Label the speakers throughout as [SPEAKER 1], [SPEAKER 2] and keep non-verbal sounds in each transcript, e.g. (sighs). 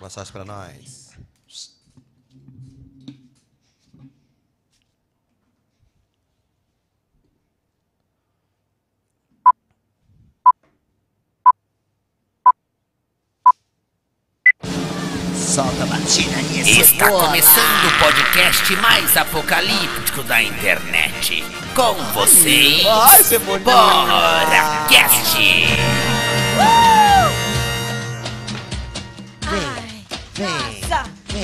[SPEAKER 1] Massagem pra nós. Solta a batida nisso.
[SPEAKER 2] Está começando o podcast mais apocalíptico da internet. Com vocês,
[SPEAKER 1] Ai, Cebolinha!
[SPEAKER 2] BoraCast!
[SPEAKER 3] Ai,
[SPEAKER 1] Vem,
[SPEAKER 3] nossa!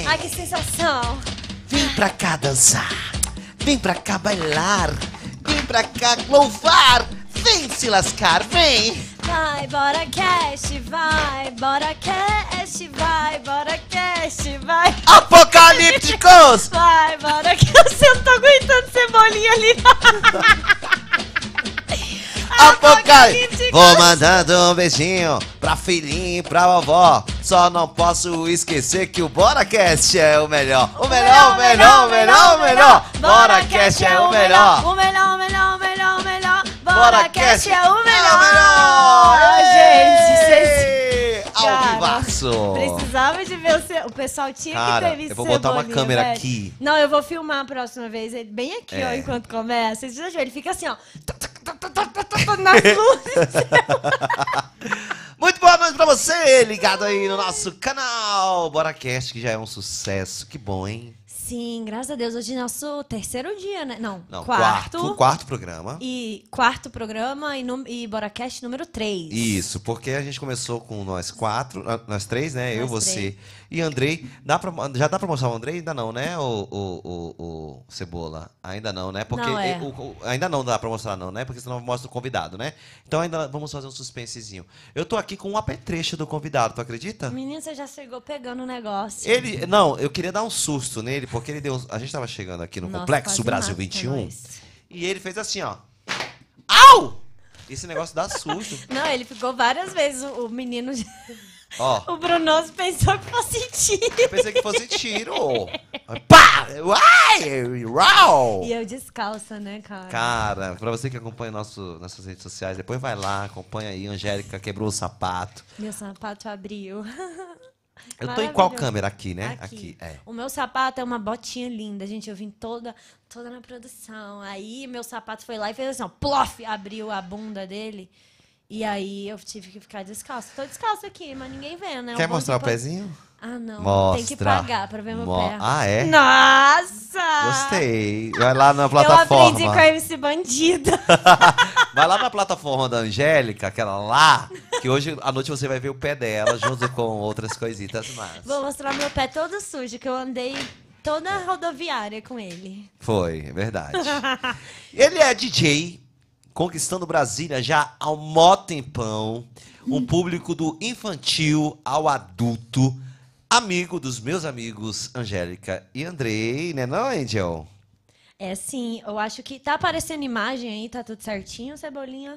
[SPEAKER 3] Ai, que sensação!
[SPEAKER 1] vem pra cá dançar. Vem pra cá bailar. Vem pra cá louvar. Vem se lascar, vem.
[SPEAKER 3] Vai, bora cast, vai, bora cast, vai, bora cast, vai. (laughs)
[SPEAKER 1] Apocalípticos!
[SPEAKER 3] Vai, bora cast. Eu tô aguentando cebolinha (laughs) ali.
[SPEAKER 1] Apocalipse!
[SPEAKER 3] Apocalíptico.
[SPEAKER 1] Vou mandando um beijinho pra filhinho e pra vovó. Só não posso esquecer que o BoraCast é o melhor. O melhor, o melhor, o melhor, o melhor. BoraCast é o melhor.
[SPEAKER 3] O melhor, o melhor, o melhor, o melhor. Bora
[SPEAKER 1] BoraCast
[SPEAKER 3] cast é o melhor. Ah,
[SPEAKER 1] Ai,
[SPEAKER 3] Gente, vocês...
[SPEAKER 1] Ao
[SPEAKER 3] Cara,
[SPEAKER 1] vivaço!
[SPEAKER 3] Precisava de ver o, ce- o pessoal tinha
[SPEAKER 1] Cara,
[SPEAKER 3] que ter visto
[SPEAKER 1] eu vou botar uma
[SPEAKER 3] Cebolinha,
[SPEAKER 1] câmera
[SPEAKER 3] velho.
[SPEAKER 1] aqui.
[SPEAKER 3] Não, eu vou filmar a próxima vez ele bem aqui, ó,
[SPEAKER 1] É.
[SPEAKER 3] enquanto começa. Vocês já viram? Ele fica assim, ó, (laughs) tu, tu, tu, tu, tu, tu, tu, tu, nas luzes.
[SPEAKER 1] Muito boa noite pra você, ligado aí no nosso canal BoraCast, que já é um sucesso. Que bom, hein?
[SPEAKER 3] Sim, graças a Deus, hoje é nosso terceiro dia, né? Não,
[SPEAKER 1] Não,
[SPEAKER 3] quarto.
[SPEAKER 1] quarto, quarto programa.
[SPEAKER 3] E quarto programa e, num- e Boracast número 3.
[SPEAKER 1] Isso, porque a gente começou com nós quatro, ah, nós três, né? Eu,
[SPEAKER 3] Nós
[SPEAKER 1] você e Andrei. Dá pra, já dá pra mostrar o Andrei? Ainda não, né, o, o, o, o Cebola? Ainda não, né? Porque
[SPEAKER 3] Não, é.
[SPEAKER 1] e- o- o- ainda não dá pra mostrar, não, né? Porque senão mostra o convidado, né? Então ainda vamos fazer um suspensezinho. Eu tô aqui com um apetrecho do convidado, tu acredita?
[SPEAKER 3] Menino, você já chegou pegando o negócio.
[SPEAKER 1] Ele, não, eu queria dar um susto nele, porque ele deu. um- A gente tava chegando aqui no
[SPEAKER 3] Nossa,
[SPEAKER 1] Complexo
[SPEAKER 3] quase
[SPEAKER 1] Brasil
[SPEAKER 3] mata
[SPEAKER 1] 21
[SPEAKER 3] nós.
[SPEAKER 1] e ele fez assim, ó. Au! Esse negócio dá susto.
[SPEAKER 3] Não, ele ficou várias vezes o, o menino.
[SPEAKER 1] Ó.
[SPEAKER 3] (laughs) O Brunoso pensou que fosse tiro.
[SPEAKER 1] Eu pensei que fosse tiro. Pá! Uai! Uau!
[SPEAKER 3] E eu descalça, né, cara?
[SPEAKER 1] Cara, pra você que acompanha nosso, nossas redes sociais, depois vai lá, acompanha aí. Angélica quebrou o sapato.
[SPEAKER 3] Meu sapato abriu. (laughs)
[SPEAKER 1] Eu tô em qual
[SPEAKER 3] Maravilhoso.
[SPEAKER 1] câmera aqui, né? Aqui, é.
[SPEAKER 3] O meu sapato é uma botinha linda, gente. Eu vim toda, toda na produção. Aí meu sapato foi lá e fez assim, ó, plof, abriu a bunda dele. E aí eu tive que ficar descalça. Tô descalça aqui, mas ninguém vê, né?
[SPEAKER 1] Quer
[SPEAKER 3] bom
[SPEAKER 1] mostrar o
[SPEAKER 3] de pan-
[SPEAKER 1] pezinho?
[SPEAKER 3] Ah, não.
[SPEAKER 1] Mostra.
[SPEAKER 3] Tem que pagar pra ver meu
[SPEAKER 1] Mo-
[SPEAKER 3] pé.
[SPEAKER 1] Ah, é?
[SPEAKER 3] Nossa!
[SPEAKER 1] Gostei. Vai lá na
[SPEAKER 3] Eu aprendi
[SPEAKER 1] plataforma.
[SPEAKER 3] com a MC Bandida.
[SPEAKER 1] Vai lá na plataforma da Angélica, aquela lá, que hoje à noite você vai ver o pé dela junto com outras coisitas mais.
[SPEAKER 3] Vou mostrar meu pé todo sujo, que eu andei toda a rodoviária com ele.
[SPEAKER 1] Foi, é verdade. (laughs) Ele é DJ, conquistando Brasília já há um mó tempão. Um público do infantil ao adulto. Amigo dos meus amigos Angélica e Andrei, né não, Angel?
[SPEAKER 3] É sim, eu acho que tá aparecendo imagem aí, tá tudo certinho, Cebolinha?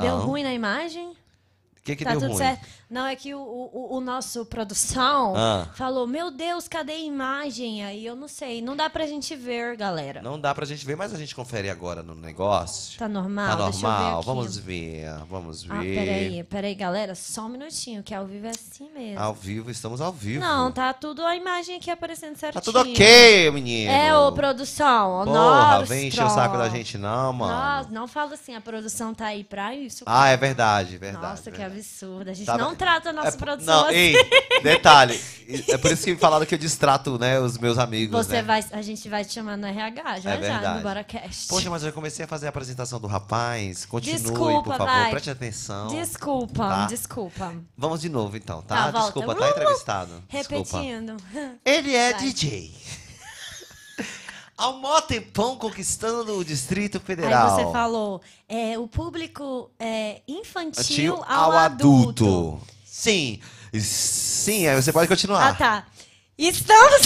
[SPEAKER 3] Deu
[SPEAKER 1] Aham.
[SPEAKER 3] ruim na imagem?
[SPEAKER 1] O que que
[SPEAKER 3] tá
[SPEAKER 1] deu
[SPEAKER 3] tudo
[SPEAKER 1] ruim?
[SPEAKER 3] certo? Não, é que o, o, o nosso produção
[SPEAKER 1] Ah.
[SPEAKER 3] falou, meu Deus, cadê a imagem? Aí eu não sei, não dá pra gente ver, galera.
[SPEAKER 1] Não dá pra gente ver, mas a gente confere agora no negócio.
[SPEAKER 3] Tá normal?
[SPEAKER 1] Tá
[SPEAKER 3] Deixa eu ver
[SPEAKER 1] normal,
[SPEAKER 3] aqui.
[SPEAKER 1] vamos ver, vamos ver.
[SPEAKER 3] Ah, peraí, peraí, galera, só um minutinho, que ao vivo é assim mesmo.
[SPEAKER 1] Ao vivo, estamos ao vivo.
[SPEAKER 3] Não, tá tudo a imagem aqui aparecendo
[SPEAKER 1] Tá
[SPEAKER 3] certinho.
[SPEAKER 1] tudo ok, menino.
[SPEAKER 3] É, ô produção, ô
[SPEAKER 1] Porra, vem encher o
[SPEAKER 3] Nostro.
[SPEAKER 1] saco da gente não, mano.
[SPEAKER 3] Nós- não fala assim, a produção tá aí pra isso.
[SPEAKER 1] Ah, é verdade, verdade.
[SPEAKER 3] Nossa, que
[SPEAKER 1] verdade.
[SPEAKER 3] absurdo. A gente
[SPEAKER 1] Tava-
[SPEAKER 3] não trata a nossa
[SPEAKER 1] É,
[SPEAKER 3] produção
[SPEAKER 1] Não,
[SPEAKER 3] assim.
[SPEAKER 1] ei, detalhe. É por isso que falaram que eu distrato, né, os meus amigos,
[SPEAKER 3] Você
[SPEAKER 1] né?
[SPEAKER 3] vai, a gente vai te chamar no RH já
[SPEAKER 1] É
[SPEAKER 3] já,
[SPEAKER 1] verdade.
[SPEAKER 3] no BoraCast.
[SPEAKER 1] Poxa, mas eu comecei a fazer a apresentação do rapaz. Continue,
[SPEAKER 3] Desculpa,
[SPEAKER 1] por favor,
[SPEAKER 3] vai.
[SPEAKER 1] preste atenção.
[SPEAKER 3] Desculpa,
[SPEAKER 1] Tá.
[SPEAKER 3] desculpa.
[SPEAKER 1] Vamos de novo, então,
[SPEAKER 3] Tá,
[SPEAKER 1] tá?
[SPEAKER 3] volta.
[SPEAKER 1] Desculpa, tá entrevistado. Desculpa.
[SPEAKER 3] Repetindo.
[SPEAKER 1] Ele é
[SPEAKER 3] Vai.
[SPEAKER 1] DJ. (laughs) Ao mó um tempão conquistando o Distrito
[SPEAKER 3] Aí
[SPEAKER 1] Federal.
[SPEAKER 3] você falou, é, o público é, infantil
[SPEAKER 1] Tio
[SPEAKER 3] ao, adulto.
[SPEAKER 1] Sim. Sim, aí você pode continuar.
[SPEAKER 3] Ah, tá.
[SPEAKER 1] (laughs)
[SPEAKER 3] Estamos.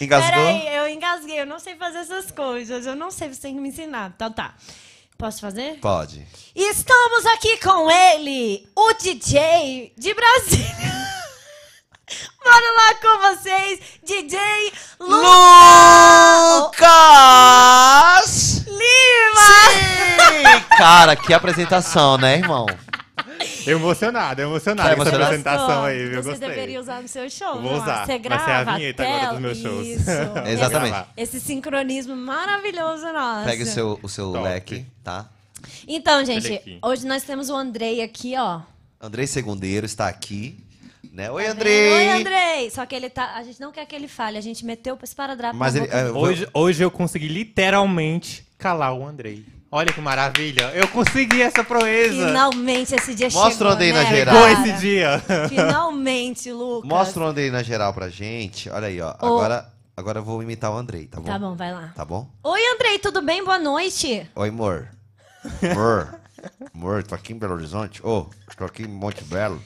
[SPEAKER 1] Engasgou?
[SPEAKER 3] Peraí, eu engasguei, eu não sei fazer essas coisas. Eu não sei, você tem que me ensinar. Então tá. Posso fazer?
[SPEAKER 1] Pode.
[SPEAKER 3] Estamos aqui com ele, o DJ de Brasília. (laughs) Bora lá com vocês, DJ Lu
[SPEAKER 1] Lucas!
[SPEAKER 3] Lima.
[SPEAKER 1] Sim! Cara, que apresentação, né, irmão?
[SPEAKER 4] Emocionado, emocionado
[SPEAKER 1] Tá
[SPEAKER 4] com essa
[SPEAKER 1] emocionado?
[SPEAKER 4] apresentação aí, viu?
[SPEAKER 3] Você
[SPEAKER 4] Gostei.
[SPEAKER 3] deveria usar no seu show.
[SPEAKER 4] Vou
[SPEAKER 3] não é?
[SPEAKER 4] usar.
[SPEAKER 3] Você
[SPEAKER 4] Vai
[SPEAKER 3] grava
[SPEAKER 4] ser a vinheta
[SPEAKER 3] até...
[SPEAKER 4] agora dos meus shows.
[SPEAKER 3] Isso.
[SPEAKER 1] Exatamente.
[SPEAKER 4] (laughs) Vou gravar.
[SPEAKER 3] Esse sincronismo maravilhoso nosso.
[SPEAKER 1] Pega o seu, o seu
[SPEAKER 4] Top.
[SPEAKER 1] leque, tá?
[SPEAKER 3] Então, gente,
[SPEAKER 4] Pelequim.
[SPEAKER 3] hoje nós temos o Andrei aqui, ó.
[SPEAKER 1] Andrei Segundeiro está aqui. Né? Oi,
[SPEAKER 3] Tá vendo?
[SPEAKER 1] Andrei!
[SPEAKER 3] Oi, Andrei! Só que ele tá. A gente não quer que ele fale, a gente meteu esse paradrapo.
[SPEAKER 1] Mas
[SPEAKER 3] na
[SPEAKER 1] ele,
[SPEAKER 3] boca
[SPEAKER 1] é,
[SPEAKER 3] dele.
[SPEAKER 4] Hoje, hoje eu consegui literalmente calar o Andrei. Olha que maravilha. Eu consegui essa proeza.
[SPEAKER 3] Finalmente esse dia
[SPEAKER 1] Mostra o
[SPEAKER 3] chegou.
[SPEAKER 1] Andrei
[SPEAKER 3] né,
[SPEAKER 1] na geral.
[SPEAKER 4] Chegou
[SPEAKER 3] cara?
[SPEAKER 4] esse dia.
[SPEAKER 3] Finalmente, Lucas.
[SPEAKER 1] Mostra o Andrei na geral pra gente. Olha aí, ó.
[SPEAKER 3] Ô.
[SPEAKER 1] Agora, agora eu vou imitar o Andrei, tá bom?
[SPEAKER 3] Tá bom, vai lá.
[SPEAKER 1] Tá bom?
[SPEAKER 3] Oi, Andrei, tudo bem? Boa noite.
[SPEAKER 1] Oi, amor. Amor. Amor, tô aqui em Belo Horizonte. Ô, tô aqui em Monte Belo.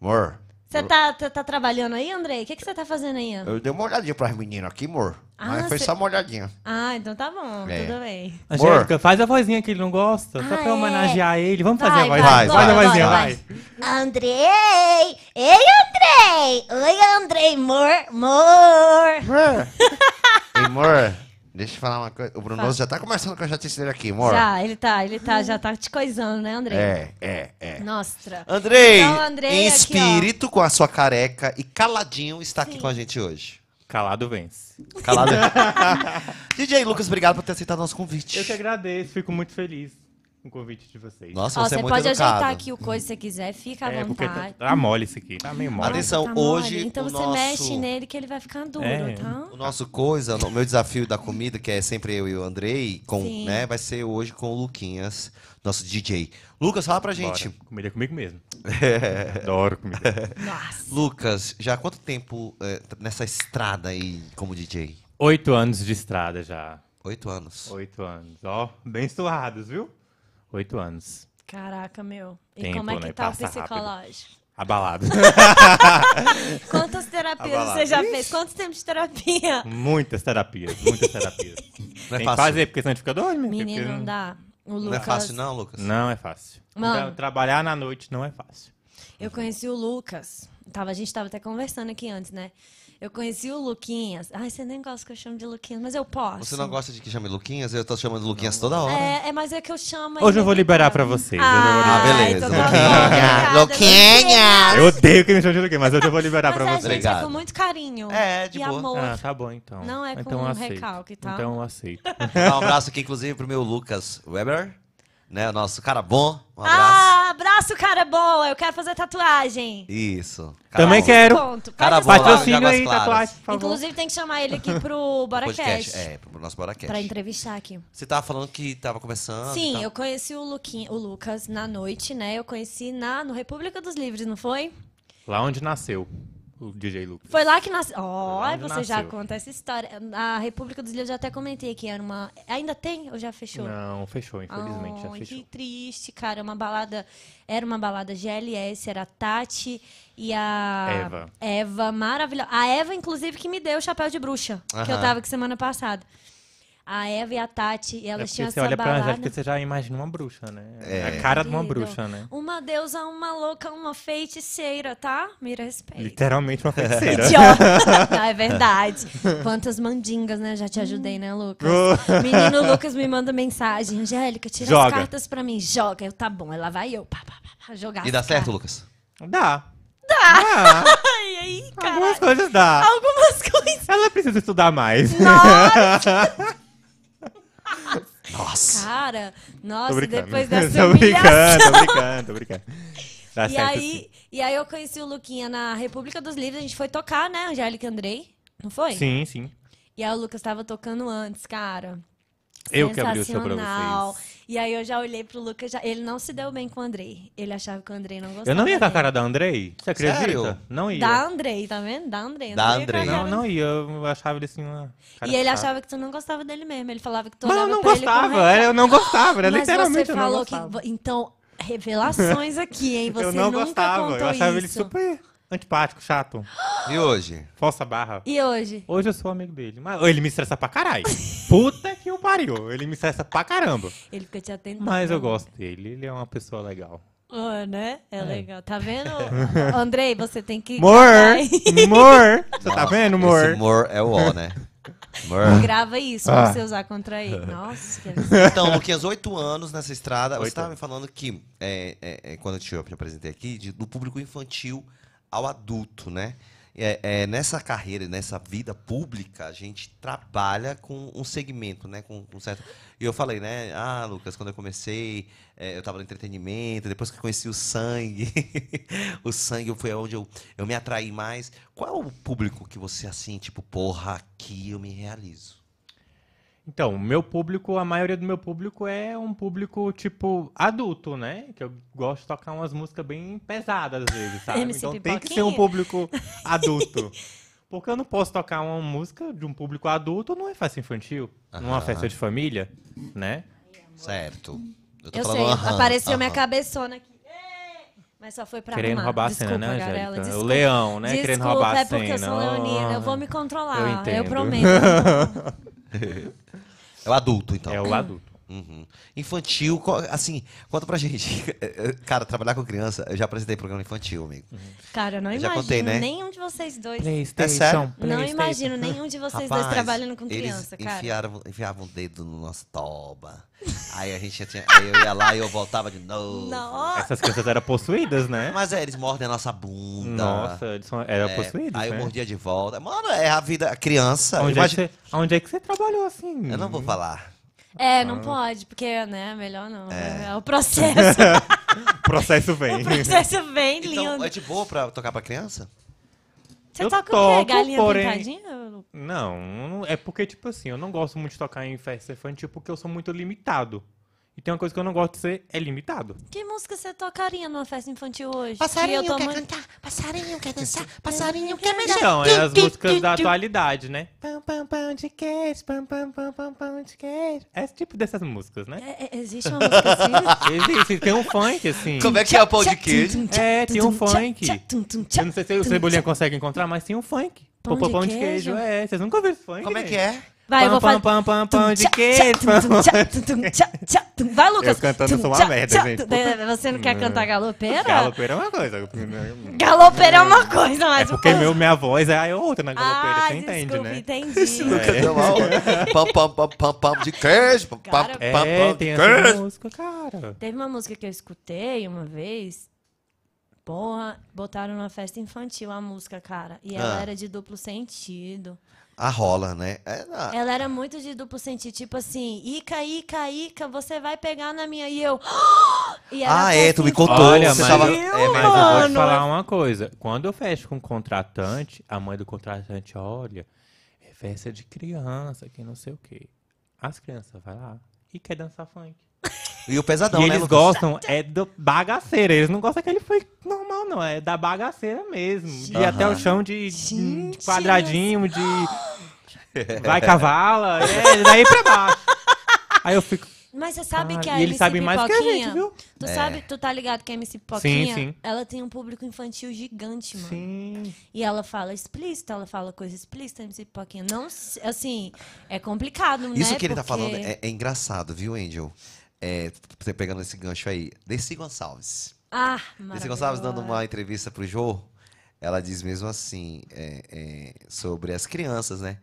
[SPEAKER 1] Amor,
[SPEAKER 3] Você tá, tá, tá trabalhando aí, Andrei? O que, que você tá fazendo aí, Andrei?
[SPEAKER 1] eu dei uma olhadinha pras meninas aqui, amor.
[SPEAKER 3] Ah,
[SPEAKER 1] Mas foi
[SPEAKER 3] cê-
[SPEAKER 1] só uma olhadinha.
[SPEAKER 3] Ah, então tá bom,
[SPEAKER 1] É.
[SPEAKER 3] tudo bem.
[SPEAKER 1] Angélica,
[SPEAKER 4] Angélica, faz a vozinha que ele não gosta.
[SPEAKER 3] só
[SPEAKER 4] só
[SPEAKER 3] Ah, pra
[SPEAKER 4] pra
[SPEAKER 3] é. homenagear
[SPEAKER 4] homenagear ele. Vamos
[SPEAKER 3] Vai,
[SPEAKER 4] fazer a
[SPEAKER 3] fazer a vai,
[SPEAKER 4] vozinha.
[SPEAKER 3] vozinha. vai, vai,
[SPEAKER 4] faz a vozinha,
[SPEAKER 3] vai.
[SPEAKER 4] vai.
[SPEAKER 3] Andrei! Ei, Andrei! Oi, Andrei! Mor, mor!
[SPEAKER 1] Amor. Ei, amor, deixa eu falar uma coisa. O Brunoso já tá conversando com a chatice dele aqui, amor.
[SPEAKER 3] Já, ele tá, ele tá, já tá te coisando, né, Andrei?
[SPEAKER 1] É, é, é.
[SPEAKER 3] Nossa.
[SPEAKER 1] Andrei,
[SPEAKER 3] Então, Andrei,
[SPEAKER 1] em
[SPEAKER 3] aqui, ó.
[SPEAKER 1] espírito, com a sua careca e caladinho, está aqui com a gente hoje.
[SPEAKER 4] Calado vence.
[SPEAKER 1] (laughs) Calado. DJ Lucas, obrigado por ter aceitado nosso convite.
[SPEAKER 4] Eu que agradeço, fico muito feliz com o convite de vocês.
[SPEAKER 1] Nossa,
[SPEAKER 3] Ó,
[SPEAKER 1] você
[SPEAKER 3] você
[SPEAKER 1] é muito
[SPEAKER 3] pode
[SPEAKER 1] educado.
[SPEAKER 3] ajeitar aqui o coisa se você quiser, fica à
[SPEAKER 4] é porque tá,
[SPEAKER 3] vontade.
[SPEAKER 4] tá mole isso aqui. Tá meio mole.
[SPEAKER 1] Atenção. Então,
[SPEAKER 3] Tá mole.
[SPEAKER 1] hoje,
[SPEAKER 3] Então
[SPEAKER 1] o
[SPEAKER 3] você
[SPEAKER 1] nosso-
[SPEAKER 3] mexe nele que ele vai ficar duro,
[SPEAKER 4] É.
[SPEAKER 3] tá?
[SPEAKER 1] O nosso coisa, o meu desafio da comida, que é sempre eu e o Andrei, com,
[SPEAKER 3] Sim.
[SPEAKER 1] né, vai ser hoje com o Luquinhas, nosso DJ. Lucas, fala pra gente.
[SPEAKER 4] Bora. Comida é comigo (laughs) mesmo. Adoro comida.
[SPEAKER 3] Nossa.
[SPEAKER 1] Lucas, já há quanto tempo eh, tá nessa estrada aí como DJ?
[SPEAKER 4] Oito anos de estrada já.
[SPEAKER 1] Oito anos.
[SPEAKER 4] Oito anos. Ó, bem suados, viu? Oito anos.
[SPEAKER 3] Caraca, meu. E
[SPEAKER 4] Tempo,
[SPEAKER 3] como é
[SPEAKER 4] né?
[SPEAKER 3] que tá o
[SPEAKER 4] Passa rápido.
[SPEAKER 3] psicológico?
[SPEAKER 4] (laughs) Abalado.
[SPEAKER 3] Quantas terapias
[SPEAKER 4] Abalado.
[SPEAKER 3] você já fez? Quantos tempos de terapia?
[SPEAKER 4] muitas terapias, muitas (laughs) terapias.
[SPEAKER 1] Não é
[SPEAKER 4] Tem que
[SPEAKER 1] fácil.
[SPEAKER 4] fazer, porque senão a gente fica doido. menino,
[SPEAKER 3] Menino,
[SPEAKER 4] porque
[SPEAKER 3] não dá. O Lucas,
[SPEAKER 1] Não é fácil não, Lucas?
[SPEAKER 4] Não é fácil.
[SPEAKER 3] Mano.
[SPEAKER 4] Tra- trabalhar na noite não é fácil.
[SPEAKER 3] Eu conheci o Lucas. Tava, a gente tava até conversando aqui antes, né? Eu conheci o Luquinhas. Ai, você nem gosta que eu chamo de Luquinhas, mas eu posso.
[SPEAKER 1] Você não gosta né? de que chame Luquinhas? Eu tô chamando Luquinhas toda hora.
[SPEAKER 3] É, é, mas é que eu chamo.
[SPEAKER 4] Hoje
[SPEAKER 3] ele- tá
[SPEAKER 4] eu vou liberar pra vocês. hoje eu vou
[SPEAKER 3] Ah,
[SPEAKER 1] Ah,
[SPEAKER 4] liberar.
[SPEAKER 1] beleza.
[SPEAKER 3] então tá bom.
[SPEAKER 4] (laughs)
[SPEAKER 3] Obrigada,
[SPEAKER 4] Eu odeio que me chamem de Luquinha, mas hoje eu vou liberar
[SPEAKER 3] Mas
[SPEAKER 4] pra
[SPEAKER 3] a
[SPEAKER 4] vocês.
[SPEAKER 3] gente é
[SPEAKER 1] Obrigado.
[SPEAKER 3] com muito carinho.
[SPEAKER 1] É, de
[SPEAKER 3] e
[SPEAKER 1] boa.
[SPEAKER 3] amor.
[SPEAKER 4] Ah, tá bom então.
[SPEAKER 3] Não é com
[SPEAKER 4] então eu aceito.
[SPEAKER 3] recalque, tá?
[SPEAKER 4] Então eu aceito.
[SPEAKER 1] Dá um abraço aqui, inclusive, pro meu Lucas Weber, né, o nosso cara bom. Um abraço.
[SPEAKER 3] Ah, abraço, cara boa. Eu quero fazer tatuagem.
[SPEAKER 1] Isso. Cara
[SPEAKER 4] Também
[SPEAKER 1] bom.
[SPEAKER 4] quero.
[SPEAKER 3] Ponto. Faz
[SPEAKER 1] Cara
[SPEAKER 3] essa
[SPEAKER 1] boa,
[SPEAKER 3] tatuagem.
[SPEAKER 1] Joga
[SPEAKER 4] Patrocínio
[SPEAKER 1] as
[SPEAKER 4] aí,
[SPEAKER 1] claras.
[SPEAKER 4] tatuagem, por favor.
[SPEAKER 3] Inclusive, tem que chamar ele aqui
[SPEAKER 4] (laughs)
[SPEAKER 3] pro
[SPEAKER 1] Podcast,
[SPEAKER 3] Boracast.
[SPEAKER 1] é, pro nosso Boracast.
[SPEAKER 3] Pra entrevistar aqui.
[SPEAKER 4] Ah,
[SPEAKER 1] Você tava falando que tava começando.
[SPEAKER 4] tá.
[SPEAKER 1] e
[SPEAKER 3] Sim,
[SPEAKER 1] tal.
[SPEAKER 3] eu conheci o, Luquinha, o Lucas na noite, né? Eu conheci na, no República dos Livres, não foi?
[SPEAKER 4] Lá onde nasceu o DJ Lucas.
[SPEAKER 3] Foi lá que nasceu. Ó,
[SPEAKER 4] Foi lá onde
[SPEAKER 3] você já
[SPEAKER 4] nasceu.
[SPEAKER 3] conta essa história. A República dos Livros, eu já até comentei que era uma. Ainda tem ou já fechou?
[SPEAKER 4] Não, fechou, infelizmente. já
[SPEAKER 3] Ai,
[SPEAKER 4] fechou.
[SPEAKER 3] Que triste, cara. Uma balada. Era uma balada GLS, era a Tati e a.
[SPEAKER 4] Eva.
[SPEAKER 3] Eva, maravilhosa. A Eva, inclusive, que me deu o chapéu de bruxa, que eu
[SPEAKER 1] Aham.
[SPEAKER 3] tava aqui semana passada. A Eva e a Tati, e elas
[SPEAKER 4] é porque
[SPEAKER 3] tinham
[SPEAKER 4] você
[SPEAKER 3] essa
[SPEAKER 4] olha pra
[SPEAKER 3] balada.
[SPEAKER 4] Angélica, você já imagina uma bruxa, né? É a cara de uma
[SPEAKER 3] Querido,
[SPEAKER 4] bruxa, né?
[SPEAKER 3] Uma deusa, uma louca, uma feiticeira, tá? Mira respeito.
[SPEAKER 4] Literalmente uma feiticeira. (laughs)
[SPEAKER 3] Idiota. (laughs) Não, é verdade. Quantas mandingas, né? Já te
[SPEAKER 4] Hum.
[SPEAKER 3] ajudei, né,
[SPEAKER 4] (laughs)
[SPEAKER 3] Lucas? Menino Lucas me manda mensagem. Angélica, tira as
[SPEAKER 4] Joga.
[SPEAKER 3] cartas pra mim. Joga. Eu, tá bom. Ela vai eu. Pá, pá, pá, pá, jogar.
[SPEAKER 1] E
[SPEAKER 3] as
[SPEAKER 1] dá certo,
[SPEAKER 3] cartas.
[SPEAKER 1] Lucas?
[SPEAKER 4] Dá. Dá.
[SPEAKER 3] Ai, aí, cara.
[SPEAKER 4] Algumas coisas dá.
[SPEAKER 3] Algumas (laughs) coisas.
[SPEAKER 4] Ela precisa estudar mais.
[SPEAKER 1] Nossa.
[SPEAKER 3] Cara,
[SPEAKER 4] (laughs) Tô
[SPEAKER 3] nossa,
[SPEAKER 4] brincando. (laughs)
[SPEAKER 3] depois dessa
[SPEAKER 4] tô
[SPEAKER 3] humilhação.
[SPEAKER 4] brincando, tô brincando, tô brincando. Dá
[SPEAKER 3] E
[SPEAKER 4] certo,
[SPEAKER 3] aí, e aí eu conheci o Luquinha na República dos Livros. A gente foi tocar, né, Angélica e Andrei? Não foi?
[SPEAKER 4] sim. Sim, sim.
[SPEAKER 3] E aí o Lucas tava tocando antes, cara.
[SPEAKER 4] Eu que abri o show pra
[SPEAKER 3] Sensacional.
[SPEAKER 4] vocês.
[SPEAKER 3] E aí eu já olhei pro Lucas, já- ele não se deu bem com o Andrei. Ele achava que o Andrei não gostava.
[SPEAKER 4] Eu não ia com a
[SPEAKER 3] dele.
[SPEAKER 4] cara da Andrei. Você acredita?
[SPEAKER 1] Sério?
[SPEAKER 4] Não ia.
[SPEAKER 3] Da Andrei, tá vendo? Da Andrei.
[SPEAKER 1] Da
[SPEAKER 3] Andrei.
[SPEAKER 1] Andrei.
[SPEAKER 4] Não, não ia. Eu achava ele assim uma. cara
[SPEAKER 3] E ele
[SPEAKER 4] chata.
[SPEAKER 3] achava que tu não gostava dele mesmo. Ele falava que tu
[SPEAKER 4] Mas eu
[SPEAKER 3] olhava
[SPEAKER 4] não
[SPEAKER 3] pra ele com
[SPEAKER 4] gostava. é,
[SPEAKER 3] raiva.
[SPEAKER 4] Eu não gostava. Era
[SPEAKER 3] Mas
[SPEAKER 4] literalmente
[SPEAKER 3] você
[SPEAKER 4] eu não
[SPEAKER 3] falou que...
[SPEAKER 4] gostava.
[SPEAKER 3] vo- Então, revelações aqui, hein? Você
[SPEAKER 4] (laughs) eu não
[SPEAKER 3] nunca
[SPEAKER 4] gostava.
[SPEAKER 3] contou
[SPEAKER 4] Eu achava ele
[SPEAKER 3] isso.
[SPEAKER 4] super antipático, chato.
[SPEAKER 1] E hoje?
[SPEAKER 4] Falsa barra.
[SPEAKER 3] E hoje?
[SPEAKER 4] Hoje eu sou amigo dele. Mas ele me estressa
[SPEAKER 3] (laughs)
[SPEAKER 4] pra caralho. Puta que o pariu. Ele me estressa pra caramba.
[SPEAKER 3] Ele fica te atendendo.
[SPEAKER 4] Mas eu gosto dele. Ele é uma pessoa legal.
[SPEAKER 3] Ah, né? É, legal. Tá
[SPEAKER 4] (laughs)
[SPEAKER 3] vendo? (laughs) Andrei, você tem que...
[SPEAKER 4] Mor!
[SPEAKER 3] Ai.
[SPEAKER 4] Mor! Você tá
[SPEAKER 1] Nossa,
[SPEAKER 4] vendo,
[SPEAKER 1] Esse
[SPEAKER 4] Mor?
[SPEAKER 3] (laughs)
[SPEAKER 1] humor é o ó, né?
[SPEAKER 3] Grava isso pra
[SPEAKER 4] Ah.
[SPEAKER 3] você usar contra
[SPEAKER 4] (laughs)
[SPEAKER 3] ele. Nossa, que absurdo.
[SPEAKER 1] Então, Luquinhas, oito anos nessa estrada. Você
[SPEAKER 4] Oito
[SPEAKER 1] estava me
[SPEAKER 4] anos.
[SPEAKER 1] falando que, é, é, é, quando eu te, eu te apresentei aqui, de- do público infantil ao adulto, né? É, é, nessa carreira, nessa vida pública, a gente trabalha com um segmento, né? Com, com certo... E eu falei, né? Ah, Lucas, quando eu comecei, é, eu estava no entretenimento, depois que eu conheci o sangue, (laughs) o sangue foi onde eu, eu me atraí mais. Qual é o público que você, assim, tipo, porra, aqui eu me realizo?
[SPEAKER 4] Então, o meu público, a maioria do meu público é um público, tipo, adulto, né? Que eu gosto de tocar umas músicas bem pesadas às
[SPEAKER 3] (laughs)
[SPEAKER 4] vezes, sabe?
[SPEAKER 3] MC
[SPEAKER 4] então tem que ser
[SPEAKER 3] Pipoquinha.
[SPEAKER 4] um público
[SPEAKER 3] (laughs)
[SPEAKER 4] adulto. Porque eu não posso tocar uma música de um público adulto numa festa infantil, numa
[SPEAKER 1] Aham.
[SPEAKER 4] festa de família, né?
[SPEAKER 1] Certo. tô
[SPEAKER 3] Eu
[SPEAKER 1] falando
[SPEAKER 3] sei,
[SPEAKER 1] aham,
[SPEAKER 3] apareceu
[SPEAKER 1] aham.
[SPEAKER 3] minha cabeçona aqui. Ei! Mas só foi pra
[SPEAKER 4] Querendo
[SPEAKER 3] arrumar.
[SPEAKER 4] roubar a
[SPEAKER 3] Desculpa,
[SPEAKER 4] cena, né, Angélica?
[SPEAKER 3] Garela.
[SPEAKER 4] O
[SPEAKER 3] Desculpa.
[SPEAKER 4] leão, né?
[SPEAKER 3] Desculpa,
[SPEAKER 4] Querendo roubar
[SPEAKER 3] é
[SPEAKER 4] a cena. Ah.
[SPEAKER 3] porque eu sou leonina. Eu vou me controlar.
[SPEAKER 4] Eu
[SPEAKER 3] Eu,
[SPEAKER 4] entendo. (laughs)
[SPEAKER 3] prometo. eu vou-
[SPEAKER 1] É o adulto, então.
[SPEAKER 4] É o adulto.
[SPEAKER 1] Uhum. Infantil, co- assim, conta pra gente. (laughs) É, Cara, trabalhar com criança, eu já apresentei programa infantil, amigo.
[SPEAKER 3] Cara, eu não
[SPEAKER 1] Eu já
[SPEAKER 3] imagino
[SPEAKER 1] contei, né?
[SPEAKER 3] nenhum de vocês dois.
[SPEAKER 1] É sério?
[SPEAKER 3] Não imagino nenhum de vocês dois
[SPEAKER 1] Rapaz,
[SPEAKER 3] trabalhando com criança,
[SPEAKER 1] eles
[SPEAKER 3] cara.
[SPEAKER 1] Enfiaram, enfiavam o dedo no nosso
[SPEAKER 3] (laughs)
[SPEAKER 1] toba. Aí a gente tinha, aí eu ia lá e eu voltava de novo.
[SPEAKER 3] Não.
[SPEAKER 4] Essas crianças eram possuídas, né?
[SPEAKER 1] Mas é, eles mordem a nossa bunda.
[SPEAKER 4] Nossa, eles são- eram
[SPEAKER 1] É,
[SPEAKER 4] possuídos,
[SPEAKER 1] Aí eu
[SPEAKER 4] né?
[SPEAKER 1] mordia de volta. Mano, é a vida, a criança.
[SPEAKER 4] Onde,
[SPEAKER 1] imagina-
[SPEAKER 4] é que você, onde é que você trabalhou assim?
[SPEAKER 1] Eu não vou falar.
[SPEAKER 3] É,
[SPEAKER 1] Ah.
[SPEAKER 3] não pode, porque, né, melhor não. É, o processo. (laughs)
[SPEAKER 4] O processo vem.
[SPEAKER 3] o processo vem
[SPEAKER 1] Então,
[SPEAKER 3] lindo.
[SPEAKER 1] é de boa pra tocar pra criança?
[SPEAKER 3] Você
[SPEAKER 4] eu
[SPEAKER 3] toca o
[SPEAKER 4] toco,
[SPEAKER 3] quê? Galinha
[SPEAKER 4] porém-
[SPEAKER 3] pintadinha? Lu?
[SPEAKER 4] Não, não- é porque, tipo assim, eu não gosto muito de tocar em festa infantil porque eu sou muito limitado. E tem uma coisa que eu não gosto de ser, é limitado.
[SPEAKER 3] Que música você tocaria numa festa infantil hoje? Que
[SPEAKER 5] Passarinho
[SPEAKER 3] eu tô
[SPEAKER 5] quer
[SPEAKER 3] muito-
[SPEAKER 5] cantar, passarinho quer dançar, passarinho quer mexer.
[SPEAKER 4] Então, é as
[SPEAKER 5] Tu, tu,
[SPEAKER 4] músicas
[SPEAKER 5] tu,
[SPEAKER 4] da
[SPEAKER 5] tu.
[SPEAKER 4] atualidade, né? Pam, pam, pam, de queijo, pam, pam, pam, pam, pam, de queijo. É esse tipo dessas músicas, né?
[SPEAKER 3] É, é, existe uma música assim?
[SPEAKER 5] (laughs)
[SPEAKER 4] Existe, tem um funk, assim.
[SPEAKER 1] Como é que é o pão de queijo?
[SPEAKER 4] É, tem um funk. Eu não sei se é o Cebolinha consegue encontrar, mas tem um funk.
[SPEAKER 3] Pão
[SPEAKER 4] Pão,
[SPEAKER 3] de
[SPEAKER 4] pão, de
[SPEAKER 3] queijo?
[SPEAKER 4] queijo, é. Vocês nunca ouviram esse funk?
[SPEAKER 1] Como é que
[SPEAKER 4] gente?
[SPEAKER 1] é?
[SPEAKER 3] Vai, eu vou
[SPEAKER 4] pam,
[SPEAKER 3] falar.
[SPEAKER 4] pam, pam, pam, de queijo. pam,
[SPEAKER 3] Vai, Lucas.
[SPEAKER 4] Eu cantando
[SPEAKER 3] Tum,
[SPEAKER 4] sou uma
[SPEAKER 3] tchá,
[SPEAKER 4] merda,
[SPEAKER 3] tchá,
[SPEAKER 4] gente.
[SPEAKER 3] tum. Você não quer cantar galopeira?
[SPEAKER 4] Galopeira é uma coisa.
[SPEAKER 3] Galopeira é uma coisa,
[SPEAKER 4] É
[SPEAKER 3] mas...
[SPEAKER 4] porque meu, minha voz é a outra na galopeira,
[SPEAKER 3] Ah,
[SPEAKER 4] você entende,
[SPEAKER 3] desculpa,
[SPEAKER 4] né?
[SPEAKER 3] entendi.
[SPEAKER 1] Nunca deu aula. É. (laughs) Pam, pam, pam, pam, pam de queijo. Pam, pam,
[SPEAKER 3] Cara,
[SPEAKER 1] pam,
[SPEAKER 4] É,
[SPEAKER 3] então.
[SPEAKER 1] pam
[SPEAKER 4] tem
[SPEAKER 1] de
[SPEAKER 4] essa
[SPEAKER 1] queijo.
[SPEAKER 4] música, cara.
[SPEAKER 3] Teve uma música que eu escutei uma vez. Porra, botaram numa festa infantil a música, cara. E ela
[SPEAKER 1] Ah.
[SPEAKER 3] era de duplo sentido.
[SPEAKER 1] A rola, né? É, na-
[SPEAKER 3] Ela era muito de duplo sentido, tipo assim, Ica, Ica, Ica, você vai pegar na minha e eu. (gasps) E era
[SPEAKER 1] ah, é,
[SPEAKER 3] festa
[SPEAKER 1] tu me
[SPEAKER 3] infantil.
[SPEAKER 1] contou.
[SPEAKER 4] Olha,
[SPEAKER 1] você
[SPEAKER 4] mas-
[SPEAKER 1] tava...
[SPEAKER 4] Meu,
[SPEAKER 1] é,
[SPEAKER 4] Mas
[SPEAKER 1] mas-
[SPEAKER 4] eu vou te
[SPEAKER 3] Mano,
[SPEAKER 4] falar uma coisa. Quando eu fecho com o contratante, a mãe do contratante olha, é festa de criança, que não sei o quê. As crianças vai lá e quer dançar funk.
[SPEAKER 1] E o pesadão,
[SPEAKER 4] e
[SPEAKER 1] né,
[SPEAKER 4] eles
[SPEAKER 1] Lucas?
[SPEAKER 4] gostam, é do bagaceira. Eles não gostam daquele funk normal, não. É da bagaceira mesmo. De ir até o chão de, de
[SPEAKER 3] Gente,
[SPEAKER 4] quadradinho, de. (gasps) Vai cavala, é daí pra baixo. Aí eu fico.
[SPEAKER 3] Mas você sabe
[SPEAKER 4] "Cara",
[SPEAKER 3] que
[SPEAKER 4] e
[SPEAKER 3] a
[SPEAKER 4] ele
[SPEAKER 3] MC
[SPEAKER 4] sabe mais que a
[SPEAKER 3] Pipoquinha.
[SPEAKER 4] gente, viu?
[SPEAKER 3] Tu
[SPEAKER 1] É.
[SPEAKER 3] sabe, tu tá ligado que a MC Pipoquinha,
[SPEAKER 4] sim.
[SPEAKER 3] ela tem um público infantil gigante, mano.
[SPEAKER 4] Sim.
[SPEAKER 3] E ela fala explícita, ela fala coisa explícita, a MC Pipoquinha. Não, s- assim, é complicado, né?
[SPEAKER 1] Isso que ele tá
[SPEAKER 3] Porque-
[SPEAKER 1] falando é, é engraçado, viu, Angel? É, você pegando esse gancho aí. Desi Gonçalves.
[SPEAKER 3] Ah,
[SPEAKER 1] Desi Gonçalves dando
[SPEAKER 3] maravilhosa.
[SPEAKER 1] uma entrevista pro Jô. Ela diz mesmo assim, é, é, sobre as crianças, né?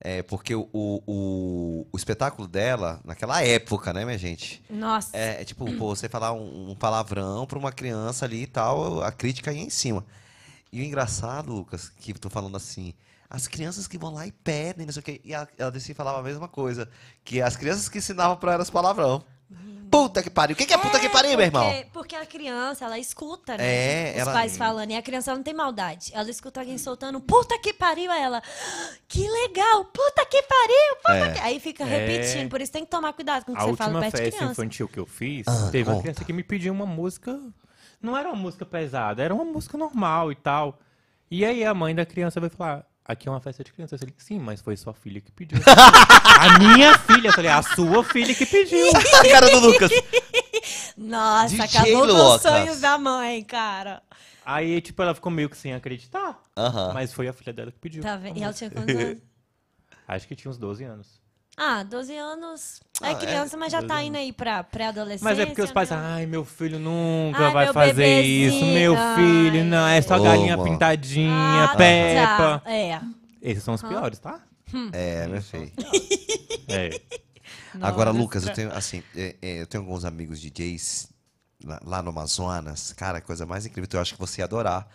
[SPEAKER 1] É, porque o, o, o- o espetáculo dela, naquela época, né, minha gente?
[SPEAKER 3] Nossa.
[SPEAKER 1] É, é tipo, pô, você falar um, um palavrão pra uma criança ali e tal, a crítica ia em cima. E o engraçado, Lucas, que eu tô falando assim, as crianças que vão lá e pedem, não sei o quê, e ela, ela disse falava a mesma coisa, que as crianças que ensinavam pra elas palavrão. Puta que pariu! O que, que é puta que pariu, meu irmão?
[SPEAKER 3] Porque, porque a criança, ela escuta, né?
[SPEAKER 1] É,
[SPEAKER 3] Os
[SPEAKER 1] ela-
[SPEAKER 3] pais falando. E a criança ela não tem maldade. Ela escuta alguém soltando, puta que pariu, aí ela. "Ah, Que legal, puta que pariu, puta
[SPEAKER 1] É.
[SPEAKER 3] que. Aí fica repetindo. Por isso tem que tomar cuidado com o que
[SPEAKER 4] A
[SPEAKER 3] você fala
[SPEAKER 4] última
[SPEAKER 3] perto de
[SPEAKER 4] festa
[SPEAKER 3] criança.
[SPEAKER 4] infantil que eu fiz,
[SPEAKER 1] Ah,
[SPEAKER 4] teve uma
[SPEAKER 1] conta.
[SPEAKER 4] criança que me pediu uma música. Não era uma música pesada, era uma música normal e tal. E aí a mãe da criança vai falar: Aqui é uma festa de criança. Eu falei: Sim, mas foi sua filha que pediu. (laughs) a minha filha. Eu falei: "É A sua filha que pediu.
[SPEAKER 1] a Tá cara (laughs) do Lucas!
[SPEAKER 3] Nossa,
[SPEAKER 1] DJ
[SPEAKER 3] acabou com os
[SPEAKER 1] Lucas.
[SPEAKER 3] sonhos da mãe, cara.
[SPEAKER 4] aí, tipo, ela ficou meio que sem acreditar.
[SPEAKER 1] Aham.
[SPEAKER 4] Mas foi a filha dela que pediu.
[SPEAKER 3] Tá
[SPEAKER 4] a
[SPEAKER 3] vendo? E
[SPEAKER 4] música.
[SPEAKER 3] ela tinha
[SPEAKER 1] (laughs)
[SPEAKER 3] quantos anos?
[SPEAKER 4] Acho que tinha uns 12 anos.
[SPEAKER 3] Ah, 12 anos.
[SPEAKER 1] Ah,
[SPEAKER 3] É
[SPEAKER 1] é,
[SPEAKER 3] criança, mas já tá
[SPEAKER 4] 12
[SPEAKER 3] indo aí pra pré-adolescência.
[SPEAKER 4] Mas é porque os pais
[SPEAKER 3] né?
[SPEAKER 4] falam, ai, meu filho nunca
[SPEAKER 3] Ai,
[SPEAKER 4] vai
[SPEAKER 3] meu
[SPEAKER 4] fazer isso,
[SPEAKER 3] bebezinho,
[SPEAKER 4] meu
[SPEAKER 3] ai."
[SPEAKER 4] filho, não, é só
[SPEAKER 1] Ô,
[SPEAKER 4] galinha
[SPEAKER 1] mano.
[SPEAKER 4] pintadinha,
[SPEAKER 3] Ah,
[SPEAKER 4] Peppa.
[SPEAKER 3] tá. É.
[SPEAKER 4] Esses são os piores, tá?
[SPEAKER 1] É, meu filho.
[SPEAKER 4] É.
[SPEAKER 1] Agora,
[SPEAKER 3] Nossa.
[SPEAKER 1] Lucas, eu tenho, assim, é, é, eu tenho alguns amigos DJs lá, lá no Amazonas. Cara, a coisa mais incrível. Eu acho que você ia adorar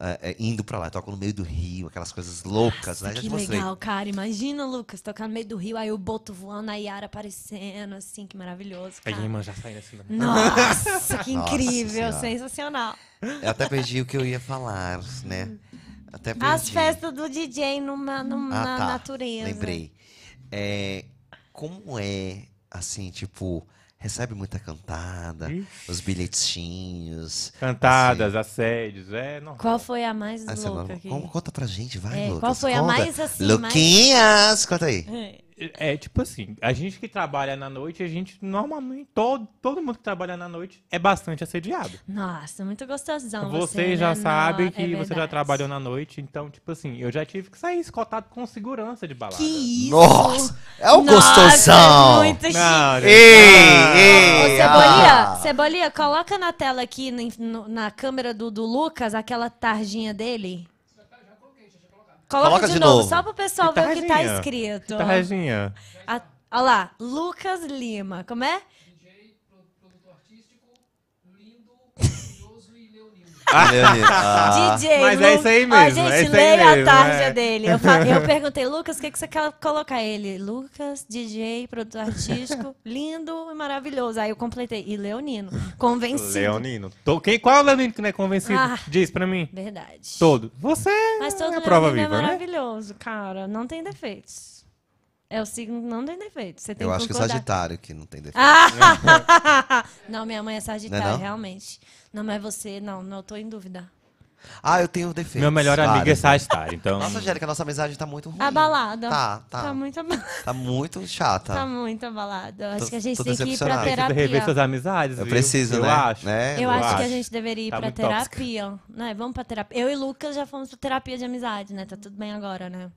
[SPEAKER 1] é, é, indo pra lá. Toca no meio do rio, aquelas coisas loucas, né? Já te
[SPEAKER 3] Que
[SPEAKER 1] mostrei.
[SPEAKER 3] legal, cara. Imagina, Lucas, tocar no meio do rio, aí o boto voando, a Yara aparecendo, assim, que maravilhoso,
[SPEAKER 4] A
[SPEAKER 3] cara.
[SPEAKER 4] Iman já saindo assim. né?
[SPEAKER 3] Nossa,
[SPEAKER 1] (laughs) Nossa
[SPEAKER 3] que incrível,
[SPEAKER 1] Senhora.
[SPEAKER 3] sensacional.
[SPEAKER 1] Eu até perdi o que eu ia falar, né? Até perdi.
[SPEAKER 3] As festas do DJ numa, numa-
[SPEAKER 1] Ah,
[SPEAKER 3] na
[SPEAKER 1] tá.
[SPEAKER 3] natureza.
[SPEAKER 1] Lembrei. É, como é, assim, tipo, recebe muita cantada, os bilhetinhos.
[SPEAKER 4] Cantadas, assédios, é normal.
[SPEAKER 3] Qual foi a mais
[SPEAKER 1] assim, ah, sei lá,
[SPEAKER 3] louca aqui?
[SPEAKER 1] como- conta pra gente, vai,
[SPEAKER 3] É,
[SPEAKER 1] Lucas.
[SPEAKER 3] qual foi a
[SPEAKER 1] conta.
[SPEAKER 3] mais, assim, mais-
[SPEAKER 1] Luquinhas, conta aí.
[SPEAKER 4] É tipo assim, a gente que trabalha na noite, a gente normalmente, todo, todo mundo que trabalha na noite é bastante assediado.
[SPEAKER 3] (laughs) Nossa, muito gostosão.
[SPEAKER 4] você
[SPEAKER 3] né?
[SPEAKER 4] já
[SPEAKER 3] Nó,
[SPEAKER 4] sabe
[SPEAKER 3] é
[SPEAKER 4] que você já
[SPEAKER 3] verdade.
[SPEAKER 4] trabalhou na noite, então, tipo assim, eu já tive que sair escoltado com segurança de balada.
[SPEAKER 3] Que isso!
[SPEAKER 1] Nossa, é o
[SPEAKER 3] Nossa,
[SPEAKER 1] gostosão.
[SPEAKER 3] é muito é chique.
[SPEAKER 4] Não, gente, não.
[SPEAKER 1] Ei,
[SPEAKER 3] Ô,
[SPEAKER 1] ei,
[SPEAKER 3] Cebolinha,
[SPEAKER 1] ah.
[SPEAKER 3] Cebolinha, coloca na tela aqui, no- no- na câmera do, do Lucas, aquela tarjinha dele. Coloca,
[SPEAKER 1] Coloca
[SPEAKER 3] de,
[SPEAKER 1] de
[SPEAKER 3] novo,
[SPEAKER 1] novo.
[SPEAKER 3] só pro pessoal ver o que tá
[SPEAKER 4] Tarjinha.
[SPEAKER 3] escrito.
[SPEAKER 4] Tarjinha.
[SPEAKER 3] A- Olha lá, Lucas Lima, como é?
[SPEAKER 1] (laughs)
[SPEAKER 3] (laughs)
[SPEAKER 1] Leonino, ah.
[SPEAKER 3] DJ
[SPEAKER 4] Mas
[SPEAKER 3] Lu-
[SPEAKER 4] é isso aí
[SPEAKER 3] Ó,
[SPEAKER 4] mesmo,
[SPEAKER 3] gente,
[SPEAKER 4] é isso aí
[SPEAKER 3] leia a
[SPEAKER 4] mesmo,
[SPEAKER 3] tarja
[SPEAKER 4] é.
[SPEAKER 3] dele. Eu, fa-
[SPEAKER 4] (laughs)
[SPEAKER 3] eu perguntei, Lucas, o que, que você quer colocar? Ele, Lucas, DJ, produtor
[SPEAKER 4] (laughs)
[SPEAKER 3] artístico, lindo e maravilhoso. Aí eu completei. E Leonino, convencido.
[SPEAKER 4] Leonino. Tô- quem, qual é o Leonino que não é convencido?
[SPEAKER 3] Ah.
[SPEAKER 4] Diz pra mim.
[SPEAKER 3] Verdade.
[SPEAKER 4] Todo. Você
[SPEAKER 3] Mas todo
[SPEAKER 4] é a
[SPEAKER 3] Leonino
[SPEAKER 4] prova
[SPEAKER 3] é
[SPEAKER 4] viva, né?
[SPEAKER 3] maravilhoso, cara. Não tem defeitos. É o signo que não tem defeitos. Você tem
[SPEAKER 1] Eu
[SPEAKER 3] que
[SPEAKER 1] acho que é
[SPEAKER 3] concordar.
[SPEAKER 1] Sagitário que não tem defeito.
[SPEAKER 3] Ah! não, minha mãe é Sagitário,
[SPEAKER 1] Não é não?
[SPEAKER 3] realmente. Não, mas você, não, não eu tô em dúvida.
[SPEAKER 1] Ah, eu tenho defeito.
[SPEAKER 4] Meu melhor amigo é Sagitário, então.
[SPEAKER 1] Nossa, Angélica, nossa amizade tá muito ruim.
[SPEAKER 3] Abalada.
[SPEAKER 1] Tá, tá.
[SPEAKER 3] Tá muito abalada.
[SPEAKER 1] Tá muito chata.
[SPEAKER 3] Tá muito abalada. Eu Acho
[SPEAKER 1] Tô-
[SPEAKER 3] que a gente
[SPEAKER 1] tô
[SPEAKER 3] tem que ir pra
[SPEAKER 1] decepcionado.
[SPEAKER 4] Tem que rever suas
[SPEAKER 3] terapia.
[SPEAKER 4] amizades.
[SPEAKER 1] eu
[SPEAKER 4] viu?
[SPEAKER 1] preciso,
[SPEAKER 4] eu
[SPEAKER 1] né?
[SPEAKER 4] Acho.
[SPEAKER 1] Né?
[SPEAKER 3] Eu
[SPEAKER 4] Eu
[SPEAKER 3] acho que a
[SPEAKER 4] acho.
[SPEAKER 3] gente deveria ir
[SPEAKER 4] Tá
[SPEAKER 3] pra
[SPEAKER 4] muito tóxica.
[SPEAKER 3] terapia. Né? Vamos pra terapia. Eu e Lucas já fomos pra terapia de amizade, né? Tá tudo bem agora, né?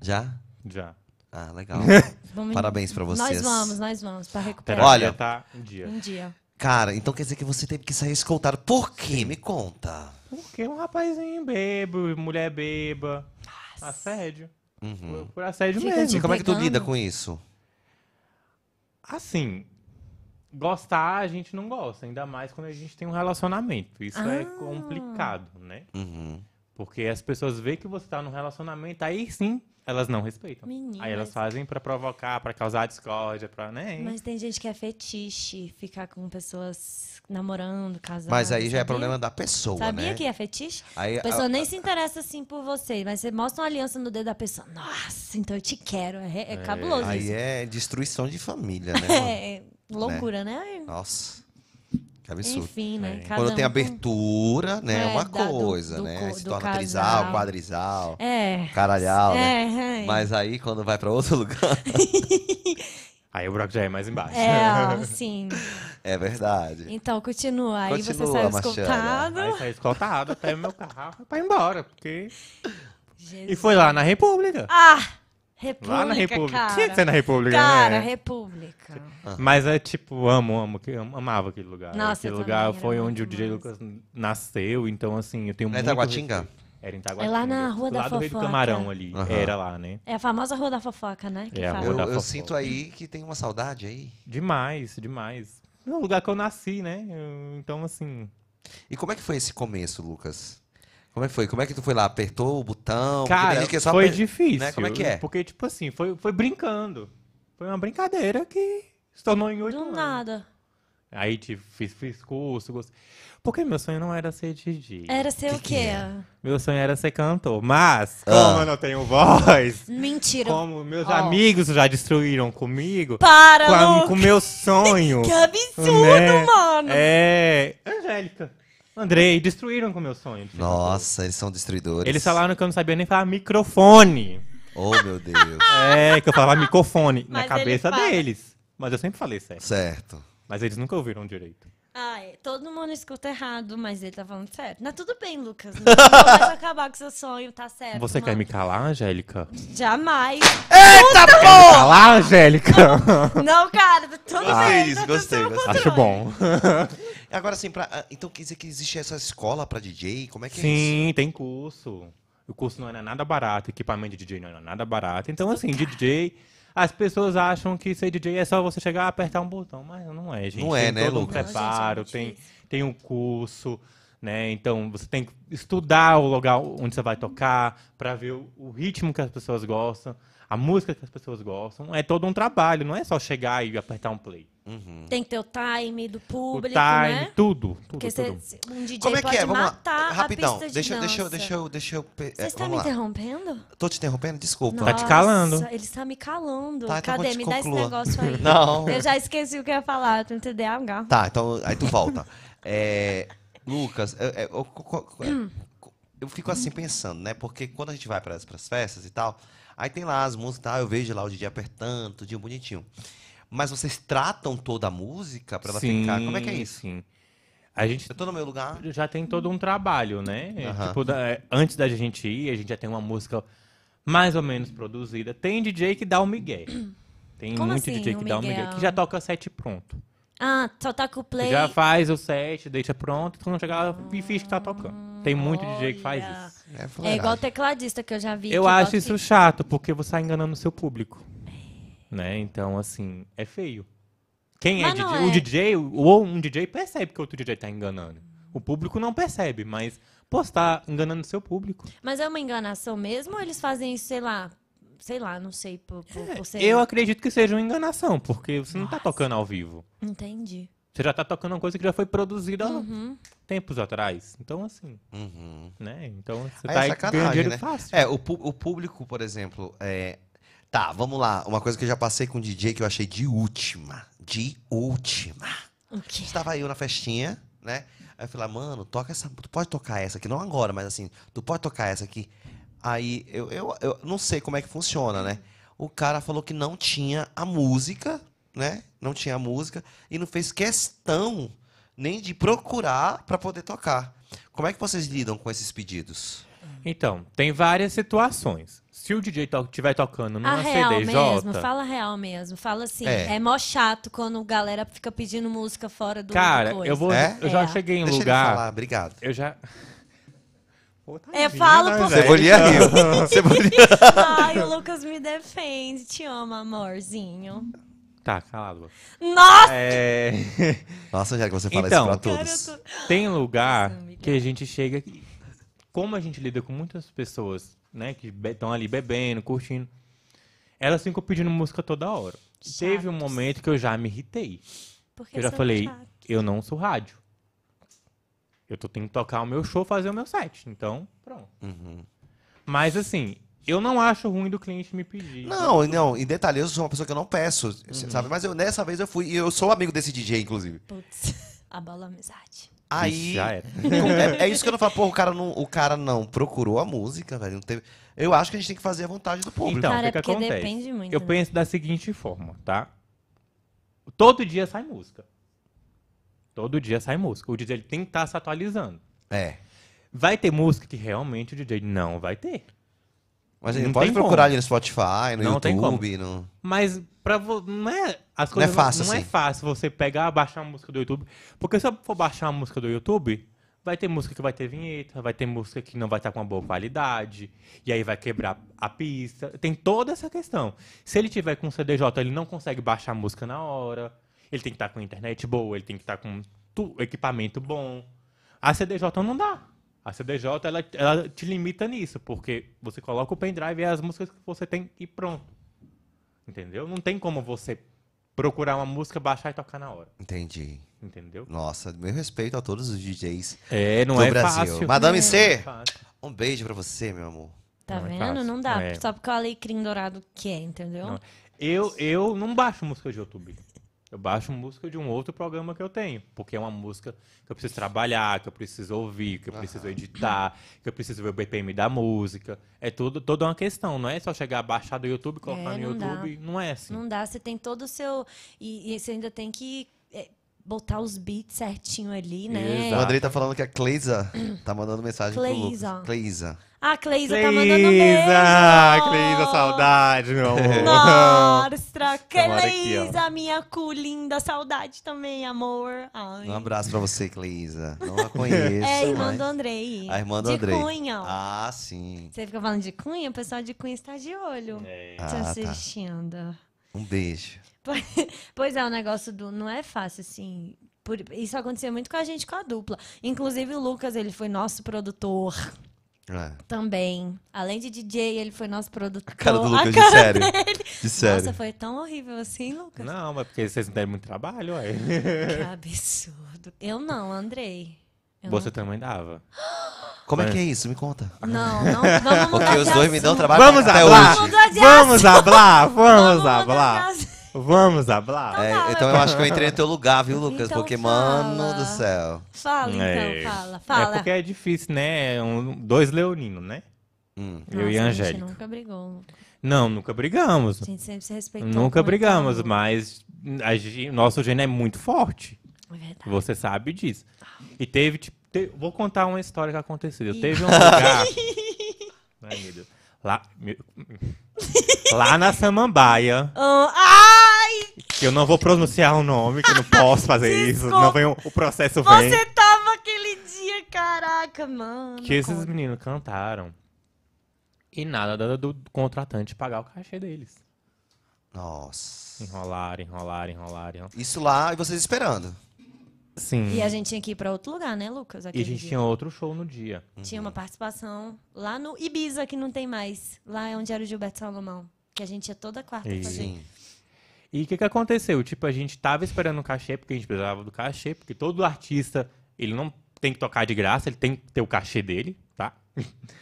[SPEAKER 1] Já?
[SPEAKER 4] Já.
[SPEAKER 1] Ah,
[SPEAKER 4] (laughs)
[SPEAKER 1] legal.
[SPEAKER 3] Vamos-
[SPEAKER 1] Parabéns pra vocês.
[SPEAKER 3] Nós vamos, nós vamos, pra recuperar.
[SPEAKER 4] Terapia
[SPEAKER 1] Olha.
[SPEAKER 4] tá um dia.
[SPEAKER 3] Um dia.
[SPEAKER 1] Cara, então quer dizer que você teve que sair escoltado. Por quê? Me conta.
[SPEAKER 4] Porque um rapazinho bebo, mulher beba. Assédio. Por, por assédio
[SPEAKER 3] Fica
[SPEAKER 4] mesmo.
[SPEAKER 1] E como é que tu
[SPEAKER 3] Pegando.
[SPEAKER 1] Uhum. lida com isso?
[SPEAKER 4] Assim, gostar a gente não gosta, ainda mais quando a gente tem um relacionamento. Isso é
[SPEAKER 3] Ah.
[SPEAKER 4] complicado, né?
[SPEAKER 1] Uhum.
[SPEAKER 4] Porque as pessoas veem que você tá num relacionamento, aí sim, elas não respeitam.
[SPEAKER 3] Menina,
[SPEAKER 4] aí elas
[SPEAKER 3] mas-
[SPEAKER 4] fazem pra provocar, pra causar discórdia, pra, né?
[SPEAKER 3] Mas tem gente que é fetiche ficar com pessoas namorando, casando.
[SPEAKER 1] Mas aí já é problema da pessoa,
[SPEAKER 3] Sabia
[SPEAKER 1] né?
[SPEAKER 3] que é fetiche?
[SPEAKER 1] Aí,
[SPEAKER 3] A pessoa
[SPEAKER 1] a-
[SPEAKER 3] nem se interessa assim por você, mas você mostra uma aliança no dedo da pessoa. Nossa, então eu te quero. É, é cabuloso
[SPEAKER 1] Aí
[SPEAKER 3] isso.
[SPEAKER 1] é destruição de família, né? mano?
[SPEAKER 3] (laughs) É, loucura, né? Ai,
[SPEAKER 1] Nossa. Que absurdo.
[SPEAKER 3] Enfim, né?
[SPEAKER 4] É.
[SPEAKER 3] Cada
[SPEAKER 1] Quando tem
[SPEAKER 3] um com-
[SPEAKER 1] abertura, né? É
[SPEAKER 3] É,
[SPEAKER 1] uma
[SPEAKER 3] da- do-
[SPEAKER 1] coisa,
[SPEAKER 3] do
[SPEAKER 1] né?
[SPEAKER 3] co-
[SPEAKER 1] Se
[SPEAKER 3] do
[SPEAKER 1] torna
[SPEAKER 3] casal.
[SPEAKER 1] trisal, quadrisal,
[SPEAKER 3] É.
[SPEAKER 1] caralhal, né?
[SPEAKER 3] É, é.
[SPEAKER 1] Mas aí, quando vai pra outro (laughs) lugar,
[SPEAKER 4] Aí o buraco já é mais embaixo.
[SPEAKER 3] É, ó, sim.
[SPEAKER 1] é verdade.
[SPEAKER 3] Então, continua. Aí você
[SPEAKER 1] Continua,
[SPEAKER 3] saiu
[SPEAKER 1] Marcela.
[SPEAKER 3] escoltado.
[SPEAKER 4] Aí saiu escoltado até meu carro pra ir
[SPEAKER 3] (laughs)
[SPEAKER 4] embora, porque... E
[SPEAKER 3] Jesus.
[SPEAKER 4] foi lá na República.
[SPEAKER 3] Ah! República,
[SPEAKER 4] Lá na República.
[SPEAKER 3] cara.
[SPEAKER 4] Tinha que ser na República,
[SPEAKER 3] Cara,
[SPEAKER 4] né?
[SPEAKER 3] República.
[SPEAKER 4] Mas é tipo, amo, amo, que- am- amava aquele lugar.
[SPEAKER 3] Nossa,
[SPEAKER 4] aquele
[SPEAKER 3] eu
[SPEAKER 4] lugar
[SPEAKER 3] também, era
[SPEAKER 4] foi
[SPEAKER 3] muito
[SPEAKER 4] onde o DJ
[SPEAKER 3] massa.
[SPEAKER 4] Lucas nasceu, então assim, eu tenho
[SPEAKER 1] Era
[SPEAKER 4] muito.
[SPEAKER 1] em Itaguatinga?
[SPEAKER 4] respeito. Era em Itaguatinga.
[SPEAKER 3] É lá na Rua da
[SPEAKER 4] Lá do Rei do
[SPEAKER 3] Fofoca.
[SPEAKER 4] Camarão ali.
[SPEAKER 1] Aham.
[SPEAKER 4] Era lá, né?
[SPEAKER 3] É a famosa Rua da Fofoca, né? Que
[SPEAKER 4] É, a
[SPEAKER 3] fala.
[SPEAKER 4] Rua
[SPEAKER 1] Eu,
[SPEAKER 4] da
[SPEAKER 1] eu
[SPEAKER 4] fofoca.
[SPEAKER 1] sinto aí que tem uma saudade aí.
[SPEAKER 4] Demais, demais. É o lugar que eu nasci, né? Eu- Então, assim.
[SPEAKER 1] E como é que foi esse começo, Lucas? Como é que foi? Como é que tu foi lá? Apertou o botão? Porque tem
[SPEAKER 4] Cara,
[SPEAKER 1] gente que é só
[SPEAKER 4] foi
[SPEAKER 1] aper-
[SPEAKER 4] difícil.
[SPEAKER 1] né? Como é que é?
[SPEAKER 4] Porque, tipo assim, foi, foi brincando. Foi uma brincadeira que se tornou em oito
[SPEAKER 3] Do
[SPEAKER 4] anos.
[SPEAKER 3] nada.
[SPEAKER 4] Aí, tipo, fiz, fiz curso, gostei. Porque meu sonho não era ser DJ.
[SPEAKER 3] Era ser
[SPEAKER 1] Que
[SPEAKER 3] o
[SPEAKER 1] que é?
[SPEAKER 3] quê?
[SPEAKER 4] Meu sonho era ser cantor. Mas, como
[SPEAKER 1] Ah.
[SPEAKER 4] eu não tenho voz,
[SPEAKER 3] Mentira.
[SPEAKER 4] como meus
[SPEAKER 3] Ó.
[SPEAKER 4] amigos já destruíram comigo,
[SPEAKER 3] um Para,
[SPEAKER 4] com, a-
[SPEAKER 3] Lu.
[SPEAKER 4] com meu
[SPEAKER 3] (laughs)
[SPEAKER 4] sonho.
[SPEAKER 3] Que absurdo,
[SPEAKER 4] né?
[SPEAKER 3] mano.
[SPEAKER 4] É. Angélica, Andrei, destruíram com meu sonho. de ser
[SPEAKER 1] Nossa, eles são destruidores.
[SPEAKER 4] cantor. Eles falaram que eu não sabia nem falar microfone.
[SPEAKER 1] Oh, meu Deus.
[SPEAKER 4] É, que eu falava
[SPEAKER 3] (laughs)
[SPEAKER 4] microfone na
[SPEAKER 3] Mas
[SPEAKER 4] cabeça
[SPEAKER 3] ele fala.
[SPEAKER 4] deles. Mas eu sempre falei certo.
[SPEAKER 1] certo.
[SPEAKER 4] Mas eles nunca ouviram direito.
[SPEAKER 3] Ai, Ah, é. todo mundo escuta errado, mas ele tá falando certo. Não, tudo
[SPEAKER 1] (laughs)
[SPEAKER 3] bem, Lucas. Não vai acabar com seu sonho, tá certo.
[SPEAKER 4] Você quer
[SPEAKER 3] mano.
[SPEAKER 4] me calar, Angélica?
[SPEAKER 3] Jamais.
[SPEAKER 4] Quer me calar, Angélica?
[SPEAKER 3] Não, cara, tudo bem.
[SPEAKER 1] Ah, isso,
[SPEAKER 3] tá tudo
[SPEAKER 1] gostei,
[SPEAKER 3] sob
[SPEAKER 1] gostei.
[SPEAKER 3] controle.
[SPEAKER 4] Acho bom.
[SPEAKER 1] Agora, assim, pra... ah, então quer dizer que existe essa escola pra DJ? Como é que é isso?
[SPEAKER 4] Sim, tem curso. O curso não era nada barato, equipamento de DJ não era nada barato. Então, assim, DJ, as pessoas acham que ser DJ é só você chegar e apertar um botão, mas não é, gente.
[SPEAKER 1] Não é,
[SPEAKER 4] tem
[SPEAKER 1] né,
[SPEAKER 4] todo um
[SPEAKER 1] Lucas?
[SPEAKER 3] Não, gente, é
[SPEAKER 4] preparo,
[SPEAKER 3] muito
[SPEAKER 4] tem,
[SPEAKER 3] difícil.
[SPEAKER 4] tem um curso, né? Então, você tem que estudar o lugar onde você vai tocar, pra ver o, o ritmo que as pessoas gostam, a música que as pessoas gostam. É todo um trabalho, não é só chegar e apertar um play.
[SPEAKER 3] Tem que ter o time do público,
[SPEAKER 4] o time,
[SPEAKER 3] né?
[SPEAKER 4] tudo, tudo,
[SPEAKER 3] Porque
[SPEAKER 4] tudo.
[SPEAKER 3] cê- um DJ
[SPEAKER 1] Como é
[SPEAKER 3] pode
[SPEAKER 1] que é? Vamos lá.
[SPEAKER 3] matar
[SPEAKER 1] Rapidão.
[SPEAKER 3] a pista de
[SPEAKER 1] deixa,
[SPEAKER 3] dança.
[SPEAKER 1] deixa eu, deixa eu, deixa eu. pe-
[SPEAKER 3] Você
[SPEAKER 1] é,
[SPEAKER 3] está me
[SPEAKER 1] vamos lá.
[SPEAKER 3] interrompendo?
[SPEAKER 1] Tô te interrompendo? Desculpa.
[SPEAKER 4] Tá te calando.
[SPEAKER 3] Nossa, Ele está me calando.
[SPEAKER 1] Tá, então
[SPEAKER 3] Cadê?
[SPEAKER 1] vou te
[SPEAKER 3] me dá esse
[SPEAKER 1] conclua.
[SPEAKER 3] negócio
[SPEAKER 1] (laughs)
[SPEAKER 3] aí.
[SPEAKER 1] Não.
[SPEAKER 3] Eu já esqueci o que eu ia falar. Tu entendeu? Ah,
[SPEAKER 1] Tá, então aí tu volta. É, Lucas, é, é, eu, co- co- co- é, co- eu fico assim pensando, né? Porque quando a gente vai para as festas e tal, aí tem lá as músicas, e tal, eu vejo lá o DJ apertando, tudinho bonitinho. Mas vocês tratam toda a música para ela ficar? Como é que é isso?
[SPEAKER 4] Sim. A gente
[SPEAKER 1] Eu tô no meu lugar.
[SPEAKER 4] já tem todo um trabalho, né?
[SPEAKER 1] Aham.
[SPEAKER 4] Tipo, da- é, antes da gente ir, a gente já tem uma música mais ou menos produzida. Tem DJ que dá o migué. Tem
[SPEAKER 3] Como
[SPEAKER 4] muito
[SPEAKER 3] assim,
[SPEAKER 4] DJ que
[SPEAKER 3] o
[SPEAKER 4] dá o
[SPEAKER 3] migué?
[SPEAKER 4] migué, que já toca set pronto.
[SPEAKER 3] Ah, só tá com o play.
[SPEAKER 4] Já faz o set, deixa pronto, quando chegar lá, e finge que tá tocando. Tem muito DJ que faz
[SPEAKER 3] Olha.
[SPEAKER 4] isso.
[SPEAKER 1] É,
[SPEAKER 3] É
[SPEAKER 1] fuleiragem.
[SPEAKER 3] igual tecladista que eu já vi.
[SPEAKER 4] Eu
[SPEAKER 3] que
[SPEAKER 4] acho
[SPEAKER 3] bota-
[SPEAKER 4] isso chato, porque você está enganando o seu público. Né? Então, assim, é feio. Quem é
[SPEAKER 3] Mas não
[SPEAKER 4] DJ? O
[SPEAKER 3] é.
[SPEAKER 4] DJ, ou um DJ percebe que outro DJ tá enganando. O público não percebe, mas pô, você tá enganando o seu público.
[SPEAKER 3] Mas é uma enganação mesmo ou eles fazem isso, sei lá, sei lá, não sei, por, por, por ser...
[SPEAKER 4] É, Eu acredito que seja uma enganação, porque você não tá tocando ao vivo.
[SPEAKER 3] Entendi.
[SPEAKER 4] Você já tá tocando uma coisa que já foi produzida há
[SPEAKER 3] Uhum.
[SPEAKER 4] tempos atrás. Então, assim,
[SPEAKER 1] Uhum.
[SPEAKER 4] né? Então você
[SPEAKER 1] Aí é
[SPEAKER 4] tá
[SPEAKER 1] sacanagem,
[SPEAKER 4] ganhando dinheiro
[SPEAKER 1] né?
[SPEAKER 4] fácil.
[SPEAKER 1] É, o, pu- o público, por exemplo, é. Tá, vamos lá. Uma coisa que eu já passei com o DJ que eu achei de última. De última.
[SPEAKER 3] O quê?
[SPEAKER 1] Estava eu na festinha, né? Aí eu falei, mano, toca essa. Tu pode tocar essa aqui, não agora, mas assim, tu pode tocar essa aqui. Aí eu, eu, eu não sei como é que funciona, né? O cara falou que não tinha a música, né? Não tinha a música e não fez questão nem de procurar pra poder tocar. Como é que vocês lidam com esses pedidos?
[SPEAKER 4] Então, tem várias situações. Se o DJ to tiver tocando
[SPEAKER 3] A
[SPEAKER 4] numa
[SPEAKER 3] Ah, real
[SPEAKER 4] CDJ,
[SPEAKER 3] mesmo, fala a real mesmo. Fala assim,
[SPEAKER 1] É.
[SPEAKER 3] é, mó chato quando a galera fica pedindo música fora do
[SPEAKER 4] Cara,
[SPEAKER 3] do coisa.
[SPEAKER 4] eu vou.
[SPEAKER 1] É?
[SPEAKER 4] Eu já
[SPEAKER 3] É.
[SPEAKER 4] cheguei em
[SPEAKER 1] Deixa ele falar,
[SPEAKER 4] lugar.
[SPEAKER 1] obrigado.
[SPEAKER 4] Eu já. Pô, tá
[SPEAKER 3] Eu
[SPEAKER 4] vindo,
[SPEAKER 3] falo
[SPEAKER 4] né,
[SPEAKER 3] É, por-
[SPEAKER 4] velho?
[SPEAKER 1] Cebolinha riu. Cebolinha...
[SPEAKER 3] Ai, o Lucas me defende. Te amo, amorzinho.
[SPEAKER 4] Tá, calado.
[SPEAKER 3] Nossa!
[SPEAKER 4] É...
[SPEAKER 1] Nossa, já que você fala
[SPEAKER 4] Então,
[SPEAKER 1] isso pra
[SPEAKER 3] Cara,
[SPEAKER 1] todos.
[SPEAKER 3] eu tô...
[SPEAKER 4] Tem lugar
[SPEAKER 3] Nossa, amiga.
[SPEAKER 4] que a gente chega. que- Como a gente lida com muitas pessoas, né, que estão ali bebendo, curtindo, elas ficam pedindo música toda hora. Teve um
[SPEAKER 3] Chatos.
[SPEAKER 4] momento que eu já me irritei.
[SPEAKER 3] Porque
[SPEAKER 4] Eu já
[SPEAKER 3] sou
[SPEAKER 4] falei,
[SPEAKER 3] chato.
[SPEAKER 4] eu não sou rádio. Eu tô tendo que tocar o meu show, fazer o meu set. Então, pronto.
[SPEAKER 1] Uhum.
[SPEAKER 4] Mas assim, eu não acho ruim do cliente me pedir.
[SPEAKER 1] Não, não, em detalhe, eu sou uma pessoa que eu não peço,
[SPEAKER 4] Uhum.
[SPEAKER 1] c- sabe? Mas eu, nessa vez eu fui, e eu sou amigo desse DJ, inclusive.
[SPEAKER 3] Putz, abala a é amizade.
[SPEAKER 1] Aí.
[SPEAKER 4] já era.
[SPEAKER 1] com- é, é isso que eu não falo, pô, o cara não, o cara não procurou a música, velho. Não teve, eu acho que a gente tem que fazer a vontade do público.
[SPEAKER 4] Então,
[SPEAKER 3] Cara,
[SPEAKER 4] o que, que
[SPEAKER 3] é porque
[SPEAKER 4] acontece?
[SPEAKER 3] depende muito,
[SPEAKER 4] eu
[SPEAKER 3] né?
[SPEAKER 4] penso da seguinte forma, tá? Todo dia sai música. Todo dia sai música. O DJ ele tem que estar se atualizando.
[SPEAKER 1] é.
[SPEAKER 4] Vai ter música que realmente o DJ não vai ter.
[SPEAKER 1] Mas ele
[SPEAKER 4] Não
[SPEAKER 1] pode
[SPEAKER 4] tem
[SPEAKER 1] procurar
[SPEAKER 4] como.
[SPEAKER 1] ali no Spotify, no
[SPEAKER 4] Não tem como.
[SPEAKER 1] YouTube. No...
[SPEAKER 4] Mas para não é as coisas
[SPEAKER 1] fácil
[SPEAKER 4] não é
[SPEAKER 1] assim.
[SPEAKER 4] fácil você pegar, baixar a música do YouTube, porque se eu for baixar a música do YouTube, vai ter música que vai ter vinheta, vai ter música que não vai estar com uma boa qualidade, e aí vai quebrar a pista. Tem toda essa questão. Se ele tiver com um CDJ, ele não consegue baixar a música na hora. Ele tem que estar com internet boa, ele tem que estar com tu- equipamento bom. A CDJ não dá. A CDJ ela, ela te limita nisso, porque você coloca o pendrive e as músicas que você tem e pronto. Entendeu? Não tem como você procurar uma música, baixar e tocar na hora.
[SPEAKER 1] Entendi.
[SPEAKER 4] Entendeu?
[SPEAKER 1] Nossa, meu respeito a todos os DJs
[SPEAKER 4] É, não
[SPEAKER 1] do
[SPEAKER 4] é
[SPEAKER 1] Brasil.
[SPEAKER 4] fácil.
[SPEAKER 1] Madame
[SPEAKER 4] É
[SPEAKER 1] C,
[SPEAKER 4] fácil.
[SPEAKER 1] um beijo pra você, meu amor.
[SPEAKER 3] Tá
[SPEAKER 4] Não é
[SPEAKER 3] vendo?
[SPEAKER 4] fácil.
[SPEAKER 3] Não dá.
[SPEAKER 4] É.
[SPEAKER 3] Só porque o alecrim dourado quer, entendeu?
[SPEAKER 4] Não. Eu, eu não baixo música de YouTube. Eu baixo música de um outro programa que eu tenho. Porque é uma música que eu preciso trabalhar, que eu preciso ouvir, que eu preciso editar, que eu preciso ver o BPM da música. É tudo, toda uma questão. Não é só chegar, baixar do YouTube, colocar
[SPEAKER 3] É,
[SPEAKER 4] no
[SPEAKER 3] não dá.
[SPEAKER 4] YouTube. Não é assim.
[SPEAKER 3] Não dá, você tem todo o seu. E, e você ainda tem que é, botar os beats certinho ali, né?
[SPEAKER 1] O
[SPEAKER 4] Exato.
[SPEAKER 1] Andrei tá falando que a Cleisa tá mandando mensagem pro
[SPEAKER 3] Cleisa.
[SPEAKER 1] Lucas. Cleisa.
[SPEAKER 3] Ah, a Cleisa tá mandando um beijo.
[SPEAKER 4] Cleisa! Cleisa, saudade, meu amor.
[SPEAKER 1] (laughs) Tá
[SPEAKER 3] Nossa,
[SPEAKER 4] Tomara aqui, ó.
[SPEAKER 3] Cleisa, minha cu linda, saudade também, amor. Ai.
[SPEAKER 1] Um abraço pra você, Cleisa. Não
[SPEAKER 4] (laughs)
[SPEAKER 1] a conheço.
[SPEAKER 3] É, irmã
[SPEAKER 1] mas-
[SPEAKER 3] do Andrei.
[SPEAKER 1] A irmã do
[SPEAKER 3] de
[SPEAKER 1] Andrei.
[SPEAKER 3] Cunha. ó.
[SPEAKER 1] Ah, sim.
[SPEAKER 3] Você fica falando de Cunha, o pessoal de Cunha está de olho.
[SPEAKER 1] Ah,
[SPEAKER 3] Te
[SPEAKER 1] tá.
[SPEAKER 3] assistindo.
[SPEAKER 1] Um beijo.
[SPEAKER 3] (laughs) Pois é, o negócio do. Não é fácil, assim. Por- Isso acontecia muito com a gente, com a dupla. Inclusive, o Lucas, ele foi nosso produtor
[SPEAKER 1] É.
[SPEAKER 3] também. Além de DJ, ele foi nosso produtor.
[SPEAKER 1] Cara do Lucas, de
[SPEAKER 3] cara
[SPEAKER 1] sério.
[SPEAKER 3] dele.
[SPEAKER 1] De sério.
[SPEAKER 3] Nossa, foi tão horrível assim, Lucas.
[SPEAKER 4] Não, mas porque vocês não deram muito trabalho, ué.
[SPEAKER 3] Que absurdo. Eu não, Andrei. Eu
[SPEAKER 4] (laughs) Você também dava.
[SPEAKER 1] Como é que é isso? Me conta.
[SPEAKER 3] Não, não, não
[SPEAKER 1] (laughs)
[SPEAKER 3] vamos mudar
[SPEAKER 1] Porque
[SPEAKER 3] de
[SPEAKER 1] os dois me dão
[SPEAKER 3] assunto.
[SPEAKER 1] trabalho até
[SPEAKER 3] lá.
[SPEAKER 1] hoje.
[SPEAKER 3] mudar de
[SPEAKER 4] Vamos hablar! Vamos
[SPEAKER 3] Vamos mudar de
[SPEAKER 4] hablar!
[SPEAKER 3] assunto.
[SPEAKER 4] Vamos hablar!
[SPEAKER 1] É,
[SPEAKER 3] Ah, Não,
[SPEAKER 1] então eu acho que eu entrei no teu lugar, viu, Lucas?
[SPEAKER 3] Então
[SPEAKER 1] Porque,
[SPEAKER 3] fala.
[SPEAKER 1] mano do céu.
[SPEAKER 3] Fala, então,
[SPEAKER 4] É.
[SPEAKER 3] fala, fala.
[SPEAKER 4] É porque é difícil, né? Um- dois leoninos, né?
[SPEAKER 1] Hum.
[SPEAKER 4] eu e a
[SPEAKER 3] Nossa, A
[SPEAKER 4] Angélica.
[SPEAKER 3] gente nunca brigou.
[SPEAKER 4] Não, nunca brigamos.
[SPEAKER 3] A gente sempre se respeitou.
[SPEAKER 4] Nunca
[SPEAKER 3] muito,
[SPEAKER 4] brigamos,
[SPEAKER 3] amor.
[SPEAKER 4] mas a gen- nosso gênio é muito forte.
[SPEAKER 3] É verdade.
[SPEAKER 4] Você sabe disso. E teve, tipo, te- vou contar uma história que aconteceu.
[SPEAKER 3] Ih.
[SPEAKER 4] Teve um
[SPEAKER 3] (laughs)
[SPEAKER 4] lugar. Ai, meu Deus. Lá, meu- lá na Samambaia,
[SPEAKER 3] Ah, ai,
[SPEAKER 4] que eu não vou pronunciar o nome, que eu não
[SPEAKER 3] (laughs)
[SPEAKER 4] posso fazer isso.
[SPEAKER 3] Desculpa.
[SPEAKER 4] Não vem, o o processo vem.
[SPEAKER 3] você tava aquele dia, caraca, mano.
[SPEAKER 4] Que esses
[SPEAKER 3] Conta.
[SPEAKER 4] meninos cantaram. E nada do, do- do contratante pagar o cachê deles.
[SPEAKER 1] Nossa.
[SPEAKER 4] Enrolaram, enrolaram, enrolaram. enrolaram.
[SPEAKER 1] Isso lá e vocês esperando.
[SPEAKER 4] Sim.
[SPEAKER 3] E a gente tinha que ir pra outro lugar, né, Lucas?
[SPEAKER 4] E
[SPEAKER 3] Aquele
[SPEAKER 4] a gente
[SPEAKER 3] dia.
[SPEAKER 4] tinha um- outro show no dia.
[SPEAKER 3] Tinha uma participação lá no Ibiza, que não tem mais. Lá é onde era o Gilberto Salomão. Que a gente ia toda quarta
[SPEAKER 4] Isso.
[SPEAKER 3] fazer.
[SPEAKER 1] Sim.
[SPEAKER 4] E o que, que aconteceu? Tipo, a gente tava esperando o cachê, porque a gente precisava do cachê, porque todo artista, ele não tem que tocar de graça, ele tem que ter o cachê dele, tá?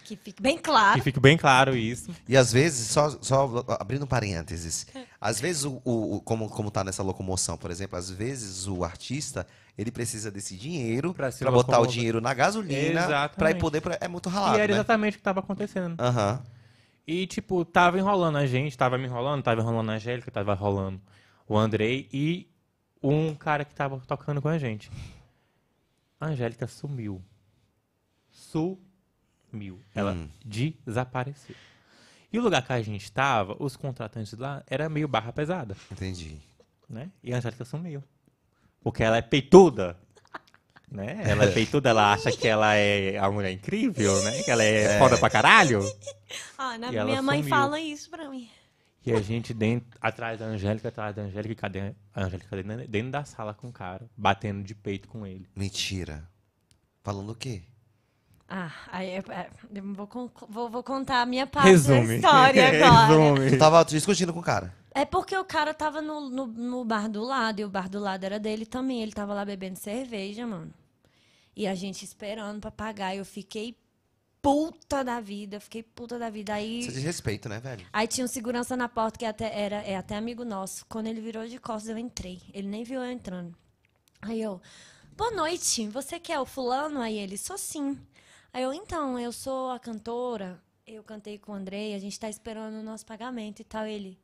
[SPEAKER 3] Que fique bem
[SPEAKER 4] Que
[SPEAKER 3] claro.
[SPEAKER 4] fique bem claro isso.
[SPEAKER 1] E às vezes, só, só abrindo um parênteses,
[SPEAKER 3] É.
[SPEAKER 1] às vezes, o, o- o- como, como tá nessa locomoção, por exemplo, às vezes o artista, ele precisa desse dinheiro pra
[SPEAKER 4] Pra se
[SPEAKER 1] botar o
[SPEAKER 4] locomover.
[SPEAKER 1] dinheiro na gasolina,
[SPEAKER 4] Exatamente.
[SPEAKER 1] pra ir poder... pra- É muito
[SPEAKER 4] e era
[SPEAKER 1] ralado, né?
[SPEAKER 4] exatamente o que tava acontecendo.
[SPEAKER 1] Aham.
[SPEAKER 4] E, tipo, tava enrolando a gente, tava me enrolando, tava enrolando a Angélica, tava enrolando o Andrei e um cara que tava tocando com a gente. A Angélica sumiu. Sumiu. Ela
[SPEAKER 1] Hum.
[SPEAKER 4] desapareceu. E o lugar que a gente tava, os contratantes lá, era meio barra pesada,
[SPEAKER 1] Entendi.
[SPEAKER 4] né? E a Angélica sumiu. Porque ela é peituda. Né? Ela é peituda, ela acha que ela é a mulher incrível, né? Que ela é foda pra caralho.
[SPEAKER 3] Ah, na-
[SPEAKER 4] E ela
[SPEAKER 3] minha mãe
[SPEAKER 4] sumiu.
[SPEAKER 3] fala isso pra mim.
[SPEAKER 4] E a gente dentro, atrás da Angélica, atrás da Angélica, e cadê a Angélica dentro, dentro da sala com o cara, batendo de peito com ele.
[SPEAKER 1] Mentira. Falando o quê?
[SPEAKER 3] Ah, aí eu, é, eu vou, con- vou- vou contar a minha parte da
[SPEAKER 4] Resume.
[SPEAKER 3] história (laughs)
[SPEAKER 4] (laughs)
[SPEAKER 3] agora.
[SPEAKER 1] Tu tava discutindo com o cara.
[SPEAKER 3] É porque o cara tava no, no, no bar do lado e o bar do lado era dele também. Ele tava lá bebendo cerveja, mano. E a gente esperando pra pagar. Eu fiquei puta da vida. Fiquei puta da vida. Aí.
[SPEAKER 1] Isso é desrespeito, né, velho?
[SPEAKER 3] Aí tinha um segurança na porta que até era, é até amigo nosso. Quando ele virou de costas, eu entrei. Ele nem viu eu entrando. Aí eu, boa noite, você quer o fulano? Aí ele, sou sim. Aí eu, então, eu sou a cantora, eu cantei com o Andrei, a gente tá esperando o nosso pagamento e tal. Ele,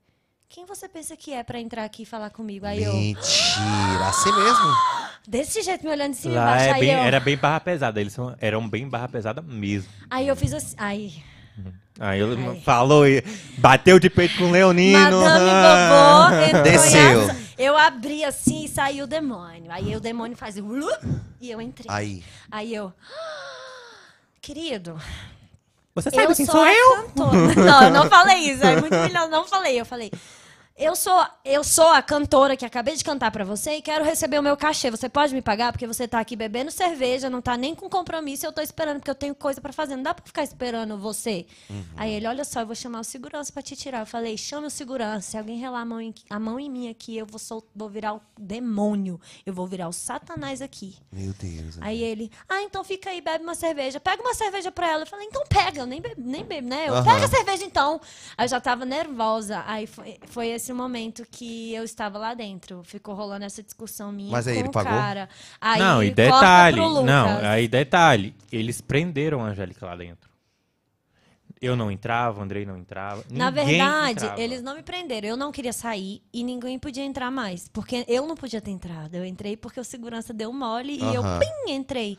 [SPEAKER 3] quem você pensa que é pra entrar aqui e falar comigo? Aí eu,
[SPEAKER 1] Mentira. Assim mesmo?
[SPEAKER 3] desse jeito, me olhando de cima e
[SPEAKER 4] Lá
[SPEAKER 3] embaixo.
[SPEAKER 4] é
[SPEAKER 3] aí
[SPEAKER 4] bem-
[SPEAKER 3] eu,
[SPEAKER 4] era bem barra pesada, eles são- eram bem barra pesada mesmo.
[SPEAKER 3] aí eu fiz assim, aí...
[SPEAKER 4] Aí ele
[SPEAKER 3] Ai.
[SPEAKER 4] falou e bateu de peito com o Leonino. ah.
[SPEAKER 3] Madame
[SPEAKER 1] (laughs)
[SPEAKER 3] Bobô
[SPEAKER 1] né?
[SPEAKER 3] entrou em
[SPEAKER 1] Desceu.
[SPEAKER 3] ação. Eu abri assim e saiu o demônio. Aí o (laughs) demônio fazia "Ulup", e eu entrei.
[SPEAKER 1] Aí.
[SPEAKER 3] Aí eu. (gasps) Querido,
[SPEAKER 4] Você sabe
[SPEAKER 3] eu
[SPEAKER 4] quem
[SPEAKER 3] sou,
[SPEAKER 4] sou
[SPEAKER 3] a
[SPEAKER 4] eu?
[SPEAKER 3] cantora.
[SPEAKER 4] (laughs)
[SPEAKER 3] Não, eu não falei isso. É muito melhor. eu Não falei. Eu falei. Eu sou, eu sou a cantora que acabei de cantar pra você e quero receber o meu cachê. Você pode me pagar? Porque você tá aqui bebendo cerveja, não tá nem com compromisso. Eu tô esperando, porque eu tenho coisa pra fazer. Não dá pra ficar esperando você.
[SPEAKER 4] Uhum.
[SPEAKER 3] Aí ele, olha só, eu vou chamar o segurança pra te tirar. Eu falei, chame o segurança. Se alguém relar a mão em, a mão em mim aqui, eu vou, sol- vou virar o demônio. Eu vou virar o satanás aqui.
[SPEAKER 1] Meu Deus. né?
[SPEAKER 3] Aí ele, ah, então fica aí, bebe uma cerveja. Pega uma cerveja pra ela. Eu falei, então pega, eu nem bebo, nem bebo né? Eu,
[SPEAKER 1] Aham.
[SPEAKER 3] Pega a cerveja então. Aí eu já tava nervosa. Aí foi, foi esse momento que eu estava lá dentro. Ficou rolando essa discussão minha
[SPEAKER 1] Mas aí
[SPEAKER 3] com
[SPEAKER 1] ele
[SPEAKER 3] o
[SPEAKER 1] pagou?
[SPEAKER 3] cara. Aí,
[SPEAKER 4] não, e
[SPEAKER 3] corta pro
[SPEAKER 4] detalhe,
[SPEAKER 3] Lucas.
[SPEAKER 4] não, aí detalhe, eles prenderam a Angélica lá dentro. Eu não entrava, o Andrei não entrava.
[SPEAKER 3] Na
[SPEAKER 4] ninguém
[SPEAKER 3] verdade,
[SPEAKER 4] entrava.
[SPEAKER 3] eles não me prenderam. Eu não queria sair e ninguém podia entrar mais. Porque eu não podia ter entrado. Eu entrei porque o segurança deu mole e eu
[SPEAKER 1] Aham.
[SPEAKER 3] pim, entrei.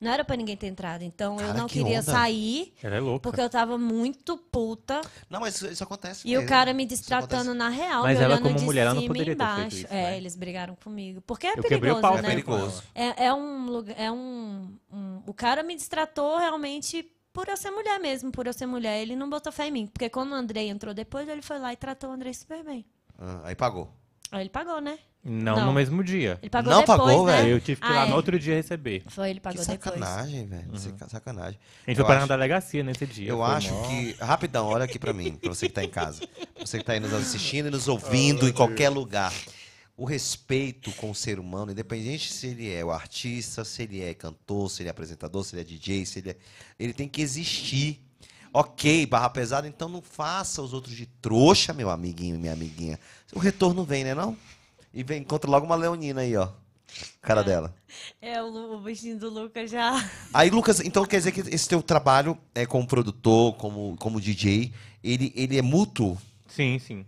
[SPEAKER 3] Não era pra ninguém ter entrado. Então eu
[SPEAKER 1] Cara,
[SPEAKER 3] não
[SPEAKER 1] que
[SPEAKER 3] queria
[SPEAKER 1] onda.
[SPEAKER 3] sair.
[SPEAKER 4] Ela é louca.
[SPEAKER 3] Porque eu tava muito puta.
[SPEAKER 1] Não, mas isso, isso acontece.
[SPEAKER 3] E o
[SPEAKER 1] mesmo.
[SPEAKER 3] cara me
[SPEAKER 1] É, Isso acontece.
[SPEAKER 3] destratando na real.
[SPEAKER 4] Mas
[SPEAKER 3] me
[SPEAKER 4] ela,
[SPEAKER 3] olhando
[SPEAKER 4] como
[SPEAKER 3] de
[SPEAKER 4] mulher, ela não
[SPEAKER 3] cima e
[SPEAKER 4] poderia ter feito
[SPEAKER 3] embaixo.
[SPEAKER 4] isso,
[SPEAKER 3] É,
[SPEAKER 4] né?
[SPEAKER 3] eles brigaram comigo. Porque é
[SPEAKER 4] Eu quebrei o
[SPEAKER 3] perigoso,
[SPEAKER 4] pau
[SPEAKER 3] né?
[SPEAKER 1] É perigoso.
[SPEAKER 3] É, é um lugar. É um, um- O cara me distratou realmente por eu ser mulher mesmo, por eu ser mulher. Ele não botou fé em mim. Porque quando o Andrei entrou depois, ele foi lá e tratou o Andrei super bem.
[SPEAKER 1] Ah, aí pagou.
[SPEAKER 3] Aí ele pagou, né?
[SPEAKER 4] Não,
[SPEAKER 3] Não.
[SPEAKER 4] no mesmo dia.
[SPEAKER 3] Ele pagou
[SPEAKER 1] Não
[SPEAKER 3] depois,
[SPEAKER 1] pagou,
[SPEAKER 3] né?
[SPEAKER 1] velho.
[SPEAKER 4] Eu tive que ir
[SPEAKER 3] Ah,
[SPEAKER 4] lá
[SPEAKER 3] é.
[SPEAKER 4] no outro dia receber.
[SPEAKER 3] Foi, ele pagou
[SPEAKER 1] que
[SPEAKER 3] depois.
[SPEAKER 1] sacanagem, velho. Saca- Sacanagem.
[SPEAKER 4] Uhum. A gente foi
[SPEAKER 1] Eu
[SPEAKER 4] parar
[SPEAKER 1] acho-
[SPEAKER 4] na delegacia nesse dia.
[SPEAKER 1] Eu
[SPEAKER 4] Foi
[SPEAKER 1] acho
[SPEAKER 4] mó-
[SPEAKER 1] que. Rapidão, olha aqui pra mim, pra você que tá em casa. Você que tá aí nos assistindo e nos ouvindo em qualquer lugar. O respeito com o ser humano, independente se ele é o artista, se ele é cantor, se ele é apresentador, se ele é DJ, se ele é. Ele tem que existir. Ok, barra pesada, então não faça os outros de trouxa, meu amiguinho, minha amiguinha. O retorno vem, né não? E vem, encontra logo uma leonina aí, ó. Cara dela.
[SPEAKER 3] É, o, Lu- o bichinho do Lucas já.
[SPEAKER 1] Aí, Lucas, então quer dizer que esse teu trabalho é como produtor, como, como DJ, ele, ele é mútuo?
[SPEAKER 4] Sim, sim.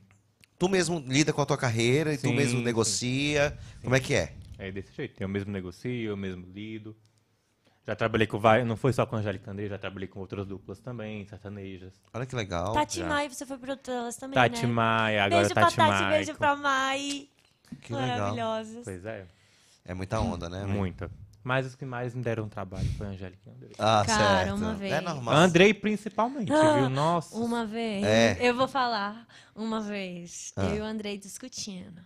[SPEAKER 1] Tu mesmo lida com a tua carreira e tu
[SPEAKER 4] Sim,
[SPEAKER 1] mesmo
[SPEAKER 4] sim.
[SPEAKER 1] negocia. Como é que é?
[SPEAKER 4] É desse jeito. Eu mesmo negocio, eu mesmo lido. Já trabalhei com várias. Não foi só com a Angélica André, já trabalhei com outras duplas também, sertanejas.
[SPEAKER 1] Olha que legal.
[SPEAKER 3] Tati
[SPEAKER 4] já.
[SPEAKER 3] Mai, você foi produtora delas também,
[SPEAKER 4] Tati
[SPEAKER 3] né?
[SPEAKER 4] Maia, agora
[SPEAKER 3] Beijo
[SPEAKER 4] Tati
[SPEAKER 3] pra Tati,
[SPEAKER 4] Maia.
[SPEAKER 3] beijo pra Mai.
[SPEAKER 1] Que legal.
[SPEAKER 3] Maravilhosas.
[SPEAKER 4] Pois é,
[SPEAKER 1] É muita onda, né? velho?
[SPEAKER 4] muita. Mas os que mais me deram trabalho foi a Angélica e Andrei.
[SPEAKER 1] Ah,
[SPEAKER 3] Cara,
[SPEAKER 1] certo.
[SPEAKER 3] uma
[SPEAKER 1] É
[SPEAKER 3] vez.
[SPEAKER 1] normal.
[SPEAKER 4] Andrei principalmente,
[SPEAKER 3] Ah,
[SPEAKER 4] viu? Nossa.
[SPEAKER 3] Uma vez,
[SPEAKER 1] É.
[SPEAKER 3] eu vou falar. Uma vez,
[SPEAKER 1] Ah.
[SPEAKER 3] eu e o Andrei discutindo.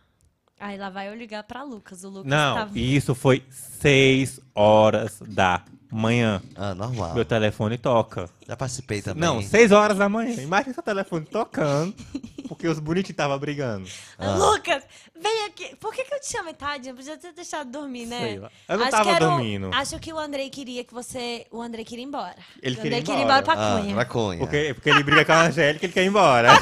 [SPEAKER 3] Aí lá vai eu ligar pra Lucas. O Lucas
[SPEAKER 4] Não,
[SPEAKER 3] tava. (laughs)
[SPEAKER 4] e isso foi seis horas da manhã.
[SPEAKER 1] Ah, normal.
[SPEAKER 4] Meu telefone toca.
[SPEAKER 1] Já participei também.
[SPEAKER 4] Não, seis horas da manhã. Imagina seu telefone tocando, porque os bonitinhos estavam brigando.
[SPEAKER 1] Ah.
[SPEAKER 3] Lucas, vem aqui. Por que, que eu te chamei, tadinha? Podia ter deixado dormir, né?
[SPEAKER 4] Sei lá. Eu não
[SPEAKER 3] acho
[SPEAKER 4] tava
[SPEAKER 3] que era o-
[SPEAKER 4] dormindo.
[SPEAKER 3] acho que o Andrei queria que você. O Andrei queria ir embora.
[SPEAKER 4] Ele
[SPEAKER 3] o Andrei
[SPEAKER 4] queria ir
[SPEAKER 3] queria ir embora
[SPEAKER 4] embora.
[SPEAKER 3] pra
[SPEAKER 1] Ah,
[SPEAKER 3] Cunha.
[SPEAKER 1] maconha.
[SPEAKER 4] Porque, porque ele briga com a Angélica e ele quer
[SPEAKER 3] (laughs)
[SPEAKER 4] ir embora.
[SPEAKER 3] Né?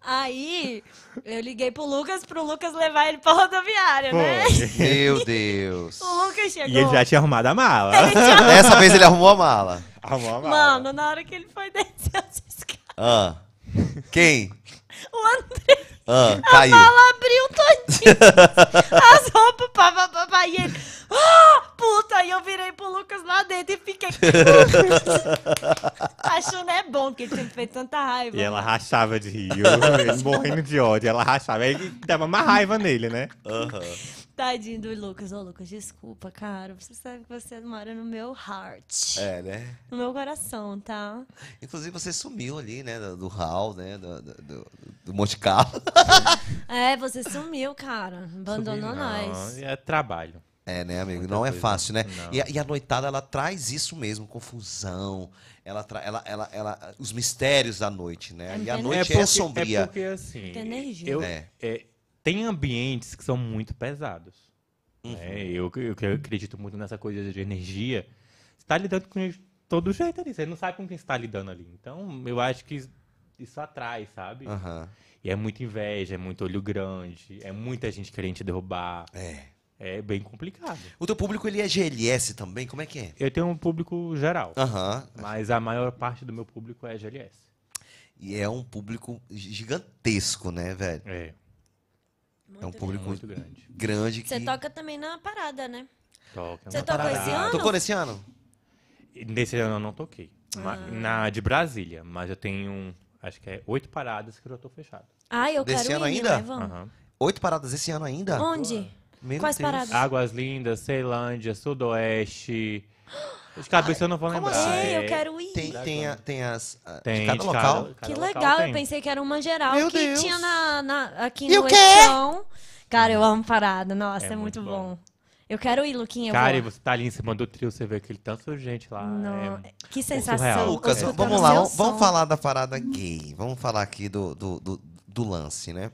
[SPEAKER 3] Aí eu liguei pro Lucas, pro Lucas levar ele pra rodoviária, né?
[SPEAKER 4] Foi.
[SPEAKER 1] Meu
[SPEAKER 3] (laughs)
[SPEAKER 1] Deus.
[SPEAKER 3] O Lucas chegou.
[SPEAKER 4] E ele já tinha arrumado a mala.
[SPEAKER 1] Dessa vez ele arrumou a mala.
[SPEAKER 4] (laughs) Arrumou a mala.
[SPEAKER 3] Mano, na hora que ele foi (laughs) descer as escadas,
[SPEAKER 1] Ah. Quem?
[SPEAKER 3] o Andrei.
[SPEAKER 1] Ah,
[SPEAKER 3] Tá
[SPEAKER 1] caiu.
[SPEAKER 3] Ela abriu todinho. As roupas, pá, pá, pá, pá, e ele. Ah, puta! E eu virei pro Lucas lá dentro e fiquei. Acho não é bom, porque ele tinha feito tanta raiva.
[SPEAKER 4] E ela rachava de rir, eu- ele morrendo de ódio. Ela rachava. Aí dava uma raiva nele, né?
[SPEAKER 3] Tadinho do Lucas. Ô, Lucas, desculpa, cara. Você sabe que você mora no meu heart.
[SPEAKER 1] É, né?
[SPEAKER 3] No meu coração, tá?
[SPEAKER 1] Inclusive você sumiu ali, né? Do, do hall, né? Do, do, do- do Monte Carlo. (laughs)
[SPEAKER 3] É, você sumiu, cara. Abandonou nós.
[SPEAKER 1] Ah,
[SPEAKER 4] É trabalho.
[SPEAKER 1] É, né, amigo?
[SPEAKER 4] Muita
[SPEAKER 1] não é
[SPEAKER 4] coisa.
[SPEAKER 1] fácil, né?
[SPEAKER 4] Não.
[SPEAKER 1] E a, e a noitada, ela traz isso mesmo, confusão, ela, tra- ela, ela, ela, os mistérios da noite, né? E a
[SPEAKER 3] Entendeu?
[SPEAKER 1] noite é,
[SPEAKER 4] porque- É
[SPEAKER 1] sombria.
[SPEAKER 4] porque assim.
[SPEAKER 3] Tem energia.
[SPEAKER 4] eu-
[SPEAKER 1] É.
[SPEAKER 4] é, tem ambientes que são muito pesados. né? Eu, eu, eu acredito muito nessa coisa de energia. Você tá lidando com gente de todo jeito ali. Você não sabe com quem você tá lidando ali. Então, eu acho que isso atrai, sabe?
[SPEAKER 1] Aham.
[SPEAKER 4] E é muita inveja, é muito olho grande, é muita gente querendo te derrubar.
[SPEAKER 1] É.
[SPEAKER 4] É bem complicado.
[SPEAKER 1] O teu público, ele é GLS também? Como é que é?
[SPEAKER 4] Eu tenho um público geral,
[SPEAKER 1] Aham.
[SPEAKER 4] mas a maior parte do meu público é GLS.
[SPEAKER 1] E é um público gigantesco, né, velho?
[SPEAKER 4] É,
[SPEAKER 1] É um público
[SPEAKER 4] muito grande.
[SPEAKER 1] grande que...
[SPEAKER 3] Você toca também na parada, né?
[SPEAKER 4] Toca, é
[SPEAKER 3] Você
[SPEAKER 4] uma
[SPEAKER 3] tocou
[SPEAKER 4] parada.
[SPEAKER 3] esse ano?
[SPEAKER 1] Ah, Tocou nesse ano?
[SPEAKER 4] Nesse ano eu não toquei. Ma-
[SPEAKER 3] Ah.
[SPEAKER 4] Na de Brasília, mas eu tenho, acho que é oito paradas que eu já tô fechado.
[SPEAKER 3] Ai, eu
[SPEAKER 1] Desse
[SPEAKER 3] quero
[SPEAKER 1] ano
[SPEAKER 3] ir,
[SPEAKER 1] ainda? Ah.
[SPEAKER 3] né? Vamos.
[SPEAKER 4] Aham.
[SPEAKER 1] Oito paradas esse ano ainda?
[SPEAKER 3] Onde?
[SPEAKER 1] Meu
[SPEAKER 3] Quais
[SPEAKER 1] Deus. Ah,
[SPEAKER 3] paradas?
[SPEAKER 4] Águas Lindas, Ceilândia, Sudoeste. De cabeça eu não vou
[SPEAKER 1] como
[SPEAKER 4] lembrar.
[SPEAKER 1] assim?
[SPEAKER 3] Ei,
[SPEAKER 4] É,
[SPEAKER 3] eu quero ir.
[SPEAKER 1] Tem, tem, a- tem as... a-
[SPEAKER 4] Tem
[SPEAKER 1] de cada local?
[SPEAKER 3] Que legal, eu pensei que era uma geral
[SPEAKER 1] Meu
[SPEAKER 3] que
[SPEAKER 1] Deus.
[SPEAKER 3] tinha na, na- aqui
[SPEAKER 1] E
[SPEAKER 3] no
[SPEAKER 1] o quê?
[SPEAKER 3] Eixão. Cara, eu amo parada, nossa, é,
[SPEAKER 4] É
[SPEAKER 3] muito,
[SPEAKER 4] muito
[SPEAKER 3] bom.
[SPEAKER 4] bom.
[SPEAKER 3] Eu quero ir, Luquinha, eu
[SPEAKER 4] Cara, e
[SPEAKER 3] vou.
[SPEAKER 4] você tá ali em cima do trio, você vê aquele tanto de gente lá.
[SPEAKER 3] Não,
[SPEAKER 4] é-
[SPEAKER 3] que
[SPEAKER 4] surreal.
[SPEAKER 3] sensação.
[SPEAKER 1] Lucas,
[SPEAKER 4] É.
[SPEAKER 3] escutar
[SPEAKER 1] vamos
[SPEAKER 3] o
[SPEAKER 1] lá,
[SPEAKER 3] seu
[SPEAKER 1] vamos, vamos
[SPEAKER 3] som.
[SPEAKER 1] falar da parada gay. Vamos falar aqui do, do, do, do lance, né?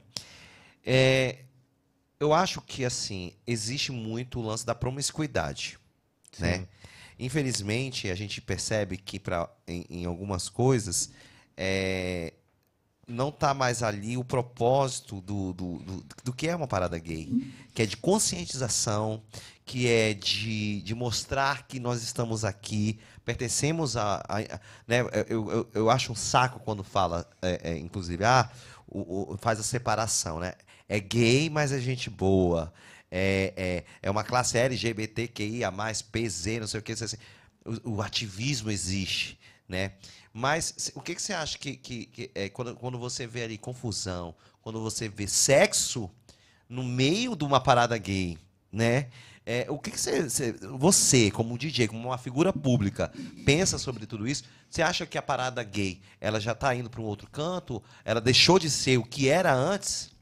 [SPEAKER 1] É, eu acho que, assim, existe muito o lance da promiscuidade, né? Infelizmente, a gente percebe que pra, em, em algumas coisas, é, não tá mais ali o propósito do, do, do, do que é uma parada gay, que é de conscientização, que é de, de mostrar que nós estamos aqui, pertencemos a. a- a- né, eu, eu, eu acho um saco quando fala, é, é, inclusive, ah, o- o- faz a separação, né? É gay, mas é gente boa. É, é, é uma classe LGBTQIA, PZ, não sei o que. Assim, o, o ativismo existe, né? Mas se- o que, que você acha que, que, que é, quando, quando você vê ali confusão, quando você vê sexo no meio de uma parada gay, né? É, o que, que você, você, você, como DJ, como uma figura pública, pensa sobre tudo isso? Você acha que a parada gay ela já está indo para um outro canto? Ela deixou de ser o que era antes?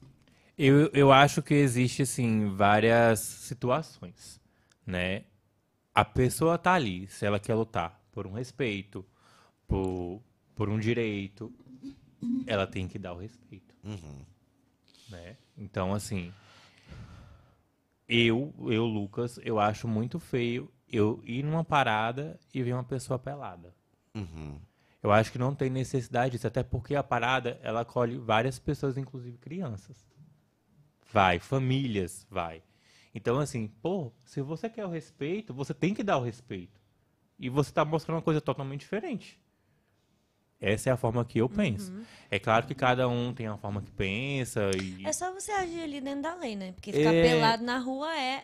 [SPEAKER 4] Eu, eu acho que existe, assim, várias situações, né? A pessoa tá ali, se ela quer lutar por um respeito, por, por um direito, ela tem que dar o respeito, né? Então, assim, eu, eu, Lucas, eu acho muito feio eu ir numa parada e ver uma pessoa pelada. Eu acho que não tem necessidade disso, até porque a parada, ela acolhe várias pessoas, inclusive crianças. Vai, famílias, vai. Então, assim, pô, se você quer o respeito, você tem que dar o respeito. E você tá mostrando uma coisa totalmente diferente. Essa é a forma que eu penso. É claro que cada um tem a forma que pensa e
[SPEAKER 3] É só você agir ali dentro da lei, né? Porque ficar
[SPEAKER 4] É.
[SPEAKER 3] pelado na rua é,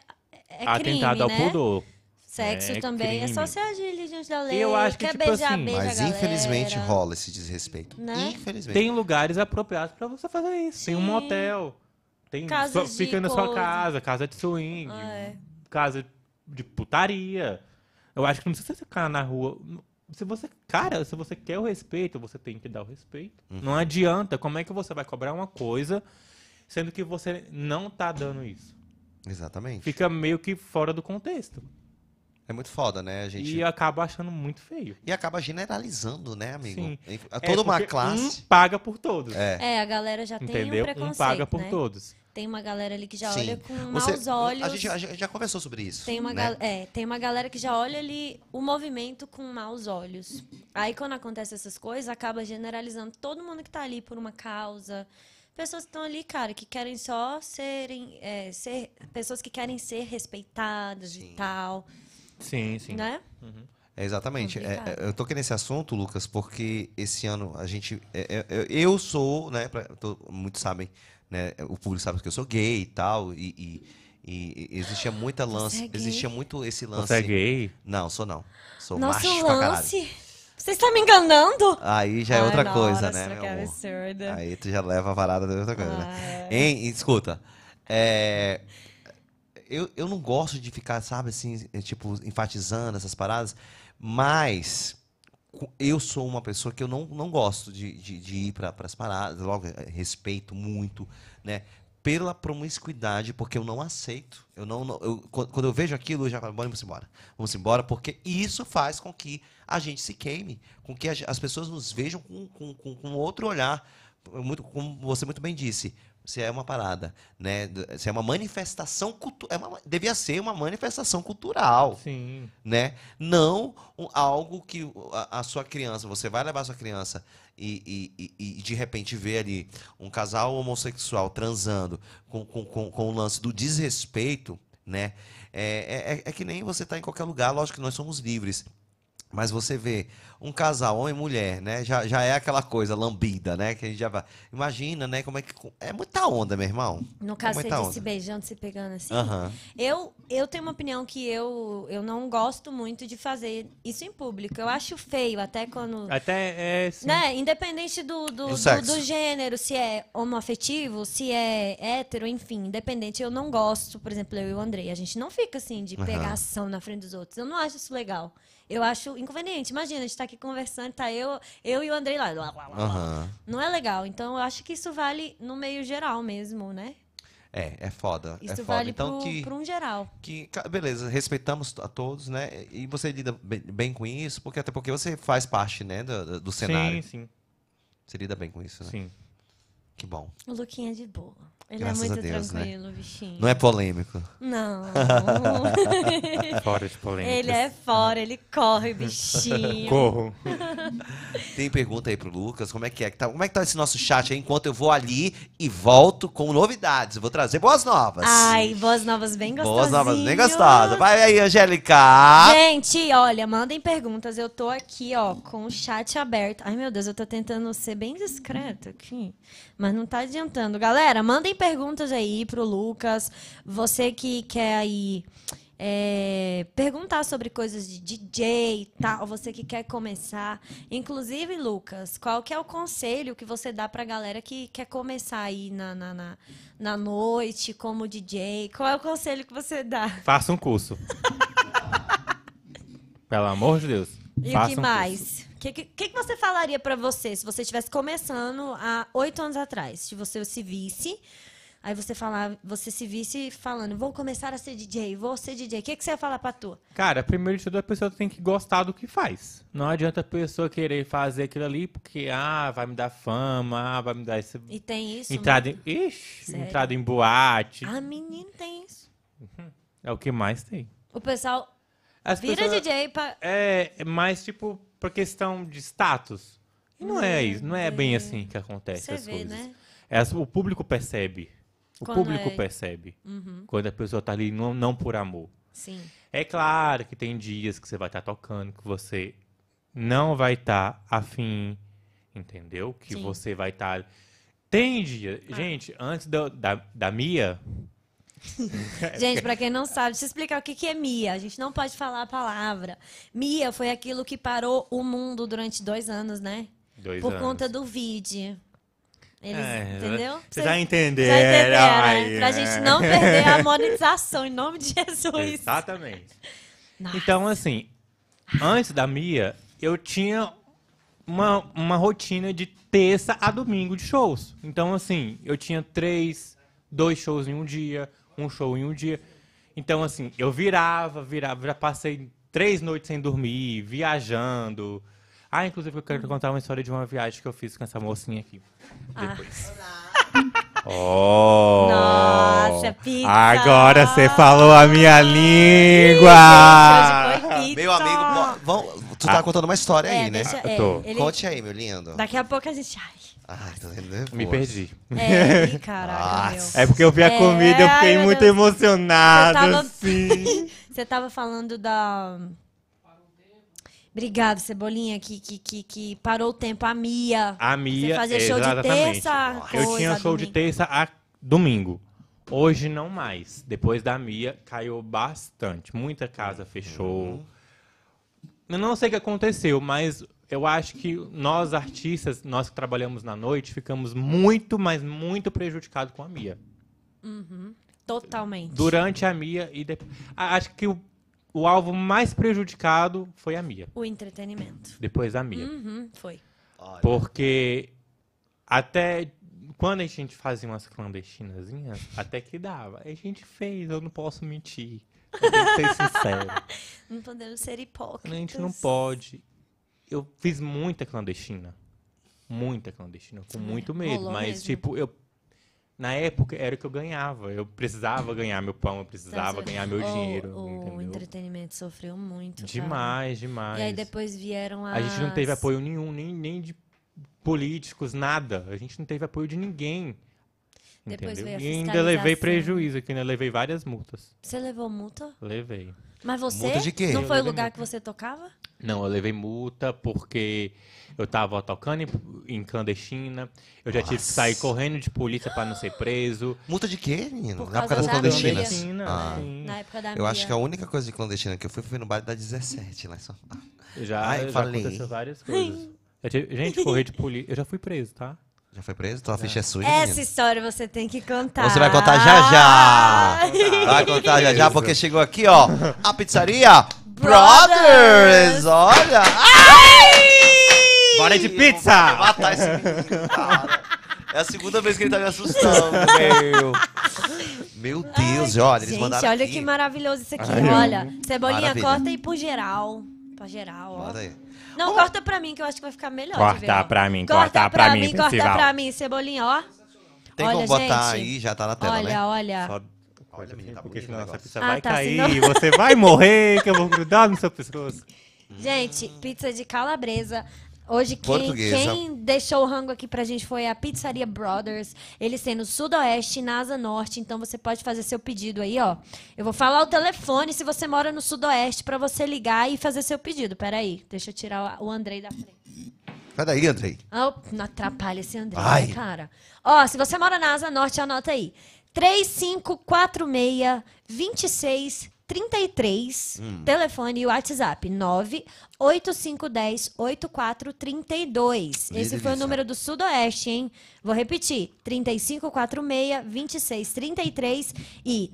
[SPEAKER 3] é crime,
[SPEAKER 4] atentado ao
[SPEAKER 3] né?
[SPEAKER 4] pudor.
[SPEAKER 3] Sexo
[SPEAKER 4] É
[SPEAKER 3] também. É só
[SPEAKER 4] crime.
[SPEAKER 3] você agir ali diante da lei.
[SPEAKER 4] Eu acho que,
[SPEAKER 3] Quer
[SPEAKER 4] tipo
[SPEAKER 3] beijar,
[SPEAKER 4] assim,
[SPEAKER 3] beija a
[SPEAKER 1] Mas
[SPEAKER 3] galera.
[SPEAKER 1] infelizmente rola esse desrespeito.
[SPEAKER 3] Né?
[SPEAKER 1] Infelizmente.
[SPEAKER 4] Tem lugares apropriados pra você fazer isso. Tem um
[SPEAKER 3] Sim.
[SPEAKER 4] motel, tem
[SPEAKER 3] Casas
[SPEAKER 4] sua-
[SPEAKER 3] de
[SPEAKER 4] fica na sua
[SPEAKER 3] coisa.
[SPEAKER 4] casa, casa de swing,
[SPEAKER 3] É.
[SPEAKER 4] casa de putaria. Eu acho que não precisa ficar na rua. Se você, cara, se você quer o respeito, você tem que dar o respeito.
[SPEAKER 1] Uhum.
[SPEAKER 4] Não adianta. Como é que você vai cobrar uma coisa sendo que você não tá dando isso?
[SPEAKER 1] Exatamente.
[SPEAKER 4] Fica meio que fora do contexto.
[SPEAKER 1] É muito foda, né? A gente.
[SPEAKER 4] E acaba achando muito feio.
[SPEAKER 1] E acaba generalizando, né, amigo?
[SPEAKER 4] Sim.
[SPEAKER 1] Em- a
[SPEAKER 4] É
[SPEAKER 1] Toda uma
[SPEAKER 4] porque
[SPEAKER 1] classe.
[SPEAKER 4] Um paga por todos.
[SPEAKER 3] É, a galera já tem um
[SPEAKER 4] entendeu? um
[SPEAKER 3] preconceito,
[SPEAKER 4] paga por
[SPEAKER 3] né?
[SPEAKER 4] todos.
[SPEAKER 3] Tem uma galera ali que já
[SPEAKER 1] Sim.
[SPEAKER 3] olha com
[SPEAKER 1] Você-
[SPEAKER 3] maus olhos.
[SPEAKER 1] A gente, a gente já conversou sobre isso.
[SPEAKER 3] Tem uma,
[SPEAKER 1] né?
[SPEAKER 3] gal- é, tem uma galera que já olha ali o movimento com maus olhos. Aí quando acontece essas coisas, acaba generalizando todo mundo que tá ali por uma causa. Pessoas que estão ali, cara, que querem só serem. é, ser, pessoas que querem ser respeitadas e tal.
[SPEAKER 4] Sim, sim.
[SPEAKER 3] Né?
[SPEAKER 1] É, exatamente. É,
[SPEAKER 3] Complicado.
[SPEAKER 1] é, eu toquei nesse assunto, Lucas, porque esse ano a gente. é, é, é, eu sou, né? pra- to- muitos sabem, né? O público sabe que eu sou gay e tal. E, e- e- e existia muita lance.
[SPEAKER 3] é gay?
[SPEAKER 1] existia muito esse lance.
[SPEAKER 4] Você é gay?
[SPEAKER 1] Não, sou não. Sou
[SPEAKER 3] Nosso
[SPEAKER 1] macho pra caralho.
[SPEAKER 3] lance. Você está me enganando?
[SPEAKER 1] Aí já é
[SPEAKER 3] Ai,
[SPEAKER 1] outra coisa,
[SPEAKER 3] nossa,
[SPEAKER 1] né, meu
[SPEAKER 3] que
[SPEAKER 1] amor?
[SPEAKER 3] absurdo.
[SPEAKER 1] Aí tu já leva a parada da outra coisa, né?
[SPEAKER 3] Ah,
[SPEAKER 1] Hein? Escuta. é, Eu, eu não gosto de ficar, sabe, assim, é, tipo, enfatizando essas paradas, mas cu- eu sou uma pessoa que eu não, não gosto de, de, de ir para as paradas, logo, é, respeito muito, né? Pela promiscuidade, porque eu não aceito. Eu não, não- eu- quan- quando eu vejo aquilo, eu já falo, "Bora, vamos embora. Vamos embora, porque isso faz com que a gente se queime, com que a ge- as pessoas nos vejam com, com, com, com outro olhar. Muito, como você muito bem disse, se é uma parada, né? d- Se é uma manifestação cultural. devia ser uma manifestação cultural
[SPEAKER 4] Sim.
[SPEAKER 1] né? Não um- algo que o- a, a sua criança, você vai levar a sua criança e, e- e- e de repente vê ali um casal homossexual transando com, com, com, com o lance do desrespeito, né? É, é, é- é que nem você tá em qualquer lugar, lógico que nós somos livres. Mas você vê um casal, homem e mulher, né? Já, já é aquela coisa lambida, né? Que a gente já vai. Imagina, né? Como é que. É muita onda, meu irmão.
[SPEAKER 3] No caso,
[SPEAKER 1] é
[SPEAKER 3] você
[SPEAKER 1] muita
[SPEAKER 3] disse se
[SPEAKER 1] onda.
[SPEAKER 3] beijando, se pegando assim.
[SPEAKER 1] Aham.
[SPEAKER 3] Eu, eu tenho uma opinião que eu, eu não gosto muito de fazer isso em público. Eu acho feio, até quando.
[SPEAKER 4] Até é. Sim.
[SPEAKER 3] Né? Independente do, do,
[SPEAKER 1] Do
[SPEAKER 3] do,
[SPEAKER 1] sexo.
[SPEAKER 3] do gênero, se é homoafetivo, se é hétero, enfim, independente. Eu não gosto, por exemplo, eu e o Andrei. A gente não fica assim de
[SPEAKER 1] Aham.
[SPEAKER 3] pegação na frente dos outros. Eu não acho isso legal. Eu acho inconveniente. Imagina, a gente tá aqui conversando, tá eu, eu e o Andrei lá. lá, lá, lá, lá.
[SPEAKER 1] Aham.
[SPEAKER 3] Não é legal. Então eu acho que isso vale no meio geral mesmo, né?
[SPEAKER 1] É, é foda. é
[SPEAKER 3] Isso
[SPEAKER 1] foda.
[SPEAKER 3] vale
[SPEAKER 1] então,
[SPEAKER 3] pro,
[SPEAKER 1] que...
[SPEAKER 3] pro um geral.
[SPEAKER 1] que ca- beleza respeitamos a todos né e você lida bem, bem com isso porque até porque você faz parte né do, do- do cenário
[SPEAKER 4] Sim, sim,
[SPEAKER 1] você lida bem com isso né
[SPEAKER 4] sim.
[SPEAKER 1] Que bom.
[SPEAKER 3] O Luquinha é de boa. Ele
[SPEAKER 1] Graças a
[SPEAKER 3] é muito
[SPEAKER 1] Deus, né?
[SPEAKER 3] tranquilo, bichinho.
[SPEAKER 1] Não é polêmico.
[SPEAKER 3] Não.
[SPEAKER 1] (laughs)
[SPEAKER 4] Fora de polêmica.
[SPEAKER 3] ele é fora, ele corre, bichinho.
[SPEAKER 4] Corro.
[SPEAKER 1] Tem pergunta aí pro Lucas, como é que é? que tá- Como é que tá esse nosso chat aí? Enquanto eu vou ali e volto com novidades. Eu Vou trazer boas novas.
[SPEAKER 3] Ai, boas novas bem gostosinho.
[SPEAKER 1] assim? boas novas, bem gostosas. Vai aí, Angélica.
[SPEAKER 3] Gente, olha, mandem perguntas. Eu tô aqui, ó, com o chat aberto. Ai, meu Deus, eu tô tentando ser bem discreta aqui, mas não tá adiantando. Galera, mandem perguntas aí pro Lucas. Você que quer aí é, perguntar sobre coisas de DJ e tal, você que quer começar. Inclusive, Lucas, qual que é o conselho que você dá pra galera que quer começar aí na, na, na, na noite como DJ? Qual é o conselho que você dá?
[SPEAKER 4] Faça
[SPEAKER 3] (laughs)
[SPEAKER 4] um curso. Pelo amor de Deus.
[SPEAKER 3] E o
[SPEAKER 4] faça
[SPEAKER 3] que
[SPEAKER 4] um curso.
[SPEAKER 3] mais? O que, que, que que você falaria pra você se você estivesse começando há oito anos atrás? Se você se visse, aí você falar, você se visse falando, vou começar a ser DJ, vou ser DJ. O que, que você ia falar pra tu?
[SPEAKER 4] Cara, primeiro de tudo, a pessoa tem que gostar do que faz. Não adianta a pessoa querer fazer aquilo ali porque, ah, vai me dar fama, ah, vai me dar esse.
[SPEAKER 3] E tem isso?
[SPEAKER 4] Entrada em. Ixi,
[SPEAKER 3] Sério? Ah.
[SPEAKER 4] entrada em boate.
[SPEAKER 3] mano? A menina tem isso.
[SPEAKER 4] É o que mais tem.
[SPEAKER 3] O pessoal
[SPEAKER 4] As
[SPEAKER 3] vira
[SPEAKER 4] pessoas-
[SPEAKER 3] DJ pra...
[SPEAKER 4] É, é mais tipo pra questão de status. E não é isso, não é bem assim que acontece
[SPEAKER 3] Hum, Você
[SPEAKER 4] as
[SPEAKER 3] vê,
[SPEAKER 4] coisas.
[SPEAKER 3] né?
[SPEAKER 4] É as- o público percebe. O
[SPEAKER 3] Quando
[SPEAKER 4] público
[SPEAKER 3] é-
[SPEAKER 4] percebe. Quando a pessoa tá ali não, não por amor.
[SPEAKER 3] Sim.
[SPEAKER 4] É claro que tem dias que você vai estar tocando, que você não vai estar afim, entendeu? Que
[SPEAKER 3] Sim. Ah.
[SPEAKER 4] você vai estar. Tem dia. Gente, antes da, da, da Mia.
[SPEAKER 3] Gente, pra quem não sabe, deixa eu explicar o que, que é Mia. A gente não pode falar a palavra. Mia foi aquilo que parou o mundo durante dois anos, né?
[SPEAKER 4] Dois
[SPEAKER 3] Por
[SPEAKER 4] anos.
[SPEAKER 3] conta do vídeo. Eles,
[SPEAKER 4] É,
[SPEAKER 3] entendeu?
[SPEAKER 4] Você já
[SPEAKER 3] já
[SPEAKER 4] entendeu.
[SPEAKER 3] entenderam, né?
[SPEAKER 4] aí,
[SPEAKER 3] Pra
[SPEAKER 4] é.
[SPEAKER 3] gente não
[SPEAKER 4] (laughs)
[SPEAKER 3] perder a monetização, em nome de Jesus.
[SPEAKER 4] Exatamente.
[SPEAKER 3] Nossa.
[SPEAKER 4] Então, assim, antes da Mia, eu tinha uma, uma rotina de terça a domingo de shows. Então, assim, eu tinha três, dois shows em um dia, um show em um dia. Então, assim, eu virava, virava, já passei três noites sem dormir, viajando. Ah, inclusive eu quero contar uma história de uma viagem que eu fiz com essa mocinha aqui.
[SPEAKER 3] Ah.
[SPEAKER 4] Depois. Oh!
[SPEAKER 3] Nossa, pizza!
[SPEAKER 4] Agora você falou a minha
[SPEAKER 3] Gente, hoje
[SPEAKER 4] língua!
[SPEAKER 3] foi pizza.
[SPEAKER 1] Meu amigo, bom, vamos- tu tá
[SPEAKER 4] Ah.
[SPEAKER 1] contando uma história
[SPEAKER 3] É,
[SPEAKER 1] aí, né?
[SPEAKER 3] deixa-
[SPEAKER 4] Eu
[SPEAKER 3] é,
[SPEAKER 4] tô.
[SPEAKER 3] ele-
[SPEAKER 1] Conte aí, meu lindo.
[SPEAKER 3] Daqui a pouco a gente... Ai,
[SPEAKER 1] Ai, tô nervoso.
[SPEAKER 4] Me perdi.
[SPEAKER 3] é, ih, caraca,
[SPEAKER 1] Nossa.
[SPEAKER 4] É porque eu vi a
[SPEAKER 3] É,
[SPEAKER 4] comida, eu fiquei
[SPEAKER 3] ai, meu
[SPEAKER 4] muito
[SPEAKER 3] Deus.
[SPEAKER 4] emocionado,
[SPEAKER 3] Eu tava- (laughs)
[SPEAKER 4] assim.
[SPEAKER 3] meu. Você tava falando da... Obrigada, Cebolinha, que, que, que, que parou o tempo. A Mia.
[SPEAKER 4] A
[SPEAKER 3] Você
[SPEAKER 4] Mia,
[SPEAKER 3] fazia show de
[SPEAKER 4] exatamente.
[SPEAKER 3] terça,
[SPEAKER 4] eu
[SPEAKER 3] coisa,
[SPEAKER 4] tinha show de
[SPEAKER 3] domingo.
[SPEAKER 4] terça a domingo. Hoje não mais. Depois da Mia, caiu bastante. Muita casa fechou. Eu não sei o que aconteceu, mas eu acho que nós artistas, nós que trabalhamos na noite, ficamos muito, mas muito prejudicados com a Mia.
[SPEAKER 3] Totalmente.
[SPEAKER 4] Durante a Mia e depois. Acho que o, o alvo mais prejudicado foi a Mia.
[SPEAKER 3] O entretenimento.
[SPEAKER 4] Depois da Mia.
[SPEAKER 3] Uhum, foi.
[SPEAKER 1] Olha,
[SPEAKER 4] Porque até quando a gente fazia umas clandestinazinhas, até que dava. A gente fez, eu não posso mentir. Eu tenho que
[SPEAKER 3] (laughs)
[SPEAKER 4] ser sincero.
[SPEAKER 3] Não podemos ser
[SPEAKER 4] A
[SPEAKER 3] hipócritas.
[SPEAKER 4] gente não pode. Eu fiz muita clandestina. Muita clandestina, com muito medo.
[SPEAKER 3] Hum, rolou
[SPEAKER 4] Mas,
[SPEAKER 3] mesmo.
[SPEAKER 4] tipo, eu. Na época era o que eu ganhava. Eu precisava ganhar meu pão, eu precisava
[SPEAKER 3] Sabe,
[SPEAKER 4] ganhar meu
[SPEAKER 3] o-
[SPEAKER 4] dinheiro.
[SPEAKER 3] O
[SPEAKER 4] entendeu?
[SPEAKER 3] entretenimento sofreu muito. cara.
[SPEAKER 4] Demais, demais.
[SPEAKER 3] E aí depois vieram as...
[SPEAKER 4] A gente não teve apoio nenhum, nem, nem de políticos, nada. A gente não teve apoio de ninguém.
[SPEAKER 3] Depois veio
[SPEAKER 4] Entendeu?
[SPEAKER 3] a
[SPEAKER 4] E ainda levei
[SPEAKER 3] fiscalização.
[SPEAKER 4] prejuízo aqui, né? Levei várias multas.
[SPEAKER 3] Você levou multa?
[SPEAKER 4] Levei.
[SPEAKER 3] Mas você
[SPEAKER 1] Multa de quê?
[SPEAKER 3] não
[SPEAKER 4] Eu
[SPEAKER 3] foi o
[SPEAKER 4] levei
[SPEAKER 3] lugar
[SPEAKER 4] multa.
[SPEAKER 3] que você tocava?
[SPEAKER 4] Não, eu levei multa porque eu tava tocando em- em clandestina. Eu já tive que
[SPEAKER 1] Nossa.
[SPEAKER 4] sair correndo de polícia pra não ser preso.
[SPEAKER 1] Multa de quê, menino?
[SPEAKER 3] Por
[SPEAKER 1] Na época
[SPEAKER 3] causa
[SPEAKER 1] das
[SPEAKER 3] da Mia.
[SPEAKER 1] clandestinas. Ah.
[SPEAKER 4] sim.
[SPEAKER 3] Na época da
[SPEAKER 1] Eu acho
[SPEAKER 3] Mia.
[SPEAKER 1] que é a única coisa de clandestina que eu fui foi no baile da 17 lá em São Paulo.
[SPEAKER 4] Já,
[SPEAKER 1] Ai,
[SPEAKER 4] já
[SPEAKER 1] falei.
[SPEAKER 4] aconteceu várias coisas. Já tive- gente, correr de polícia. Eu já fui preso, tá?
[SPEAKER 1] Já foi preso? Tua ficha é suja,
[SPEAKER 3] Essa
[SPEAKER 1] menino?
[SPEAKER 3] história você tem que contar.
[SPEAKER 1] Você vai contar já
[SPEAKER 3] (laughs)
[SPEAKER 1] já. Vai contar já já, porque chegou aqui, ó, a pizzaria Brothers.
[SPEAKER 3] Brothers.
[SPEAKER 1] Olha. Ai!
[SPEAKER 4] Bora é de
[SPEAKER 1] Eu
[SPEAKER 4] pizza!
[SPEAKER 1] vou matar esse menino, cara. É a segunda vez que ele tá me assustando, meu. Meu Deus, olha, eles
[SPEAKER 3] Gente,
[SPEAKER 1] mandaram
[SPEAKER 3] olha
[SPEAKER 1] aqui.
[SPEAKER 3] que maravilhoso isso aqui. olha, Cebolinha,
[SPEAKER 1] Maravilha.
[SPEAKER 3] corta aí pro geral. Pra geral, ó.
[SPEAKER 1] Manda aí.
[SPEAKER 3] Não, corta pra mim, que eu acho que vai ficar melhor. de
[SPEAKER 4] Corta
[SPEAKER 3] ver, ó.
[SPEAKER 4] pra mim,
[SPEAKER 3] corta
[SPEAKER 4] corta pra mim,
[SPEAKER 3] corta
[SPEAKER 4] Percival.
[SPEAKER 3] pra mim, Cebolinha, ó.
[SPEAKER 1] Tem
[SPEAKER 3] Olha,
[SPEAKER 1] como botar
[SPEAKER 3] gente,
[SPEAKER 1] aí, já tá na tela,
[SPEAKER 3] olha,
[SPEAKER 1] né?
[SPEAKER 3] olha.
[SPEAKER 1] Só-
[SPEAKER 4] Olha,
[SPEAKER 1] Olha, menina, tá
[SPEAKER 4] porque
[SPEAKER 1] bonito o
[SPEAKER 4] senão essa
[SPEAKER 1] negócio.
[SPEAKER 4] pizza
[SPEAKER 3] Ah,
[SPEAKER 4] vai
[SPEAKER 3] tá,
[SPEAKER 4] cair,
[SPEAKER 3] senão-
[SPEAKER 4] e você vai morrer, que eu vou grudar no seu pescoço.
[SPEAKER 3] Gente, pizza de calabresa. Hoje quem,
[SPEAKER 1] Portuguesa.
[SPEAKER 3] quem deixou o rango aqui pra gente foi a Pizzaria Brothers. Eles têm no Sudoeste e na Asa Norte. Então você pode fazer seu pedido aí, ó. Eu vou falar o telefone se você mora no Sudoeste pra você ligar e fazer seu pedido. Peraí, deixa eu tirar o o Andrei da frente.
[SPEAKER 1] Sai daí, Andrei.
[SPEAKER 3] Ah, op- não atrapalha esse André,
[SPEAKER 1] Ai.
[SPEAKER 3] né, cara. Ó, se você mora na Asa Norte, anota aí. 3546-2633. Telefone e WhatsApp. 98510-8432.
[SPEAKER 1] Ih,
[SPEAKER 3] Esse foi
[SPEAKER 1] delícia.
[SPEAKER 3] o número do Sudoeste, hein? Vou repetir. 3546-2633 e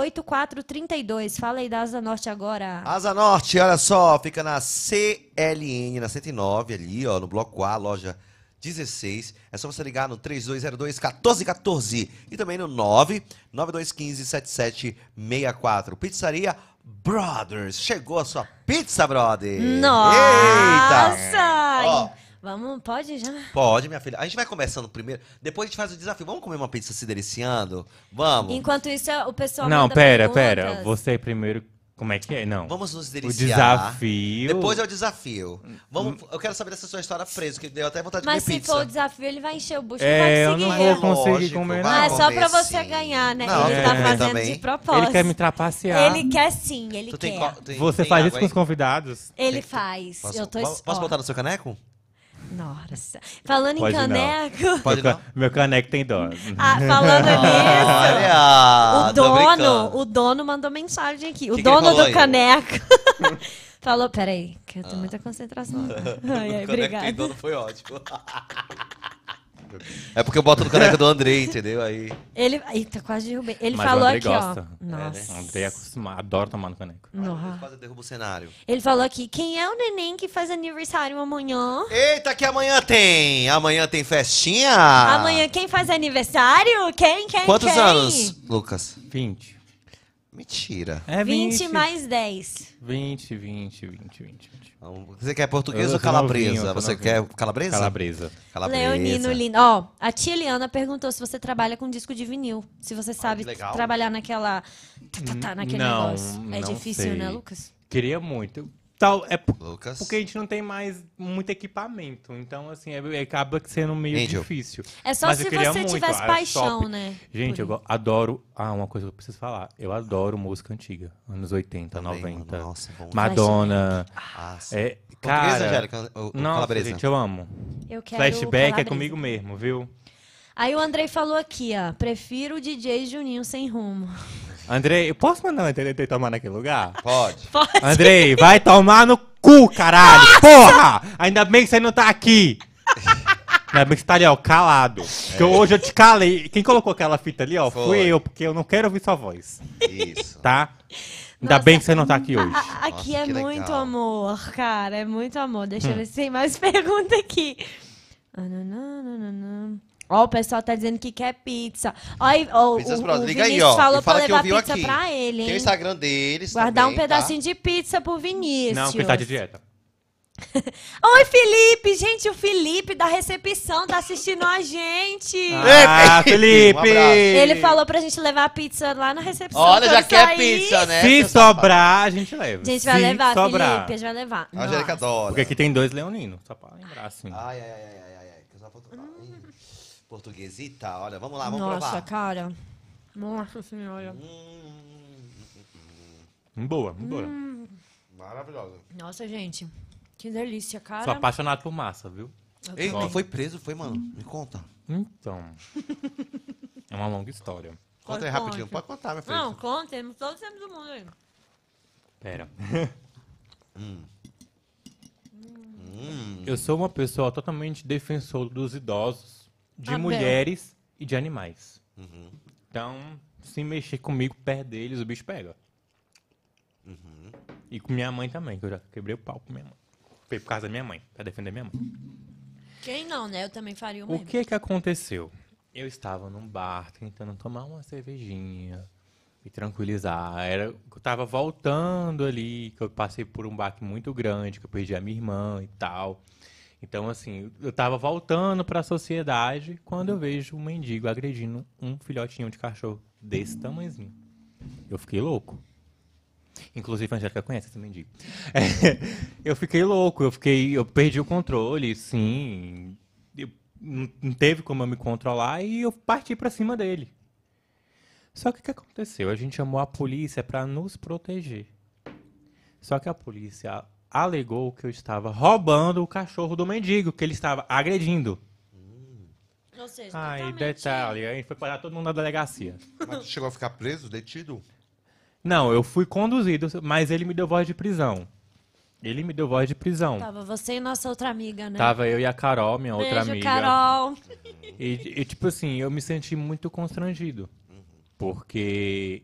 [SPEAKER 3] 98510-8432. Fala aí da Asa Norte agora.
[SPEAKER 1] Asa Norte, olha só, fica na CLN, na 109 ali, ó, no bloco A, loja 16. É só você ligar no 3202 1414 e também no 99215 7764. Pizzaria Brothers. Chegou a sua pizza, brother. Eita!
[SPEAKER 3] Nossa!
[SPEAKER 1] Ó.
[SPEAKER 3] Vamos, pode já?
[SPEAKER 1] Pode, minha filha. A gente vai começando primeiro, depois a gente faz o desafio. Vamos comer uma pizza se deliciando? Vamos.
[SPEAKER 3] Enquanto isso, o pessoal
[SPEAKER 4] Não,
[SPEAKER 3] manda
[SPEAKER 4] pera,
[SPEAKER 3] perguntas.
[SPEAKER 4] pera. Você primeiro. Como é que é? Não.
[SPEAKER 1] Vamos nos
[SPEAKER 4] o
[SPEAKER 1] deliciar.
[SPEAKER 4] desafio.
[SPEAKER 1] Depois é o desafio. Vamos, eu quero saber dessa sua história presa, que deu até vontade
[SPEAKER 3] Mas
[SPEAKER 1] de
[SPEAKER 3] se
[SPEAKER 1] comer pizza.
[SPEAKER 3] for o desafio, ele vai encher o bucho,
[SPEAKER 4] É,
[SPEAKER 3] não
[SPEAKER 4] eu
[SPEAKER 3] vai conseguir.
[SPEAKER 4] não vou
[SPEAKER 3] né?
[SPEAKER 4] conseguir
[SPEAKER 1] Lógico,
[SPEAKER 4] comer,
[SPEAKER 1] vai
[SPEAKER 4] não.
[SPEAKER 3] Ah, é só
[SPEAKER 1] comer
[SPEAKER 3] pra você
[SPEAKER 1] sim.
[SPEAKER 3] ganhar, né?
[SPEAKER 1] Não,
[SPEAKER 3] ele
[SPEAKER 1] eu
[SPEAKER 3] tá
[SPEAKER 1] também,
[SPEAKER 3] fazendo
[SPEAKER 1] também.
[SPEAKER 3] de propósito.
[SPEAKER 4] Ele quer me trapacear.
[SPEAKER 3] Ele quer sim, ele
[SPEAKER 1] Tu
[SPEAKER 3] quer.
[SPEAKER 1] tem co- tem-
[SPEAKER 4] Você
[SPEAKER 1] tem
[SPEAKER 4] faz
[SPEAKER 1] água
[SPEAKER 4] isso com os
[SPEAKER 1] aí?
[SPEAKER 4] convidados?
[SPEAKER 3] Ele
[SPEAKER 1] Tem-
[SPEAKER 3] faz.
[SPEAKER 1] Posso,
[SPEAKER 3] eu tô
[SPEAKER 1] po- posso
[SPEAKER 3] ó,
[SPEAKER 1] botar no seu caneco?
[SPEAKER 3] Nossa. Falando em
[SPEAKER 4] Pode não.
[SPEAKER 3] caneco. (laughs)
[SPEAKER 1] Pode
[SPEAKER 4] meu,
[SPEAKER 1] não.
[SPEAKER 4] ca- meu caneco tem dó.
[SPEAKER 3] Ah, falando nisso.
[SPEAKER 1] Olha!
[SPEAKER 3] o
[SPEAKER 1] Ah, tô
[SPEAKER 3] dono,
[SPEAKER 1] brincando. (laughs)
[SPEAKER 3] o dono mandou mensagem aqui. O
[SPEAKER 1] Que que ele
[SPEAKER 3] dono
[SPEAKER 1] falou
[SPEAKER 3] do
[SPEAKER 1] aí?
[SPEAKER 3] caneco.
[SPEAKER 1] (laughs)
[SPEAKER 3] falou, peraí, que eu tenho muita concentração. (laughs) Ai, ai,
[SPEAKER 1] O caneco
[SPEAKER 3] obrigada.
[SPEAKER 1] tem dono foi ótimo. (laughs) É porque eu boto no caneco do Andrei, entendeu? Aí.
[SPEAKER 3] Ele. Eita, quase derrubei. Ele
[SPEAKER 4] Mas o
[SPEAKER 3] falou
[SPEAKER 4] Andrei
[SPEAKER 3] aqui,
[SPEAKER 4] gosta.
[SPEAKER 3] ó.
[SPEAKER 1] né?
[SPEAKER 3] Nossa.
[SPEAKER 4] Andrei é acostumado, adoro tomar no caneco.
[SPEAKER 1] Deus,
[SPEAKER 3] Nossa.
[SPEAKER 1] Quase derruba o cenário.
[SPEAKER 3] Ele falou aqui: quem é o neném que faz aniversário amanhã?
[SPEAKER 1] Eita, que amanhã tem! Amanhã tem festinha!
[SPEAKER 3] Amanhã quem faz aniversário? Quem, quem,
[SPEAKER 1] Ah. Quantos
[SPEAKER 3] quem?
[SPEAKER 1] anos, Lucas?
[SPEAKER 4] 20.
[SPEAKER 1] Mentira.
[SPEAKER 4] É
[SPEAKER 3] 20, mais 10.
[SPEAKER 4] 20, 20, 20, 20. 20.
[SPEAKER 1] Então, Você quer português
[SPEAKER 4] Eu
[SPEAKER 1] ou
[SPEAKER 4] tô novinho,
[SPEAKER 1] calabresa?
[SPEAKER 4] eu tô
[SPEAKER 1] Você
[SPEAKER 4] novinho.
[SPEAKER 1] quer calabresa?
[SPEAKER 4] Calabresa.
[SPEAKER 1] Calabresa.
[SPEAKER 3] Leonino lindo. Ó, a tia Eliana perguntou se você trabalha com disco de vinil. Se você sabe
[SPEAKER 1] Ah, que legal.
[SPEAKER 3] trabalhar naquela. Tá, tá, tá, naquele
[SPEAKER 4] Hum, Não,
[SPEAKER 3] negócio. É
[SPEAKER 4] não
[SPEAKER 3] difícil,
[SPEAKER 4] sei.
[SPEAKER 3] né, Lucas?
[SPEAKER 4] Queria muito. Tal, é por-
[SPEAKER 1] Lucas.
[SPEAKER 4] porque a gente não tem mais muito equipamento. Então, assim, é- acaba sendo meio
[SPEAKER 1] Angel.
[SPEAKER 4] difícil.
[SPEAKER 3] É só
[SPEAKER 4] Mas
[SPEAKER 3] se
[SPEAKER 4] eu queria
[SPEAKER 3] você
[SPEAKER 4] muito,
[SPEAKER 3] tivesse
[SPEAKER 4] ah,
[SPEAKER 3] paixão,
[SPEAKER 4] top.
[SPEAKER 3] né?
[SPEAKER 4] Gente,
[SPEAKER 3] por
[SPEAKER 4] eu go- adoro. Ah, uma coisa que eu preciso falar. Eu adoro música antiga, anos 80,
[SPEAKER 1] Também,
[SPEAKER 4] 90.
[SPEAKER 1] mano, nossa, bom.
[SPEAKER 4] Madonna.
[SPEAKER 1] Ah, sim.
[SPEAKER 4] É,
[SPEAKER 1] Português,
[SPEAKER 4] cara.
[SPEAKER 1] Angélica, ou- ou
[SPEAKER 4] Nossa,
[SPEAKER 1] calabresa?
[SPEAKER 4] gente, eu amo.
[SPEAKER 3] isso. Eu quero
[SPEAKER 4] Flashback é
[SPEAKER 3] calabresa.
[SPEAKER 4] comigo mesmo, viu?
[SPEAKER 3] Aí o Andrei falou aqui, ó. Prefiro o DJ Juninho sem
[SPEAKER 4] (laughs)
[SPEAKER 3] rumo.
[SPEAKER 4] Andrei, eu posso mandar um uma internet tomar naquele lugar?
[SPEAKER 1] Pode.
[SPEAKER 3] Pode.
[SPEAKER 4] Andrei, vai tomar no cu, caralho! Porra! Ainda bem que você não tá aqui! Ainda bem que você tá ali, ó, calado. Porque hoje eu te calei. Quem colocou aquela fita ali, ó,
[SPEAKER 1] É. Foi.
[SPEAKER 4] fui eu, porque eu não quero ouvir sua voz,
[SPEAKER 1] Isso.
[SPEAKER 4] tá? Ainda
[SPEAKER 3] Nossa.
[SPEAKER 4] bem que você não tá aqui
[SPEAKER 3] A-
[SPEAKER 4] hoje.
[SPEAKER 3] a- aqui
[SPEAKER 1] Nossa,
[SPEAKER 3] é
[SPEAKER 1] que legal.
[SPEAKER 3] muito amor, cara. É muito amor. Deixa
[SPEAKER 4] Hum.
[SPEAKER 3] eu ver se tem mais (laughs) pergunta aqui. Anananananã. Ó, o pessoal tá dizendo que quer pizza. Ó, e- ó, o,
[SPEAKER 1] Pizzas
[SPEAKER 3] o,
[SPEAKER 1] Brothers.
[SPEAKER 3] o
[SPEAKER 1] Liga aí,
[SPEAKER 3] Vinícius
[SPEAKER 1] ó.
[SPEAKER 3] falou
[SPEAKER 1] e fala
[SPEAKER 3] pra
[SPEAKER 1] que eu
[SPEAKER 3] levar
[SPEAKER 1] vi
[SPEAKER 3] pizza
[SPEAKER 1] aqui.
[SPEAKER 3] pra ele,
[SPEAKER 1] Tem o
[SPEAKER 3] hein?
[SPEAKER 1] Instagram deles.
[SPEAKER 3] Guardar
[SPEAKER 1] também,
[SPEAKER 3] um pedacinho
[SPEAKER 1] tá?
[SPEAKER 3] de pizza pro Vinícius.
[SPEAKER 4] Não, porque ele tá de dieta.
[SPEAKER 3] Oi, Felipe! Gente, o Felipe da recepção tá assistindo a gente.
[SPEAKER 4] Ah, Felipe!
[SPEAKER 1] Um abraço.
[SPEAKER 3] Ele falou pra gente levar a pizza lá na recepção.
[SPEAKER 1] Olha, já
[SPEAKER 3] quando
[SPEAKER 1] quer
[SPEAKER 3] sair.
[SPEAKER 1] pizza, né?
[SPEAKER 4] Se
[SPEAKER 1] seu safado?
[SPEAKER 4] sobrar, a gente leva.
[SPEAKER 3] A gente vai
[SPEAKER 4] Se
[SPEAKER 3] levar,
[SPEAKER 4] sobrar.
[SPEAKER 3] Felipe. A gente vai levar.
[SPEAKER 1] A Angélica
[SPEAKER 3] Nossa.
[SPEAKER 1] adora.
[SPEAKER 4] Porque aqui tem dois leoninos, só pra lembrar, assim.
[SPEAKER 1] Ai, ai, ai, ai, ai, ai. Que eu só vou tocar. Ih, Portuguesita, olha, vamos
[SPEAKER 4] Ah,
[SPEAKER 1] lá, vamos
[SPEAKER 3] Nossa,
[SPEAKER 1] provar.
[SPEAKER 3] cara. Nossa senhora.
[SPEAKER 1] Hum,
[SPEAKER 4] Boa, boa.
[SPEAKER 3] Hum,
[SPEAKER 1] maravilhosa.
[SPEAKER 3] Nossa, gente. Que delícia, cara.
[SPEAKER 4] Sou apaixonado por massa, viu?
[SPEAKER 1] Ei,
[SPEAKER 4] também.
[SPEAKER 1] foi preso, foi, mano? Me conta.
[SPEAKER 4] Então. (laughs) é uma longa história.
[SPEAKER 1] Conta aí
[SPEAKER 3] Pode
[SPEAKER 1] rapidinho.
[SPEAKER 3] contar.
[SPEAKER 1] Pode contar, minha filha.
[SPEAKER 3] Não, contem. Todo tempo do mundo aí.
[SPEAKER 4] Pera. (laughs) Eu sou uma pessoa totalmente defensor dos idosos, de
[SPEAKER 3] Ah, bem.
[SPEAKER 4] mulheres e de animais. Então, se mexer comigo perto deles, o bicho pega. E com minha mãe também, que eu já quebrei o pau com minha mãe. Foi por causa da minha mãe, pra defender minha mãe.
[SPEAKER 3] Quem não, né? Eu também faria o
[SPEAKER 4] O
[SPEAKER 3] mesmo.
[SPEAKER 4] que que aconteceu? Eu estava num bar tentando tomar uma cervejinha, me tranquilizar. Era, eu tava voltando ali, que eu passei por um baque muito grande, que eu perdi a minha irmã e tal. Então, assim, eu tava voltando pra sociedade quando eu vejo um mendigo agredindo um filhotinho de cachorro desse tamanhozinho. Eu fiquei louco. Inclusive, a Angélica conhece esse mendigo. (laughs) É, eu fiquei louco, eu fiquei. Eu perdi o controle, sim. Eu- não não teve como eu me controlar e eu parti pra cima dele. Só que o que aconteceu? A gente chamou a polícia pra nos proteger. Só que a polícia alegou que eu estava roubando o cachorro do mendigo, que ele estava agredindo.
[SPEAKER 3] Ou seja,
[SPEAKER 4] Ai,
[SPEAKER 3] totalmente-
[SPEAKER 4] detalhe, aí foi parar todo mundo na delegacia.
[SPEAKER 6] Mas tu chegou a ficar preso, detido?
[SPEAKER 4] Não, eu fui conduzido, mas ele me deu voz de prisão. Ele me deu voz de prisão.
[SPEAKER 3] Tava você e nossa outra amiga, né?
[SPEAKER 4] Tava eu e a Carol, minha
[SPEAKER 3] Beijo,
[SPEAKER 4] outra amiga.
[SPEAKER 3] Carol.
[SPEAKER 4] E, e, tipo assim, eu me senti muito constrangido. Porque,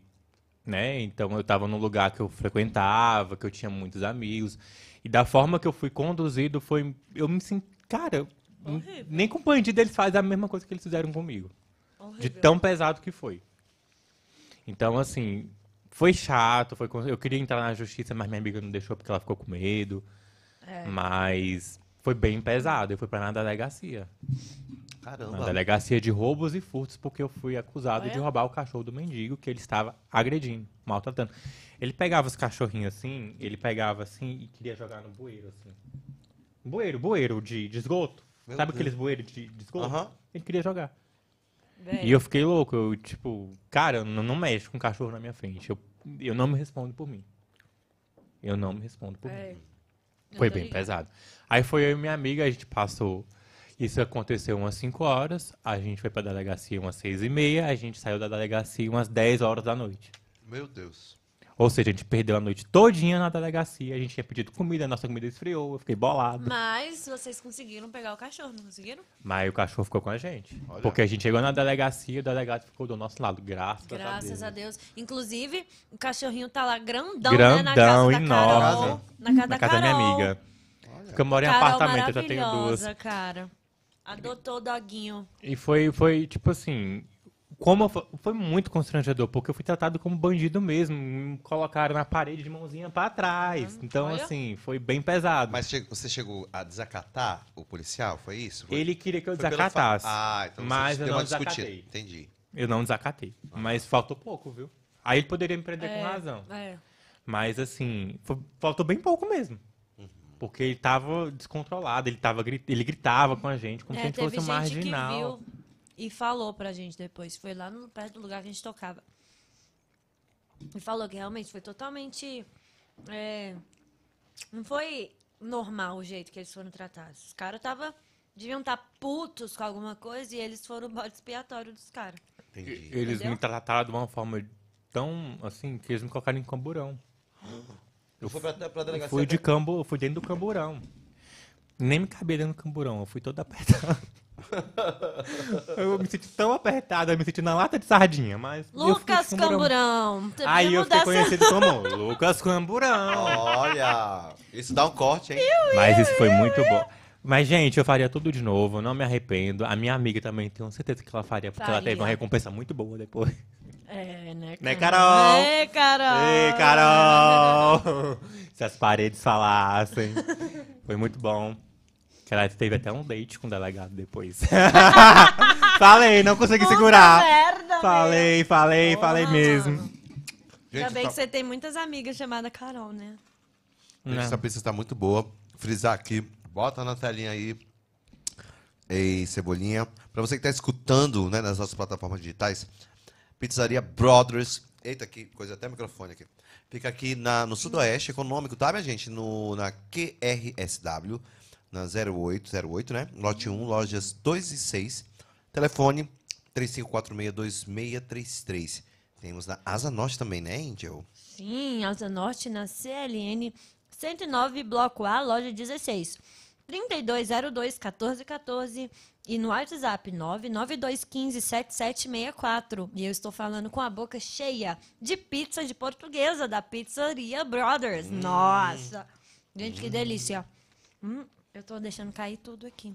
[SPEAKER 4] né, então eu tava num lugar que eu frequentava, que eu tinha muitos amigos. E da forma que eu fui conduzido, foi. Eu me senti. Cara, eu- nem com bandido eles fazem a mesma coisa que eles fizeram comigo. De tão pesado que foi. Então, assim, foi chato. Foi, con- eu queria entrar na justiça, mas minha amiga não deixou porque ela ficou com medo. Mas foi bem pesado. Eu fui pra na delegacia.
[SPEAKER 6] Então
[SPEAKER 4] Na
[SPEAKER 1] Caramba.
[SPEAKER 4] delegacia de roubos e furtos, porque eu fui acusado
[SPEAKER 3] Olha.
[SPEAKER 4] de roubar o cachorro do mendigo que ele estava agredindo, maltratando. Ele pegava os cachorrinhos assim, ele pegava assim e queria jogar no bueiro, assim. Bueiro, bueiro de, de esgoto.
[SPEAKER 6] Meu
[SPEAKER 4] Sabe
[SPEAKER 6] Deus.
[SPEAKER 4] aqueles bueiros de, de esgoto?
[SPEAKER 1] Aham.
[SPEAKER 4] Ele queria jogar.
[SPEAKER 3] Bem,
[SPEAKER 4] E eu fiquei louco, eu, tipo, cara, eu não, não mexo com cachorro na minha frente. Eu, eu não me respondo por mim. Eu não me respondo por mim.
[SPEAKER 3] é. Eu
[SPEAKER 4] Foi
[SPEAKER 3] tô
[SPEAKER 4] bem
[SPEAKER 3] ligada.
[SPEAKER 4] pesado. Aí foi eu e minha amiga, a gente passou. Isso aconteceu umas 5 horas, a gente foi pra delegacia umas 6 e meia, a gente saiu da delegacia umas 10 horas da noite.
[SPEAKER 6] Meu Deus.
[SPEAKER 4] Ou seja, a gente perdeu a noite todinha na delegacia, a gente tinha pedido comida, a nossa comida esfriou, eu fiquei bolado.
[SPEAKER 3] Mas vocês conseguiram pegar o cachorro, não conseguiram?
[SPEAKER 4] Mas o cachorro ficou com a gente.
[SPEAKER 6] Olha.
[SPEAKER 4] Porque a gente chegou na delegacia, o delegado ficou do nosso lado, graças,
[SPEAKER 3] Graças
[SPEAKER 4] a
[SPEAKER 3] a
[SPEAKER 4] Deus.
[SPEAKER 3] Deus. Inclusive, o cachorrinho tá lá grandão, né? Na
[SPEAKER 4] Grandão,
[SPEAKER 3] casa da Carol.
[SPEAKER 4] enorme.
[SPEAKER 3] Na casa,
[SPEAKER 4] Na casa da minha
[SPEAKER 3] Carol.
[SPEAKER 4] amiga. Porque eu moro em
[SPEAKER 3] Carol
[SPEAKER 4] um apartamento, eu já tenho duas.
[SPEAKER 3] é maravilhosa, cara. Adotou o doguinho.
[SPEAKER 4] E foi, foi tipo assim. Como eu fa- foi muito constrangedor, porque eu fui tratado como bandido mesmo. Me colocaram na parede de mãozinha pra trás. Então,
[SPEAKER 3] Uhum. olha.
[SPEAKER 4] assim, foi bem pesado.
[SPEAKER 6] Mas che- você chegou a desacatar o policial? Foi isso? Foi-
[SPEAKER 4] Ele queria que eu
[SPEAKER 6] foi pelo fa-
[SPEAKER 4] desacatasse.
[SPEAKER 6] Ah, então
[SPEAKER 4] mas
[SPEAKER 6] você
[SPEAKER 4] eu
[SPEAKER 6] deu
[SPEAKER 4] não
[SPEAKER 6] uma discutida.
[SPEAKER 4] desacatei.
[SPEAKER 6] Entendi.
[SPEAKER 4] Eu não desacatei. Mas faltou pouco, viu? Aí ele poderia me prender
[SPEAKER 3] É,
[SPEAKER 4] com razão.
[SPEAKER 3] é.
[SPEAKER 4] Mas assim, fo- faltou bem pouco mesmo.
[SPEAKER 6] Uhum.
[SPEAKER 4] Porque ele tava descontrolado, ele, tava, gri- ele gritava com a gente, como
[SPEAKER 3] É,
[SPEAKER 4] se a gente fosse um marginal.
[SPEAKER 3] que viu e falou pra gente depois. Foi lá no, perto do lugar que a gente tocava. E falou que realmente foi totalmente. é, não foi normal o jeito que eles foram tratados. Os caras tava. Deviam estar putos com alguma coisa e eles foram o bode expiatório dos caras.
[SPEAKER 6] Entendi.
[SPEAKER 4] Eles
[SPEAKER 3] Entendeu?
[SPEAKER 4] me trataram de uma forma tão assim que eles me colocaram em camburão.
[SPEAKER 1] Eu fui pra, pra delegacia.
[SPEAKER 4] Fui de cambu, fui dentro do camburão. Nem me cabia dentro do camburão, eu fui todo
[SPEAKER 1] (laughs)
[SPEAKER 4] apertado. eu me senti tão apertado, eu me senti na lata de sardinha, mas. eu fui de
[SPEAKER 3] Lucas Camburão! você
[SPEAKER 4] Aí
[SPEAKER 3] podia
[SPEAKER 4] eu
[SPEAKER 3] mudar
[SPEAKER 4] fiquei
[SPEAKER 3] essa-
[SPEAKER 4] conhecido como Lucas
[SPEAKER 3] (laughs)
[SPEAKER 4] Camburão.
[SPEAKER 6] Olha, isso dá um corte, hein?
[SPEAKER 4] Mas isso foi muito bom. Mas, gente, eu faria tudo de novo, não me arrependo. A minha amiga também, tenho certeza que ela faria, porque ela teve
[SPEAKER 3] Faria.
[SPEAKER 4] uma recompensa muito boa depois.
[SPEAKER 3] É, né,
[SPEAKER 4] Né,
[SPEAKER 3] Carol?
[SPEAKER 4] Carol?
[SPEAKER 3] É, Carol!
[SPEAKER 4] Ei, Carol! (laughs) Se as paredes falassem. Foi muito bom. Que ela teve até um date com o delegado depois. (laughs) falei, não consegui
[SPEAKER 3] Puta
[SPEAKER 4] segurar.
[SPEAKER 3] merda,
[SPEAKER 4] falei, falei,
[SPEAKER 3] Porra,
[SPEAKER 4] falei mesmo.
[SPEAKER 3] mano. Ainda bem
[SPEAKER 6] tá-
[SPEAKER 3] que você tem muitas amigas chamadas Carol, né?
[SPEAKER 6] Gente, Essa pizza tá muito boa. Frisar aqui. Bota na telinha aí. Ei, cebolinha. Pra você que tá escutando, né, nas nossas plataformas digitais, Pizzaria Brothers. Eita, que coisa, até microfone aqui. Fica aqui na, no Sudoeste Econômico, tá, minha gente? No, na QRSW, na 0808, né? Lote 1, lojas 2 e 6. Telefone 35462633. Temos na Asa Norte também, né, Angel?
[SPEAKER 3] Sim, Alta Norte, na CLN 109, Bloco A, loja 16. 3202-1414 e no WhatsApp 992157764. E eu estou falando com a boca cheia de pizza de portuguesa da Pizzaria Brothers. Nossa! Gente, que delícia. Hum, eu tô deixando cair tudo aqui.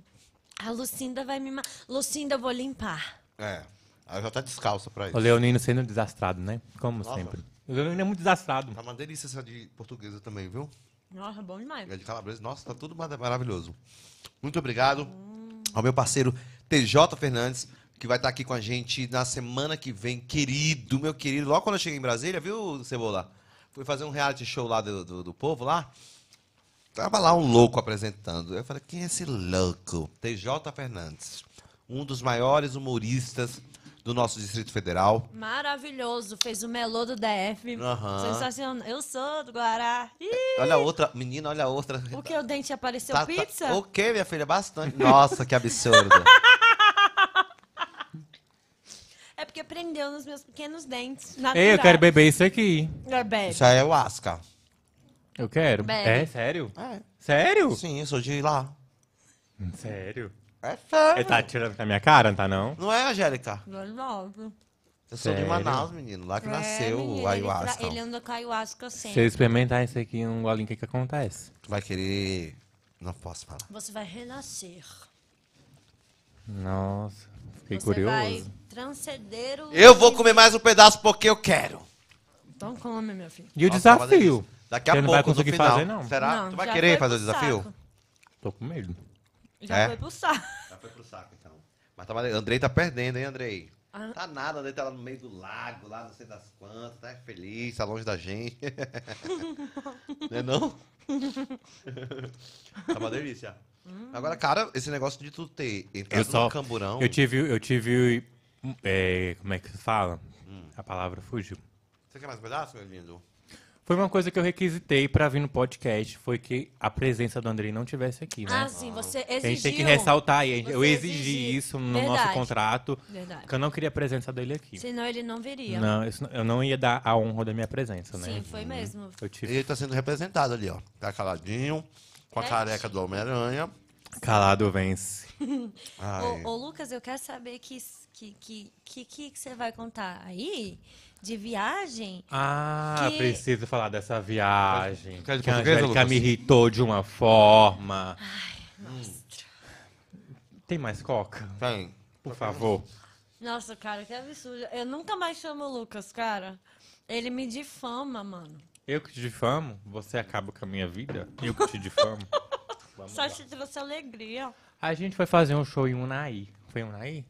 [SPEAKER 3] A Lucinda vai me... ma- Lucinda, eu vou limpar.
[SPEAKER 6] É. Ela já tá descalça pra isso.
[SPEAKER 4] O Leonino sendo desastrado, né? Como sempre. O Leonino é muito desastrado.
[SPEAKER 6] Tá uma delícia essa de portuguesa também, viu?
[SPEAKER 3] Nossa, bom demais.
[SPEAKER 1] É de calabresa. Nossa, tá tudo mara- maravilhoso. Muito obrigado ao meu parceiro TJ Fernandes, que vai estar aqui com a gente na semana que vem. Querido, meu querido. Logo quando eu cheguei em Brasília, viu, Cebola? Fui fazer um reality show lá do, do, do povo lá. Tava lá um louco apresentando. Eu falei, quem é esse louco? TJ Fernandes. Um dos maiores humoristas do nosso Distrito Federal.
[SPEAKER 3] Maravilhoso. Fez o melô do DF.
[SPEAKER 1] Aham.
[SPEAKER 3] Sensacional. Eu sou do Guará. Ih,
[SPEAKER 1] Olha a outra, menina, olha a outra.
[SPEAKER 3] o que o dente apareceu
[SPEAKER 1] Tá- tá-
[SPEAKER 3] pizza?
[SPEAKER 1] O que, minha filha? Bastante. Nossa, que
[SPEAKER 3] (laughs)
[SPEAKER 1] absurdo.
[SPEAKER 3] É porque prendeu nos meus pequenos dentes. Natural.
[SPEAKER 4] Ei, eu quero beber isso aqui.
[SPEAKER 3] É, bebe.
[SPEAKER 1] Isso aí é o Asca.
[SPEAKER 4] Eu quero.
[SPEAKER 3] Bebe.
[SPEAKER 4] É, sério?
[SPEAKER 1] É.
[SPEAKER 4] Sério?
[SPEAKER 1] Sim, eu sou de lá.
[SPEAKER 4] Sério?
[SPEAKER 1] É sério.
[SPEAKER 4] Ele tá tirando na minha cara, não tá não?
[SPEAKER 1] Não é, Angélica?
[SPEAKER 3] Normal.
[SPEAKER 1] Eu sou de
[SPEAKER 4] Sério?
[SPEAKER 1] Manaus, menino. Lá que nasceu
[SPEAKER 3] É, menino,
[SPEAKER 1] o
[SPEAKER 3] ele tra-
[SPEAKER 1] ayahuasca.
[SPEAKER 3] Ele anda com ayahuasca assim. sempre.
[SPEAKER 4] Se eu experimentar isso aqui num golinho, o que que acontece?
[SPEAKER 3] um-
[SPEAKER 1] Tu vai querer. Não posso falar.
[SPEAKER 3] Você vai renascer.
[SPEAKER 4] Nossa, fiquei
[SPEAKER 3] Você
[SPEAKER 4] curioso.
[SPEAKER 3] vai transcender o.
[SPEAKER 1] Eu vou comer mais um pedaço porque eu quero.
[SPEAKER 3] Então come, meu filho.
[SPEAKER 4] E o
[SPEAKER 1] Nossa, tava
[SPEAKER 4] desafio?
[SPEAKER 1] delícia. Daqui a
[SPEAKER 4] Você
[SPEAKER 1] pouco,
[SPEAKER 4] não vai
[SPEAKER 1] no
[SPEAKER 4] conseguir
[SPEAKER 1] final. é
[SPEAKER 4] fazer, não?
[SPEAKER 1] Será?
[SPEAKER 3] Não,
[SPEAKER 1] tu vai
[SPEAKER 3] já
[SPEAKER 1] querer
[SPEAKER 3] foi
[SPEAKER 1] fazer o
[SPEAKER 3] pro
[SPEAKER 1] desafio?
[SPEAKER 3] saco.
[SPEAKER 4] Tô com medo.
[SPEAKER 3] Já
[SPEAKER 1] É?
[SPEAKER 3] foi pro saco.
[SPEAKER 1] Já foi pro saco, então. Mas tá, male- Andrei tá perdendo, hein, Andrei? Tá nada, Andrei tá lá no meio do lago, lá não sei das quantas, tá feliz, tá longe da gente. não é não? tá uma delícia. Agora, cara, esse negócio de tu ter entrado
[SPEAKER 4] Eu só-
[SPEAKER 1] no um camburão...
[SPEAKER 4] Eu tive, eu tive, é, como é que se fala?
[SPEAKER 1] Hum.
[SPEAKER 4] A palavra fugiu.
[SPEAKER 1] Você quer mais um pedaço, meu lindo?
[SPEAKER 4] Foi uma coisa que eu requisitei pra vir no podcast, foi que a presença do Andrei não tivesse aqui, né?
[SPEAKER 3] Ah, sim, você exigiu.
[SPEAKER 4] A gente tem que ressaltar, e a gente- eu
[SPEAKER 3] Você
[SPEAKER 4] exigi
[SPEAKER 3] exigiu.
[SPEAKER 4] isso no
[SPEAKER 3] Verdade.
[SPEAKER 4] nosso contrato,
[SPEAKER 3] Verdade.
[SPEAKER 4] porque eu não queria a presença dele aqui.
[SPEAKER 3] Senão ele não viria.
[SPEAKER 4] Não, isso não- eu não ia dar a honra da minha presença, né?
[SPEAKER 3] Sim, foi mesmo.
[SPEAKER 4] Eu tive
[SPEAKER 1] Ele tá sendo representado ali, ó. Tá caladinho, com a
[SPEAKER 3] Certinho.
[SPEAKER 1] careca do Homem-Aranha.
[SPEAKER 4] calado vence.
[SPEAKER 1] Ai,
[SPEAKER 3] Ô, ô, Lucas, eu quero saber que que, que, que, que você vai contar aí de viagem.
[SPEAKER 4] Ah,
[SPEAKER 3] Que-
[SPEAKER 4] preciso falar dessa viagem.
[SPEAKER 1] Quer de
[SPEAKER 4] que a
[SPEAKER 1] português,
[SPEAKER 4] Angélica
[SPEAKER 1] Lucas?
[SPEAKER 4] me irritou de uma forma. Hum. Tem mais coca?
[SPEAKER 1] tem.
[SPEAKER 4] Por favor.
[SPEAKER 3] Nossa, cara, que absurdo. Eu nunca mais chamo o Lucas, cara. Ele me difama, mano.
[SPEAKER 4] Eu que te difamo, você acaba com a minha vida. Eu que te difamo.
[SPEAKER 3] Só te trouxe alegria.
[SPEAKER 4] (laughs) A gente foi fazer um show em Unai. Foi em Unai?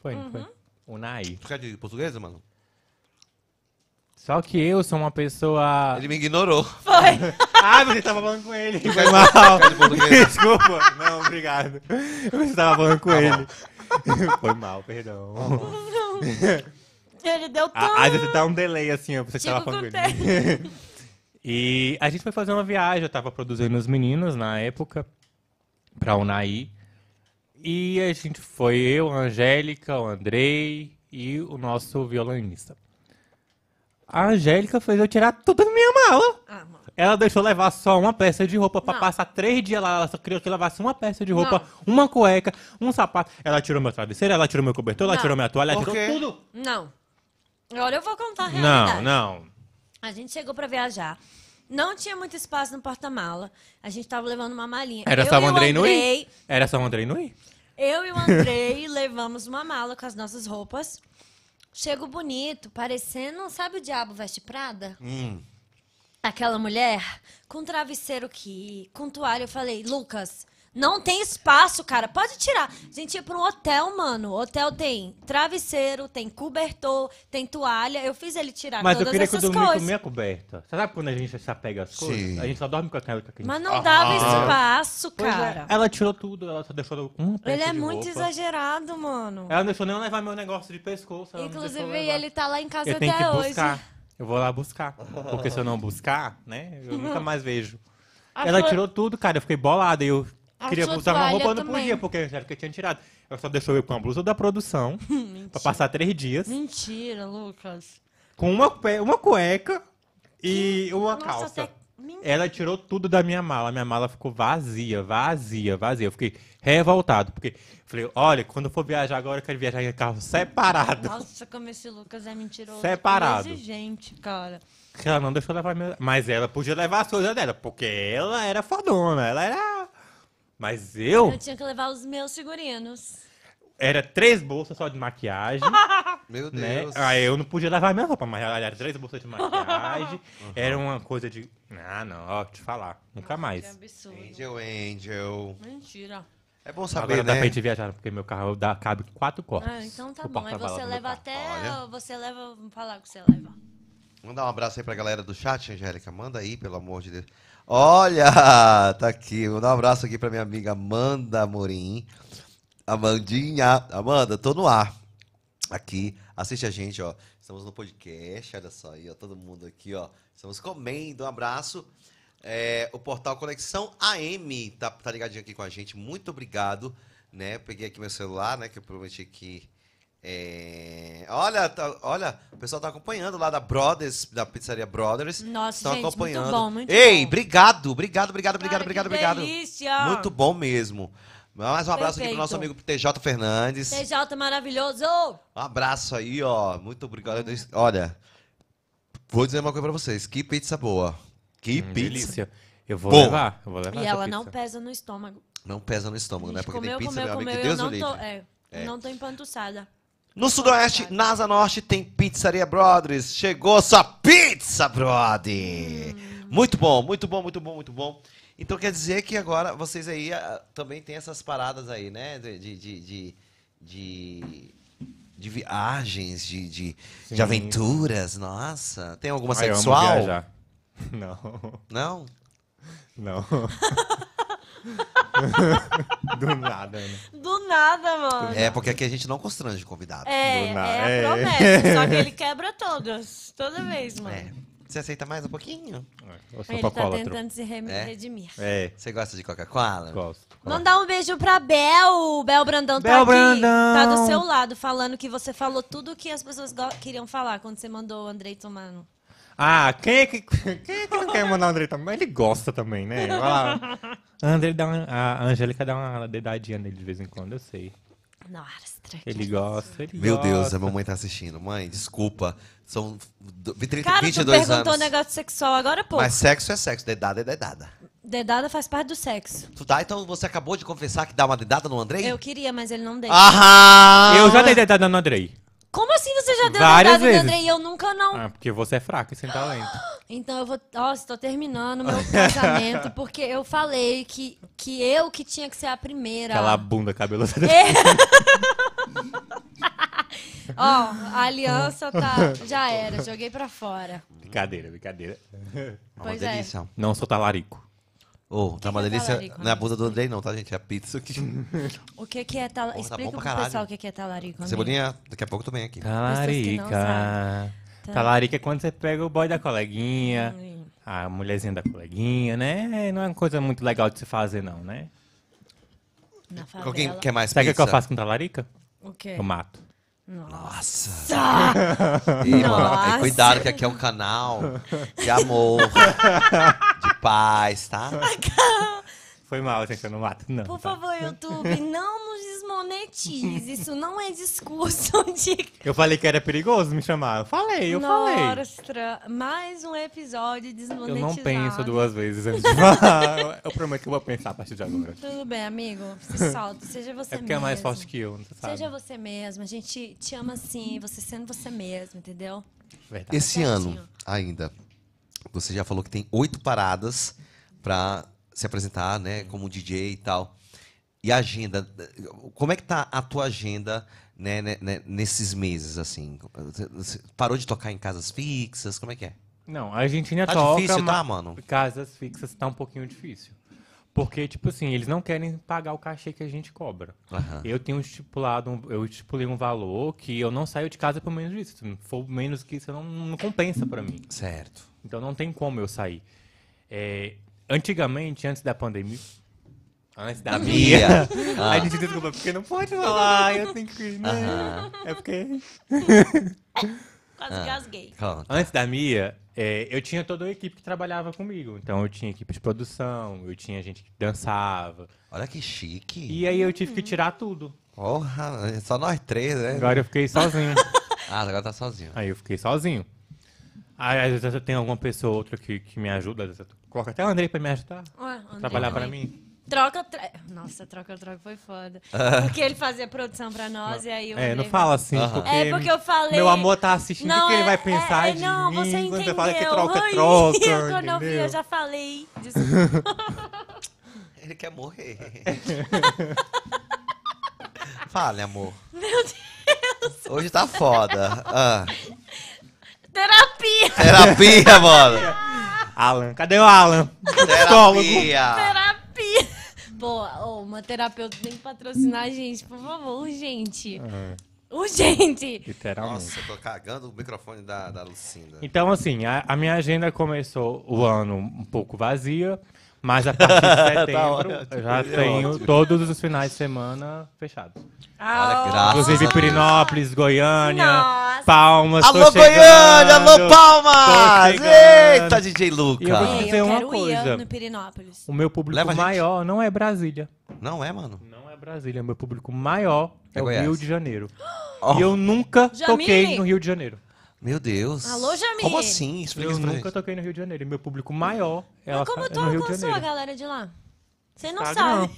[SPEAKER 4] Foi, não foi. Unai.
[SPEAKER 1] Tu quer de portuguesa, mano?
[SPEAKER 4] Só que eu sou uma pessoa. (laughs)
[SPEAKER 1] Ele me ignorou.
[SPEAKER 4] Ah, você tava falando com ele.
[SPEAKER 1] Quer
[SPEAKER 4] Foi
[SPEAKER 1] de-
[SPEAKER 4] mal. (laughs)
[SPEAKER 1] quer de português?
[SPEAKER 4] Desculpa. Não, obrigado. Eu tava falando com ele. (laughs) Foi mal, perdão.
[SPEAKER 3] Ele deu tanto.
[SPEAKER 4] A- Às vezes dá um delay assim, ó, pra você que
[SPEAKER 3] Chico
[SPEAKER 4] tava falando com ele. (laughs) E a gente foi fazer uma viagem, eu tava produzindo os meninos na época, pra Unai. E a gente foi eu, a Angélica, o Andrei e o nosso violonista. A Angélica fez eu tirar tudo da minha mala.
[SPEAKER 3] Ah, mano.
[SPEAKER 4] Ela deixou levar só uma peça de roupa pra
[SPEAKER 3] Não.
[SPEAKER 4] passar três dias lá. Ela só queria que eu levasse uma peça de roupa, uma cueca, um sapato. Ela tirou meu travesseiro, ela tirou meu cobertor, ela
[SPEAKER 3] Não.
[SPEAKER 4] tirou minha toalha, ela
[SPEAKER 1] Por
[SPEAKER 4] tirou
[SPEAKER 1] quê?
[SPEAKER 4] tudo.
[SPEAKER 3] Não. Agora eu vou contar a
[SPEAKER 4] Não,
[SPEAKER 3] realidade.
[SPEAKER 4] não.
[SPEAKER 3] A gente chegou pra viajar. Não tinha muito espaço no porta-mala. A gente tava levando uma malinha.
[SPEAKER 4] Era
[SPEAKER 3] eu
[SPEAKER 4] só
[SPEAKER 3] e
[SPEAKER 4] o Andrei
[SPEAKER 3] o Andrei
[SPEAKER 4] Nui? Era só o Andrei Nui?
[SPEAKER 3] Eu e o Andrei (laughs) levamos uma mala com as nossas roupas. Chego bonito, parecendo, sabe o diabo veste Prada? Aquela mulher com travesseiro que, com toalha, eu falei, Lucas, não tem espaço, cara, pode tirar. A gente ia pra um hotel, mano. Hotel tem travesseiro, tem cobertor, tem toalha. Eu fiz ele tirar
[SPEAKER 4] Mas eu
[SPEAKER 3] Tá, todas
[SPEAKER 4] queria que eu
[SPEAKER 3] essas
[SPEAKER 4] dormisse
[SPEAKER 3] coisas.
[SPEAKER 4] com minha coberta. Você sabe quando a gente se apega às coisas?
[SPEAKER 1] Sim.
[SPEAKER 4] A gente só dorme com aquela que a gente...
[SPEAKER 3] Mas não dava espaço,
[SPEAKER 4] Pois é,
[SPEAKER 3] cara.
[SPEAKER 4] Ela tirou tudo, ela só deixou uma peça
[SPEAKER 3] Ele é
[SPEAKER 4] de
[SPEAKER 3] muito
[SPEAKER 4] roupa.
[SPEAKER 3] exagerado, mano.
[SPEAKER 4] Ela não deixou nem eu levar meu negócio de pescoço. ela não deixou
[SPEAKER 3] Inclusive,
[SPEAKER 4] eu levar.
[SPEAKER 3] ele tá lá em casa
[SPEAKER 4] Eu
[SPEAKER 3] até
[SPEAKER 4] tenho que
[SPEAKER 3] hoje.
[SPEAKER 4] buscar. Eu vou lá buscar. Porque se eu não buscar, né, eu nunca mais vejo.
[SPEAKER 3] A
[SPEAKER 4] ela
[SPEAKER 3] sua-
[SPEAKER 4] tirou tudo, cara. Eu fiquei bolada. Eu
[SPEAKER 3] A
[SPEAKER 4] queria
[SPEAKER 3] sua
[SPEAKER 4] usar uma roupa,
[SPEAKER 3] toalha
[SPEAKER 4] eu não podia,
[SPEAKER 3] também.
[SPEAKER 4] porque a Angélica tinha tirado. Ela só deixou eu com a blusa
[SPEAKER 3] (laughs)
[SPEAKER 4] da produção, pra passar três dias,
[SPEAKER 3] Mentira, Lucas.
[SPEAKER 4] com uma, pe- uma cueca e
[SPEAKER 3] Nossa,
[SPEAKER 4] uma
[SPEAKER 3] é
[SPEAKER 4] calça.
[SPEAKER 3] até- Mentira.
[SPEAKER 4] Ela tirou tudo da minha mala. Minha mala ficou vazia, vazia, vazia. Eu fiquei revoltado, porque falei, olha, quando eu for viajar agora, eu quero viajar em carro separado.
[SPEAKER 3] Nossa, como esse Lucas é mentiroso.
[SPEAKER 4] Separado.
[SPEAKER 3] Ele é Exigente, cara.
[SPEAKER 4] Que ela não deixou levar minha... Mas ela podia levar as coisas dela, porque ela era fodona, ela era... Mas eu...
[SPEAKER 3] Eu tinha que levar os meus figurinos.
[SPEAKER 4] Era três bolsas só de maquiagem,
[SPEAKER 1] Meu
[SPEAKER 4] né?
[SPEAKER 1] Deus.
[SPEAKER 4] Aí eu não podia lavar minha roupa, mas ela era três bolsas de maquiagem. Era uma coisa de. Ah, não, ó, te falar. Nunca
[SPEAKER 3] Que
[SPEAKER 4] mais.
[SPEAKER 3] absurdo.
[SPEAKER 1] Angel, Angel.
[SPEAKER 3] Mentira.
[SPEAKER 1] É bom
[SPEAKER 4] Agora
[SPEAKER 1] saber,
[SPEAKER 4] dá pra
[SPEAKER 1] né?
[SPEAKER 4] gente viajar, porque meu carro dá, cabe quatro corpos.
[SPEAKER 3] Ah, então tá
[SPEAKER 4] O
[SPEAKER 3] bom. Aí
[SPEAKER 4] porta-malas
[SPEAKER 3] você
[SPEAKER 4] do meu
[SPEAKER 3] leva
[SPEAKER 4] carro.
[SPEAKER 3] até.
[SPEAKER 1] Olha.
[SPEAKER 3] Você leva. Vamos falar o que você leva.
[SPEAKER 1] Mandar um abraço aí pra galera do chat, Angélica. Manda aí, pelo amor de Deus. Olha, (laughs) tá aqui. Vou dar um abraço aqui pra minha amiga Amanda Amorim. Amandinha. Amanda, tô no ar. Aqui, assiste a gente, ó. Estamos no podcast, olha só aí, ó. Todo mundo aqui, ó. Estamos comendo. Um abraço. É, o portal Conexão AM tá, tá ligadinho aqui com a gente. Muito obrigado, né? Peguei aqui meu celular, né? Que eu prometi que. é, Olha, tá- olha, o pessoal tá acompanhando lá da Brothers, da pizzaria Brothers.
[SPEAKER 3] Nossa,
[SPEAKER 1] Estão
[SPEAKER 3] gente,
[SPEAKER 1] acompanhando.
[SPEAKER 3] muito bom, muito
[SPEAKER 1] Ei,
[SPEAKER 3] bom.
[SPEAKER 1] obrigado, obrigado, obrigado,
[SPEAKER 3] Cara,
[SPEAKER 1] obrigado, obrigado, obrigado.
[SPEAKER 3] que delícia!
[SPEAKER 1] Muito bom mesmo. Mais um abraço aqui pro
[SPEAKER 3] Perfeito.
[SPEAKER 1] nosso amigo TJ Fernandes.
[SPEAKER 3] TJ maravilhoso!
[SPEAKER 1] Um abraço aí, ó. Muito obrigado. Olha, vou dizer uma coisa pra vocês. Que pizza boa. Que
[SPEAKER 4] Hum,
[SPEAKER 1] pizza.
[SPEAKER 4] delícia. Eu vou
[SPEAKER 1] Bom.
[SPEAKER 4] levar, eu vou levar.
[SPEAKER 3] E
[SPEAKER 4] essa
[SPEAKER 3] ela não
[SPEAKER 4] pizza.
[SPEAKER 3] pesa no estômago.
[SPEAKER 1] Não pesa no
[SPEAKER 3] A
[SPEAKER 1] estômago, né?
[SPEAKER 3] gente
[SPEAKER 1] Porque tem
[SPEAKER 3] comeu,
[SPEAKER 1] pizza,
[SPEAKER 3] comeu,
[SPEAKER 1] meu amigo.
[SPEAKER 3] comeu.
[SPEAKER 1] que Deus
[SPEAKER 3] eu
[SPEAKER 1] o
[SPEAKER 3] não tô.
[SPEAKER 1] livre.
[SPEAKER 3] É, Não tô empantuçada.
[SPEAKER 1] No Sudoeste, na Asa Norte, tem Pizzaria Brothers. Chegou sua pizza, brother!
[SPEAKER 4] Hum.
[SPEAKER 1] Muito bom, muito bom, muito bom, muito bom. Então quer dizer que agora vocês aí ah, também tem essas paradas aí, né? De, de, de, de, de- de viagens, de, de, de
[SPEAKER 4] Sim.
[SPEAKER 1] aventuras, nossa. Tem alguma
[SPEAKER 4] Ah, eu amo
[SPEAKER 1] sexual?
[SPEAKER 4] viajar. (laughs) Não,
[SPEAKER 1] Não?
[SPEAKER 4] (laughs) não. do nada, né?
[SPEAKER 3] Do nada, mano.
[SPEAKER 1] É, porque aqui a gente não constrange o convidado.
[SPEAKER 3] É,
[SPEAKER 4] do nada.
[SPEAKER 3] é
[SPEAKER 4] É.
[SPEAKER 3] a promessa. Só
[SPEAKER 4] (laughs)
[SPEAKER 3] que ele quebra todas. Toda vez, mano.
[SPEAKER 1] É. Você aceita mais um pouquinho?
[SPEAKER 4] Eu sou
[SPEAKER 3] Ele tá
[SPEAKER 4] alcoólatra.
[SPEAKER 3] tentando se rem-
[SPEAKER 1] É?
[SPEAKER 3] redimir.
[SPEAKER 4] É,
[SPEAKER 1] Você gosta de Coca-Cola?
[SPEAKER 4] gosto.
[SPEAKER 3] Mandar um beijo pra Bel. Bel Brandão tá
[SPEAKER 4] Bel
[SPEAKER 3] aqui.
[SPEAKER 4] Brandão.
[SPEAKER 3] Tá do seu lado, falando que você falou tudo o que as pessoas go- queriam falar quando você mandou o Andrei tomar no...
[SPEAKER 4] Ah, quem é que, quem é que não quer mandar o André também? Mas Ele gosta também, né?
[SPEAKER 3] (laughs)
[SPEAKER 4] Vai lá. A André dá uma, a Angélica dá uma dedadinha nele de vez em quando, eu sei.
[SPEAKER 3] na Astra.
[SPEAKER 4] Ele gosta, ele
[SPEAKER 1] Meu
[SPEAKER 4] gosta.
[SPEAKER 1] Deus, a mamãe tá assistindo. Mãe, desculpa. São do- 30,
[SPEAKER 3] Cara, tu
[SPEAKER 1] 22
[SPEAKER 3] perguntou um
[SPEAKER 1] anos.
[SPEAKER 3] negócio sexual agora, pô.
[SPEAKER 1] Mas sexo é sexo, dedada é dedada.
[SPEAKER 3] Dedada faz parte do sexo.
[SPEAKER 1] Tu tá? Então você acabou de confessar que dá uma dedada no Andrei?
[SPEAKER 3] Eu queria, mas ele não
[SPEAKER 4] Ah.
[SPEAKER 3] deixa.
[SPEAKER 1] Aham!
[SPEAKER 4] Eu já dei dedada no Andrei.
[SPEAKER 3] Como assim você já deu
[SPEAKER 4] Várias
[SPEAKER 3] dedada no
[SPEAKER 4] vezes.
[SPEAKER 3] Andrei e eu nunca não?
[SPEAKER 4] Ah, porque você é fraca e sem talento.
[SPEAKER 3] Então eu vou. Ó, estou terminando
[SPEAKER 1] (laughs)
[SPEAKER 3] meu casamento, porque eu falei que, que eu que tinha que ser a primeira.
[SPEAKER 4] Aquela
[SPEAKER 3] (laughs)
[SPEAKER 4] bunda cabeluda.
[SPEAKER 3] É. Ó, a aliança tá. Já era, joguei pra fora.
[SPEAKER 4] brincadeira, brincadeira.
[SPEAKER 1] É uma
[SPEAKER 3] Pois é.
[SPEAKER 1] delícia.
[SPEAKER 4] Não sou talarico.
[SPEAKER 1] Ô, tá uma
[SPEAKER 3] que é
[SPEAKER 1] delícia.
[SPEAKER 3] talarico,
[SPEAKER 1] Não é a
[SPEAKER 3] né?
[SPEAKER 1] bunda do Andrei, não, tá, gente? É a pizza aqui.
[SPEAKER 3] O que que é
[SPEAKER 1] Porra,
[SPEAKER 3] talarico?
[SPEAKER 1] tá bom
[SPEAKER 3] Explica
[SPEAKER 1] pra
[SPEAKER 3] pro
[SPEAKER 1] caralho.
[SPEAKER 3] pessoal o que que é talarico. amigo.
[SPEAKER 1] Cebolinha, daqui a pouco tu vem aqui.
[SPEAKER 3] que não
[SPEAKER 4] Talarica.
[SPEAKER 3] Tá.
[SPEAKER 4] Talarica é quando você pega o boy da coleguinha,
[SPEAKER 3] Hum.
[SPEAKER 4] a mulherzinha da coleguinha, né? Não é uma coisa muito legal de se fazer, não, né?
[SPEAKER 3] Na favela.
[SPEAKER 1] Alguém quer mais
[SPEAKER 4] Sabe o que
[SPEAKER 1] pizza?
[SPEAKER 4] eu faço com talarica?
[SPEAKER 3] O quê?
[SPEAKER 4] Eu mato.
[SPEAKER 1] Nossa!
[SPEAKER 3] Tá.
[SPEAKER 1] (laughs) Ih, mano,
[SPEAKER 3] Nossa.
[SPEAKER 1] aí cuidado que aqui é um canal de
[SPEAKER 4] (laughs)
[SPEAKER 1] amor, de paz, tá?
[SPEAKER 4] Foi mal, gente, eu não mato, não.
[SPEAKER 3] Por
[SPEAKER 4] tá?
[SPEAKER 3] favor, YouTube, não nos desmonetize. Isso não é discurso de
[SPEAKER 4] Eu falei que era perigoso me chamar. Eu falei, eu falei.
[SPEAKER 3] Nostra, mais um episódio
[SPEAKER 4] Eu
[SPEAKER 3] desmonetizado.
[SPEAKER 4] não penso duas vezes antes de falar. (laughs) Eu prometo que eu vou pensar a partir de agora.
[SPEAKER 3] Tudo bem, amigo.
[SPEAKER 4] (laughs)
[SPEAKER 3] Se solta. Seja você
[SPEAKER 4] É
[SPEAKER 3] mesmo.
[SPEAKER 4] porque é mais forte que eu, você sabe?
[SPEAKER 3] Seja você mesmo. A gente te ama assim, você sendo você mesmo, entendeu?
[SPEAKER 4] Verdade.
[SPEAKER 1] Esse
[SPEAKER 3] certinho.
[SPEAKER 1] ano ainda, você já falou que tem oito paradas pra se apresentar, né, como DJ e tal. E a agenda, como é que tá a tua agenda, né, né, né, nesses meses, assim? Você- você Parou de tocar em casas fixas? Como é que é?
[SPEAKER 4] Não, a Argentina
[SPEAKER 1] Tá
[SPEAKER 4] toca,
[SPEAKER 1] difícil, tá,
[SPEAKER 4] mas
[SPEAKER 1] mano?
[SPEAKER 4] casas fixas tá um pouquinho difícil. Porque, tipo assim, eles não querem pagar o cachê que a gente cobra.
[SPEAKER 1] Aham.
[SPEAKER 4] Eu tenho estipulado, um- eu estipulei um valor que eu não saio de casa por menos disso. Se não for menos que isso, não, não compensa pra mim.
[SPEAKER 1] Certo.
[SPEAKER 4] Então não tem como eu sair. É, antigamente, antes da pandemia. Antes da
[SPEAKER 1] Mia.
[SPEAKER 4] (laughs) Mia.
[SPEAKER 1] Ah.
[SPEAKER 4] A gente desculpa, porque não pode falar. Eu tenho que. né?
[SPEAKER 1] Aham.
[SPEAKER 4] É porque.
[SPEAKER 3] Quase gasguei.
[SPEAKER 1] Conta.
[SPEAKER 4] Antes da Mia, é, eu tinha toda a equipe que trabalhava comigo. Então eu tinha equipe de produção, eu tinha gente que dançava.
[SPEAKER 1] Olha que chique.
[SPEAKER 4] E aí eu tive que
[SPEAKER 3] Uhum.
[SPEAKER 4] tirar tudo.
[SPEAKER 1] Porra, é só nós três, né?
[SPEAKER 4] Agora eu fiquei sozinho.
[SPEAKER 1] Ah, agora tá sozinho.
[SPEAKER 4] (laughs) Aí eu fiquei sozinho. Aí às vezes eu tenho alguma pessoa ou outra que, que me ajuda. às vezes eu coloco até o Andrei pra me ajudar.
[SPEAKER 3] Ué, André
[SPEAKER 4] trabalhar pra
[SPEAKER 3] também.
[SPEAKER 4] mim.
[SPEAKER 3] Troca, troca. Nossa, troca, troca foi
[SPEAKER 4] (laughs)
[SPEAKER 3] foda. Porque ele fazia produção pra nós e aí eu.
[SPEAKER 4] É, não
[SPEAKER 3] mandei-
[SPEAKER 4] fala assim, porque...
[SPEAKER 3] É porque eu falei.
[SPEAKER 4] Meu amor tá assistindo, o que
[SPEAKER 3] Não,
[SPEAKER 4] que ele vai
[SPEAKER 3] é-
[SPEAKER 4] pensar
[SPEAKER 3] é-
[SPEAKER 4] de
[SPEAKER 3] Não,
[SPEAKER 4] mim?
[SPEAKER 3] você
[SPEAKER 4] quando
[SPEAKER 3] entendeu.
[SPEAKER 4] eu falo que
[SPEAKER 3] Oi, (laughs)
[SPEAKER 4] troca, troca,
[SPEAKER 3] Quando eu vi,
[SPEAKER 4] entendeu?
[SPEAKER 3] eu já falei. Desculpa.
[SPEAKER 1] Ele quer (laughs) morrer.
[SPEAKER 6] Fale, amor.
[SPEAKER 1] Hoje tá foda. Ah,
[SPEAKER 3] Terapia!
[SPEAKER 1] terapia, mano.
[SPEAKER 4] Alan, cadê o Alan? (laughs) Psicólogo.
[SPEAKER 1] Terapia.
[SPEAKER 3] Terapia! Boa, ô, uma terapeuta tem que patrocinar a gente, por favor, urgente.
[SPEAKER 4] É.
[SPEAKER 3] Urgente!
[SPEAKER 4] Literalmente.
[SPEAKER 6] Nossa, eu tô cagando o microfone da, da Lucinda.
[SPEAKER 4] Então, assim, a, a minha agenda começou o ano um pouco vazia, mas a
[SPEAKER 1] (laughs)
[SPEAKER 4] partir de
[SPEAKER 1] Tá
[SPEAKER 4] setembro eu
[SPEAKER 1] É
[SPEAKER 4] já tenho todos os finais de semana fechados.
[SPEAKER 3] Ah,
[SPEAKER 4] Inclusive Pirinópolis, Goiânia,
[SPEAKER 3] Nossa.
[SPEAKER 4] Palmas. tô
[SPEAKER 1] Alô,
[SPEAKER 4] chegando.
[SPEAKER 1] Goiânia! Alô, Palmas!
[SPEAKER 4] Tô chegando.
[SPEAKER 1] Eita, DJ
[SPEAKER 4] E eu
[SPEAKER 1] Luca.
[SPEAKER 4] vou-
[SPEAKER 3] Ei,
[SPEAKER 4] dizer
[SPEAKER 3] eu
[SPEAKER 4] uma
[SPEAKER 3] quero
[SPEAKER 4] coisa.
[SPEAKER 3] ir no Pirinópolis.
[SPEAKER 4] O meu público
[SPEAKER 1] Leva a gente.
[SPEAKER 4] maior não é Brasília.
[SPEAKER 1] Não é, mano?
[SPEAKER 4] Não é Brasília, o meu público maior é,
[SPEAKER 1] É
[SPEAKER 4] o
[SPEAKER 1] Goiás.
[SPEAKER 4] Rio de Janeiro.
[SPEAKER 1] (gasps) Oh.
[SPEAKER 4] E eu nunca
[SPEAKER 3] Jamile.
[SPEAKER 4] toquei no Rio de Janeiro.
[SPEAKER 1] Meu Deus.
[SPEAKER 3] Alô, Jamile.
[SPEAKER 1] Como assim? Explica
[SPEAKER 4] Eu
[SPEAKER 1] isso pra
[SPEAKER 4] nunca
[SPEAKER 1] gente.
[SPEAKER 4] toquei no Rio de Janeiro. E meu público maior é,
[SPEAKER 3] Mas
[SPEAKER 4] lá-
[SPEAKER 3] como
[SPEAKER 4] é
[SPEAKER 3] tu
[SPEAKER 4] no Rio de
[SPEAKER 3] alcançou a
[SPEAKER 4] Janeiro.
[SPEAKER 3] galera de lá? Você não
[SPEAKER 4] Instagram.
[SPEAKER 3] sabe.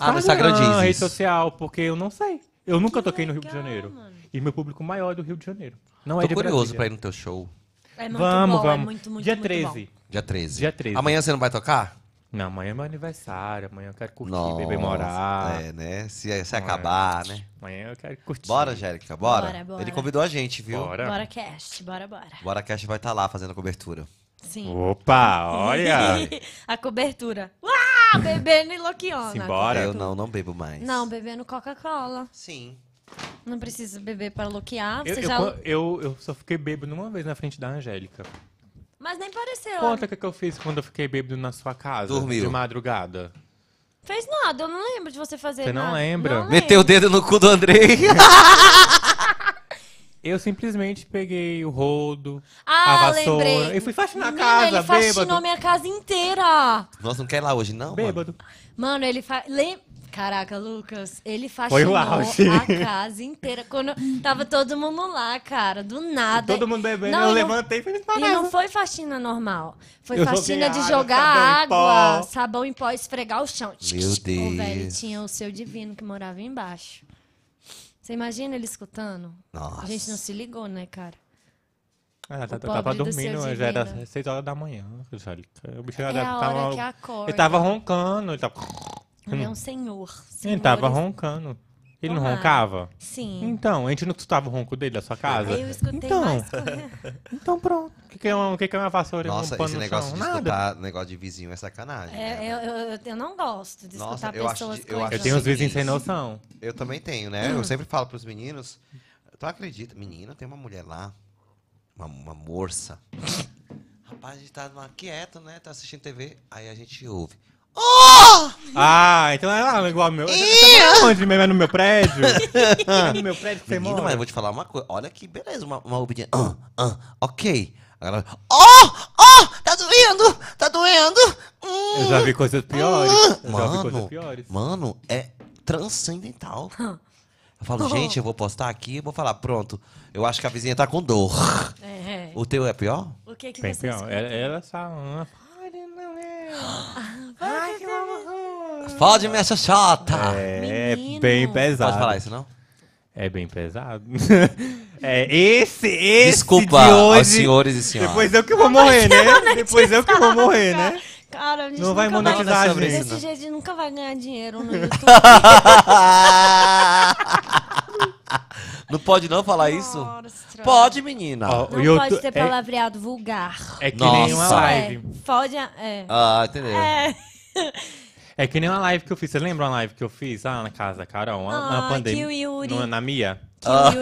[SPEAKER 1] Ah, no Instagram diz
[SPEAKER 4] rede
[SPEAKER 1] isso.
[SPEAKER 4] social, porque eu não sei. Eu nunca
[SPEAKER 3] Que
[SPEAKER 4] toquei no Rio de
[SPEAKER 3] legal,
[SPEAKER 4] Janeiro.
[SPEAKER 3] mano.
[SPEAKER 4] E meu público maior é do Rio de Janeiro. Não é
[SPEAKER 1] Tô
[SPEAKER 4] de
[SPEAKER 1] curioso
[SPEAKER 4] Brasília.
[SPEAKER 1] pra ir no teu show.
[SPEAKER 3] É muito
[SPEAKER 4] Vamos,
[SPEAKER 3] bom,
[SPEAKER 4] vamos.
[SPEAKER 3] é muito, muito,
[SPEAKER 4] Dia
[SPEAKER 3] muito
[SPEAKER 4] 13.
[SPEAKER 3] bom.
[SPEAKER 1] Dia 13.
[SPEAKER 4] Dia 13.
[SPEAKER 1] Amanhã você não vai tocar?
[SPEAKER 4] Não, amanhã é meu aniversário. Amanhã eu quero curtir,
[SPEAKER 1] Não.
[SPEAKER 4] comemorar.
[SPEAKER 1] É, né? Se, se acabar, né?
[SPEAKER 4] Amanhã eu quero curtir.
[SPEAKER 1] Bora, Jérica, bora.
[SPEAKER 3] Bora, bora.
[SPEAKER 1] Ele convidou a gente, viu?
[SPEAKER 4] Bora.
[SPEAKER 3] Bora cast, bora, bora.
[SPEAKER 1] Bora que a gente vai
[SPEAKER 6] tá
[SPEAKER 1] estar lá fazendo a cobertura.
[SPEAKER 3] Sim.
[SPEAKER 4] Opa, olha.
[SPEAKER 3] (laughs) a cobertura. Uau, bebendo e loquiona.
[SPEAKER 4] Simbora. Bora.
[SPEAKER 1] Eu não, não bebo mais.
[SPEAKER 3] Não, bebendo Coca-Cola.
[SPEAKER 1] Sim.
[SPEAKER 3] Não precisa beber para loquear.
[SPEAKER 4] eu,
[SPEAKER 3] Você
[SPEAKER 4] eu-
[SPEAKER 3] já...
[SPEAKER 4] eu- eu só fiquei bêbado uma vez na frente da Angélica.
[SPEAKER 3] Mas nem pareceu.
[SPEAKER 4] Conta o que, que eu fiz quando eu fiquei bêbado na sua casa.
[SPEAKER 1] Dormiu.
[SPEAKER 4] De madrugada.
[SPEAKER 3] Fez nada, eu não lembro de você fazer
[SPEAKER 4] Você não
[SPEAKER 3] nada.
[SPEAKER 4] lembra?
[SPEAKER 3] Não
[SPEAKER 1] Meteu o
[SPEAKER 3] lembro.
[SPEAKER 1] dedo no cu do Andrei.
[SPEAKER 6] (laughs)
[SPEAKER 4] Eu simplesmente peguei o rodo,
[SPEAKER 3] Ah,
[SPEAKER 4] a vassoura.
[SPEAKER 3] lembrei.
[SPEAKER 4] E fui faxinar a
[SPEAKER 3] Menina,
[SPEAKER 4] casa,
[SPEAKER 3] ele faxinou
[SPEAKER 4] bêbado.
[SPEAKER 3] minha casa inteira.
[SPEAKER 1] Nós não quer ir lá hoje, não? mano?
[SPEAKER 4] Bêbado.
[SPEAKER 3] Mano, ele fa... lem- Caraca, Lucas, ele
[SPEAKER 4] Foi o
[SPEAKER 3] faxinou
[SPEAKER 4] auge.
[SPEAKER 3] a casa inteira. Quando tava todo mundo lá, cara, do nada.
[SPEAKER 4] Todo mundo bebendo.
[SPEAKER 3] Não,
[SPEAKER 4] eu
[SPEAKER 3] e não-
[SPEAKER 4] levantei e fui
[SPEAKER 3] E
[SPEAKER 4] falar.
[SPEAKER 3] não foi faxina normal. Foi
[SPEAKER 4] Eu
[SPEAKER 3] faxina
[SPEAKER 4] joguei
[SPEAKER 3] de
[SPEAKER 4] água,
[SPEAKER 3] jogar
[SPEAKER 4] sabão em
[SPEAKER 3] água,
[SPEAKER 4] pó.
[SPEAKER 3] sabão em pó, esfregar o chão.
[SPEAKER 1] Meu
[SPEAKER 3] O velho
[SPEAKER 1] Deus.
[SPEAKER 3] tinha o seu divino que morava embaixo. Você imagina ele escutando?
[SPEAKER 1] Nossa.
[SPEAKER 3] A gente não se ligou, né, cara?
[SPEAKER 4] Ah, tá,
[SPEAKER 3] O
[SPEAKER 4] tava
[SPEAKER 3] pobre do
[SPEAKER 4] dormindo,
[SPEAKER 3] seu
[SPEAKER 4] já era
[SPEAKER 3] divino.
[SPEAKER 4] 6 horas da manhã. Angélica. O bicho já
[SPEAKER 3] É
[SPEAKER 4] deve-
[SPEAKER 3] a
[SPEAKER 4] tava,
[SPEAKER 3] hora que acorda.
[SPEAKER 4] Ele tava roncando, ele tava.
[SPEAKER 3] Ele é um senhor.
[SPEAKER 4] Ele tava
[SPEAKER 3] Senhores.
[SPEAKER 4] roncando. Ele não
[SPEAKER 3] Tomara.
[SPEAKER 4] roncava?
[SPEAKER 3] Uhum. Sim.
[SPEAKER 4] Então, a gente não escutava o ronco dele da sua casa?
[SPEAKER 3] Aí eu escutei
[SPEAKER 4] então,
[SPEAKER 3] mais coisa.
[SPEAKER 4] então pronto. O que, que é uma, o que, que é uma vassoura e
[SPEAKER 6] Nossa,
[SPEAKER 4] um pano
[SPEAKER 6] esse
[SPEAKER 4] no
[SPEAKER 6] negócio
[SPEAKER 4] chão?
[SPEAKER 6] de
[SPEAKER 4] Nada.
[SPEAKER 6] escutar negócio de vizinho é sacanagem. né?
[SPEAKER 3] É, eu, eu, eu não gosto de
[SPEAKER 6] Nossa,
[SPEAKER 3] escutar
[SPEAKER 6] eu acho
[SPEAKER 3] pessoas
[SPEAKER 6] de- eu acho
[SPEAKER 4] Eu
[SPEAKER 3] coisas.
[SPEAKER 4] tenho uns vizinhos
[SPEAKER 6] é Isso.
[SPEAKER 4] sem noção.
[SPEAKER 6] Eu também tenho, né?
[SPEAKER 3] Hum.
[SPEAKER 6] Eu sempre falo pros meninos. Tu acredita? Menina, tem uma mulher lá. Uma, uma morça. (laughs) Rapaz, a gente tá lá quieto, né? Tá assistindo TV. Aí a gente ouve.
[SPEAKER 4] Ah, então é lá igual ao meu. Você tá onde mesmo? É no
[SPEAKER 6] (laughs)
[SPEAKER 4] meu prédio? É no meu prédio que você
[SPEAKER 1] Menino, mas eu
[SPEAKER 4] mora?
[SPEAKER 1] vou te falar uma coisa. Olha que beleza, uma, uma obediência. Ah, ah, ok. Agora, oh, oh, tá doendo, tá doendo. Hum.
[SPEAKER 4] Eu já vi coisas piores. Eu já vi coisas
[SPEAKER 1] Mano,
[SPEAKER 4] piores.
[SPEAKER 1] mano, é transcendental. Eu falo, gente, eu vou postar aqui, eu vou falar, pronto, eu acho que a vizinha tá com dor.
[SPEAKER 3] É, é.
[SPEAKER 1] O teu é pior?
[SPEAKER 3] O que que
[SPEAKER 4] Bem
[SPEAKER 3] você
[SPEAKER 4] pior.
[SPEAKER 3] escuta? (laughs)
[SPEAKER 4] Ela, é, ela só. Ai, não é. Ai, que horror.
[SPEAKER 1] Fode minha xoxota!
[SPEAKER 4] É
[SPEAKER 3] Menino.
[SPEAKER 4] bem pesado.
[SPEAKER 1] Pode falar isso, não? (laughs)
[SPEAKER 4] É bem pesado. (laughs) é esse, esse
[SPEAKER 1] Desculpa
[SPEAKER 4] de
[SPEAKER 1] aos
[SPEAKER 4] hoje.
[SPEAKER 1] senhores e senhoras.
[SPEAKER 4] Depois eu que vou morrer, né? Depois eu que vou morrer, né?
[SPEAKER 3] Cara, a gente
[SPEAKER 4] Não vai
[SPEAKER 3] nunca
[SPEAKER 4] monetizar a
[SPEAKER 1] sobre
[SPEAKER 4] gente.
[SPEAKER 1] isso,
[SPEAKER 3] Desse
[SPEAKER 1] não.
[SPEAKER 3] jeito, a gente nunca vai ganhar dinheiro
[SPEAKER 4] (laughs)
[SPEAKER 3] no YouTube.
[SPEAKER 1] não pode não
[SPEAKER 4] É
[SPEAKER 1] falar isso?
[SPEAKER 3] Nossa.
[SPEAKER 1] Pode, menina.
[SPEAKER 4] Ó,
[SPEAKER 3] Não
[SPEAKER 4] o YouTube-
[SPEAKER 3] pode ter
[SPEAKER 4] é-
[SPEAKER 3] palavreado vulgar.
[SPEAKER 4] É que nem uma
[SPEAKER 1] Nossa.
[SPEAKER 4] live.
[SPEAKER 3] É, pode. É.
[SPEAKER 1] Ah, entendeu?
[SPEAKER 3] É.
[SPEAKER 4] É que nem uma live que eu fiz. Você lembra uma live que eu fiz lá na casa da Carol? Uma,
[SPEAKER 3] Ah,
[SPEAKER 4] na pandemia.
[SPEAKER 3] que o Yuri-
[SPEAKER 4] no- na Mia?
[SPEAKER 3] Que o Yuri,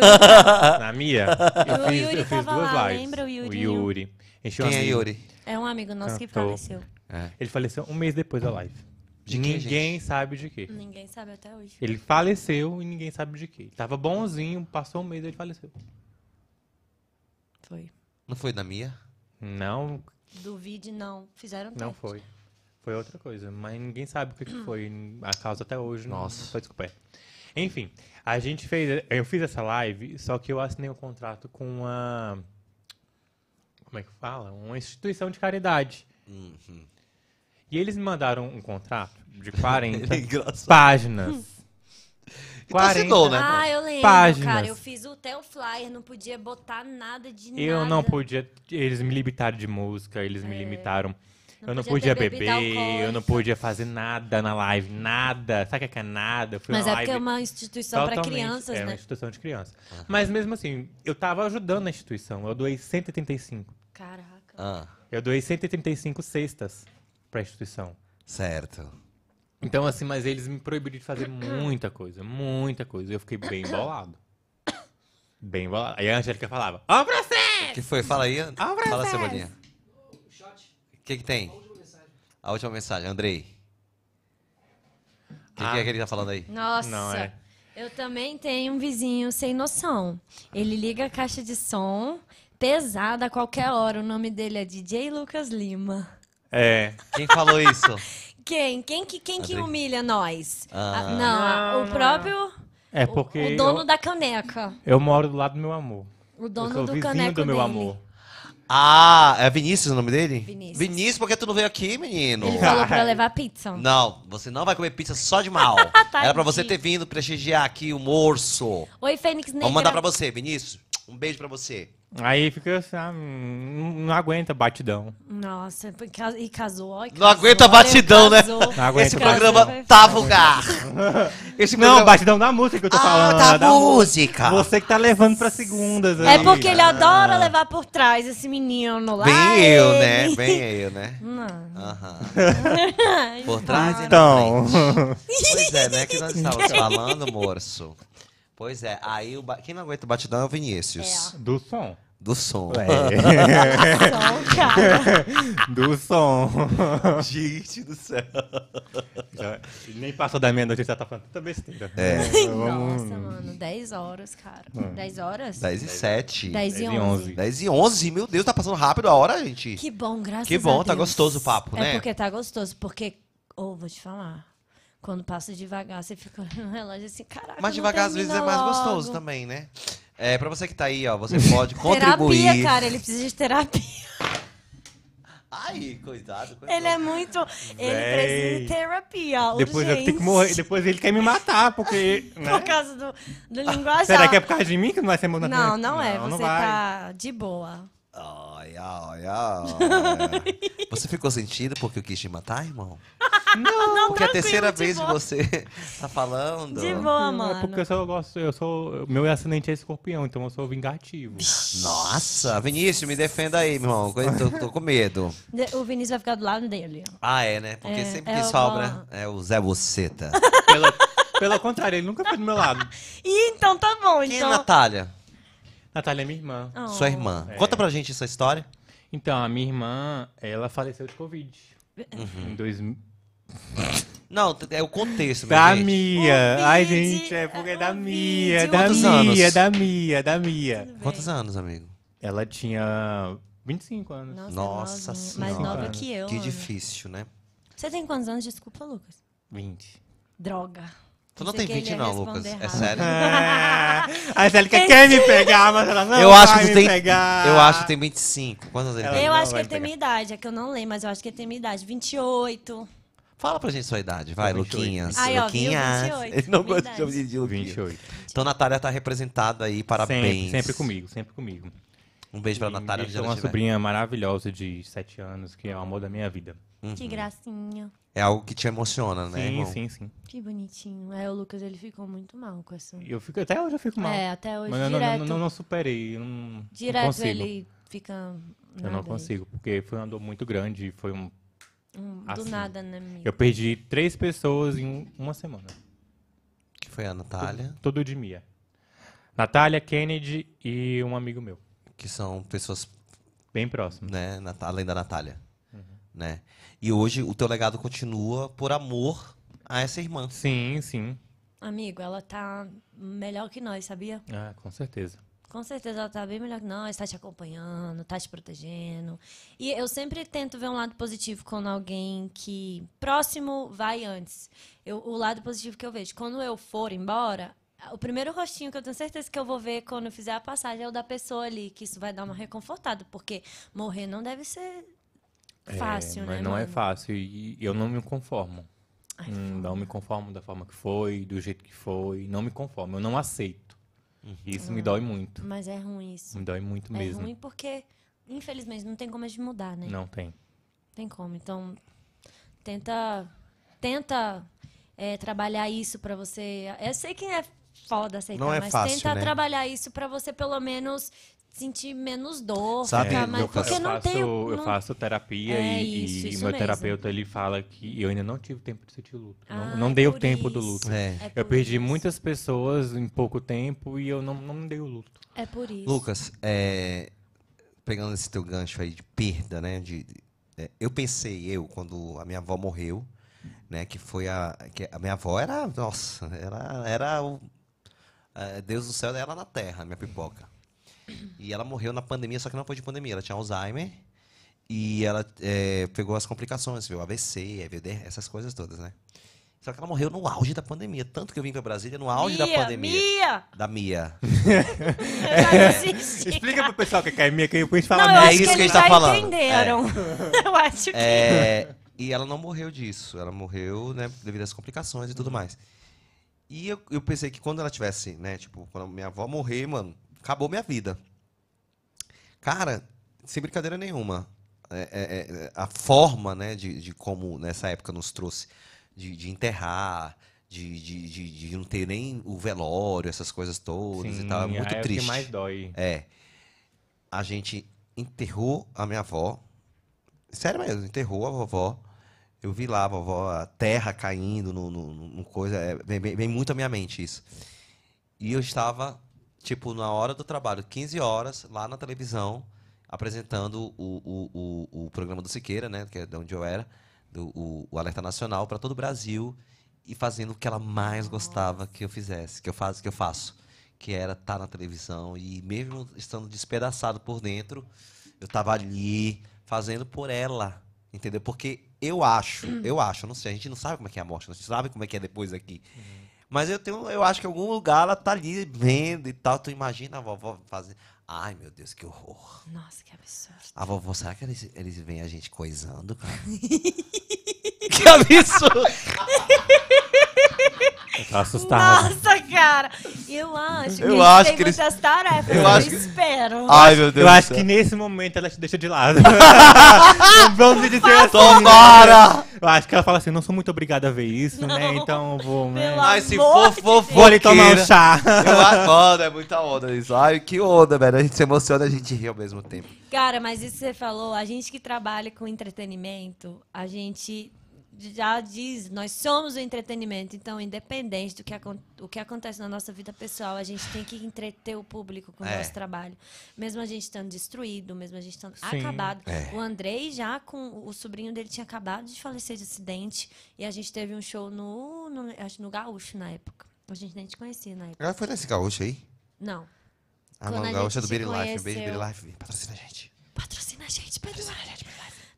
[SPEAKER 4] Na Mia? Eu
[SPEAKER 3] O
[SPEAKER 4] fiz,
[SPEAKER 3] Yuri
[SPEAKER 4] eu fiz
[SPEAKER 3] tava
[SPEAKER 4] duas
[SPEAKER 3] lá,
[SPEAKER 4] lives.
[SPEAKER 3] lembra o Yuri?
[SPEAKER 4] Yuri. Encheu
[SPEAKER 1] Quem é
[SPEAKER 4] amigo.
[SPEAKER 1] Yuri?
[SPEAKER 3] é um amigo nosso que
[SPEAKER 4] Cantou.
[SPEAKER 3] faleceu.
[SPEAKER 4] Ele faleceu um mês depois da live.
[SPEAKER 1] De quê,
[SPEAKER 4] ninguém sabe de quê.
[SPEAKER 3] Ninguém sabe até hoje.
[SPEAKER 4] Ele faleceu e ninguém sabe de quê. Ele tava bonzinho, passou um mês e ele faleceu.
[SPEAKER 3] Foi.
[SPEAKER 1] Não foi da minha?
[SPEAKER 4] Não,
[SPEAKER 3] Duvide, não. Fizeram
[SPEAKER 4] não
[SPEAKER 3] teste.
[SPEAKER 4] foi. Foi outra coisa, mas ninguém sabe o que, que foi. A causa até hoje não- não foi descoberta. Enfim, a gente fez. Eu fiz essa live, só que eu assinei um contrato com uma. Como é que fala? Uma instituição de caridade. E eles me mandaram um contrato de
[SPEAKER 1] (laughs)
[SPEAKER 4] 40
[SPEAKER 1] É engraçado.
[SPEAKER 3] (laughs)
[SPEAKER 4] páginas.
[SPEAKER 3] assim,
[SPEAKER 1] Então assinou, né?
[SPEAKER 3] Ah, eu lembro,
[SPEAKER 4] Páginas.
[SPEAKER 3] cara. Eu fiz o teu flyer, não podia botar nada de nada.
[SPEAKER 4] Eu não podia. Eles me limitaram de música, eles me limitaram.
[SPEAKER 3] É. Não
[SPEAKER 4] eu não
[SPEAKER 3] podia
[SPEAKER 4] podia,
[SPEAKER 3] ter bebida
[SPEAKER 4] beber, eu não podia fazer nada na live, nada. Sabe o que é nada? Foi
[SPEAKER 3] Mas
[SPEAKER 4] uma
[SPEAKER 3] é
[SPEAKER 4] live
[SPEAKER 3] porque é uma instituição pra
[SPEAKER 4] totalmente-
[SPEAKER 3] crianças,
[SPEAKER 4] é uma
[SPEAKER 3] né?
[SPEAKER 4] instituição de criança. Mas mesmo assim, eu tava ajudando a instituição. Eu doei 135.
[SPEAKER 3] Caraca.
[SPEAKER 1] Ah,
[SPEAKER 4] Eu doei 135 cestas pra instituição.
[SPEAKER 1] certo.
[SPEAKER 4] Então, assim, mas eles me proibiram de fazer muita coisa, muita coisa. Eu fiquei bem bolado. (coughs) Bem bolado. Aí a Angélica falava, ó, pra
[SPEAKER 1] O que foi? Fala aí. Ana. Fala, Cebolinha. O que que tem? A última mensagem. Andrei. O que, que é que ele tá falando aí?
[SPEAKER 3] Nossa.
[SPEAKER 4] Não, é.
[SPEAKER 3] Eu também tenho um vizinho sem noção. Ele liga a caixa de som pesada a qualquer hora. O nome dele é DJ Lucas Lima.
[SPEAKER 4] É.
[SPEAKER 1] Quem falou isso?
[SPEAKER 3] (laughs) Quem? Quem que, quem que
[SPEAKER 1] Andrei.
[SPEAKER 3] humilha nós?
[SPEAKER 1] Ah.
[SPEAKER 3] Ah, não, ah, o próprio.
[SPEAKER 4] É
[SPEAKER 3] o-
[SPEAKER 4] porque
[SPEAKER 3] O, dono da caneca.
[SPEAKER 4] eu, eu moro do lado do meu amor.
[SPEAKER 3] O
[SPEAKER 4] eu sou
[SPEAKER 3] dono do
[SPEAKER 4] vizinho
[SPEAKER 3] caneco
[SPEAKER 4] do meu
[SPEAKER 3] dele.
[SPEAKER 4] amor.
[SPEAKER 1] Ah, é Vinícius o nome dele?
[SPEAKER 3] Vinícius.
[SPEAKER 1] Vinícius, por que tu não veio aqui, menino?
[SPEAKER 3] Ele falou pra eu levar pizza.
[SPEAKER 1] Não, você não vai comer pizza só de
[SPEAKER 3] (laughs)
[SPEAKER 1] mal.
[SPEAKER 3] Tá
[SPEAKER 1] Era pra você ter vindo prestigiar aqui o morso.
[SPEAKER 3] Oi, Fênix Negra.
[SPEAKER 1] Vamos mandar pra você, Vinícius. Um beijo pra você.
[SPEAKER 4] Aí fica assim, ah, não, não aguenta batidão.
[SPEAKER 3] Nossa, e ca- e casou. ó, e
[SPEAKER 1] Não aguenta
[SPEAKER 3] casou, olha,
[SPEAKER 1] batidão, né?
[SPEAKER 3] casou.
[SPEAKER 4] Não aguenta
[SPEAKER 1] Esse
[SPEAKER 4] batidão.
[SPEAKER 1] programa
[SPEAKER 3] Casou.
[SPEAKER 1] tá vulgar. Esse
[SPEAKER 4] Não, batidão da música que eu tô falando.
[SPEAKER 1] Ah, da
[SPEAKER 4] da mu-
[SPEAKER 1] música.
[SPEAKER 4] Você que tá levando pra segundas.
[SPEAKER 3] tá É
[SPEAKER 4] aí.
[SPEAKER 3] porque ele adora levar por trás esse menino lá. é
[SPEAKER 1] Bem eu, né?
[SPEAKER 3] ele.
[SPEAKER 1] Bem eu, né?
[SPEAKER 3] Não.
[SPEAKER 1] Aham. (laughs) Por trás e
[SPEAKER 4] Então,
[SPEAKER 1] Pois é, né? Que nós (laughs) estávamos falando, morso. Pois é, aí o ba- quem não aguenta o batidão é o Vinícius.
[SPEAKER 4] do som.
[SPEAKER 1] Do som. (laughs)
[SPEAKER 4] É.
[SPEAKER 3] Só,
[SPEAKER 4] (laughs)
[SPEAKER 3] cara.
[SPEAKER 4] Ah. do som.
[SPEAKER 1] Gente do céu.
[SPEAKER 4] (laughs) Já- Nem passou da meia-noite, você já tá falando tanta besteira.
[SPEAKER 1] É.
[SPEAKER 3] Nossa, mano. 10 horas, cara.
[SPEAKER 4] Hum.
[SPEAKER 3] 10 horas? 10
[SPEAKER 1] 10 e 7.
[SPEAKER 3] e
[SPEAKER 4] 10 e
[SPEAKER 3] 11.
[SPEAKER 1] 10 e 11, meu Deus, tá passando rápido a hora, gente.
[SPEAKER 3] Que bom, graças
[SPEAKER 1] Que
[SPEAKER 3] a Deus.
[SPEAKER 1] bom, tá gostoso o papo,
[SPEAKER 3] é
[SPEAKER 1] né?
[SPEAKER 3] É porque tá gostoso, porque... Ou, vou te falar. Quando passa devagar, você fica (laughs) olhando no relógio assim, caraca,
[SPEAKER 1] Mas
[SPEAKER 3] não
[SPEAKER 1] devagar às vezes é
[SPEAKER 3] termina
[SPEAKER 1] mais
[SPEAKER 3] logo.
[SPEAKER 1] gostoso também, né? É, pra você que tá aí, ó, você pode contribuir.
[SPEAKER 3] (laughs) Terapia, cara, ele precisa de terapia.
[SPEAKER 1] Ai, cuidado, cuidado.
[SPEAKER 3] Ele é muito. Ele precisa de
[SPEAKER 4] Véi.
[SPEAKER 3] terapia.
[SPEAKER 4] Depois eu
[SPEAKER 3] urgente.
[SPEAKER 4] tenho que morrer. Depois ele quer me matar, porque.
[SPEAKER 3] (laughs)
[SPEAKER 4] né?
[SPEAKER 3] Por causa do, do linguajar.
[SPEAKER 4] Será que é por causa de mim que não vai ser mandado?
[SPEAKER 3] Não, não é.
[SPEAKER 4] Não,
[SPEAKER 3] Você
[SPEAKER 4] não vai.
[SPEAKER 3] tá de boa.
[SPEAKER 1] Ai, ai, ai.
[SPEAKER 3] (laughs)
[SPEAKER 1] Você ficou sentido porque eu quis te matar, irmão?
[SPEAKER 3] Não, não
[SPEAKER 1] Porque é a
[SPEAKER 3] tranquilo,
[SPEAKER 1] terceira
[SPEAKER 3] de
[SPEAKER 1] vez que
[SPEAKER 3] boa.
[SPEAKER 1] você (laughs) tá falando.
[SPEAKER 3] De boa,
[SPEAKER 4] Não,
[SPEAKER 3] mano.
[SPEAKER 4] É porque eu só gosto. Eu sou. Meu ascendente é escorpião, então eu sou vingativo.
[SPEAKER 1] Nossa, Vinícius, me defenda aí, meu irmão. Eu Tô, tô com medo.
[SPEAKER 3] De- O Vinícius vai ficar do lado dele.
[SPEAKER 1] Ah, é, né? Porque
[SPEAKER 3] É,
[SPEAKER 1] sempre
[SPEAKER 3] é
[SPEAKER 1] que
[SPEAKER 3] uma- Então-
[SPEAKER 1] sobra é o Zé
[SPEAKER 3] (laughs)
[SPEAKER 1] Buceta.
[SPEAKER 4] (laughs) pelo, pelo contrário, ele nunca foi do meu lado.
[SPEAKER 3] Ih, então tá bom.
[SPEAKER 1] Quem é
[SPEAKER 3] então...
[SPEAKER 1] Natália?
[SPEAKER 4] Natália é minha irmã.
[SPEAKER 3] Oh.
[SPEAKER 1] Sua irmã.
[SPEAKER 4] É.
[SPEAKER 1] Conta pra gente essa história.
[SPEAKER 4] Então, a minha irmã, ela faleceu de Covid.
[SPEAKER 1] Uhum.
[SPEAKER 4] Em dois...
[SPEAKER 1] Não, t- é o contexto, minha
[SPEAKER 4] Da
[SPEAKER 1] gente.
[SPEAKER 4] Mia! Ai,
[SPEAKER 3] Covid,
[SPEAKER 4] gente, é porque é
[SPEAKER 3] é
[SPEAKER 4] da Mia,
[SPEAKER 3] Covid.
[SPEAKER 4] da
[SPEAKER 1] Quantos
[SPEAKER 4] Mia,
[SPEAKER 1] anos?
[SPEAKER 4] da Mia, da Mia.
[SPEAKER 1] Quantos anos, amigo?
[SPEAKER 4] Ela tinha 25 anos.
[SPEAKER 3] Nossa,
[SPEAKER 1] Nossa
[SPEAKER 3] Nossa
[SPEAKER 1] Senhora.
[SPEAKER 3] Mais nova que eu.
[SPEAKER 1] Que
[SPEAKER 3] mano.
[SPEAKER 1] difícil, né?
[SPEAKER 3] Você tem quantos anos? Desculpa, Lucas.
[SPEAKER 4] 20.
[SPEAKER 3] Droga.
[SPEAKER 1] Tu não
[SPEAKER 3] Pensei
[SPEAKER 1] tem
[SPEAKER 3] que
[SPEAKER 1] 20
[SPEAKER 3] ele ia
[SPEAKER 1] não, Lucas.
[SPEAKER 3] responder
[SPEAKER 1] É
[SPEAKER 3] errado. (laughs)
[SPEAKER 1] sério.
[SPEAKER 4] A Angélica quer me pegar, mas ela não
[SPEAKER 1] eu acho
[SPEAKER 4] vai
[SPEAKER 1] que tu
[SPEAKER 4] me
[SPEAKER 1] tem.
[SPEAKER 4] pegar.
[SPEAKER 1] Eu acho que tem 25. Quantos anos ele
[SPEAKER 4] Ela- é um
[SPEAKER 1] tem?
[SPEAKER 3] Eu
[SPEAKER 4] não
[SPEAKER 3] acho que
[SPEAKER 4] vai
[SPEAKER 3] ele tem
[SPEAKER 4] pegar.
[SPEAKER 3] minha idade. É que eu não lembro, mas eu acho que ele tem minha idade. 28.
[SPEAKER 1] Fala pra gente sua idade, vai,
[SPEAKER 4] 28.
[SPEAKER 1] Luquinhas.
[SPEAKER 3] Aí, ó, viu?
[SPEAKER 1] (laughs) Luquinhas.
[SPEAKER 3] 28.
[SPEAKER 1] Ele não gosta de
[SPEAKER 3] Verdade.
[SPEAKER 1] chamar de de Luquinhas.
[SPEAKER 4] 28.
[SPEAKER 1] Então, Natália tá representada aí, parabéns.
[SPEAKER 4] Sempre, sempre comigo, sempre comigo.
[SPEAKER 1] Um beijo pra
[SPEAKER 4] E
[SPEAKER 1] Natália. onde
[SPEAKER 4] deixou
[SPEAKER 1] ela
[SPEAKER 4] é uma
[SPEAKER 1] estiver.
[SPEAKER 4] sobrinha maravilhosa de 7 anos, que é o amor da minha vida.
[SPEAKER 1] Uhum.
[SPEAKER 3] Que gracinha.
[SPEAKER 1] É algo que te emociona, né,
[SPEAKER 4] sim,
[SPEAKER 1] irmão?
[SPEAKER 4] sim, sim.
[SPEAKER 3] Que bonitinho. É, o Lucas, ele ficou muito mal com essa.
[SPEAKER 4] Eu fico, até hoje eu fico mal.
[SPEAKER 3] É, até hoje,
[SPEAKER 4] mas eu não,
[SPEAKER 3] direto.
[SPEAKER 4] não, não, não superei. eu Não, não
[SPEAKER 3] direto
[SPEAKER 4] consigo.
[SPEAKER 3] ele fica.
[SPEAKER 4] Eu
[SPEAKER 3] nada
[SPEAKER 4] não
[SPEAKER 3] aí.
[SPEAKER 4] consigo, porque foi uma dor muito grande. Foi um...
[SPEAKER 3] Hum, do
[SPEAKER 4] Assim.
[SPEAKER 3] nada, né, amigo?
[SPEAKER 4] Eu perdi três pessoas em um- uma semana.
[SPEAKER 1] Que foi a Natália,
[SPEAKER 4] Todo de Mia. Natália, Kennedy e um amigo meu.
[SPEAKER 1] que são pessoas,
[SPEAKER 4] Bem próximo.
[SPEAKER 1] né, Nat- além da Natália.
[SPEAKER 4] Uhum.
[SPEAKER 1] Né? E hoje o teu legado continua por amor a essa irmã.
[SPEAKER 4] Sim, sim.
[SPEAKER 3] Amigo, ela tá melhor que nós, sabia?
[SPEAKER 4] Ah, com certeza.
[SPEAKER 3] Com certeza ela tá bem melhor que nós, tá te acompanhando, tá te protegendo. E eu sempre tento ver um lado positivo quando alguém que próximo vai antes. Eu- o lado positivo que eu vejo, quando eu for embora, o primeiro rostinho que eu tenho certeza que eu vou ver quando eu fizer a passagem é o da pessoa ali, que isso vai dar uma reconfortada, porque morrer não deve ser fácil,
[SPEAKER 4] mas
[SPEAKER 3] né?
[SPEAKER 4] não é
[SPEAKER 3] mano?
[SPEAKER 4] fácil. E eu não me conformo.
[SPEAKER 3] Ai,
[SPEAKER 4] Hum, não me conformo da forma que foi, do jeito que foi. Não me conformo. Eu não aceito. Isso me dói muito.
[SPEAKER 3] Mas é ruim isso.
[SPEAKER 4] Me dói muito
[SPEAKER 3] É
[SPEAKER 4] mesmo.
[SPEAKER 3] ruim porque, infelizmente, não tem como a gente mudar, né?
[SPEAKER 4] Não tem.
[SPEAKER 3] tem como. Então, tenta tenta é, trabalhar isso pra você. Eu sei que é foda aceitar,
[SPEAKER 1] Não é
[SPEAKER 3] mas
[SPEAKER 1] fácil,
[SPEAKER 3] tenta
[SPEAKER 1] né?
[SPEAKER 3] trabalhar isso pra você pelo menos sentir menos dor,
[SPEAKER 1] Sabe,
[SPEAKER 3] ficar
[SPEAKER 1] meu
[SPEAKER 3] mais-
[SPEAKER 1] caso-
[SPEAKER 3] Ah, porque
[SPEAKER 4] eu,
[SPEAKER 3] não
[SPEAKER 4] faço,
[SPEAKER 3] tem
[SPEAKER 4] eu
[SPEAKER 3] não-
[SPEAKER 4] faço terapia
[SPEAKER 3] É
[SPEAKER 4] e,
[SPEAKER 3] isso,
[SPEAKER 4] e
[SPEAKER 3] isso
[SPEAKER 4] meu
[SPEAKER 3] mesmo.
[SPEAKER 4] terapeuta ele fala que eu ainda não tive tempo de sentir luto.
[SPEAKER 3] Ah,
[SPEAKER 4] não não
[SPEAKER 3] é
[SPEAKER 4] dei o
[SPEAKER 3] por
[SPEAKER 4] tempo do
[SPEAKER 3] isso.
[SPEAKER 4] luto.
[SPEAKER 1] É.
[SPEAKER 3] É
[SPEAKER 4] Eu
[SPEAKER 3] por
[SPEAKER 4] perdi
[SPEAKER 3] isso.
[SPEAKER 4] muitas pessoas em pouco tempo e eu não, não dei
[SPEAKER 3] (laughs)
[SPEAKER 4] o luto.
[SPEAKER 3] É por isso.
[SPEAKER 1] Lucas, é, pegando esse teu gancho aí de perda, né? De, de- é, eu pensei, eu, quando a minha avó morreu, né? Que foi a. Que a minha avó era. Nossa, era. era o, é, Deus do céu era na terra, minha pipoca. E ela morreu na pandemia, só que não foi de pandemia, ela tinha Alzheimer. E ela é, pegou as complicações, viu? AVC, EVD, essas coisas todas, né? Só que ela morreu no auge da pandemia. Tanto que eu vim pra Brasília no auge da
[SPEAKER 3] Mia,
[SPEAKER 1] pandemia.
[SPEAKER 3] Mia!
[SPEAKER 1] (laughs) Da Mia.
[SPEAKER 3] Eu já desisti.
[SPEAKER 4] Explica pro pessoal que é minha que depois
[SPEAKER 3] Não,
[SPEAKER 4] fala
[SPEAKER 3] eu
[SPEAKER 1] É isso
[SPEAKER 3] acho
[SPEAKER 1] que
[SPEAKER 3] que
[SPEAKER 1] a
[SPEAKER 3] eles
[SPEAKER 1] gente tá
[SPEAKER 3] já
[SPEAKER 1] falando.
[SPEAKER 3] entenderam. (laughs) eu acho que...
[SPEAKER 1] É,
[SPEAKER 4] (laughs)
[SPEAKER 1] e ela não morreu disso. Ela morreu, né, devido às complicações e
[SPEAKER 4] Uhum.
[SPEAKER 1] tudo mais. E eu, eu pensei que quando ela tivesse, né, tipo, quando a minha avó morrer, mano, acabou minha vida. Cara, sem brincadeira nenhuma, é- é- é- a forma, né, de, de como nessa época nos trouxe de, de enterrar, de, de, de- de não ter nem o velório, essas coisas todas e tal, é muito
[SPEAKER 4] é o
[SPEAKER 1] triste.
[SPEAKER 4] que mais dói.
[SPEAKER 1] É. A gente enterrou a minha avó. Sério mesmo, enterrou a vovó. Eu vi lá a vovó, a terra caindo no, no- no- no coisa. é, vem, vem- vem muito à minha mente isso. E eu estava, tipo, na hora do trabalho, 15 horas, lá na televisão, apresentando o, o, o, o programa do Siqueira, né? Que é de onde eu era, do, o, o Alerta Nacional, para todo o Brasil, e fazendo o que ela mais gostava que eu fizesse, que eu faço, que eu faço. Que era estar na televisão. E mesmo estando despedaçado por dentro, eu tava ali fazendo por ela. Entendeu? Porque eu acho, eu acho, eu não sei, a gente não sabe como é que é a morte, a gente sabe como é que é depois aqui. Mas eu tenho, eu acho que em algum lugar ela tá ali vendo e tal. Tu imagina a vovó fazendo. Ai, meu Deus, que horror.
[SPEAKER 3] Nossa, que absurdo.
[SPEAKER 1] A vovó, será que eles, eles veem a gente coisando,
[SPEAKER 3] (laughs)
[SPEAKER 1] cara? que absurdo!
[SPEAKER 4] Eu
[SPEAKER 3] (laughs)
[SPEAKER 4] tô assustado.
[SPEAKER 3] Nossa, cara! Eu acho que
[SPEAKER 1] Eu
[SPEAKER 3] eles
[SPEAKER 1] acho
[SPEAKER 3] têm
[SPEAKER 1] que eles-
[SPEAKER 3] muitas tarefas,
[SPEAKER 1] Eu
[SPEAKER 3] eu,
[SPEAKER 1] acho que- Ah,
[SPEAKER 3] espero.
[SPEAKER 1] Ai, meu Deus.
[SPEAKER 4] Eu
[SPEAKER 1] do
[SPEAKER 4] acho
[SPEAKER 1] céu.
[SPEAKER 4] que nesse momento ela te deixa de
[SPEAKER 1] (laughs)
[SPEAKER 4] lado. Não Vamos dizer assim.
[SPEAKER 1] Tomara!
[SPEAKER 4] Eu acho que ela fala assim, não sou muito obrigada a ver isso, né? Então eu vou,
[SPEAKER 3] Pelo
[SPEAKER 4] né?
[SPEAKER 1] Ai, se
[SPEAKER 3] amor
[SPEAKER 1] for
[SPEAKER 3] de
[SPEAKER 4] Vou ali tomar um
[SPEAKER 1] fofoqueira.
[SPEAKER 4] chá. (laughs)
[SPEAKER 1] Eu adoro, é muita onda isso. Ai, que onda, velho. A gente se emociona, a gente ri ao mesmo tempo.
[SPEAKER 3] Cara, mas isso que você falou, a gente que trabalha com entretenimento, a gente já diz, nós somos o entretenimento, então independente do que, acon- o que acontece na nossa vida pessoal, a gente tem que entreter o público com o
[SPEAKER 1] É.
[SPEAKER 3] nosso trabalho. Mesmo a gente estando destruído, mesmo a gente estando
[SPEAKER 4] Sim.
[SPEAKER 3] acabado.
[SPEAKER 1] É.
[SPEAKER 3] O Andrei já com o sobrinho dele tinha acabado de falecer de acidente e a gente teve um show no, no acho no Gaúcho na época. A gente nem te conhecia na época.
[SPEAKER 1] Agora foi nesse gaúcho aí?
[SPEAKER 3] Não.
[SPEAKER 1] Ah,
[SPEAKER 3] Quando
[SPEAKER 1] não,
[SPEAKER 3] a
[SPEAKER 1] gaúcho é do
[SPEAKER 3] gente
[SPEAKER 1] Beer
[SPEAKER 3] se
[SPEAKER 1] Life. Um beijo, Beer
[SPEAKER 3] conheceu.
[SPEAKER 1] Life. Patrocina a gente.
[SPEAKER 3] Patrocina a gente, Betty Life.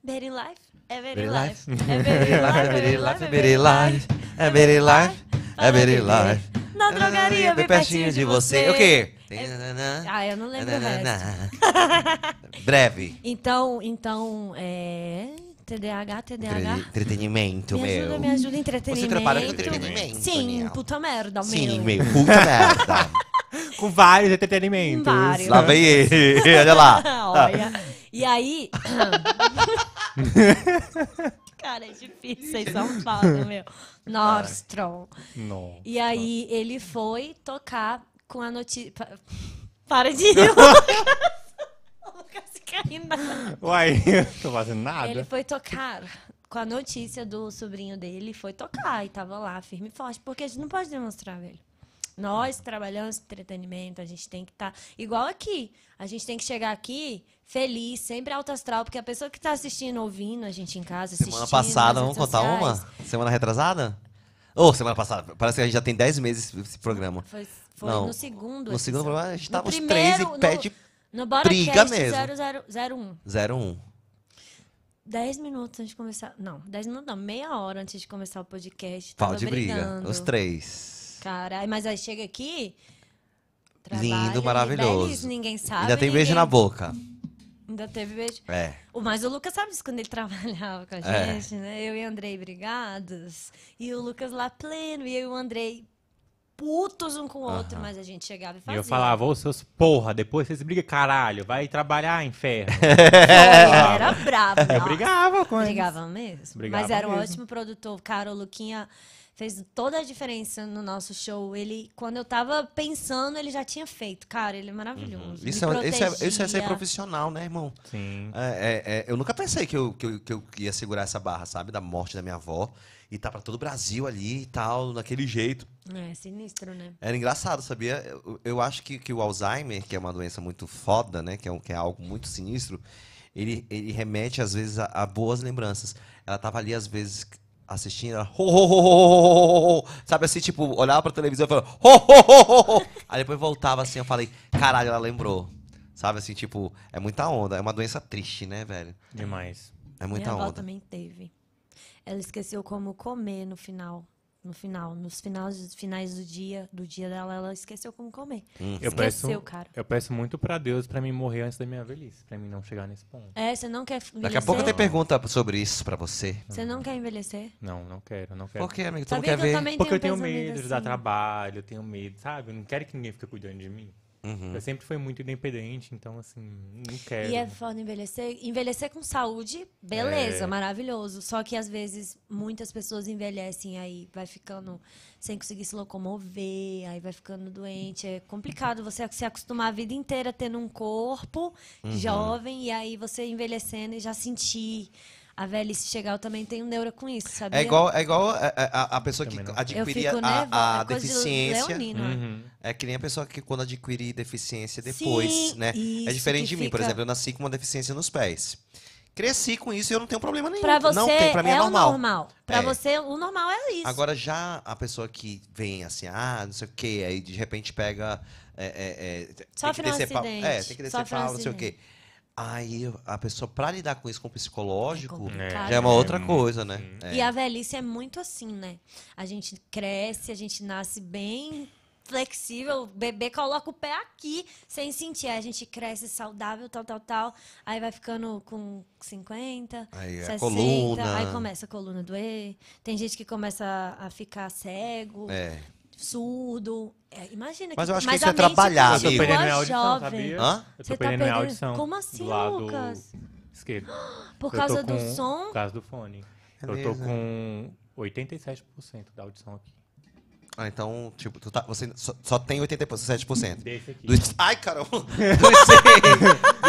[SPEAKER 3] Betty Life. É Betty
[SPEAKER 1] Betty
[SPEAKER 3] Life.
[SPEAKER 1] Life.
[SPEAKER 3] É
[SPEAKER 1] Beer Life, (laughs) é Beer Life. É Beer Life. É Beer Life.
[SPEAKER 3] Na drogaria, bem pertinho de você.
[SPEAKER 1] O quê? né,
[SPEAKER 3] Ah, eu não lembro o resto.
[SPEAKER 1] resto. né, Breve.
[SPEAKER 3] Então, então, é... TDAH, TDAH.
[SPEAKER 1] Entre- Entretenimento,
[SPEAKER 3] Me
[SPEAKER 1] meu.
[SPEAKER 3] ajuda, me ajuda, entretenimento.
[SPEAKER 1] um- trabalha com entretenimento,
[SPEAKER 3] Sim,
[SPEAKER 1] Daniel.
[SPEAKER 3] puta merda, um
[SPEAKER 1] Sim,
[SPEAKER 3] meu.
[SPEAKER 1] meu. Puta merda.
[SPEAKER 4] Com vários entretenimentos. Né?
[SPEAKER 3] Vários.
[SPEAKER 1] Lá vem
[SPEAKER 4] (laughs)
[SPEAKER 1] ele. (laughs) Olha lá.
[SPEAKER 3] (laughs) Olha.
[SPEAKER 1] (laughs)
[SPEAKER 3] E aí. (laughs) Cara, é difícil, vocês são foda, meu. Nostrom.
[SPEAKER 4] Nossa.
[SPEAKER 3] E aí ele foi tocar com a notícia. Para de
[SPEAKER 1] (laughs)
[SPEAKER 3] rir. O Lucas caindo na-
[SPEAKER 4] Uai, (laughs) tô fazendo nada.
[SPEAKER 3] Ele foi tocar com a notícia do sobrinho dele, foi tocar e tava lá firme e forte, porque a gente não pode demonstrar, velho. Nós trabalhamos com entretenimento, a gente tem que estar igual aqui. A gente tem que chegar aqui feliz, sempre alto astral, porque a pessoa que tá assistindo, ouvindo a gente em casa, assistindo.
[SPEAKER 1] Semana
[SPEAKER 3] nas
[SPEAKER 1] passada,
[SPEAKER 3] redes
[SPEAKER 1] vamos contar
[SPEAKER 3] sociais,
[SPEAKER 1] uma? Semana retrasada? Ou semana passada? Parece que a gente já tem 10 meses esse programa.
[SPEAKER 3] Foi, foi
[SPEAKER 1] Não.
[SPEAKER 3] no segundo.
[SPEAKER 1] No segundo
[SPEAKER 3] episódio.
[SPEAKER 1] programa, a gente
[SPEAKER 3] No
[SPEAKER 1] tava os
[SPEAKER 3] primeiro,
[SPEAKER 1] três em pé de
[SPEAKER 3] No
[SPEAKER 1] briga
[SPEAKER 3] Boracast
[SPEAKER 1] mesmo.
[SPEAKER 3] 0001.
[SPEAKER 1] 01.
[SPEAKER 3] 10 minutos antes de começar. Não, 10 minutos não, meia hora antes de começar o podcast.
[SPEAKER 1] Pau
[SPEAKER 3] tava
[SPEAKER 1] de briga. tá-
[SPEAKER 3] brigando.
[SPEAKER 1] Os três.
[SPEAKER 3] Caralho, mas aí chega aqui.
[SPEAKER 1] Lindo,
[SPEAKER 3] trabalha,
[SPEAKER 1] maravilhoso.
[SPEAKER 3] Libera, ninguém sabe.
[SPEAKER 1] Ainda tem beijo
[SPEAKER 3] ninguém-
[SPEAKER 1] na boca.
[SPEAKER 3] (laughs) ainda teve beijo.
[SPEAKER 1] É.
[SPEAKER 3] O- Mas o Lucas sabe disso quando ele (laughs) trabalhava com a
[SPEAKER 1] É.
[SPEAKER 3] gente, né? Eu e o Andrei brigados. E o Lucas lá pleno. E eu e o Andrei putos um com o outro. Mas a gente chegava e
[SPEAKER 4] E
[SPEAKER 3] fazia.
[SPEAKER 1] (laughs)
[SPEAKER 4] eu falava, ô seus porra, depois vocês brigam, caralho, vai trabalhar,
[SPEAKER 1] (laughs)
[SPEAKER 4] inferno. (laughs)
[SPEAKER 3] Foi, Era bravo.
[SPEAKER 4] Eu
[SPEAKER 3] nossa.
[SPEAKER 4] É, brigava com eles.
[SPEAKER 3] Brigava mesmo.
[SPEAKER 4] Brigava
[SPEAKER 3] Mas era um
[SPEAKER 4] mesmo.
[SPEAKER 3] ótimo produtor. Cara, o Luquinha fez toda a diferença no nosso show. Ele, quando eu tava pensando, ele já tinha feito. Cara, ele é maravilhoso.
[SPEAKER 1] Isso
[SPEAKER 3] Me
[SPEAKER 1] é, isso, é, isso é ser
[SPEAKER 3] protegia.
[SPEAKER 1] profissional, né, irmão?
[SPEAKER 4] Sim.
[SPEAKER 1] É, é, é, eu nunca pensei que eu, que, eu, que eu ia segurar essa barra, sabe? Da morte da minha avó. E tá pra todo o Brasil ali e tal, daquele jeito.
[SPEAKER 3] É, sinistro, né?
[SPEAKER 1] Era engraçado, sabia? Eu, eu acho que, que o Alzheimer, que é uma doença muito foda, né? Que é, um- que é algo muito sinistro, ele, ele remete, às vezes, a, a boas lembranças. Ela tava ali, às vezes, assistindo, ela. "Ho, ho, ho, ho, ho, ho, ho, ho", Sabe assim, tipo, olhava pra televisão e falava. "Ho, ho, ho, ho, ho". Aí depois voltava assim, eu falei, caralho, ela lembrou. Sabe assim, tipo, é muita onda. É uma doença triste, né, velho?
[SPEAKER 4] Demais.
[SPEAKER 1] É muita
[SPEAKER 3] Minha avó
[SPEAKER 1] onda.
[SPEAKER 3] também teve. Ela esqueceu como comer no final. No final, nos finais, finais do dia, do dia dela, ela esqueceu como comer.
[SPEAKER 1] Uhum.
[SPEAKER 4] Eu peço, um-
[SPEAKER 3] Esqueceu, cara.
[SPEAKER 4] eu peço muito pra Deus pra mim morrer antes da minha velhice, pra mim não chegar nesse ponto.
[SPEAKER 3] É, você não quer
[SPEAKER 1] Daqui a pouco tem
[SPEAKER 3] envelhecer?
[SPEAKER 1] pergunta sobre isso pra você.
[SPEAKER 3] Você não quer
[SPEAKER 1] É
[SPEAKER 3] envelhecer?
[SPEAKER 4] Não, não quero, não quero.
[SPEAKER 1] Por quê, amigo? Tu não
[SPEAKER 3] Sabia
[SPEAKER 1] quer
[SPEAKER 3] que eu
[SPEAKER 1] ver?
[SPEAKER 3] também
[SPEAKER 4] Porque eu
[SPEAKER 3] tenho
[SPEAKER 4] tenho
[SPEAKER 3] um pensamento
[SPEAKER 4] medo de dar
[SPEAKER 3] assim?
[SPEAKER 4] trabalho, eu tenho medo, sabe? Eu não quero que ninguém fique cuidando de mim.
[SPEAKER 1] Uhum.
[SPEAKER 4] Eu sempre fui muito independente, então assim, não quero.
[SPEAKER 3] E é foda envelhecer. Envelhecer com saúde,
[SPEAKER 1] É.
[SPEAKER 3] beleza, maravilhoso. Só que às vezes muitas pessoas envelhecem aí, vai ficando sem conseguir se locomover, aí vai ficando doente. É complicado você se acostumar a vida inteira tendo um corpo
[SPEAKER 1] Uhum.
[SPEAKER 3] jovem e aí você envelhecendo e já sentir a velhice chegar. Eu também tenho neura com isso, sabia?
[SPEAKER 1] É igual, é igual a, a- a pessoa que
[SPEAKER 4] Também não.
[SPEAKER 3] Né? Eu
[SPEAKER 1] adquire
[SPEAKER 3] fico nervosa.
[SPEAKER 1] a, a
[SPEAKER 3] é coisa de
[SPEAKER 1] deficiência.
[SPEAKER 3] leonino, é.
[SPEAKER 4] Uhum.
[SPEAKER 1] É que nem a pessoa que quando adquire deficiência depois,
[SPEAKER 3] Sim,
[SPEAKER 1] né?
[SPEAKER 3] isso,
[SPEAKER 1] é diferente
[SPEAKER 3] que
[SPEAKER 1] de mim, por
[SPEAKER 3] fica-
[SPEAKER 1] exemplo, eu nasci com uma deficiência nos pés. Cresci com isso e eu não tenho problema nenhum.
[SPEAKER 3] Pra você
[SPEAKER 1] não tem, pra mim é,
[SPEAKER 3] o
[SPEAKER 1] normal.
[SPEAKER 3] normal. Pra
[SPEAKER 1] É.
[SPEAKER 3] você, o normal é isso.
[SPEAKER 1] Agora já a pessoa que vem assim, ah, não sei o quê, aí de repente pega. É, é, é,
[SPEAKER 3] Sofre
[SPEAKER 1] tem
[SPEAKER 3] um
[SPEAKER 1] que descer pau-
[SPEAKER 3] acidente,
[SPEAKER 1] É, tem que descer
[SPEAKER 3] sofre um
[SPEAKER 1] pau, não sei o
[SPEAKER 3] acidente.
[SPEAKER 1] quê. Aí a pessoa, pra lidar com isso com o psicológico,
[SPEAKER 3] complicado,
[SPEAKER 1] já é uma
[SPEAKER 3] né?
[SPEAKER 1] outra coisa, né? É.
[SPEAKER 3] E a velhice é muito assim, né? A gente cresce, a gente nasce bem flexível, o bebê coloca o pé aqui sem sentir. Aí a gente cresce saudável, tal, tal, tal. Aí vai ficando com 50,
[SPEAKER 1] Aí a
[SPEAKER 3] 60,
[SPEAKER 1] coluna.
[SPEAKER 3] aí começa a coluna a doer. Tem gente que começa a- a ficar cego,
[SPEAKER 1] É.
[SPEAKER 3] surdo. É, imagina
[SPEAKER 1] Mas
[SPEAKER 3] que
[SPEAKER 1] eu acho
[SPEAKER 3] mas
[SPEAKER 1] que isso
[SPEAKER 3] a
[SPEAKER 1] é
[SPEAKER 3] mente
[SPEAKER 1] trabalhado,
[SPEAKER 4] Eu tô
[SPEAKER 1] amigo.
[SPEAKER 3] continua
[SPEAKER 4] perdendo minha audição,
[SPEAKER 3] jovem.
[SPEAKER 4] sabia?
[SPEAKER 1] Hã?
[SPEAKER 4] Eu
[SPEAKER 3] Você tá
[SPEAKER 4] tô perdendo minha
[SPEAKER 3] perdendo-
[SPEAKER 4] audição.
[SPEAKER 3] Como assim,
[SPEAKER 4] do lado
[SPEAKER 3] Lucas?
[SPEAKER 4] Esquerdo.
[SPEAKER 3] Por
[SPEAKER 4] Eu tô
[SPEAKER 3] causa do
[SPEAKER 4] com-
[SPEAKER 3] som.
[SPEAKER 4] Por causa do fone. eu tô
[SPEAKER 1] É mesmo,
[SPEAKER 4] com 87% da audição aqui.
[SPEAKER 1] Ah, então, tipo, tu tá, você só, só tem
[SPEAKER 4] (laughs)
[SPEAKER 1] 87%.
[SPEAKER 4] Desse aqui.
[SPEAKER 1] Dos- ai, caramba! Dos seis.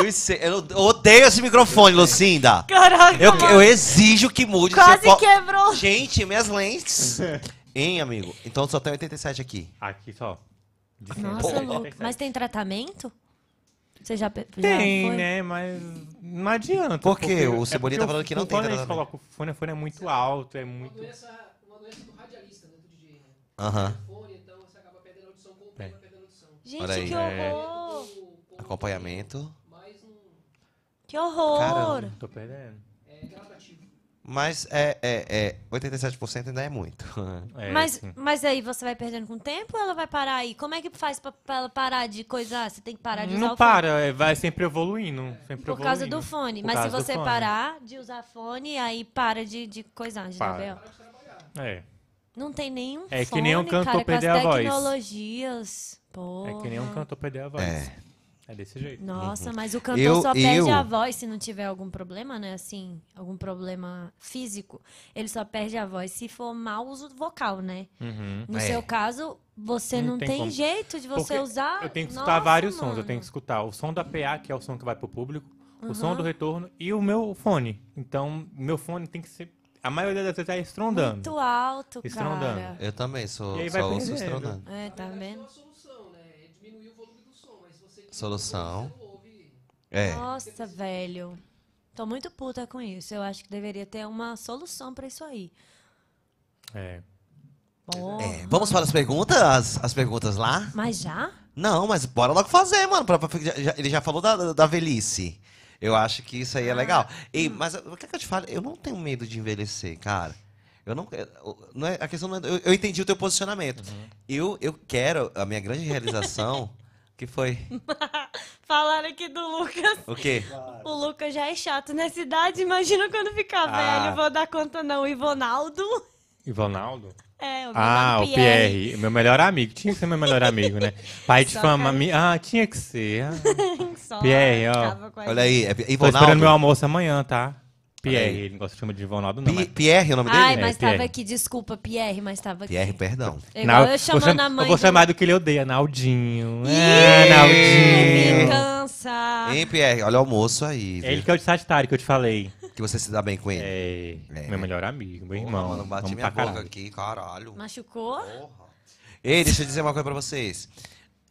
[SPEAKER 1] Dos seis. Eu odeio esse microfone, Lucinda!
[SPEAKER 3] Caraca,
[SPEAKER 1] Eu, eu exijo que mude. se
[SPEAKER 3] quase
[SPEAKER 1] eu po-
[SPEAKER 3] quebrou.
[SPEAKER 1] Gente, minhas lentes! Hein, amigo? Então só tem 87 aqui.
[SPEAKER 4] Aqui só. De cima.
[SPEAKER 3] Nossa,
[SPEAKER 4] 87.
[SPEAKER 1] é
[SPEAKER 3] Lucas. Mas tem tratamento? Você já, pe- já
[SPEAKER 4] Tem,
[SPEAKER 3] foi?
[SPEAKER 4] né? Mas não adianta.
[SPEAKER 1] Por quê?
[SPEAKER 4] porque-
[SPEAKER 1] O
[SPEAKER 4] é
[SPEAKER 1] Cebolinha tá
[SPEAKER 4] porque
[SPEAKER 1] falando que não
[SPEAKER 4] o-
[SPEAKER 1] tem
[SPEAKER 4] Quando a gente
[SPEAKER 1] tratamento.
[SPEAKER 4] coloca o fone, o fone é muito alto, é muito...
[SPEAKER 7] doença, uma doença do radialista, né? Do DJ, né?
[SPEAKER 1] Aham.
[SPEAKER 7] Fone, então você acaba perdendo a audição com o
[SPEAKER 4] É.
[SPEAKER 7] pé, perdendo a audição.
[SPEAKER 3] Gente,
[SPEAKER 1] Olha aí.
[SPEAKER 3] que
[SPEAKER 4] É.
[SPEAKER 3] horror!
[SPEAKER 7] Com- com-
[SPEAKER 1] Acompanhamento.
[SPEAKER 7] Mas não
[SPEAKER 3] Que horror!
[SPEAKER 1] Caramba.
[SPEAKER 4] Tô perdendo.
[SPEAKER 7] é gradativo.
[SPEAKER 1] Mas é, é, é, 87% ainda é
[SPEAKER 4] (laughs)
[SPEAKER 1] muito.
[SPEAKER 4] É,
[SPEAKER 3] mas,
[SPEAKER 4] assim.
[SPEAKER 3] mas aí você vai perdendo com o tempo ou ela vai parar aí? Como é que faz pra, pra ela parar de coisar? Você tem que parar de usar
[SPEAKER 4] Não
[SPEAKER 3] o
[SPEAKER 4] para, é, vai sempre evoluindo. Sempre
[SPEAKER 3] fone por causa
[SPEAKER 4] evoluindo.
[SPEAKER 3] do fone.
[SPEAKER 4] Por
[SPEAKER 3] Mas se
[SPEAKER 4] causa do
[SPEAKER 3] você
[SPEAKER 4] fone.
[SPEAKER 3] parar de usar fone, aí para de, de coisar, de dar
[SPEAKER 4] Para.
[SPEAKER 3] BO.
[SPEAKER 4] É.
[SPEAKER 3] Não tem nenhum
[SPEAKER 4] É que
[SPEAKER 3] fone,
[SPEAKER 4] nem um cantor
[SPEAKER 3] cara,
[SPEAKER 4] perder
[SPEAKER 3] com as
[SPEAKER 4] a voz.
[SPEAKER 3] tecnologias. Porra.
[SPEAKER 4] É que nem um cantor perder a voz.
[SPEAKER 1] É.
[SPEAKER 4] É, desse jeito.
[SPEAKER 3] Nossa, mas o cantor
[SPEAKER 1] Eu-
[SPEAKER 3] só perde
[SPEAKER 1] eu-
[SPEAKER 3] a voz se não tiver algum problema, né? Assim, algum problema físico. Ele só perde a voz se for mau uso vocal, né?
[SPEAKER 4] Uhum.
[SPEAKER 3] No
[SPEAKER 1] É.
[SPEAKER 3] seu caso, você não,
[SPEAKER 4] Não
[SPEAKER 3] tem,
[SPEAKER 4] tem como.
[SPEAKER 3] jeito de você
[SPEAKER 4] Porque
[SPEAKER 3] usar.
[SPEAKER 4] Eu tenho que escutar
[SPEAKER 3] Nossa,
[SPEAKER 4] vários sons.
[SPEAKER 3] mano.
[SPEAKER 4] Eu tenho que escutar o som da PA, que é o som que vai pro público, o som do retorno e o meu fone. Então, meu fone tem que ser. A maioria das vezes é estrondando.
[SPEAKER 3] Muito alto,
[SPEAKER 4] Estrondando.
[SPEAKER 3] cara.
[SPEAKER 1] Eu também sou
[SPEAKER 4] E aí vai
[SPEAKER 1] só ouço
[SPEAKER 4] perdendo.
[SPEAKER 1] estronando.
[SPEAKER 3] É, tá vendo?
[SPEAKER 7] Uma solução, né? É diminuir o volume do som, mas se você diminui o
[SPEAKER 1] Solução.
[SPEAKER 7] volume, você não ouve.
[SPEAKER 1] É.
[SPEAKER 3] Nossa, velho. Tô muito puta com isso. Eu acho que deveria ter uma solução pra isso aí.
[SPEAKER 4] É.
[SPEAKER 3] Porra.
[SPEAKER 1] É, Vamos para as perguntas? As perguntas lá?
[SPEAKER 3] Mas já?
[SPEAKER 1] Não, mas bora logo fazer, mano. pra- pra- já- já- ele já falou da, da- da velhice. Eu acho que isso aí
[SPEAKER 4] Ah,
[SPEAKER 1] é legal. Ei,
[SPEAKER 4] hum.
[SPEAKER 1] mas o que, é que eu te falo? Eu não tenho medo de envelhecer, cara. Eu não, eu- não é, a questão não é, eu, eu entendi o teu
[SPEAKER 4] Uhum. (laughs)
[SPEAKER 1] posicionamento. Eu, eu quero a minha grande realização. que foi?
[SPEAKER 3] Falaram aqui do Lucas.
[SPEAKER 1] O quê?
[SPEAKER 3] O Lucas já é chato na cidade, imagina quando ficar
[SPEAKER 4] Ah.
[SPEAKER 3] velho. Vou dar conta não, Ivonaldo.
[SPEAKER 4] Ivonaldo?
[SPEAKER 3] É, o
[SPEAKER 4] Ah,
[SPEAKER 3] Ivonaldo
[SPEAKER 4] o Pierre. Meu melhor amigo. Tinha que ser meu melhor
[SPEAKER 3] (laughs)
[SPEAKER 4] amigo, né? Pai de
[SPEAKER 3] Só
[SPEAKER 4] fama.
[SPEAKER 3] cara-
[SPEAKER 4] mi- Ah, tinha que ser. Ah,
[SPEAKER 3] Só
[SPEAKER 4] Pierre, ó.
[SPEAKER 3] ficava com a
[SPEAKER 1] Olha aí, é
[SPEAKER 4] Tô
[SPEAKER 1] Ivonaldo.
[SPEAKER 4] esperando meu almoço amanhã, tá?
[SPEAKER 1] Olha
[SPEAKER 4] Pierre. Ele não gosta de chamar de Ivonaldo, não.
[SPEAKER 1] Pi-
[SPEAKER 4] mas-
[SPEAKER 1] Pierre é o nome
[SPEAKER 3] Ai,
[SPEAKER 1] dele?
[SPEAKER 4] É,
[SPEAKER 3] mas
[SPEAKER 4] Pierre.
[SPEAKER 3] tava aqui, desculpa, Pierre, mas tava aqui.
[SPEAKER 1] Pierre, perdão.
[SPEAKER 3] É Igual
[SPEAKER 4] Nau-
[SPEAKER 3] eu chamando
[SPEAKER 4] vou cham-
[SPEAKER 3] a mãe.
[SPEAKER 4] Eu vou
[SPEAKER 3] do-
[SPEAKER 4] chamar é do que ele odeia, Naldinho. É,
[SPEAKER 3] Ih, Me
[SPEAKER 4] Naldinho.
[SPEAKER 3] cansa.
[SPEAKER 1] Hein, Pierre? Olha o almoço aí.
[SPEAKER 4] É
[SPEAKER 1] viu?
[SPEAKER 4] ele que é o de Sagitário que eu te falei.
[SPEAKER 1] Que você se dá bem com ele.
[SPEAKER 4] É, meu melhor amigo, meu
[SPEAKER 6] Porra,
[SPEAKER 4] irmão.
[SPEAKER 6] mano, bati
[SPEAKER 4] Vamos
[SPEAKER 6] minha
[SPEAKER 4] pra
[SPEAKER 6] boca
[SPEAKER 3] (laughs)
[SPEAKER 4] caralho.
[SPEAKER 6] aqui, caralho.
[SPEAKER 3] Machucou?
[SPEAKER 6] Porra.
[SPEAKER 1] Ei, deixa eu dizer uma coisa pra vocês.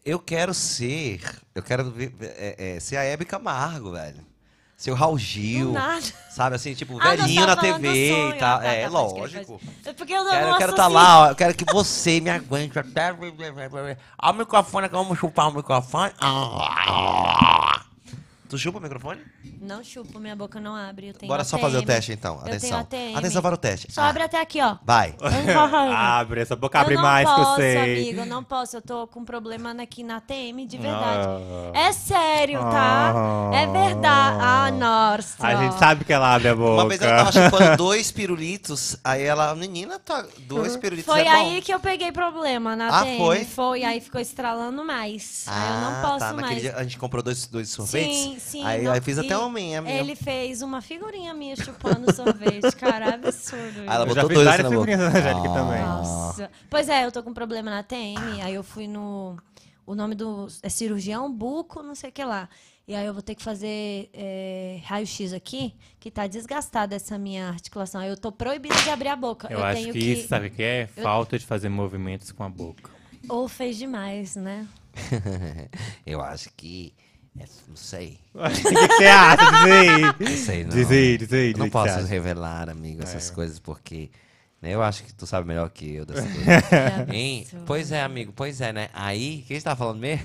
[SPEAKER 1] Eu quero ser. Eu quero vi- é, é, ser a Hebe Camargo, velho. Ser o Raul Gil.
[SPEAKER 3] Do nada.
[SPEAKER 1] Sabe assim, tipo,
[SPEAKER 3] Ah, não,
[SPEAKER 1] velhinho
[SPEAKER 3] tá
[SPEAKER 1] na
[SPEAKER 3] falando do
[SPEAKER 1] TV
[SPEAKER 3] sonho.
[SPEAKER 1] e tal.
[SPEAKER 3] Ah, tá,
[SPEAKER 1] é,
[SPEAKER 3] tá, pode crer,
[SPEAKER 1] lógico.
[SPEAKER 3] pode- É porque eu não
[SPEAKER 1] Quero, eu quero
[SPEAKER 3] associo.
[SPEAKER 1] estar lá, ó. Eu quero que você me aguente até. Olha o microfone, que eu vou chupar o microfone. Ah. Tu chupa o microfone?
[SPEAKER 3] Não chupo, minha boca não abre. Eu tenho
[SPEAKER 1] Bora só fazer o
[SPEAKER 3] ATM.
[SPEAKER 1] teste então. Atenção.
[SPEAKER 3] Eu tenho ATM.
[SPEAKER 1] Atenção para o teste.
[SPEAKER 3] Só
[SPEAKER 1] Ah,
[SPEAKER 3] abre até aqui,
[SPEAKER 1] (laughs)
[SPEAKER 3] ó. (laughs)
[SPEAKER 1] Vai.
[SPEAKER 4] Abre, essa boca abre
[SPEAKER 3] eu não
[SPEAKER 4] mais
[SPEAKER 3] posso,
[SPEAKER 4] que eu sei.
[SPEAKER 3] amigo, eu não posso. Eu tô com um problema aqui na TM, de verdade.
[SPEAKER 4] Ah.
[SPEAKER 3] É sério, tá?
[SPEAKER 4] Ah.
[SPEAKER 3] É verdade. Ah, nossa.
[SPEAKER 4] A gente sabe que ela abre a boca.
[SPEAKER 1] Uma vez ela tava chupando dois pirulitos, aí ela, menina, tá, dois pirulitos
[SPEAKER 3] Foi
[SPEAKER 1] é bom.
[SPEAKER 3] aí que eu peguei problema na
[SPEAKER 1] Ah,
[SPEAKER 3] TM.
[SPEAKER 1] foi?
[SPEAKER 3] aí ficou estralando mais. aí eu
[SPEAKER 1] Ah,
[SPEAKER 3] não posso
[SPEAKER 1] tá, naquele
[SPEAKER 3] mais.
[SPEAKER 1] dia a gente comprou dois, dois sorvetes.
[SPEAKER 3] Sim, sim.
[SPEAKER 1] Aí
[SPEAKER 3] não-
[SPEAKER 1] eu fiz até um né?
[SPEAKER 3] e
[SPEAKER 1] uma minha, minha.
[SPEAKER 3] Ele fez uma figurinha minha chupando sorvete,
[SPEAKER 1] (laughs)
[SPEAKER 3] cara, absurdo.
[SPEAKER 1] Aí ela
[SPEAKER 4] (laughs) Eu já
[SPEAKER 1] botou
[SPEAKER 4] fiz
[SPEAKER 1] dois assim na
[SPEAKER 4] várias
[SPEAKER 1] boca.
[SPEAKER 4] figurinhas da
[SPEAKER 3] Ah.
[SPEAKER 4] Angélica também.
[SPEAKER 3] Nossa. Pois é, eu tô com problema na TM, aí eu fui no. O nome do. É cirurgião buco, não sei o que lá. E aí eu vou ter que fazer é, raio-x aqui, que tá desgastada essa minha articulação. Aí eu tô proibida de abrir a boca.
[SPEAKER 4] Eu, acho
[SPEAKER 3] tenho
[SPEAKER 4] que isso, sabe o que é? Falta de fazer movimentos com
[SPEAKER 3] (laughs)
[SPEAKER 4] a boca.
[SPEAKER 3] Ou fez demais,
[SPEAKER 4] (laughs)
[SPEAKER 3] né?
[SPEAKER 1] Eu acho que, é, não sei,
[SPEAKER 4] O que você acha? Diz aí.
[SPEAKER 1] não sei não.
[SPEAKER 4] Diz
[SPEAKER 1] Eu não
[SPEAKER 4] aí, diz aí. diz aí o que você
[SPEAKER 1] posso
[SPEAKER 4] acha.
[SPEAKER 1] revelar, amigo, essas coisas, porque né, eu acho que tu sabe melhor que eu dessas coisas.
[SPEAKER 3] É
[SPEAKER 1] Hein?
[SPEAKER 3] absurdo.
[SPEAKER 1] Pois é, amigo, pois é, né? Aí, quem está falando mesmo?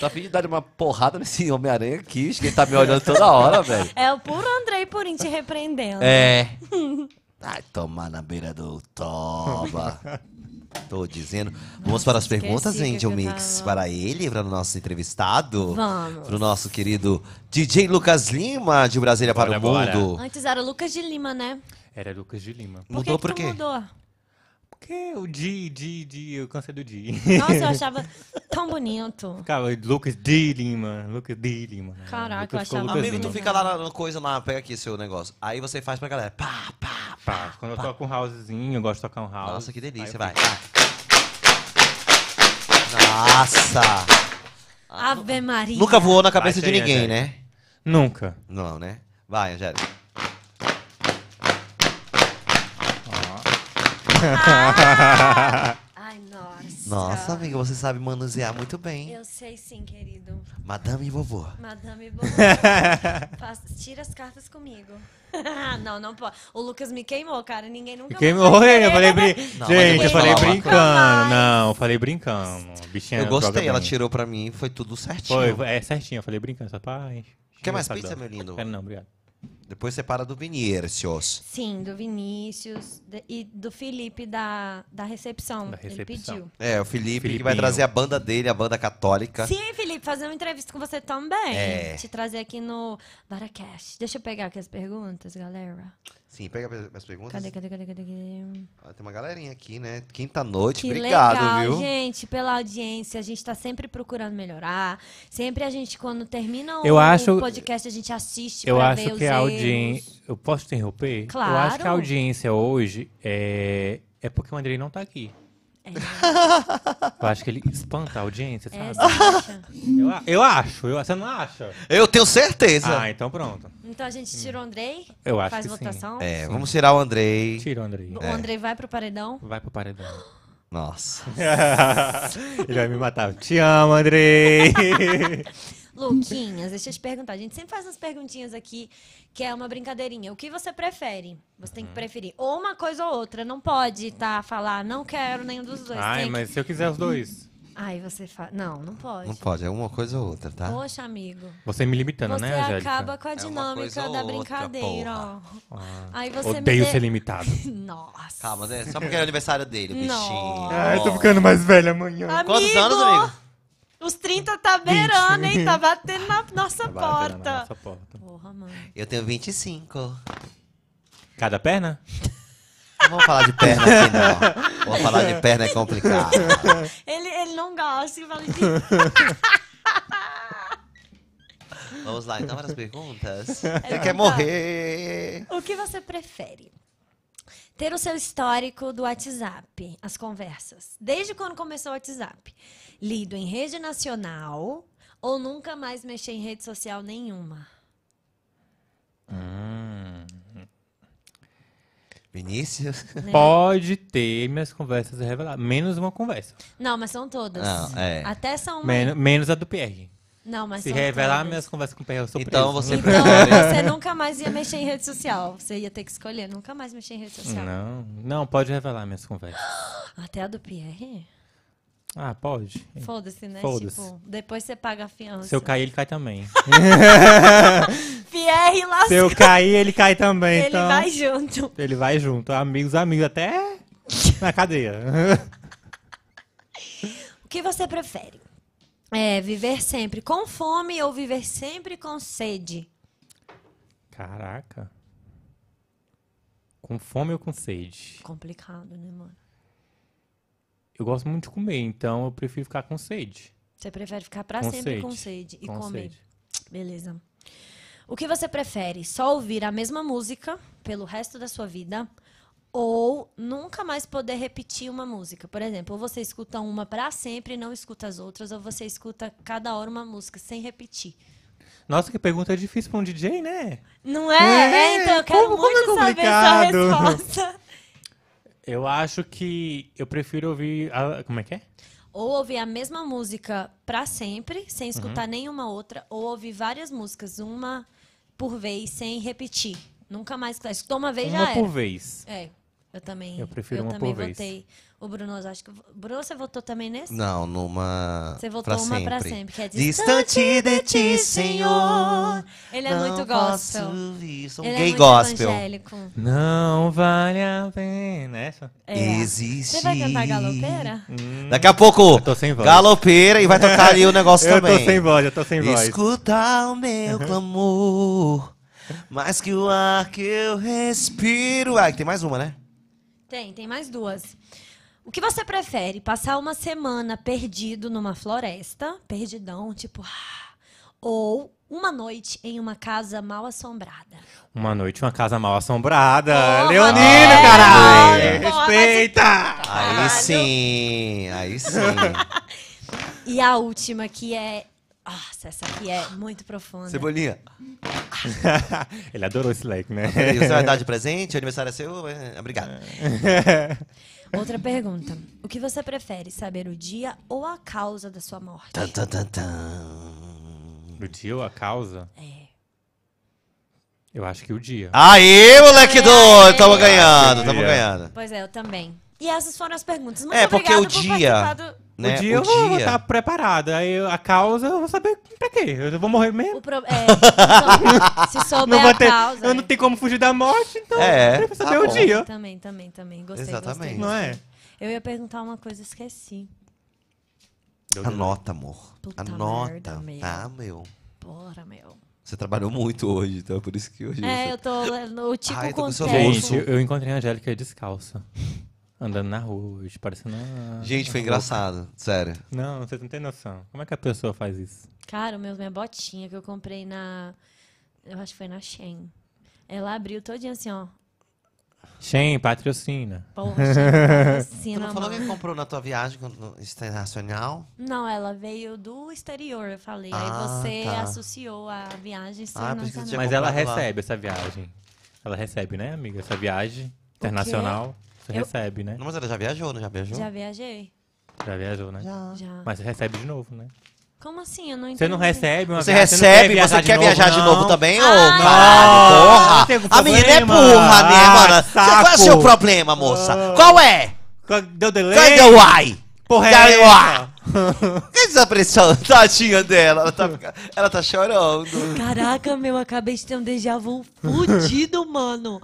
[SPEAKER 1] Tô a fim de dar uma porrada nesse Homem-Aranha aqui, acho que ele tá me olhando toda hora, velho.
[SPEAKER 3] É o puro Andrei Purim te repreendendo.
[SPEAKER 1] É. (laughs) Vai tomar na beira do toba. Tô dizendo. Vamos para as
[SPEAKER 3] esqueci
[SPEAKER 1] perguntas,
[SPEAKER 3] que
[SPEAKER 1] Angel
[SPEAKER 3] eu
[SPEAKER 1] Mix,
[SPEAKER 3] tava-
[SPEAKER 1] para ele, para o nosso entrevistado.
[SPEAKER 3] Vamos.
[SPEAKER 1] Para o nosso querido DJ Lucas Lima, de Brasília para
[SPEAKER 4] Bora,
[SPEAKER 1] o
[SPEAKER 4] bora.
[SPEAKER 1] Mundo.
[SPEAKER 3] Antes era o Lucas de Lima, né?
[SPEAKER 4] Era Lucas de Lima.
[SPEAKER 3] Por
[SPEAKER 1] Mudou
[SPEAKER 3] que que
[SPEAKER 1] por
[SPEAKER 3] tu
[SPEAKER 1] quê?
[SPEAKER 3] mudou?
[SPEAKER 4] Porque o Di, Di, Di, eu cansei do Di.
[SPEAKER 3] Nossa, eu achava
[SPEAKER 1] (laughs)
[SPEAKER 3] tão bonito.
[SPEAKER 4] Ficava Lucas de Lima, Lucas de Lima.
[SPEAKER 3] Caraca,
[SPEAKER 4] Lucas
[SPEAKER 3] eu
[SPEAKER 4] ficou
[SPEAKER 3] achava-
[SPEAKER 4] Lucas
[SPEAKER 1] Amigo, tu
[SPEAKER 4] Lima.
[SPEAKER 1] fica lá na- na coisa lá, pega aqui seu negócio. Aí você faz pra galera. Pá, pá, pá.
[SPEAKER 4] Pá, Quando eu toco um housezinho, eu gosto de tocar um house.
[SPEAKER 1] Nossa, que
[SPEAKER 4] Aí
[SPEAKER 1] é delícia,
[SPEAKER 4] eu
[SPEAKER 1] vai. Nossa!
[SPEAKER 3] Ave Maria.
[SPEAKER 1] Nunca voou na cabeça de
[SPEAKER 4] Vai, chega,
[SPEAKER 1] ninguém,
[SPEAKER 4] chega.
[SPEAKER 1] né?
[SPEAKER 4] Nunca.
[SPEAKER 1] Não, né? Vai, Angélica.
[SPEAKER 3] Ai, nossa.
[SPEAKER 1] Nossa, amiga, você sabe manusear muito bem.
[SPEAKER 3] Eu sei sim, querido.
[SPEAKER 1] Madame e vovô.
[SPEAKER 4] (laughs)
[SPEAKER 3] Madame Bovary. Faça- Tira as cartas comigo. (laughs) não, não pode. O Lucas me queimou, cara. Ninguém nunca
[SPEAKER 4] Quem
[SPEAKER 3] mais vai
[SPEAKER 4] morreu? Eu
[SPEAKER 3] querer.
[SPEAKER 4] falei brin...
[SPEAKER 1] Não, mas eu
[SPEAKER 4] Gente,
[SPEAKER 1] vou
[SPEAKER 4] eu
[SPEAKER 1] te
[SPEAKER 4] falei
[SPEAKER 1] falar uma
[SPEAKER 3] coisa.
[SPEAKER 4] brincando. Não, eu falei brincando. Bichinha,
[SPEAKER 1] Eu
[SPEAKER 4] joga
[SPEAKER 1] gostei,
[SPEAKER 4] é bem.
[SPEAKER 1] ela tirou pra mim, foi tudo certinho.
[SPEAKER 4] Foi, foi- é certinho, eu falei brincando, só pra encher
[SPEAKER 1] Quer
[SPEAKER 4] o
[SPEAKER 1] mais
[SPEAKER 4] saco
[SPEAKER 1] pizza,
[SPEAKER 4] dela.
[SPEAKER 1] meu lindo?
[SPEAKER 4] Quero não, obrigado.
[SPEAKER 1] Depois separa do Vinicius.
[SPEAKER 3] Sim, do Vinícius de- e do Felipe da, da recepção.
[SPEAKER 4] Da recepção.
[SPEAKER 3] Ele pediu.
[SPEAKER 1] É, o Felipe que vai
[SPEAKER 4] Filipinho.
[SPEAKER 1] trazer a banda dele, a banda católica.
[SPEAKER 3] Sim, Felipe, fazer uma entrevista com você também.
[SPEAKER 1] É.
[SPEAKER 3] Te trazer aqui no Varacast. Deixa eu pegar aqui as perguntas, galera.
[SPEAKER 1] Sim, pega pe- minhas perguntas.
[SPEAKER 3] Cadê, cadê, cadê, cadê? cadê?
[SPEAKER 1] Ah, Tem uma galerinha aqui, né? Quinta-noite,
[SPEAKER 3] Que
[SPEAKER 1] obrigado,
[SPEAKER 3] legal,
[SPEAKER 1] viu?
[SPEAKER 3] gente, pela audiência. A gente tá sempre procurando melhorar. Sempre a gente, quando termina o
[SPEAKER 4] Eu acho-
[SPEAKER 3] podcast, a gente assiste
[SPEAKER 4] Eu
[SPEAKER 3] pra
[SPEAKER 4] acho
[SPEAKER 3] ver os
[SPEAKER 4] que a
[SPEAKER 3] erros.
[SPEAKER 4] audiência. Eu posso te interromper? Eu acho que a
[SPEAKER 3] Claro.
[SPEAKER 4] audiência hoje é. É porque o Andrei não tá aqui.
[SPEAKER 1] (laughs)
[SPEAKER 4] Eu acho que ele espanta a audiência,
[SPEAKER 3] É,
[SPEAKER 4] sabe?
[SPEAKER 3] Sasha.
[SPEAKER 4] Eu, a- eu acho, eu- você não acha?
[SPEAKER 1] Eu tenho certeza.
[SPEAKER 4] Ah, então pronto.
[SPEAKER 3] Então a gente tira o Andrei,
[SPEAKER 4] Eu acho
[SPEAKER 3] faz
[SPEAKER 4] que sim.
[SPEAKER 3] votação.
[SPEAKER 1] é, vamos tirar o Andrei.
[SPEAKER 4] Tira o Andrei.
[SPEAKER 3] O Andrei vai pro paredão.
[SPEAKER 4] Vai pro paredão.
[SPEAKER 1] Nossa.
[SPEAKER 4] (laughs) ele vai me matar. Te amo,
[SPEAKER 3] (laughs)
[SPEAKER 4] Andrei.
[SPEAKER 3] Louquinhas, deixa eu te perguntar. A gente sempre faz umas perguntinhas aqui, que é uma brincadeirinha. O que você prefere? Você
[SPEAKER 1] Hum.
[SPEAKER 3] tem que preferir ou uma coisa ou outra. Não pode, tá? Falar, não quero nenhum dos dois.
[SPEAKER 4] Ai,
[SPEAKER 3] Tem
[SPEAKER 4] mas se eu quiser os dois.
[SPEAKER 3] que... Ai, você fala. Não, não pode.
[SPEAKER 1] Não pode, é uma coisa ou outra, tá?
[SPEAKER 3] Poxa, amigo.
[SPEAKER 4] Você me limitando,
[SPEAKER 3] Você
[SPEAKER 4] né, Angélica?
[SPEAKER 3] acaba com a
[SPEAKER 1] É uma
[SPEAKER 3] dinâmica
[SPEAKER 1] coisa
[SPEAKER 3] da
[SPEAKER 1] ou outra,
[SPEAKER 3] brincadeira. ó. Aí você me
[SPEAKER 4] Ah. Odeio
[SPEAKER 3] de-
[SPEAKER 4] ser limitado.
[SPEAKER 3] (laughs) Nossa.
[SPEAKER 1] Calma, né? Só porque é aniversário dele, bichinho.
[SPEAKER 3] Não.
[SPEAKER 4] mais velho amanhã.
[SPEAKER 3] Amigo,
[SPEAKER 1] Quantos anos, amigo?
[SPEAKER 3] Os 30 tá beirando, hein? Tá batendo na nossa
[SPEAKER 4] Tá Batendo na
[SPEAKER 3] porta.
[SPEAKER 4] nossa porta.
[SPEAKER 3] Porra, mano.
[SPEAKER 1] Eu tenho 25.
[SPEAKER 4] Cada perna?
[SPEAKER 1] Não vamos falar de perna aqui, não. Vamos falar de perna é complicado.
[SPEAKER 3] Ele, ele não gosta, ele fala de...
[SPEAKER 1] (laughs) Vamos lá, então, várias perguntas.
[SPEAKER 3] Ele
[SPEAKER 1] Ele quer
[SPEAKER 3] não
[SPEAKER 1] morrer.
[SPEAKER 3] É O que você prefere? Ter o seu histórico do WhatsApp, as conversas. Desde quando começou o WhatsApp? Lido em rede nacional ou nunca mais mexer em rede social nenhuma?
[SPEAKER 1] Hum. Vinícius?
[SPEAKER 3] né?
[SPEAKER 4] Pode ter minhas conversas reveladas. Menos uma conversa.
[SPEAKER 3] Não, mas são todas.
[SPEAKER 1] Não, é.
[SPEAKER 3] Até são uma.
[SPEAKER 4] Men- menos a do PR.
[SPEAKER 3] Não, mas
[SPEAKER 4] Se
[SPEAKER 3] são
[SPEAKER 4] revelar
[SPEAKER 3] todas.
[SPEAKER 4] minhas conversas com o PR, eu sou
[SPEAKER 1] Então
[SPEAKER 4] preso.
[SPEAKER 1] você
[SPEAKER 3] Então
[SPEAKER 1] prefere.
[SPEAKER 3] você nunca mais ia mexer em rede social. Você ia ter que escolher, nunca mais mexer em rede social.
[SPEAKER 4] Não, não, pode revelar minhas conversas.
[SPEAKER 3] Até a do Pierre?
[SPEAKER 4] Ah, pode.
[SPEAKER 3] Foda-se, né?
[SPEAKER 4] Foda-se.
[SPEAKER 3] Tipo, depois você paga a fiança.
[SPEAKER 4] Se eu cair, ele cai também.
[SPEAKER 3] Pierre lascou.
[SPEAKER 4] (laughs) Se eu cair, ele cai também.
[SPEAKER 3] Ele
[SPEAKER 4] então...
[SPEAKER 3] vai junto.
[SPEAKER 4] Ele vai junto, amigos, amigos,
[SPEAKER 3] (laughs)
[SPEAKER 4] até na cadeia. (laughs)
[SPEAKER 3] O que você prefere? É viver sempre com fome ou viver sempre com sede?
[SPEAKER 4] Caraca. Com fome ou com sede?
[SPEAKER 3] Complicado, né, mano?
[SPEAKER 4] Eu gosto muito de comer, então eu prefiro ficar com sede.
[SPEAKER 3] Você prefere ficar pra
[SPEAKER 4] Com
[SPEAKER 3] Tá sempre
[SPEAKER 4] sede.
[SPEAKER 3] com sede e
[SPEAKER 4] Com
[SPEAKER 3] comer.
[SPEAKER 4] sede.
[SPEAKER 3] Beleza. O que você prefere? Só ouvir a mesma música pelo resto da sua vida ou nunca mais poder repetir uma música? Por exemplo, ou você escuta uma pra sempre e não escuta as outras, ou você escuta cada hora uma música sem repetir.
[SPEAKER 4] Nossa, que pergunta difícil pra um DJ, né?
[SPEAKER 3] Não é?
[SPEAKER 4] É,
[SPEAKER 3] É, então eu quero
[SPEAKER 4] como- como
[SPEAKER 3] muito saber
[SPEAKER 4] é
[SPEAKER 3] sua
[SPEAKER 4] complicado.
[SPEAKER 3] resposta. (laughs)
[SPEAKER 4] Eu acho que eu prefiro ouvir. a- Como é que é?
[SPEAKER 3] Ou ouvir a mesma música pra sempre,
[SPEAKER 4] Uhum.
[SPEAKER 3] sem escutar nenhuma outra, ou ouvir várias músicas, uma por vez, sem repetir. Nunca mais. Escutou uma vez já
[SPEAKER 4] Uma por
[SPEAKER 3] era.
[SPEAKER 4] vez.
[SPEAKER 3] É, eu também.
[SPEAKER 4] Eu prefiro uma
[SPEAKER 3] também
[SPEAKER 4] por vez.
[SPEAKER 3] votei. O Bruno, eu acho que. Bruno, você votou também nesse?
[SPEAKER 1] Não, numa.
[SPEAKER 3] Você votou
[SPEAKER 1] pra
[SPEAKER 3] uma
[SPEAKER 1] sempre.
[SPEAKER 3] pra sempre, que é
[SPEAKER 1] Distante de ti, Senhor.
[SPEAKER 3] Ele é
[SPEAKER 1] não
[SPEAKER 3] muito
[SPEAKER 1] posso
[SPEAKER 3] gospel.
[SPEAKER 1] ir. Sou um
[SPEAKER 3] Ele é
[SPEAKER 1] gay
[SPEAKER 3] muito
[SPEAKER 1] gospel.
[SPEAKER 3] evangélico.
[SPEAKER 4] Não vale a pena. Essa?
[SPEAKER 3] É.
[SPEAKER 1] Existe.
[SPEAKER 3] Você vai cantar galopeira?
[SPEAKER 1] Daqui a pouco,
[SPEAKER 4] Eu tô sem voz.
[SPEAKER 1] galopeira e vai tocar ali o negócio
[SPEAKER 4] (laughs) eu
[SPEAKER 1] também.
[SPEAKER 4] tô sem voz, eu tô sem voz.
[SPEAKER 1] Escuta o meu clamor, mais que o ar que eu respiro. Ah, que tem mais uma, né?
[SPEAKER 3] Tem, tem mais duas. O que você prefere? Passar uma semana perdido numa floresta, perdidão, tipo, ah, ou uma noite em uma casa mal assombrada?
[SPEAKER 4] Uma noite, uma casa mal assombrada.
[SPEAKER 3] Porra,
[SPEAKER 4] Leonino,
[SPEAKER 3] né?
[SPEAKER 4] caralho!
[SPEAKER 3] Porra, mas-
[SPEAKER 4] Respeita!
[SPEAKER 3] Ah,
[SPEAKER 1] Aí sim, aí (laughs) sim.
[SPEAKER 3] E a última que é, nossa, essa aqui é muito profunda.
[SPEAKER 1] Cebolinha,
[SPEAKER 4] (laughs) Ele adorou esse leque, né?
[SPEAKER 1] peraí, você vai dar de presente? O aniversário é seu? É, Obrigado.
[SPEAKER 3] Outra pergunta. O que você prefere, saber o dia ou a causa da sua morte?
[SPEAKER 1] Tan, tan, tan, tan.
[SPEAKER 4] O dia ou a causa? Ah,
[SPEAKER 3] É.
[SPEAKER 4] Eu acho que o dia.
[SPEAKER 1] Aê, moleque
[SPEAKER 3] Aê,
[SPEAKER 1] doido!
[SPEAKER 3] aê.
[SPEAKER 1] Tamo ganhando, tamo
[SPEAKER 4] Queria.
[SPEAKER 1] ganhando.
[SPEAKER 3] Pois é, eu também. E essas foram as perguntas. Muito
[SPEAKER 1] É, porque
[SPEAKER 3] obrigada
[SPEAKER 1] o
[SPEAKER 3] por
[SPEAKER 1] dia-
[SPEAKER 3] participar do-
[SPEAKER 1] Né?
[SPEAKER 4] O dia eu vou estar preparada. Aí eu- a causa eu vou saber pra quê. Eu vou morrer mesmo.
[SPEAKER 3] O pro... é, então, se souber
[SPEAKER 4] Não vou
[SPEAKER 3] a
[SPEAKER 4] ter,
[SPEAKER 3] causa.
[SPEAKER 4] eu não
[SPEAKER 3] é.
[SPEAKER 4] tenho como fugir da morte, então
[SPEAKER 1] É,
[SPEAKER 4] eu preciso
[SPEAKER 1] tá
[SPEAKER 4] saber o
[SPEAKER 1] bom.
[SPEAKER 4] dia.
[SPEAKER 3] Também, também, também. Gostei,
[SPEAKER 1] Exatamente.
[SPEAKER 3] Exatamente.
[SPEAKER 4] Não é?
[SPEAKER 3] Eu ia perguntar uma coisa, esqueci.
[SPEAKER 1] Anota, amor.
[SPEAKER 3] Puta
[SPEAKER 1] Anota,
[SPEAKER 3] merda, meu.
[SPEAKER 1] tá, meu?
[SPEAKER 3] Porra, meu.
[SPEAKER 1] Você trabalhou muito hoje, então é por isso que hoje.
[SPEAKER 3] É,
[SPEAKER 1] você-
[SPEAKER 3] eu tô tipo lendo o Tico
[SPEAKER 1] Ai, eu tô
[SPEAKER 3] com
[SPEAKER 1] com
[SPEAKER 3] o
[SPEAKER 1] sono.
[SPEAKER 4] Gente,
[SPEAKER 1] Ouço.
[SPEAKER 4] eu, eu encontrei a Angélica descalça. Andando na rua hoje, parecendo. uma-
[SPEAKER 1] Gente, foi engraçado, sério.
[SPEAKER 4] Não, vocês não têm noção. Como é que a pessoa faz isso?
[SPEAKER 3] Cara, o meu, minha botinha que eu comprei na... Eu acho que foi na Shein. Ela abriu todinha assim, ó.
[SPEAKER 4] Shen, patrocina.
[SPEAKER 3] Porra, Shein, (laughs)
[SPEAKER 1] Tu
[SPEAKER 3] assim,
[SPEAKER 1] não
[SPEAKER 3] na
[SPEAKER 1] falou
[SPEAKER 3] mão.
[SPEAKER 1] que comprou na tua viagem quando- internacional?
[SPEAKER 3] Não, ela veio do exterior, eu falei.
[SPEAKER 1] Ah,
[SPEAKER 3] Aí você
[SPEAKER 1] tá.
[SPEAKER 3] associou a viagem tá
[SPEAKER 1] Ah, por isso que
[SPEAKER 3] internacional.
[SPEAKER 1] você Tinha
[SPEAKER 4] Mas ela
[SPEAKER 1] comprado lá.
[SPEAKER 4] recebe essa viagem. Ela recebe, né, amiga? Essa viagem internacional. Você
[SPEAKER 3] Eu-
[SPEAKER 4] recebe, né?
[SPEAKER 1] Não, mas ela já viajou, não já viajou?
[SPEAKER 3] Já viajei?
[SPEAKER 4] Já viajou, né?
[SPEAKER 3] Já.
[SPEAKER 4] Mas você recebe de novo, né?
[SPEAKER 3] Como assim? Eu não entendi.
[SPEAKER 4] Você não recebe uma
[SPEAKER 1] Você
[SPEAKER 4] viagem,
[SPEAKER 1] recebe, você,
[SPEAKER 4] não
[SPEAKER 1] quer viajar de novo
[SPEAKER 4] não?
[SPEAKER 1] também, ô
[SPEAKER 3] Ah,
[SPEAKER 4] não,
[SPEAKER 1] caralho,
[SPEAKER 4] tem algum
[SPEAKER 1] porra! A menina é
[SPEAKER 4] problema?
[SPEAKER 1] burra, né,
[SPEAKER 4] Ah,
[SPEAKER 1] mano? Você- Qual é o
[SPEAKER 4] saco.
[SPEAKER 1] seu problema, moça? Qual é?
[SPEAKER 4] Deu delay?
[SPEAKER 1] Cadê o ai?
[SPEAKER 4] Porra, é
[SPEAKER 1] Cadê o ai?
[SPEAKER 4] essa?
[SPEAKER 1] Cadê essa pressão? (laughs) tá Tadinha dela, ela tá, ela tá chorando.
[SPEAKER 3] Caraca, meu, acabei de ter um déjà vu fudido, mano.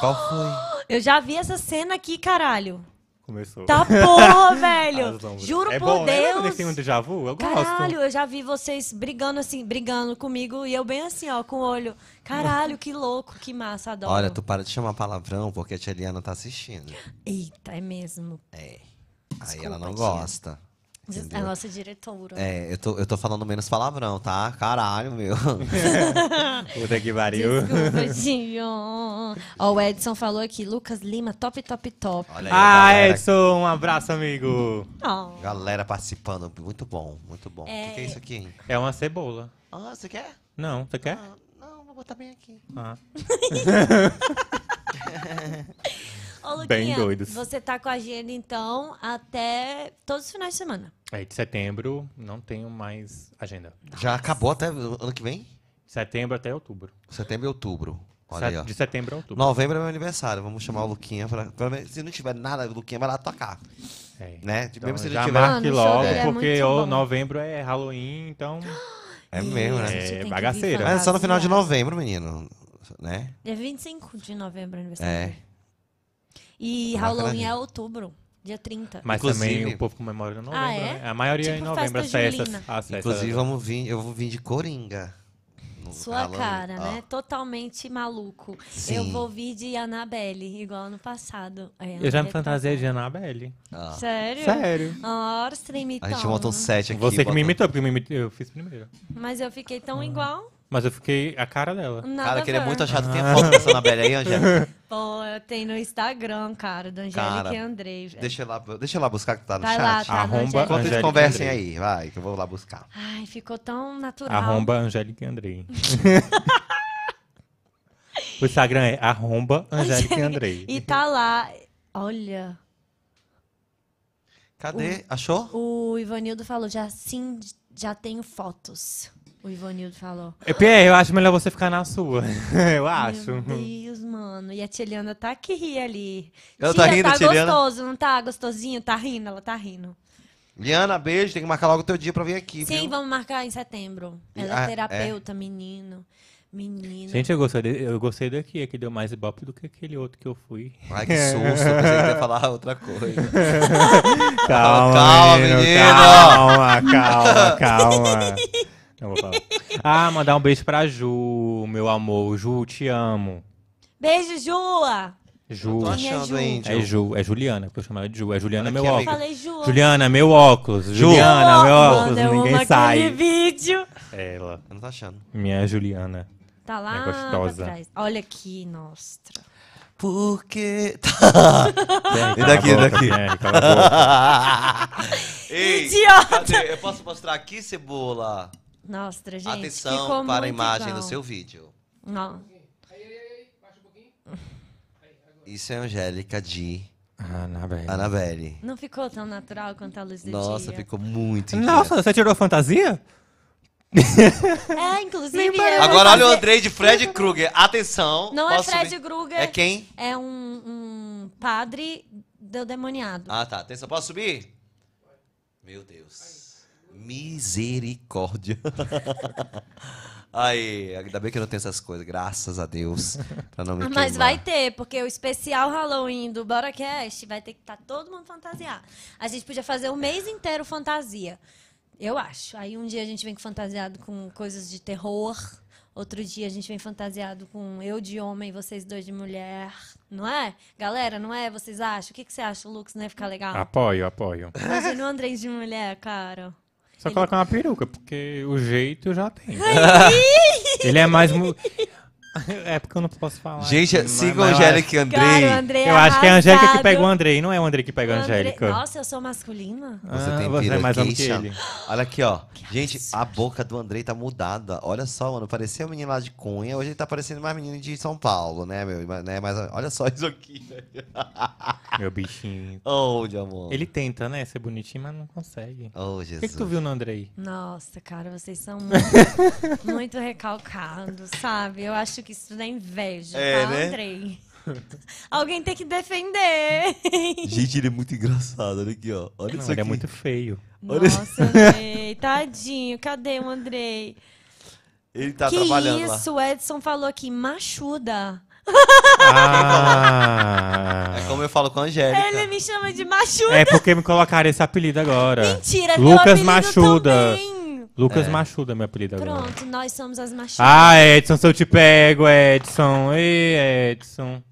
[SPEAKER 1] Qual foi?
[SPEAKER 3] Eu já vi essa cena aqui, caralho.
[SPEAKER 4] Começou. (laughs)
[SPEAKER 3] Tá porra, velho.
[SPEAKER 4] Arrasou, mulher.
[SPEAKER 3] Juro
[SPEAKER 4] é
[SPEAKER 3] por
[SPEAKER 4] bom, né? Lembra
[SPEAKER 3] Deus.
[SPEAKER 4] desse filme do déjà vu? Eu gosto.
[SPEAKER 3] Caralho, eu já vi vocês brigando assim, brigando comigo e eu bem assim, ó, com o olho. Caralho, que louco, que massa, adoro.
[SPEAKER 1] Olha, tu para de chamar palavrão porque a tia Liana tá assistindo.
[SPEAKER 3] Eita, é mesmo.
[SPEAKER 1] Aí ela não
[SPEAKER 3] tia.
[SPEAKER 1] gosta.
[SPEAKER 3] É a
[SPEAKER 1] Entendeu?
[SPEAKER 3] nossa diretora.
[SPEAKER 1] É, eu tô, eu tô falando menos palavrão, tá? Caralho,
[SPEAKER 3] (laughs)
[SPEAKER 1] meu.
[SPEAKER 4] Puta que pariu.
[SPEAKER 3] Desculpa, Tio. Ó, o Edson falou aqui, Lucas Lima, top, top, top.
[SPEAKER 1] Olha aí, a
[SPEAKER 4] Ah,
[SPEAKER 1] galera,
[SPEAKER 4] Edson, um abraço, amigo.
[SPEAKER 3] Ó.
[SPEAKER 1] galera participando. Muito bom, muito bom. O que, que é isso aqui? hein?
[SPEAKER 4] É uma cebola.
[SPEAKER 1] Ah, você quer?
[SPEAKER 4] Não, você quer?
[SPEAKER 1] Ah, Não, vou botar bem aqui.
[SPEAKER 4] Ah.
[SPEAKER 3] Ô, Luquinha,
[SPEAKER 4] Bem doidos.
[SPEAKER 3] Você tá com a agenda, então, até todos os finais de semana.
[SPEAKER 4] Aí de setembro não tenho mais agenda.
[SPEAKER 1] Já acabou até o ano que vem?
[SPEAKER 4] Setembro até outubro.
[SPEAKER 1] Setembro e outubro. Olha aí,
[SPEAKER 4] Set-
[SPEAKER 1] ó.
[SPEAKER 4] De setembro a outubro.
[SPEAKER 1] Novembro é meu aniversário. Vamos chamar o Luquinha pra. pelo menos, Se não tiver nada, o Luquinha vai lá tocar.
[SPEAKER 4] É.
[SPEAKER 1] Né?
[SPEAKER 4] Então,
[SPEAKER 1] Mesmo se ele
[SPEAKER 4] já
[SPEAKER 1] tiver.
[SPEAKER 3] Mano,
[SPEAKER 4] marque
[SPEAKER 3] o show
[SPEAKER 4] logo,
[SPEAKER 3] dele é
[SPEAKER 4] porque
[SPEAKER 3] muito
[SPEAKER 4] ó,
[SPEAKER 3] bom.
[SPEAKER 4] novembro é Halloween,
[SPEAKER 1] (laughs)
[SPEAKER 4] então.
[SPEAKER 1] É mesmo,
[SPEAKER 3] Isso,
[SPEAKER 1] né?
[SPEAKER 4] É,
[SPEAKER 3] tem que vir
[SPEAKER 4] bagaceira.
[SPEAKER 1] Mas é só no final de
[SPEAKER 3] fantasiado.
[SPEAKER 1] novembro, menino. Né?
[SPEAKER 3] É 25 de novembro,
[SPEAKER 1] É. Tá
[SPEAKER 3] aniversário. dele. E
[SPEAKER 1] Marca na
[SPEAKER 3] Halloween é
[SPEAKER 1] agenda.
[SPEAKER 3] outubro, dia 30.
[SPEAKER 4] Mas
[SPEAKER 1] Inclusive-
[SPEAKER 4] também o povo comemora em novembro,
[SPEAKER 3] Ah, é?
[SPEAKER 4] né? A maioria é
[SPEAKER 3] Tipo
[SPEAKER 4] em novembro, as
[SPEAKER 3] festa
[SPEAKER 4] festas.
[SPEAKER 3] junina.
[SPEAKER 4] As festas
[SPEAKER 1] Inclusive, vamos vir, eu vou vir de Coringa. no
[SPEAKER 3] Sua
[SPEAKER 1] Halloween.
[SPEAKER 3] cara,
[SPEAKER 1] Ó,
[SPEAKER 3] né? Totalmente maluco. Eu
[SPEAKER 1] Sim.
[SPEAKER 3] vou vir de Annabelle, igual ano passado. Ai,
[SPEAKER 4] Eu já me
[SPEAKER 3] Annabelle
[SPEAKER 4] fantasiei de Annabelle.
[SPEAKER 1] ó.
[SPEAKER 3] tá- Sério?
[SPEAKER 4] Sério.
[SPEAKER 3] Ora, então. você imitou.
[SPEAKER 1] A gente monta um set aqui.
[SPEAKER 4] Você que
[SPEAKER 1] bota-
[SPEAKER 4] me imitou, porque me imitou, eu fiz primeiro.
[SPEAKER 3] Mas eu fiquei tão igual.
[SPEAKER 4] Mas eu fiquei a cara dela.
[SPEAKER 3] Nada
[SPEAKER 1] Hum. Cara, eu queria
[SPEAKER 3] a ver.
[SPEAKER 1] muito achar. Tem
[SPEAKER 4] Ah.
[SPEAKER 1] a foto dessa Anabelle aí,
[SPEAKER 4] (laughs)
[SPEAKER 1] Angélica?
[SPEAKER 3] Pô, eu tenho no Instagram, cara, do Angélica
[SPEAKER 1] Cara,
[SPEAKER 3] e Andrei. velho.
[SPEAKER 1] Deixa eu lá, deixa eu lá buscar que tá no
[SPEAKER 3] Vai
[SPEAKER 1] chat.
[SPEAKER 3] lá, tá no
[SPEAKER 4] Arromba
[SPEAKER 3] Angélica.
[SPEAKER 1] Enquanto eles
[SPEAKER 4] Angélica
[SPEAKER 1] conversem
[SPEAKER 4] Andrei.
[SPEAKER 1] aí, vai, que eu vou lá buscar.
[SPEAKER 3] Ai, ficou tão natural.
[SPEAKER 4] Arromba Angélica e Andrei. (laughs) o Instagram é arromba Angélica e Andrei.
[SPEAKER 3] (laughs) E tá lá. Olha,
[SPEAKER 1] Cadê? Achou?
[SPEAKER 3] o Ivanildo falou, já sim, já tenho fotos. O Ivanildo falou.
[SPEAKER 4] É, Pierre, eu acho melhor você ficar na sua. (laughs) eu acho.
[SPEAKER 3] Meu Deus, mano. E a Tiliana tá que ri ali.
[SPEAKER 1] Ela tá rindo,
[SPEAKER 3] tá
[SPEAKER 1] Tiliana?
[SPEAKER 3] gostoso, não tá gostosinho? Tá rindo, ela tá rindo.
[SPEAKER 1] Liana, beijo, tem que marcar logo o teu dia pra vir aqui.
[SPEAKER 3] Sim,
[SPEAKER 1] viu?
[SPEAKER 3] vamos marcar em setembro. Ela
[SPEAKER 1] Ah,
[SPEAKER 3] é
[SPEAKER 1] é?
[SPEAKER 3] terapeuta, menino. Menino.
[SPEAKER 4] Gente, eu gostei, de- eu gostei daqui, é que deu mais ibope do que aquele outro que eu fui.
[SPEAKER 1] Ai, que susto, eu pensei que ia falar outra coisa.
[SPEAKER 4] Calma,
[SPEAKER 1] Calma,
[SPEAKER 4] menino,
[SPEAKER 1] menino.
[SPEAKER 4] calma, calma, calma. Não vou falar. Ah, mandar um beijo pra Ju, meu amor. Ju, te amo.
[SPEAKER 3] Beijo, Jua!
[SPEAKER 4] Ju.
[SPEAKER 1] Tô
[SPEAKER 3] Quem é
[SPEAKER 1] achando,
[SPEAKER 3] Ju?
[SPEAKER 1] hein,
[SPEAKER 4] É Ju, é Juliana, porque eu chamo ela de Ju. É Juliana,
[SPEAKER 1] Olha
[SPEAKER 4] meu
[SPEAKER 1] aqui,
[SPEAKER 3] Eu
[SPEAKER 1] amiga.
[SPEAKER 4] óculos.
[SPEAKER 3] falei, Jua.
[SPEAKER 4] Juliana, meu óculos. Juliana, meu óculos.
[SPEAKER 3] Mano, eu amo
[SPEAKER 4] Ninguém
[SPEAKER 3] aquele
[SPEAKER 4] sai.
[SPEAKER 3] vídeo.
[SPEAKER 4] Ela,
[SPEAKER 1] Eu não tô achando.
[SPEAKER 4] minha Juliana.
[SPEAKER 3] Tá lá
[SPEAKER 4] É gostosa.
[SPEAKER 3] pra trás. Olha aqui, nossa.
[SPEAKER 1] Porque.
[SPEAKER 4] Pierre,
[SPEAKER 1] E
[SPEAKER 4] cala a
[SPEAKER 1] daqui,
[SPEAKER 4] boca,
[SPEAKER 1] daqui?
[SPEAKER 4] Pierre, cala a boca.
[SPEAKER 1] Ei,
[SPEAKER 3] Idiota!
[SPEAKER 1] cadê? Eu posso mostrar aqui, cebola?
[SPEAKER 3] Nossa, gente, ficou
[SPEAKER 1] Atenção para a
[SPEAKER 3] muito
[SPEAKER 1] imagem
[SPEAKER 3] igual.
[SPEAKER 1] do seu vídeo.
[SPEAKER 3] Não.
[SPEAKER 1] Isso é Angélica de
[SPEAKER 4] Ah, não, velho.
[SPEAKER 1] Annabelle.
[SPEAKER 3] Não ficou tão natural quanto a luz do
[SPEAKER 1] Nossa,
[SPEAKER 3] dia.
[SPEAKER 1] ficou muito
[SPEAKER 4] Nossa, você tirou a fantasia?
[SPEAKER 3] É, inclusive. eu vou
[SPEAKER 1] Agora olha o
[SPEAKER 3] fazer-
[SPEAKER 1] Andrei de Fred Krueger. Atenção.
[SPEAKER 3] Não é
[SPEAKER 1] posso
[SPEAKER 3] Fred
[SPEAKER 1] subir?
[SPEAKER 3] Krueger.
[SPEAKER 1] É quem?
[SPEAKER 3] É um, um padre do demoniado.
[SPEAKER 1] Ah, tá. Atenção, posso subir? Meu Deus. Misericórdia. (laughs) Aí, ainda bem que eu não tenho essas coisas, graças a Deus. Pra não me
[SPEAKER 3] Ah, Mas
[SPEAKER 1] queimar.
[SPEAKER 3] vai ter, porque o especial Halloween do BoraCast vai ter que estar todo mundo fantasiado. A gente podia fazer o mês inteiro fantasia. Eu acho. Aí um dia a gente vem fantasiado com coisas de terror. Outro dia a gente vem fantasiado com eu de homem, vocês dois de mulher. Não é? Galera, não é? Vocês acham? O que, que você acha, Lux? Não ia ficar legal?
[SPEAKER 4] Apoio, apoio.
[SPEAKER 3] Imagina o Andrés de mulher, cara.
[SPEAKER 4] Só
[SPEAKER 3] Ele-
[SPEAKER 4] colocar uma peruca, porque o jeito eu já
[SPEAKER 3] (laughs)
[SPEAKER 4] tenho. Ele é mais. Mu... É porque eu não posso falar.
[SPEAKER 1] Gente,
[SPEAKER 4] aqui, mas-
[SPEAKER 1] siga a
[SPEAKER 4] mas eu
[SPEAKER 1] Angélica e
[SPEAKER 3] Cara, o
[SPEAKER 1] Andrei.
[SPEAKER 4] acho-
[SPEAKER 3] Andrei
[SPEAKER 4] Eu acho que é a Angélica que
[SPEAKER 3] arrasado.
[SPEAKER 4] pega o Andrei, não é o Andrei que pega a
[SPEAKER 3] O Andrei-
[SPEAKER 4] Angélica.
[SPEAKER 3] Nossa, eu sou masculina?
[SPEAKER 4] Ah,
[SPEAKER 1] Você tem
[SPEAKER 4] você é mais homem que
[SPEAKER 1] piraqueixa.
[SPEAKER 4] ele.
[SPEAKER 1] Olha aqui, ó. Gente, a boca do Andrei tá mudada. Olha só, mano. Parecia um menino lá de Cunha. Hoje ele tá parecendo mais menino de São Paulo, né, meu? Mas, né, mas olha só (laughs) isso aqui. velho.
[SPEAKER 4] Meu bichinho.
[SPEAKER 1] Oh, de amor.
[SPEAKER 4] Ele tenta, né, ser bonitinho, mas não consegue.
[SPEAKER 1] Oh,
[SPEAKER 4] O
[SPEAKER 1] Jesus.
[SPEAKER 4] que, que tu viu no Andrei?
[SPEAKER 3] Nossa, cara, vocês são muito,
[SPEAKER 4] (laughs)
[SPEAKER 3] muito recalcados, sabe? Eu acho que isso dá inveja,
[SPEAKER 1] É,
[SPEAKER 3] tá,
[SPEAKER 1] né?
[SPEAKER 3] Andrei? (laughs) Alguém tem que defender.
[SPEAKER 1] Gente, ele é muito engraçado. Olha aqui, ó. Olha
[SPEAKER 4] Não,
[SPEAKER 1] isso aqui.
[SPEAKER 4] ele é muito feio.
[SPEAKER 1] (laughs) Olha isso.
[SPEAKER 3] Nossa, Andrei, tadinho, cadê o Andrei?
[SPEAKER 1] Ele tá
[SPEAKER 3] que
[SPEAKER 1] trabalhando lá.
[SPEAKER 3] isso, o Edson falou aqui, machuda.
[SPEAKER 4] Ah.
[SPEAKER 1] É tá. como eu falo com a Angélica.
[SPEAKER 3] Ele me chama de machuda.
[SPEAKER 4] É porque me colocaram esse apelido agora.
[SPEAKER 1] É.
[SPEAKER 3] Mentira,
[SPEAKER 4] Lucas
[SPEAKER 3] meu apelido
[SPEAKER 4] Machuda.
[SPEAKER 3] também.
[SPEAKER 4] Lucas Machuda, é meu apelido agora.
[SPEAKER 3] Pronto, nós somos as machudas.
[SPEAKER 4] Ah, Edson, se eu te pego, Edson. Ei, Edson.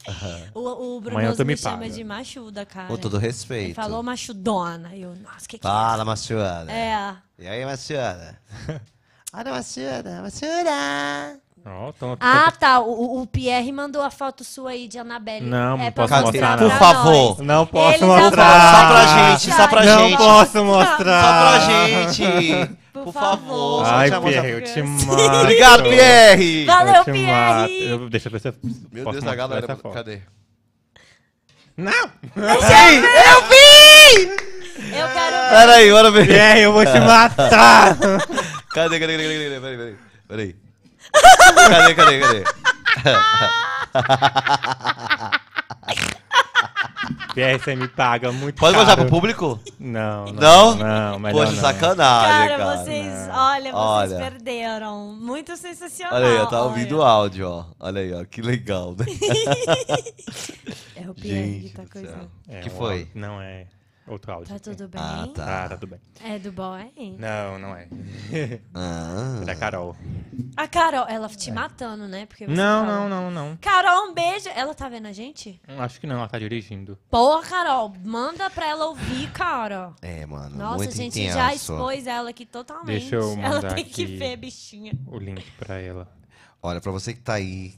[SPEAKER 3] O, o
[SPEAKER 4] Amanhã
[SPEAKER 3] Bruno
[SPEAKER 4] tu me
[SPEAKER 3] me chama
[SPEAKER 4] paga.
[SPEAKER 3] de machuda, cara.
[SPEAKER 1] Com todo
[SPEAKER 3] Ele
[SPEAKER 1] respeito.
[SPEAKER 3] falou machudona. Eu, nossa, que que
[SPEAKER 1] Fala, Maciana.
[SPEAKER 3] é? É.
[SPEAKER 1] E aí, Maciana? Olha, Maciana, Maciana.
[SPEAKER 4] Ó, tão-
[SPEAKER 3] Ah, tá. O, o Pierre mandou a foto sua aí de Annabelle.
[SPEAKER 4] Não,
[SPEAKER 3] é
[SPEAKER 4] não
[SPEAKER 3] pra
[SPEAKER 4] posso
[SPEAKER 1] Cadê?
[SPEAKER 4] mostrar,
[SPEAKER 1] Por
[SPEAKER 4] não.
[SPEAKER 1] favor.
[SPEAKER 4] Não
[SPEAKER 3] Ele
[SPEAKER 4] posso
[SPEAKER 3] já
[SPEAKER 1] Só
[SPEAKER 4] mostrar.
[SPEAKER 1] pra gente, só pra
[SPEAKER 4] Não
[SPEAKER 1] gente.
[SPEAKER 4] posso mostrar.
[SPEAKER 1] Só pra gente.
[SPEAKER 3] Por
[SPEAKER 1] Por
[SPEAKER 3] favor.
[SPEAKER 1] favor. só
[SPEAKER 4] Ai,
[SPEAKER 1] te amostra-
[SPEAKER 4] Pierre, eu te
[SPEAKER 3] Sim.
[SPEAKER 1] (laughs)
[SPEAKER 4] mato.
[SPEAKER 1] Obrigado, Pierre.
[SPEAKER 3] Vai- Valeu,
[SPEAKER 4] Eu te
[SPEAKER 3] Pierre.
[SPEAKER 4] mato. Eu- Deixa eu ver se eu
[SPEAKER 6] Meu
[SPEAKER 4] posso
[SPEAKER 6] Deus,
[SPEAKER 4] mostrar
[SPEAKER 6] a galera.
[SPEAKER 4] essa foto.
[SPEAKER 6] Cadê?
[SPEAKER 4] Não!
[SPEAKER 3] Eu quero ver.
[SPEAKER 1] Peraí, bora ver.
[SPEAKER 4] Pierre, eu vou te matar!
[SPEAKER 1] (laughs) Cadê, cadê, cadê, cadê, cadê? Peraí, peraí. Peraí. Cadê, cadê, cadê?
[SPEAKER 4] (laughs) Pierre, você me paga muito
[SPEAKER 1] Pode
[SPEAKER 4] caro.
[SPEAKER 1] mostrar pro público?
[SPEAKER 4] Não,
[SPEAKER 1] Não?
[SPEAKER 4] não. Não, melhor
[SPEAKER 1] Poxa,
[SPEAKER 4] não. é.
[SPEAKER 1] sacanagem,
[SPEAKER 3] Cara, é
[SPEAKER 1] cara.
[SPEAKER 3] vocês. Olha, vocês
[SPEAKER 1] Olha.
[SPEAKER 3] perderam. Muito sensacional.
[SPEAKER 1] Olha aí, ó, tá ouvindo o
[SPEAKER 3] olha.
[SPEAKER 1] áudio, ó. Olha aí, ó, que legal, né?
[SPEAKER 3] É o Pierre
[SPEAKER 1] Gente
[SPEAKER 3] que tá
[SPEAKER 1] do céu.
[SPEAKER 3] coisando.
[SPEAKER 4] É
[SPEAKER 1] Que
[SPEAKER 4] um
[SPEAKER 1] foi?
[SPEAKER 4] áudio. Não, é outro áudio.
[SPEAKER 3] Tá tudo bem?
[SPEAKER 1] Ah, tá. Né?
[SPEAKER 4] Ah, tá tudo bem.
[SPEAKER 3] É do boy?
[SPEAKER 4] Não, não (laughs) é.
[SPEAKER 1] Ah.
[SPEAKER 4] É da Carol.
[SPEAKER 3] A Carol, ela
[SPEAKER 1] É.
[SPEAKER 3] te matando, né? Porque você
[SPEAKER 4] Não,
[SPEAKER 3] falou.
[SPEAKER 4] não, não, não.
[SPEAKER 3] Carol, um beijo. Ela tá vendo a gente?
[SPEAKER 4] Acho que não, ela tá dirigindo.
[SPEAKER 3] Porra, Carol, manda pra ela ouvir, cara.
[SPEAKER 1] (laughs) É, mano,
[SPEAKER 3] Nossa,
[SPEAKER 1] muito
[SPEAKER 3] a gente
[SPEAKER 1] intenso.
[SPEAKER 3] já expôs ela aqui totalmente.
[SPEAKER 4] Deixa eu
[SPEAKER 3] ela
[SPEAKER 4] mandar
[SPEAKER 3] tem que
[SPEAKER 4] aqui.
[SPEAKER 3] ver, bichinha.
[SPEAKER 4] O link pra ela.
[SPEAKER 1] Olha, pra você que tá aí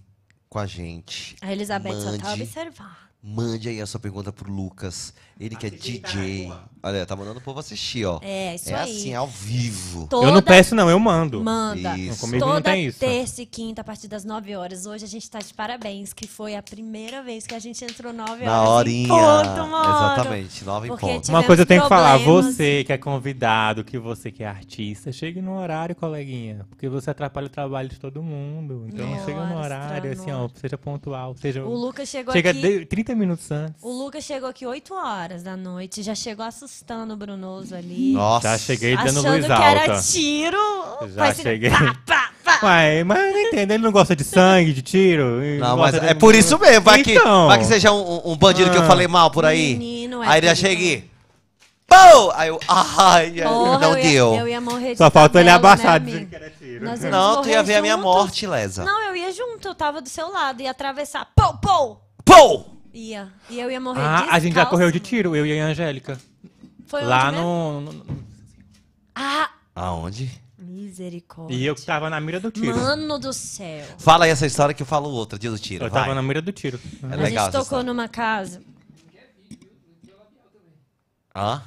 [SPEAKER 1] com a gente,
[SPEAKER 3] A Elizabeth só tá
[SPEAKER 1] Mande.
[SPEAKER 3] observando.
[SPEAKER 1] mande aí a sua pergunta pro Lucas. Ele que é DJ. Olha, aí, tá mandando o povo assistir, ó.
[SPEAKER 3] É, isso
[SPEAKER 1] É
[SPEAKER 3] aí.
[SPEAKER 1] assim, ao vivo.
[SPEAKER 3] Toda
[SPEAKER 4] Eu não peço, não, eu mando.
[SPEAKER 3] Manda.
[SPEAKER 1] Isso.
[SPEAKER 4] Comigo não
[SPEAKER 3] Toda
[SPEAKER 4] tem isso.
[SPEAKER 3] terça e quinta, a partir das 9 horas. Hoje a gente tá de parabéns, que foi a primeira vez que a gente entrou 9 horas.
[SPEAKER 1] Na horinha.
[SPEAKER 3] Em ponto, mano.
[SPEAKER 1] Exatamente, nove em
[SPEAKER 3] Porque
[SPEAKER 1] ponto.
[SPEAKER 4] Uma coisa eu tenho que falar,
[SPEAKER 3] problemas.
[SPEAKER 4] você que é convidado, que você que é artista, chegue no horário, coleguinha. Porque você atrapalha o trabalho de todo mundo. Então
[SPEAKER 3] Nossa,
[SPEAKER 4] chega no horário, assim, ó,
[SPEAKER 3] amor.
[SPEAKER 4] seja pontual. Seja,
[SPEAKER 3] O Lucas chegou
[SPEAKER 4] chega
[SPEAKER 3] aqui.
[SPEAKER 4] de- 30 minutos antes.
[SPEAKER 3] O Lucas chegou aqui 8 horas da noite, já chegou assustando o Brunoso ali.
[SPEAKER 1] Nossa.
[SPEAKER 4] Já cheguei dando
[SPEAKER 3] Achando
[SPEAKER 4] luz
[SPEAKER 3] que
[SPEAKER 4] alta.
[SPEAKER 3] era tiro.
[SPEAKER 4] Já
[SPEAKER 3] Faz assim,
[SPEAKER 4] cheguei.
[SPEAKER 3] Pá, pá, pá.
[SPEAKER 4] Ué, mas eu não entendo, ele não gosta de sangue, de tiro. ele
[SPEAKER 1] Não, mas
[SPEAKER 4] gosta de-
[SPEAKER 1] é por isso mesmo. Vai,
[SPEAKER 4] Então.
[SPEAKER 1] que, vai que seja um, um bandido que eu
[SPEAKER 4] Ah.
[SPEAKER 1] falei mal por aí.
[SPEAKER 3] Menino, é
[SPEAKER 1] aí ele já
[SPEAKER 3] tudo.
[SPEAKER 1] chega e... Pô! Aí eu... Ai, ai,
[SPEAKER 3] Porra,
[SPEAKER 1] não
[SPEAKER 3] eu ia-
[SPEAKER 1] deu.
[SPEAKER 3] eu ia morrer de
[SPEAKER 4] Só faltou ele
[SPEAKER 3] tabela, né,
[SPEAKER 4] abaixado.
[SPEAKER 3] amigo?
[SPEAKER 4] dizendo que era tiro.
[SPEAKER 3] Nós íamos
[SPEAKER 1] Não, tu ia
[SPEAKER 3] morrer
[SPEAKER 1] ver a minha
[SPEAKER 3] juntos.
[SPEAKER 1] morte, Lesa.
[SPEAKER 3] Não, eu ia junto, eu tava do seu lado, ia atravessar. Pou, pou!
[SPEAKER 1] Pô!
[SPEAKER 3] Ia. E eu ia morrer
[SPEAKER 4] Ah, a gente já
[SPEAKER 3] descalço.
[SPEAKER 4] correu de tiro, eu e a Angélica.
[SPEAKER 3] Foi
[SPEAKER 4] lá
[SPEAKER 3] onde mesmo?
[SPEAKER 4] no, no- no-
[SPEAKER 3] Ah,
[SPEAKER 1] Aonde?
[SPEAKER 3] misericórdia.
[SPEAKER 4] E eu que tava na mira do tiro.
[SPEAKER 3] Mano do céu.
[SPEAKER 1] Fala aí essa história que eu falo outra, dia do tiro.
[SPEAKER 4] eu
[SPEAKER 1] vai.
[SPEAKER 4] tava na mira do tiro.
[SPEAKER 1] É
[SPEAKER 3] a
[SPEAKER 1] legal
[SPEAKER 3] gente
[SPEAKER 1] essa
[SPEAKER 3] tocou
[SPEAKER 1] história.
[SPEAKER 3] numa casa.
[SPEAKER 1] Hã?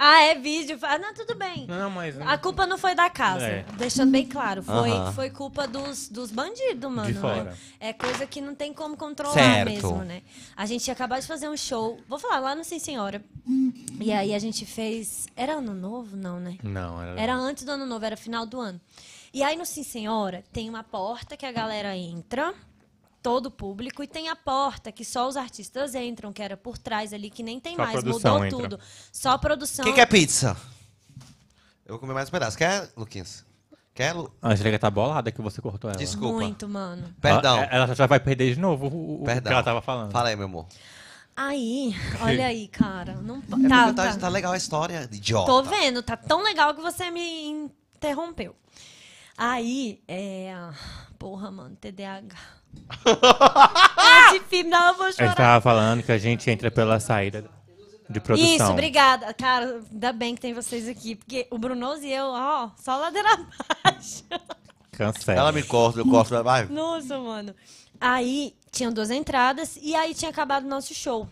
[SPEAKER 3] Ah, é vídeo. Ah, não, tudo bem.
[SPEAKER 4] Não, mas. né?
[SPEAKER 3] A culpa não foi da casa,
[SPEAKER 4] É.
[SPEAKER 3] deixando bem claro. Foi,
[SPEAKER 1] Aham.
[SPEAKER 3] foi culpa dos, dos bandidos, mano.
[SPEAKER 4] fora.
[SPEAKER 3] É coisa que não tem como controlar
[SPEAKER 1] Certo.
[SPEAKER 3] mesmo, né? A gente ia acabar de fazer um show, vou falar, lá no Sim Senhora. E aí a gente fez. Era ano novo? Não, né?
[SPEAKER 4] Não, era.
[SPEAKER 3] Era antes do ano novo, era final do ano. E aí no Sim Senhora tem uma porta que a galera entra, todo o público, e tem a porta que só os artistas entram, que era por trás ali, que nem tem
[SPEAKER 4] Só a
[SPEAKER 3] mais,
[SPEAKER 4] produção
[SPEAKER 3] mudou
[SPEAKER 4] entra.
[SPEAKER 3] tudo. Só a produção.
[SPEAKER 1] Quem quer pizza? Eu vou comer mais um pedaço. Quer, Luquinhas? Quer, Lu?
[SPEAKER 4] A Angélica tá bolada que você cortou ela.
[SPEAKER 1] Desculpa.
[SPEAKER 3] Muito, mano.
[SPEAKER 1] Perdão.
[SPEAKER 4] Ela, ela já vai perder de novo o, o- o que
[SPEAKER 1] Perdão.
[SPEAKER 4] ela tava falando.
[SPEAKER 1] Fala aí, meu amor.
[SPEAKER 3] Tá,
[SPEAKER 4] (laughs)
[SPEAKER 3] Aí, olha aí, cara. Não po-
[SPEAKER 1] É
[SPEAKER 3] tá,
[SPEAKER 1] porque tá,
[SPEAKER 3] tá.
[SPEAKER 1] tá legal a história, idiota.
[SPEAKER 3] Tô vendo, tá tão legal que você me interrompeu. Aí, é. Porra, mano, TDAH.
[SPEAKER 4] (laughs)
[SPEAKER 3] é difícil, não, eu vou
[SPEAKER 4] A gente
[SPEAKER 3] chorar.
[SPEAKER 4] tava falando que a gente entra pela saída de produção.
[SPEAKER 3] Isso, obrigada. Cara, ainda bem que tem vocês aqui, porque o Brunoso e eu, ó, só ladeira (laughs) abaixo.
[SPEAKER 4] Cancela.
[SPEAKER 1] Ela me corta, eu corto. ela Vai.
[SPEAKER 3] Nossa, mano. Aí tinham duas entradas e aí tinha acabado o nosso show.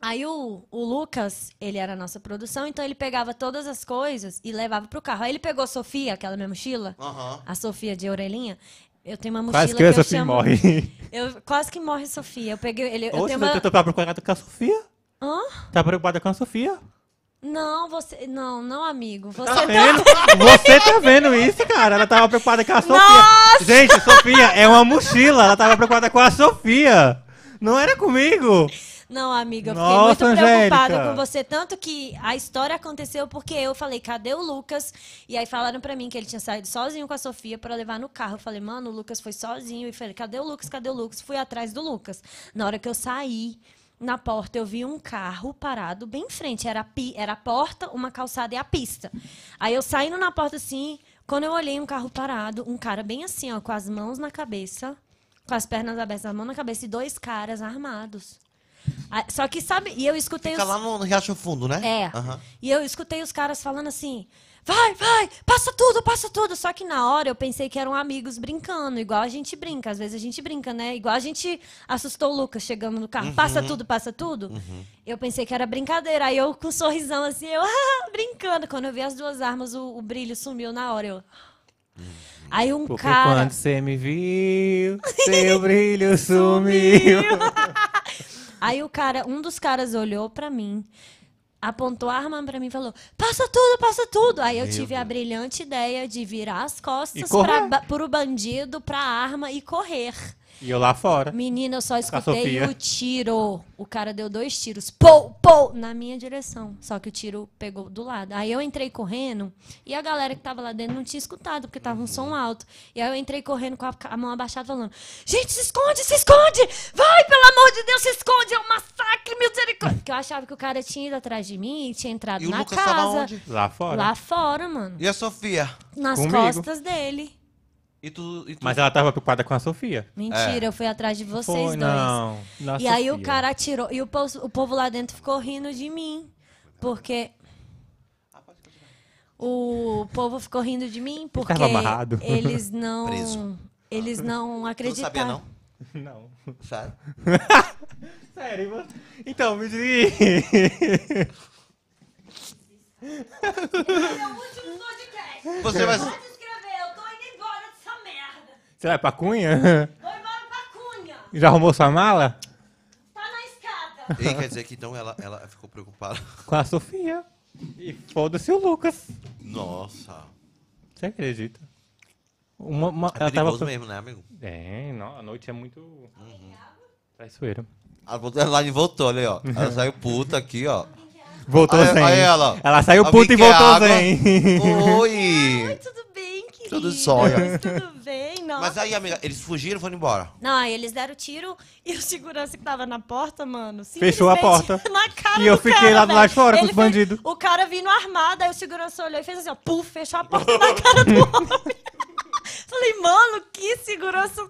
[SPEAKER 3] Aí o, o Lucas, ele era a nossa produção, então ele pegava todas as coisas e levava pro carro. Aí ele pegou a Sofia, aquela minha mochila,
[SPEAKER 1] Aham.
[SPEAKER 3] a Sofia de orelhinha. Eu tenho uma mochila
[SPEAKER 4] Quase que
[SPEAKER 3] que
[SPEAKER 4] a
[SPEAKER 3] eu
[SPEAKER 4] Sofia
[SPEAKER 3] chamo...
[SPEAKER 4] morre.
[SPEAKER 3] Eu, quase que morre a Sofia. Eu peguei ele, eu
[SPEAKER 4] Ou você
[SPEAKER 3] tenho uma...
[SPEAKER 4] tá tá preocupada com a Sofia?
[SPEAKER 3] Hã?
[SPEAKER 4] Tá preocupada com
[SPEAKER 3] (laughs)
[SPEAKER 4] a Sofia?
[SPEAKER 3] Não, você, não, não, amigo. Você
[SPEAKER 4] (laughs) Tá
[SPEAKER 3] tá-
[SPEAKER 4] vendo? Você tá vendo isso, cara? Ela tava preocupada com a Sofia. Gente, Sofia é uma mochila. Ela tava preocupada com a Sofia. Não era comigo.
[SPEAKER 3] Não, amiga, eu fiquei
[SPEAKER 4] Nossa,
[SPEAKER 3] muito preocupada
[SPEAKER 4] Angélica.
[SPEAKER 3] com você. Tanto que a história aconteceu porque eu falei, cadê o Lucas? E aí falaram pra mim que ele tinha saído sozinho com a Sofia pra levar no carro. Eu falei, mano, o Lucas foi sozinho. E falei, cadê o Lucas? Cadê o Lucas? Fui atrás do Lucas. Na hora que eu saí. Na porta eu vi um carro parado bem em frente. Era a, pi- era a porta, uma calçada e a pista. Aí eu saindo na porta assim, quando eu olhei um carro parado, um cara bem assim, ó, com as mãos na cabeça, com as pernas abertas, a mão na cabeça e dois caras armados. Ah, Só que sabe, e eu escutei
[SPEAKER 1] Fica
[SPEAKER 3] os...
[SPEAKER 1] lá no, no Riacho Fundo, né?
[SPEAKER 3] É.
[SPEAKER 1] Aham.
[SPEAKER 3] E eu escutei os caras falando assim: vai, vai, passa tudo, passa tudo. Só que na hora eu pensei que eram amigos brincando, igual a gente brinca. Às vezes a gente brinca, né? Igual a gente assustou o Lucas chegando no carro: passa
[SPEAKER 1] Uhum.
[SPEAKER 3] tudo, passa tudo. Eu pensei que era brincadeira. Aí eu com um sorrisão assim, eu (laughs) "Ah", brincando. Quando eu vi as duas armas, o, o brilho sumiu na hora. Eu...
[SPEAKER 1] Uhum.
[SPEAKER 3] Aí um
[SPEAKER 4] Porque
[SPEAKER 3] cara.
[SPEAKER 4] quando você me viu,
[SPEAKER 3] (laughs)
[SPEAKER 4] seu brilho sumiu.
[SPEAKER 3] Aí o cara, um dos caras olhou pra mim, apontou a arma pra mim e falou: "Passa tudo, passa tudo". Aí eu tive a brilhante ideia de virar as
[SPEAKER 4] E
[SPEAKER 3] costas
[SPEAKER 4] correr.
[SPEAKER 3] pra, ba- pro bandido, pra arma e correr.
[SPEAKER 4] E eu lá fora.
[SPEAKER 3] Menina, eu só escutei
[SPEAKER 4] Sofia.
[SPEAKER 3] o tiro. O cara deu dois tiros, pou, pou, na minha direção. Só que o tiro pegou do lado. Aí eu entrei correndo e a galera que tava lá dentro não tinha escutado, porque tava um som alto. E aí eu entrei correndo com a, a mão abaixada, falando: Gente, se esconde, se esconde! Vai, pelo amor de Deus, se esconde! É um massacre, misericórdia! Porque eu achava que o cara tinha ido atrás de mim, tinha entrado
[SPEAKER 1] E o
[SPEAKER 3] na
[SPEAKER 1] Lucas
[SPEAKER 3] casa.
[SPEAKER 1] tava onde?
[SPEAKER 4] Lá fora.
[SPEAKER 3] Lá fora, mano.
[SPEAKER 1] E a Sofia?
[SPEAKER 3] Nas
[SPEAKER 4] Comigo.
[SPEAKER 3] costas dele.
[SPEAKER 1] E tu. E tu...
[SPEAKER 4] Mas ela tava preocupada com a Sofia.
[SPEAKER 1] É.
[SPEAKER 3] Mentira, eu fui atrás de vocês
[SPEAKER 4] Foi,
[SPEAKER 3] dois.
[SPEAKER 4] não. Na
[SPEAKER 3] E aí o
[SPEAKER 4] Sofia.
[SPEAKER 3] cara atirou. E o povo, o povo lá dentro ficou rindo de mim. Porque. O povo ficou rindo de mim porque
[SPEAKER 4] tava amarrado. (laughs)
[SPEAKER 3] eles não.
[SPEAKER 1] Preso.
[SPEAKER 3] Eles não
[SPEAKER 1] Tu não
[SPEAKER 3] acreditaram.
[SPEAKER 1] sabia, não?
[SPEAKER 4] Não.
[SPEAKER 1] Sabe?
[SPEAKER 4] Sério, e você- Então, me diz. (laughs)
[SPEAKER 3] É
[SPEAKER 1] Você vai.
[SPEAKER 3] escrever, eu tô indo embora dessa merda.
[SPEAKER 4] Você vai pra Cunha?
[SPEAKER 3] Vou embora pra cunha.
[SPEAKER 4] Já arrumou sua mala?
[SPEAKER 3] Tá na escada.
[SPEAKER 1] Ei, quer dizer que então ela, ela ficou preocupada.
[SPEAKER 4] Com a Sofia. E foda-se o Lucas.
[SPEAKER 1] Nossa.
[SPEAKER 4] Você acredita? Uma, uma-
[SPEAKER 1] É
[SPEAKER 4] ela tava.
[SPEAKER 1] perigoso mesmo, né, amigo?
[SPEAKER 4] É, não, a noite é muito. Traiçoeira.
[SPEAKER 1] A Elaine voltou, olha aí, ó. Ela saiu puta aqui, ó.
[SPEAKER 4] Voltou
[SPEAKER 1] Aí-
[SPEAKER 4] sem.
[SPEAKER 1] aí ela,
[SPEAKER 4] saiu
[SPEAKER 1] "Alguém
[SPEAKER 4] puta e
[SPEAKER 1] quer
[SPEAKER 4] voltou
[SPEAKER 1] água?" (laughs)
[SPEAKER 4] sem.
[SPEAKER 1] Oi!
[SPEAKER 3] Tudo bem, querido?
[SPEAKER 1] Tudo jóia.
[SPEAKER 3] Tudo bem, nossa.
[SPEAKER 1] Mas aí, amiga, eles fugiram e foram embora.
[SPEAKER 3] Não, aí eles deram tiro e o segurança que tava na porta, mano,
[SPEAKER 4] Fechou a
[SPEAKER 3] simplesmente (laughs)
[SPEAKER 4] porta.
[SPEAKER 3] Na cara
[SPEAKER 4] E eu
[SPEAKER 3] do
[SPEAKER 4] fiquei
[SPEAKER 3] cara,
[SPEAKER 4] lá do lado de
[SPEAKER 3] velho.
[SPEAKER 4] fora com
[SPEAKER 3] Ele
[SPEAKER 4] os
[SPEAKER 3] foi-
[SPEAKER 4] bandidos.
[SPEAKER 3] O cara vindo armado, aí o segurança olhou e fez assim, ó, puf, fechou a porta na cara do homem. (laughs) Falei, mano, que segurança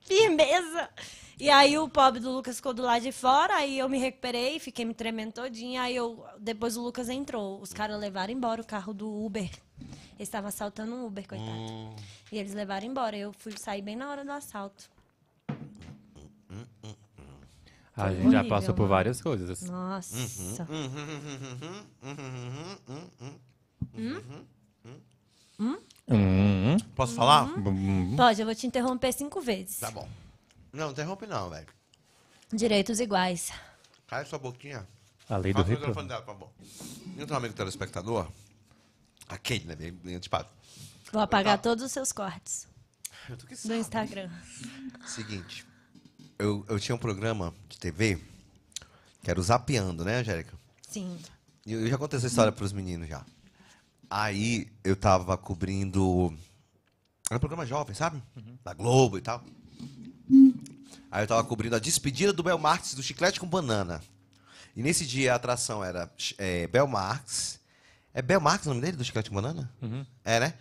[SPEAKER 3] firmeza. E aí o pobre do Lucas ficou do lado de fora, aí eu me recuperei, fiquei me tremendo todinha, aí eu, depois o Lucas entrou. Os caras levaram embora o carro do Uber. Eles estavam assaltando um Uber, coitado.
[SPEAKER 4] Hum.
[SPEAKER 3] E eles levaram embora. Eu fui sair bem na hora do assalto.
[SPEAKER 4] A gente já
[SPEAKER 3] Horrível,
[SPEAKER 4] passou por
[SPEAKER 3] mano.
[SPEAKER 4] várias coisas.
[SPEAKER 3] Nossa.
[SPEAKER 1] Uhum,
[SPEAKER 4] Hum,
[SPEAKER 1] Posso falar?
[SPEAKER 4] hum.
[SPEAKER 3] Pode, eu vou te interromper cinco vezes.
[SPEAKER 1] uhum. Tá bom. Não, não interrompe não, velho.
[SPEAKER 3] Direitos iguais.
[SPEAKER 1] Cai sua boquinha.
[SPEAKER 4] A lei do
[SPEAKER 6] Passa o
[SPEAKER 4] retorno.
[SPEAKER 6] microfone dela, por favor.
[SPEAKER 1] Então, amigo telespectador, aquele, né, bem- bem antipático. Tá.
[SPEAKER 3] Vou apagar todos os seus cortes
[SPEAKER 1] Eu tô que
[SPEAKER 3] do Instagram.
[SPEAKER 1] Seguinte, eu, eu tinha um programa de TV que era o Zapeando, né, Angélica?
[SPEAKER 3] Sim.
[SPEAKER 1] E Eu, eu já contei essa história pros meninos já. Aí eu tava cobrindo. Era um programa jovem, sabe? Da Globo e tal. Aí eu tava cobrindo a despedida do Belmarx do Chiclete com Banana. E nesse dia a atração era é, Belmarx. É Belmarx o nome dele, do Chiclete com Banana? É, né?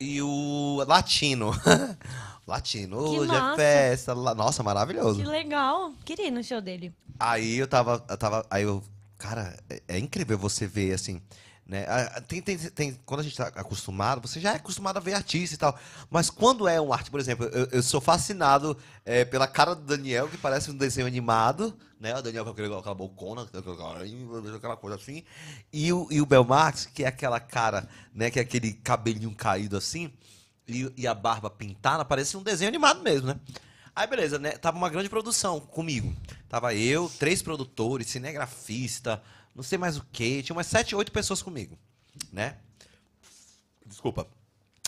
[SPEAKER 1] E o Latino. (laughs) Latino.
[SPEAKER 3] Que
[SPEAKER 1] Hoje é
[SPEAKER 3] massa.
[SPEAKER 1] festa. la- Nossa, maravilhoso.
[SPEAKER 3] Que legal. Queria ir no show dele.
[SPEAKER 1] Aí eu tava, eu tava, aí eu, cara, é, é incrível você ver assim, né? A- a- Tem, tem, tem, quando a gente tá acostumado, você já é acostumado a ver artista e tal, mas quando é um arte, por exemplo, eu, eu sou fascinado é, pela cara do Daniel que parece um desenho animado, né? O Daniel com aquele- aquela bocona, aquela coisa assim, e o, e o Belmarx que é aquela cara, né? Que é aquele cabelinho caído assim e, e a barba pintada, parecia um desenho animado mesmo, né? Aí beleza, né? Tava uma grande produção comigo. Tava eu, três produtores, cinegrafista, não sei mais o que. Tinha umas sete, oito pessoas comigo, né? Desculpa.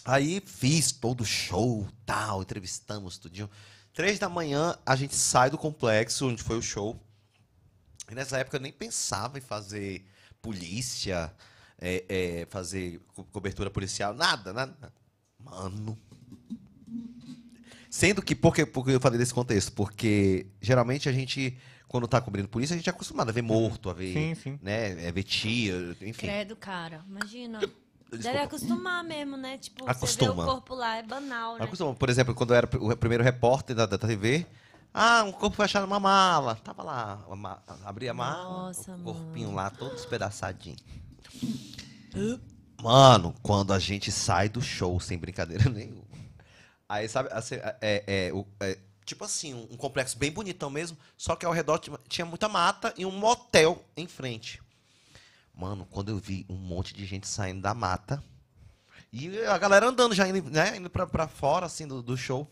[SPEAKER 1] Aí fiz todo o show, tal, entrevistamos tudinho. Três da manhã a gente sai do complexo onde foi o show E nessa época eu nem pensava em fazer polícia, é, é, fazer co- cobertura policial, nada, nada. nada. Mano. Sendo que, porque, porque eu falei desse contexto? Porque geralmente a gente, quando tá cobrindo polícia, a gente é acostumado a ver morto, a ver,
[SPEAKER 4] Sim, sim.
[SPEAKER 1] né, é ver tia, enfim.
[SPEAKER 3] Credo, cara. Imagina. Deve
[SPEAKER 1] Desculpa.
[SPEAKER 3] acostumar mesmo, né? Tipo, você vê
[SPEAKER 1] Acostuma.
[SPEAKER 3] o corpo lá, é banal, né?
[SPEAKER 1] Acostuma. Por exemplo, quando eu era o primeiro repórter da, da TV, ah, um corpo foi achado numa mala. Tava lá, a ma- abri a mala,
[SPEAKER 3] Nossa,
[SPEAKER 1] o corpinho lá, todo despedaçadinho. Mano, quando a gente sai do show, sem brincadeira (laughs) nenhuma. Aí, sabe, assim, é, é, o- é, tipo assim, um, um complexo bem bonitão mesmo, só que ao redor tinha- tinha muita mata e um motel em frente. Mano, quando eu vi um monte de gente saindo da mata e a galera andando já, indo, né, indo pra, pra fora, assim, do, do show.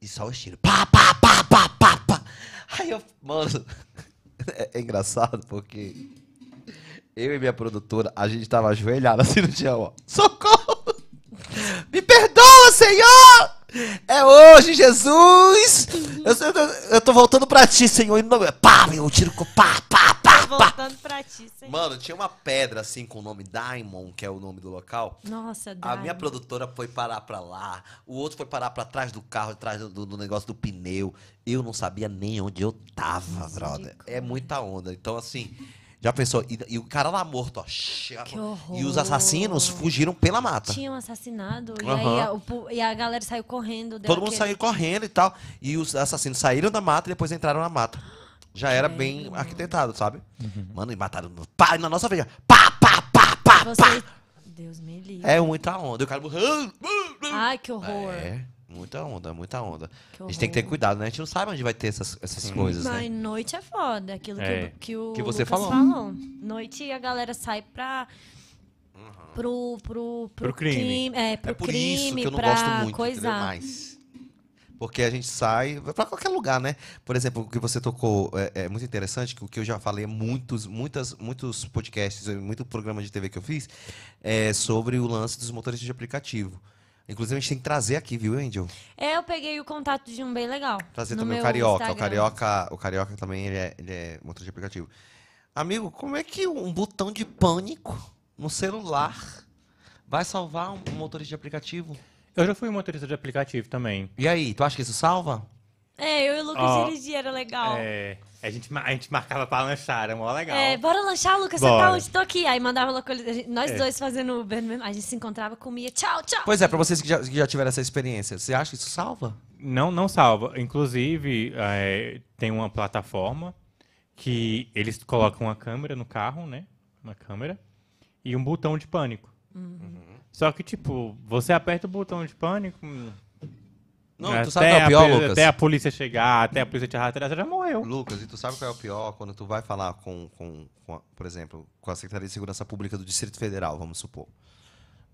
[SPEAKER 1] E só o tiro. Pá, pá, pá, pá, pá, pá. Aí eu, mano, (laughs) é, é engraçado porque eu e minha produtora, a gente tava ajoelhada assim no chão, ó. Socorro! Me perdoa, Senhor! É hoje, Jesus! Eu, eu, eu tô voltando pra ti, Senhor. Em nome... Pá, meu tiro, com- pá, pá, pá.
[SPEAKER 3] Tá voltando pra ti, sem...
[SPEAKER 1] Mano, tinha uma pedra assim com o nome Diamond, que é o nome do local.
[SPEAKER 3] Nossa, dá.
[SPEAKER 1] A minha produtora foi parar pra lá, o outro foi parar pra trás do carro, atrás do, do negócio do pneu. Eu não sabia nem onde eu tava, brother. É muita onda. Então, assim, já pensou? E, e o cara lá morto, ó. chega-
[SPEAKER 3] Que horror.
[SPEAKER 1] e os assassinos fugiram pela mata.
[SPEAKER 3] Tinham assassinado. E aí
[SPEAKER 1] Aham.
[SPEAKER 3] a, o pu- e a galera saiu correndo. deu
[SPEAKER 1] Todo mundo
[SPEAKER 3] aquele-
[SPEAKER 1] saiu correndo e tal. E os assassinos saíram da mata e depois entraram na mata. Já era bem arquitetado, sabe? Mano, e mataram. Pá, e na nossa veia. Pá, pá, pá, pá, pá.
[SPEAKER 3] Vocês- Deus me livre.
[SPEAKER 1] É muita onda. O cara.
[SPEAKER 3] Ai, que horror.
[SPEAKER 1] É, muita onda, muita onda.
[SPEAKER 3] Que
[SPEAKER 1] a gente tem que ter cuidado, né? A gente não sabe onde vai ter essas, essas coisas,
[SPEAKER 3] Mas
[SPEAKER 1] né?
[SPEAKER 3] noite é foda, aquilo que-
[SPEAKER 4] É.
[SPEAKER 3] que, o
[SPEAKER 1] Que você
[SPEAKER 3] Lucas
[SPEAKER 1] falou.
[SPEAKER 3] Noite a galera sai pra. Pro, pro, pro,
[SPEAKER 4] Pro crime.
[SPEAKER 3] É, pro
[SPEAKER 1] Uhum. É por
[SPEAKER 3] crime,
[SPEAKER 1] isso que eu não
[SPEAKER 3] pra
[SPEAKER 1] gosto muito, entendeu?
[SPEAKER 3] coisar.
[SPEAKER 1] Mais. Porque a gente sai vai pra qualquer lugar, né? Por exemplo, o que você tocou é, é muito interessante, que o que eu já falei em muitos, muitas, muitos podcasts, em muito programa de TV que eu fiz, é sobre o lance dos motoristas de aplicativo. Inclusive, a gente tem que trazer aqui, viu, Angel?
[SPEAKER 3] É, eu peguei o contato de um bem legal.
[SPEAKER 1] Trazer
[SPEAKER 3] no
[SPEAKER 1] também o
[SPEAKER 3] meu
[SPEAKER 1] carioca. O
[SPEAKER 3] Instagram.
[SPEAKER 1] carioca, o carioca também ele é, ele é motor de aplicativo. Amigo, como é que um botão de pânico no celular vai salvar um um motorista de aplicativo?
[SPEAKER 4] Eu já fui motorista de aplicativo também.
[SPEAKER 1] E aí, tu acha que isso salva?
[SPEAKER 3] É, eu e o Lucas
[SPEAKER 4] Ó,
[SPEAKER 3] dirigia, era legal. É,
[SPEAKER 4] É, a gente, ma- a gente marcava pra lanchar, era mó legal.
[SPEAKER 3] bora lanchar, Lucas, você tá
[SPEAKER 4] Bora.
[SPEAKER 3] onde? Tô aqui. Aí mandava localizar. Nós
[SPEAKER 4] É.
[SPEAKER 3] dois fazendo Uber mesmo. A gente se encontrava, comia. Tchau, tchau.
[SPEAKER 1] Pois é, pra vocês que já, que já tiveram essa experiência, você acha que isso salva?
[SPEAKER 4] Não, não salva. Inclusive, é, tem uma plataforma que eles colocam uma câmera no carro, né? Uma câmera. E um botão de pânico.
[SPEAKER 1] Uhum.
[SPEAKER 4] Só que, tipo, você aperta o botão de pânico. hum,
[SPEAKER 1] Não,
[SPEAKER 4] até
[SPEAKER 1] tu sabe qual é o
[SPEAKER 4] a
[SPEAKER 1] pior,
[SPEAKER 4] pe-
[SPEAKER 1] Lucas?
[SPEAKER 4] Até a polícia chegar, até a polícia te arrastar, você já morreu.
[SPEAKER 1] Lucas, e tu sabe qual é o pior quando tu vai falar com, com, com a- por exemplo, com a Secretaria de Segurança Pública do Distrito Federal, vamos supor.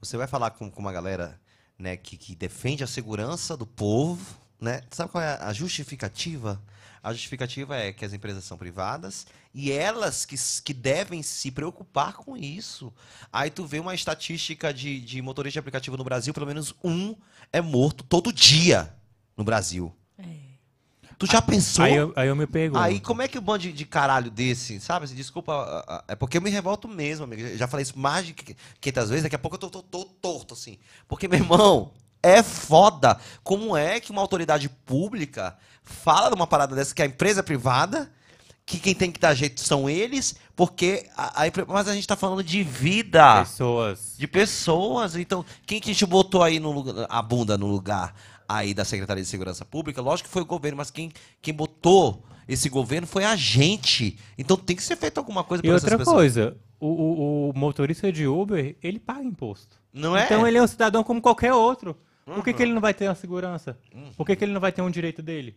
[SPEAKER 1] Você vai falar com, com uma galera né, que, que defende a segurança do povo, né? Tu sabe qual é a justificativa? A justificativa é que as empresas são privadas e elas que, s- que devem se preocupar com isso. Aí tu vê uma estatística de, de motorista de aplicativo no Brasil, pelo menos um é morto todo dia no Brasil. Tu já pensou?
[SPEAKER 4] Aí eu, aí eu me pergunto.
[SPEAKER 1] Aí, como é que o bando de, de caralho desse, sabe? Assim, Desculpa, a- a- é porque eu me revolto mesmo, amigo. Já- Já falei isso mais de que- 500 vezes, daqui a pouco eu tô, tô- tô torto, assim. Porque, meu irmão, é foda. Como é que uma autoridade pública fala de uma parada dessa que a empresa é privada, que quem tem que dar jeito são eles, porque. A, a empre- mas a gente tá falando de vida.
[SPEAKER 4] Pessoas.
[SPEAKER 1] De pessoas. Então, quem que te botou aí no lugar, a bunda no lugar aí da Secretaria de Segurança Pública? Lógico que foi o governo, mas quem, quem botou esse governo foi a gente. Então tem que ser feito alguma coisa
[SPEAKER 4] E
[SPEAKER 1] para essas
[SPEAKER 4] outra
[SPEAKER 1] pessoas.
[SPEAKER 4] coisa, o, o- o motorista de Uber, ele paga imposto.
[SPEAKER 1] Não é?
[SPEAKER 4] Então ele é um cidadão como qualquer outro. Por
[SPEAKER 6] Uhum.
[SPEAKER 4] que, que ele não vai ter uma segurança? Por que, que ele não vai ter um direito dele?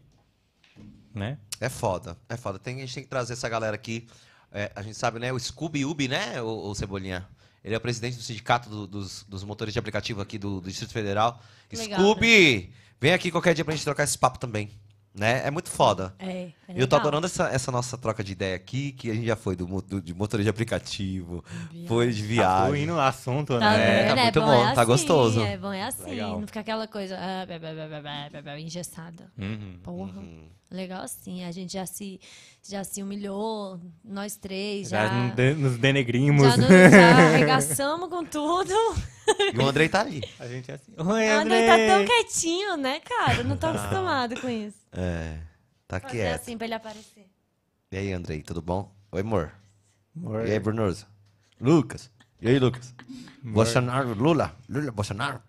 [SPEAKER 4] Né?
[SPEAKER 1] É foda, é foda. Tem, a gente tem que trazer essa galera aqui. É, a gente sabe, né? O Scooby Ubi, né, o, o Cebolinha? Ele é o presidente do sindicato do- dos, dos motores de aplicativo aqui do, do Distrito Federal.
[SPEAKER 3] Legal, né?
[SPEAKER 1] Scooby! Vem aqui qualquer dia pra gente trocar esse papo também.
[SPEAKER 6] né? É muito foda.
[SPEAKER 3] É, é
[SPEAKER 6] E eu tô
[SPEAKER 3] legal.
[SPEAKER 6] adorando essa, essa nossa troca de ideia aqui, que a gente já foi do, mo- do- de motorista de aplicativo, foi de
[SPEAKER 4] Tá
[SPEAKER 6] viagem.
[SPEAKER 4] fluindo o assunto,
[SPEAKER 3] Tá
[SPEAKER 4] né?
[SPEAKER 3] vendo?
[SPEAKER 6] tá
[SPEAKER 3] é
[SPEAKER 6] muito
[SPEAKER 3] bom,
[SPEAKER 6] bom,
[SPEAKER 3] é
[SPEAKER 6] tá
[SPEAKER 3] assim,
[SPEAKER 6] gostoso.
[SPEAKER 3] É bom, é assim.
[SPEAKER 4] Legal.
[SPEAKER 3] Não fica aquela coisa ah, blá, blá, blá, blá, blá, blá, blá, engessada.
[SPEAKER 4] Uhum.
[SPEAKER 3] Porra. Legal assim. A gente já se, já se humilhou, nós três. Já,
[SPEAKER 4] Já nos
[SPEAKER 3] já,
[SPEAKER 4] de- nos denegrimos.
[SPEAKER 3] nos- já arregaçamos com tudo.
[SPEAKER 6] E o Andrei tá ali.
[SPEAKER 4] A gente é assim. Oi,
[SPEAKER 3] O
[SPEAKER 4] Andrei!
[SPEAKER 3] André tá tão quietinho, né, cara? Eu Não tô acostumado com isso.
[SPEAKER 6] Tá
[SPEAKER 3] Fazer
[SPEAKER 6] quieto.
[SPEAKER 3] assim pra ele aparecer.
[SPEAKER 6] E aí, Andrei, tudo bom? Oi, amor.
[SPEAKER 4] Amor.
[SPEAKER 6] E aí, Brunoso? Lucas. E aí, Lucas? Bolsonaro, Lula. Lula, Bolsonaro.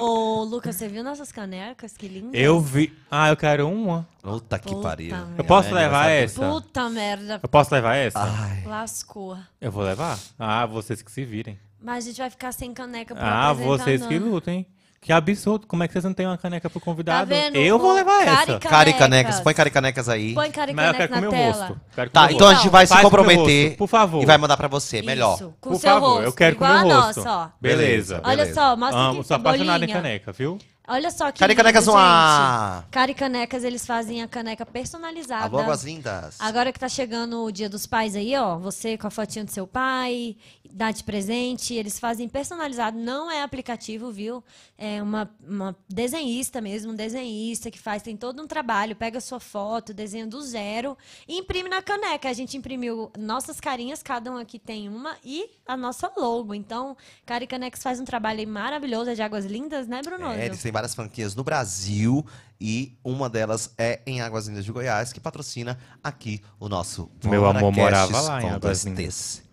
[SPEAKER 3] Ô, Lucas, você viu nossas canecas? Que lindas.
[SPEAKER 4] Eu vi. Ah, eu quero uma.
[SPEAKER 6] Puta que
[SPEAKER 3] Puta
[SPEAKER 6] pariu.
[SPEAKER 3] merda.
[SPEAKER 4] Eu posso
[SPEAKER 6] É,
[SPEAKER 4] levar
[SPEAKER 6] engraçado.
[SPEAKER 4] essa?
[SPEAKER 3] Puta merda,
[SPEAKER 4] Eu posso levar essa?
[SPEAKER 6] Ah.
[SPEAKER 3] lascou.
[SPEAKER 4] Eu vou levar? Ah, vocês que se virem.
[SPEAKER 3] Mas a gente vai ficar sem caneca pra
[SPEAKER 4] Ah,
[SPEAKER 3] apresentar,
[SPEAKER 4] vocês
[SPEAKER 3] não.
[SPEAKER 4] que lutem. Que absurdo. Como é que vocês não têm uma caneca pro
[SPEAKER 3] Tá
[SPEAKER 4] convidado?
[SPEAKER 3] vendo?
[SPEAKER 4] eu vou
[SPEAKER 3] Ô,
[SPEAKER 4] levar essa.
[SPEAKER 3] caricanecas.
[SPEAKER 6] Cara e canecas. Põe cara e canecas aí.
[SPEAKER 3] Põe cara e
[SPEAKER 4] Mas eu quero
[SPEAKER 3] caneca
[SPEAKER 4] comer
[SPEAKER 3] na
[SPEAKER 4] o
[SPEAKER 3] tela.
[SPEAKER 4] rosto. Quero comer
[SPEAKER 6] Tá,
[SPEAKER 4] o
[SPEAKER 6] então a
[SPEAKER 4] rosto.
[SPEAKER 6] gente vai se
[SPEAKER 4] Faz com meu
[SPEAKER 6] comprometer.
[SPEAKER 4] rosto, por favor.
[SPEAKER 6] E vai mandar pra você, É melhor.
[SPEAKER 3] Isso, com
[SPEAKER 4] Por
[SPEAKER 3] seu
[SPEAKER 4] favor,
[SPEAKER 3] rosto.
[SPEAKER 4] eu quero
[SPEAKER 3] igual
[SPEAKER 4] comer o
[SPEAKER 3] a
[SPEAKER 4] rosto.
[SPEAKER 3] nossa, ó.
[SPEAKER 4] Beleza.
[SPEAKER 3] Olha
[SPEAKER 6] beleza.
[SPEAKER 3] só, mostra
[SPEAKER 4] Amo,
[SPEAKER 3] aqui,
[SPEAKER 4] sou apaixonado em
[SPEAKER 3] bolinha.
[SPEAKER 4] caneca, viu?
[SPEAKER 3] Olha só que
[SPEAKER 6] Cara e
[SPEAKER 3] lindo,
[SPEAKER 6] canecas
[SPEAKER 3] gente.
[SPEAKER 6] uma...
[SPEAKER 3] Cara e canecas, eles fazem a caneca personalizada.
[SPEAKER 6] Alô, águas lindas.
[SPEAKER 3] Agora que tá chegando o dia dos pais aí, ó, você com a fotinha do seu pai, dá de presente, eles fazem personalizado, não é aplicativo, viu? É uma, uma desenhista mesmo, um desenhista que faz, tem todo um trabalho, pega a sua foto, desenha do zero e imprime na caneca. A gente imprimiu nossas carinhas, cada um aqui tem uma, e a nossa logo. Então, Cara e Canecas faz um trabalho aí maravilhoso, é de águas lindas, né, Bruno?
[SPEAKER 6] É, eles têm várias franquias no Brasil e uma delas é em Águas Lindas de Goiás, que patrocina aqui o nosso
[SPEAKER 4] Meu amor
[SPEAKER 6] Moracasts
[SPEAKER 4] morava lá em
[SPEAKER 6] com
[SPEAKER 4] Águas
[SPEAKER 6] dois
[SPEAKER 4] Lindas.
[SPEAKER 6] T's.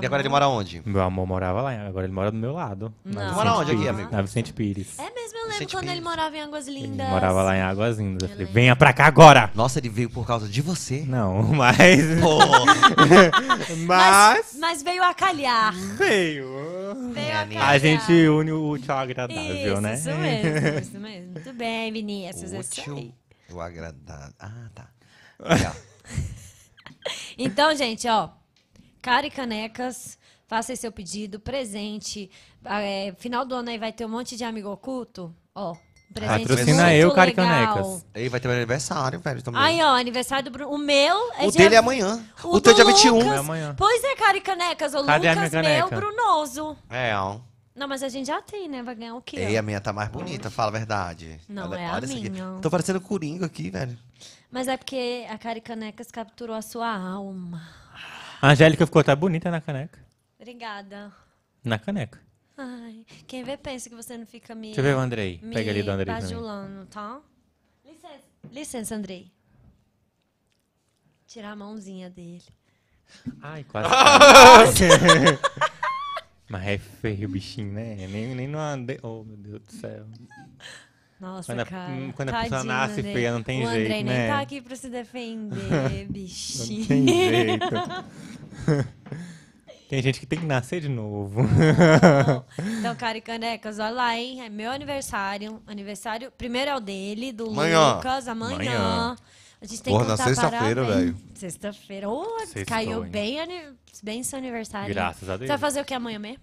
[SPEAKER 6] E agora ele mora onde?
[SPEAKER 4] Meu amor morava lá, agora ele mora do meu lado. na
[SPEAKER 3] Não.
[SPEAKER 4] Vicente
[SPEAKER 6] Mora onde aqui,
[SPEAKER 4] Pires,
[SPEAKER 6] amigo?
[SPEAKER 4] Na Vicente Pires.
[SPEAKER 3] É mesmo, eu lembro
[SPEAKER 6] Vicente
[SPEAKER 3] quando ele
[SPEAKER 6] Pires.
[SPEAKER 3] morava em Águas
[SPEAKER 4] Ele
[SPEAKER 3] Lindas.
[SPEAKER 4] morava lá em Águas Lindas. Eu falei,
[SPEAKER 3] lembro.
[SPEAKER 4] venha pra cá agora!
[SPEAKER 6] Nossa, ele veio por causa de você.
[SPEAKER 4] Não, (laughs) mas.
[SPEAKER 6] Pô,
[SPEAKER 4] (laughs) mas.
[SPEAKER 3] Mas veio a calhar.
[SPEAKER 4] Hum. Veio!
[SPEAKER 6] É,
[SPEAKER 3] Veio a calhar.
[SPEAKER 4] A gente une o útil ao agradável,
[SPEAKER 3] isso,
[SPEAKER 4] né?
[SPEAKER 3] Isso mesmo, isso mesmo. Muito bem, Vinícius. é isso aí.
[SPEAKER 6] útil, o agradável. Ah, tá. Legal.
[SPEAKER 3] Então, gente, ó. Cara e canecas, faça seu pedido, presente. Ah, é, final do ano aí vai ter um monte de amigo oculto. Ó, um presente
[SPEAKER 4] Patrocina
[SPEAKER 3] muito
[SPEAKER 4] eu, Cara e
[SPEAKER 3] legal.
[SPEAKER 4] Canecas.
[SPEAKER 6] Aí vai ter meu aniversário, velho, também.
[SPEAKER 3] Aí, ó, aniversário do Bruno. O meu é
[SPEAKER 6] o
[SPEAKER 3] dia...
[SPEAKER 6] dele é amanhã. O,
[SPEAKER 3] do
[SPEAKER 6] teu é dia
[SPEAKER 3] Lucas-
[SPEAKER 6] 21.
[SPEAKER 4] É amanhã.
[SPEAKER 3] Pois é, cara e canecas. O
[SPEAKER 4] Cadê a
[SPEAKER 3] Lucas,
[SPEAKER 4] minha
[SPEAKER 3] meu,
[SPEAKER 4] caneca?
[SPEAKER 3] Brunoso.
[SPEAKER 6] É, ó.
[SPEAKER 3] Não, mas a gente já tem, né? Vai ganhar o quê?
[SPEAKER 4] É.
[SPEAKER 6] Ei, a minha tá mais bonita, fala a verdade.
[SPEAKER 3] Não, é a
[SPEAKER 6] isso aqui.
[SPEAKER 3] minha.
[SPEAKER 6] Tô parecendo coringa aqui, velho.
[SPEAKER 3] Mas é porque a cara e canecas capturou a sua alma.
[SPEAKER 4] A Angélica ficou até bonita na caneca.
[SPEAKER 3] Obrigada.
[SPEAKER 4] Na caneca.
[SPEAKER 3] Ai, quem vê pensa que você não fica me.
[SPEAKER 4] Deixa eu ver o Andrei.
[SPEAKER 3] me
[SPEAKER 4] Pega ali do Andrei também.
[SPEAKER 3] bajulando, tá? Licença, licença, Andrei. Tirar a mãozinha dele.
[SPEAKER 4] Ai, quase. (laughs) caiu. Mas é feio o bichinho, né? Nem, nem no ande... Oh, meu Deus do céu.
[SPEAKER 3] Nossa,
[SPEAKER 4] Quando a-
[SPEAKER 3] cara.
[SPEAKER 4] hum, quando a pessoa
[SPEAKER 3] Tadinho,
[SPEAKER 4] nasce
[SPEAKER 3] Andrei.
[SPEAKER 4] feia, não tem
[SPEAKER 3] o
[SPEAKER 4] jeito,
[SPEAKER 3] Andrei nem
[SPEAKER 4] né?
[SPEAKER 3] tá aqui pra se defender,
[SPEAKER 4] (laughs) Não
[SPEAKER 3] bichinho.
[SPEAKER 4] tem jeito. (laughs) tem gente que tem que nascer de novo.
[SPEAKER 3] (laughs) Então, cara e canecas, olha lá, hein? É meu aniversário. Aniversário, primeiro é o dele, do
[SPEAKER 6] Amanhã.
[SPEAKER 3] Lucas, amanhã.
[SPEAKER 4] Amanhã.
[SPEAKER 3] A gente tem
[SPEAKER 6] Porra,
[SPEAKER 3] que
[SPEAKER 6] na
[SPEAKER 3] contar
[SPEAKER 6] sexta-feira,
[SPEAKER 3] parabéns.
[SPEAKER 6] velho.
[SPEAKER 3] Sexta-feira. Ô,
[SPEAKER 4] Sextou,
[SPEAKER 3] caiu
[SPEAKER 4] hein?
[SPEAKER 3] bem, ani- bem seu aniversário. hein?
[SPEAKER 4] Graças a
[SPEAKER 3] Você
[SPEAKER 4] Deus.
[SPEAKER 3] vai fazer o que amanhã mesmo?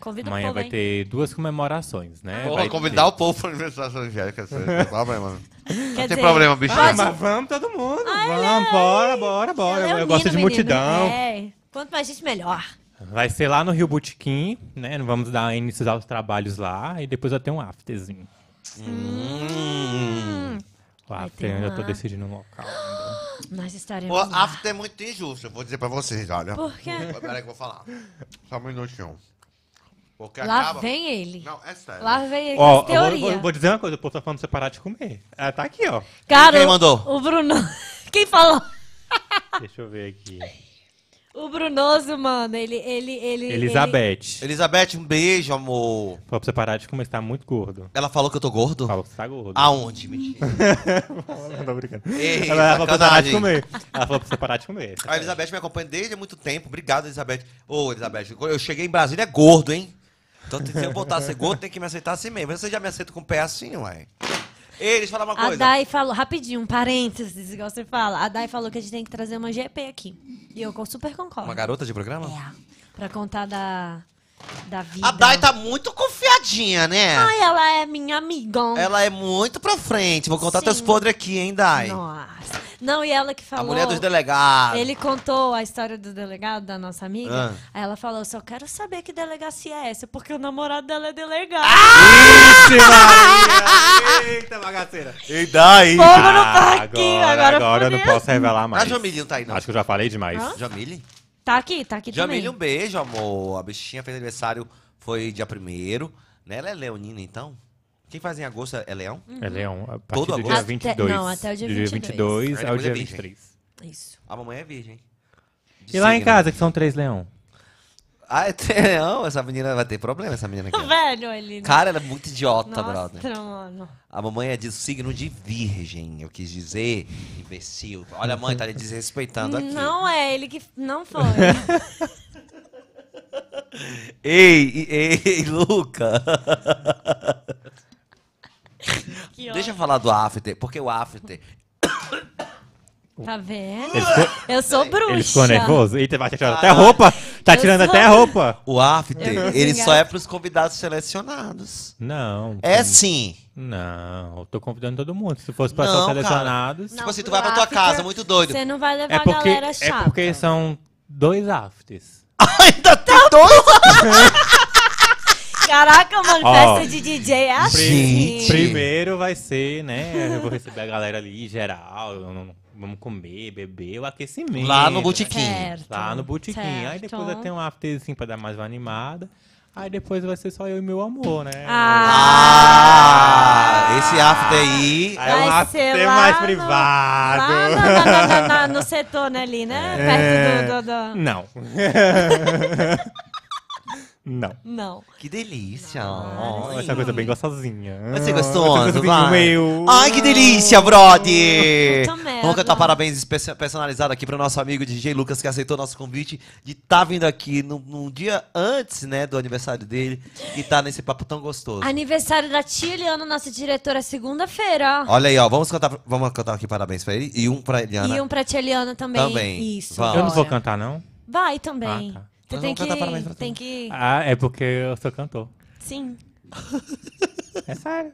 [SPEAKER 3] Convida o
[SPEAKER 4] Amanhã
[SPEAKER 3] povo,
[SPEAKER 4] vai
[SPEAKER 3] hein?
[SPEAKER 4] ter duas comemorações, né?
[SPEAKER 6] Porra,
[SPEAKER 4] vai
[SPEAKER 6] convidar
[SPEAKER 4] ter...
[SPEAKER 6] o povo pra aniversário da Angélica. isso Não tem problema.
[SPEAKER 3] (laughs)
[SPEAKER 6] Não
[SPEAKER 3] Quer
[SPEAKER 6] tem
[SPEAKER 3] dizer,
[SPEAKER 6] problema, bichinho.
[SPEAKER 4] Ah, mas vamos todo mundo. vamos, bora, bora, bora. Eu,
[SPEAKER 3] leonino,
[SPEAKER 4] gosto de
[SPEAKER 3] é um menino.
[SPEAKER 4] multidão.
[SPEAKER 3] É. Quanto mais gente, melhor.
[SPEAKER 4] Vai ser lá no Rio Botequim, né? Não Vamos dar início aos trabalhos lá e depois vai ter um afterzinho. O after
[SPEAKER 3] Hum. ter
[SPEAKER 4] eu ainda
[SPEAKER 3] um
[SPEAKER 4] tô
[SPEAKER 3] after.
[SPEAKER 4] decidindo o local. ainda.
[SPEAKER 3] Nós
[SPEAKER 6] O
[SPEAKER 3] estaremos lá.
[SPEAKER 6] after é muito injusto, eu vou dizer pra vocês, olha.
[SPEAKER 3] Por quê?
[SPEAKER 6] Peraí que eu vou falar. Só um minutinho. Porque
[SPEAKER 3] Lá
[SPEAKER 6] acaba...
[SPEAKER 3] vem ele.
[SPEAKER 6] Não, é sério.
[SPEAKER 3] Lá vem ele com
[SPEAKER 4] Ó,
[SPEAKER 3] as
[SPEAKER 4] eu vou-
[SPEAKER 3] teorias.
[SPEAKER 4] vou, vou dizer uma coisa, o povo tá falando pra você parar de comer. Ah, tá aqui, ó.
[SPEAKER 3] Cara,
[SPEAKER 6] Quem
[SPEAKER 3] o-
[SPEAKER 6] mandou?
[SPEAKER 3] O Bruno... (laughs) Quem falou? Ah.
[SPEAKER 4] Deixa eu ver aqui.
[SPEAKER 3] O Brunoso, mano, ele... ele, ele ele-
[SPEAKER 4] Elizabeth.
[SPEAKER 6] Elizabeth, um beijo, amor.
[SPEAKER 4] Falou pra você parar de comer, você tá muito gordo.
[SPEAKER 6] Ela falou que eu tô gordo?
[SPEAKER 4] Falou que você tá gordo.
[SPEAKER 6] Aonde? Mentira.
[SPEAKER 4] não tô brincando.
[SPEAKER 6] Ei,
[SPEAKER 4] ela falou pra você parar de
[SPEAKER 6] sacanagem.
[SPEAKER 4] comer. Ela falou pra você parar de comer.
[SPEAKER 6] A Elizabeth me acompanha desde há muito tempo. Obrigado, Elizabeth. Ô, Elizabeth, eu cheguei em Brasília gordo, hein? Então, se eu voltar a ser gordo, tem que me aceitar assim mesmo. Você já me aceita com o pé assim, ué. Ei, deixa eu falar uma
[SPEAKER 3] A
[SPEAKER 6] coisa.
[SPEAKER 3] Dai falou, rapidinho, um parênteses, igual você fala. A Dai falou que a gente tem que trazer uma GP aqui. E eu co- super concordo.
[SPEAKER 6] Uma garota de programa?
[SPEAKER 3] É, pra contar da, da vida.
[SPEAKER 1] A Dai tá muito confiadinha. tadinha, né?
[SPEAKER 3] Ai, ela é minha amiga.
[SPEAKER 1] Ela é muito pra frente. Vou contar
[SPEAKER 3] Sim.
[SPEAKER 1] teus podres aqui, hein, Dai?
[SPEAKER 3] Nossa. Não, e ela que
[SPEAKER 1] é. a
[SPEAKER 3] falou.
[SPEAKER 1] mulher dos delegados. (laughs)
[SPEAKER 3] Ele contou a história do delegado, da nossa amiga.
[SPEAKER 1] Ah.
[SPEAKER 3] Aí ela falou: só quero saber que delegacia é essa, porque o namorado dela é delegado.
[SPEAKER 1] Ah!
[SPEAKER 3] é um
[SPEAKER 4] Eita, bagaceira.
[SPEAKER 1] E daí?
[SPEAKER 3] Fogo no parquinho, agora,
[SPEAKER 4] Ah, agora eu não
[SPEAKER 3] fudeu.
[SPEAKER 4] posso revelar
[SPEAKER 1] A
[SPEAKER 4] mais.
[SPEAKER 1] Jamile não tá aí, não.
[SPEAKER 4] Acho que eu já falei demais.
[SPEAKER 3] Hã?
[SPEAKER 1] Jamile?
[SPEAKER 3] Tá aqui, tá aqui
[SPEAKER 1] Jamile, um
[SPEAKER 3] também.
[SPEAKER 1] beijo, amor. A bichinha fez aniversário, foi dia primeiro. Né? Ela é leonina, então? Quem faz em agosto é leão?
[SPEAKER 3] Hum.
[SPEAKER 4] É Leão, a partir
[SPEAKER 1] Todo
[SPEAKER 4] do
[SPEAKER 1] agosto?
[SPEAKER 4] dia
[SPEAKER 1] Até-
[SPEAKER 4] 22.
[SPEAKER 3] não, até o dia
[SPEAKER 4] Do
[SPEAKER 3] 22.
[SPEAKER 4] 22
[SPEAKER 1] Aí
[SPEAKER 4] ao
[SPEAKER 1] depois é
[SPEAKER 4] dia
[SPEAKER 1] virgem.
[SPEAKER 4] 23.
[SPEAKER 3] Isso.
[SPEAKER 1] A mamãe é virgem. De
[SPEAKER 4] E lá em
[SPEAKER 1] signo.
[SPEAKER 4] casa, que são três leão.
[SPEAKER 1] Ah, é (laughs) leão? Essa menina vai ter problema, essa menina
[SPEAKER 3] (laughs)
[SPEAKER 1] aqui.
[SPEAKER 3] Tá Velho, ele. né?
[SPEAKER 1] Cara, ela é muito idiota, É. brother.
[SPEAKER 3] Nossa, mano.
[SPEAKER 1] A mamãe é de signo de virgem, eu quis dizer, imbecil. Olha a mãe, tá lhe desrespeitando aqui.
[SPEAKER 3] Não é ele que. Não
[SPEAKER 4] (laughs)
[SPEAKER 3] foi.
[SPEAKER 1] Ei, ei, ei, Luca.
[SPEAKER 3] Que
[SPEAKER 1] Deixa eu falar do after, porque o after...
[SPEAKER 3] ó- Tá vendo?
[SPEAKER 4] Ele ficou,
[SPEAKER 3] Eu sou bruxa.
[SPEAKER 4] ele ficou nervoso? Eita, vai tirar até a roupa. Tá
[SPEAKER 3] Eu
[SPEAKER 4] tirando
[SPEAKER 3] sou-
[SPEAKER 4] até a roupa.
[SPEAKER 1] O after,
[SPEAKER 3] Eu vou
[SPEAKER 1] ele
[SPEAKER 3] xingar.
[SPEAKER 1] só é pros convidados selecionados.
[SPEAKER 4] Não.
[SPEAKER 1] É sim.
[SPEAKER 4] Não, eu tô convidando todo mundo. Se fosse pra
[SPEAKER 1] Não,
[SPEAKER 4] só
[SPEAKER 1] cara.
[SPEAKER 4] selecionados.
[SPEAKER 3] Não,
[SPEAKER 1] tipo assim, tu
[SPEAKER 3] pro
[SPEAKER 1] vai pra tua
[SPEAKER 3] after,
[SPEAKER 1] casa, muito doido.
[SPEAKER 3] Você não vai levar
[SPEAKER 4] É porque,
[SPEAKER 3] a galera chata.
[SPEAKER 4] é porque são dois afters.
[SPEAKER 1] Ainda tem dois?
[SPEAKER 3] Caraca, mano,
[SPEAKER 4] Ó.
[SPEAKER 3] festa de DJ é assim.
[SPEAKER 1] Gente.
[SPEAKER 4] Primeiro vai ser, né? Eu vou receber a galera ali geral. eu não- vamos comer, beber, o aquecimento.
[SPEAKER 1] Lá no botequim.
[SPEAKER 3] Certo.
[SPEAKER 4] Lá no botequim. Aí depois
[SPEAKER 3] certo.
[SPEAKER 4] vai ter um afterzinho pra dar mais uma animada. Aí depois vai ser só eu e meu amor, né?
[SPEAKER 1] Ah, esse after aí...
[SPEAKER 4] Aí é um
[SPEAKER 3] Vai ser
[SPEAKER 4] after
[SPEAKER 3] lá
[SPEAKER 4] mais
[SPEAKER 3] no-
[SPEAKER 4] privado.
[SPEAKER 3] Lá na- na- na- na- no setor né, ali, né?
[SPEAKER 4] É.
[SPEAKER 3] Perto do, do- do- (laughs)
[SPEAKER 4] Não. Não.
[SPEAKER 3] Não.
[SPEAKER 1] Que delícia.
[SPEAKER 4] Olha
[SPEAKER 1] Ai.
[SPEAKER 4] Ah, Essa coisa bem gostosinha.
[SPEAKER 1] Você gostou?
[SPEAKER 4] Essa Ah, coisa
[SPEAKER 1] vai?
[SPEAKER 4] meu.
[SPEAKER 1] Ai, que delícia, brother!
[SPEAKER 3] Puta merda.
[SPEAKER 1] Vamos cantar parabéns espe- personalizado aqui pro nosso amigo DJ Lucas, que aceitou nosso convite de estar vindo aqui no, num dia antes, né, do aniversário dele, e tá nesse papo tão gostoso.
[SPEAKER 3] Aniversário da tia Eliana, nossa diretora, segunda-feira. ó.
[SPEAKER 1] Olha aí, ó, vamos cantar, vamos cantar aqui parabéns pra ele e um pra Eliana.
[SPEAKER 3] E um pra tia Eliana também.
[SPEAKER 1] Também.
[SPEAKER 3] Isso.
[SPEAKER 1] Vamos.
[SPEAKER 4] Eu não vou
[SPEAKER 3] bora.
[SPEAKER 4] cantar, não.
[SPEAKER 3] Vai também.
[SPEAKER 4] Ah, tá.
[SPEAKER 3] Você
[SPEAKER 1] Mas
[SPEAKER 3] tem
[SPEAKER 1] vamos cantar parabéns pra
[SPEAKER 3] que.
[SPEAKER 1] tu.
[SPEAKER 3] Tem que.
[SPEAKER 4] Ah, é porque eu sou cantor.
[SPEAKER 3] Sim.
[SPEAKER 4] É sério.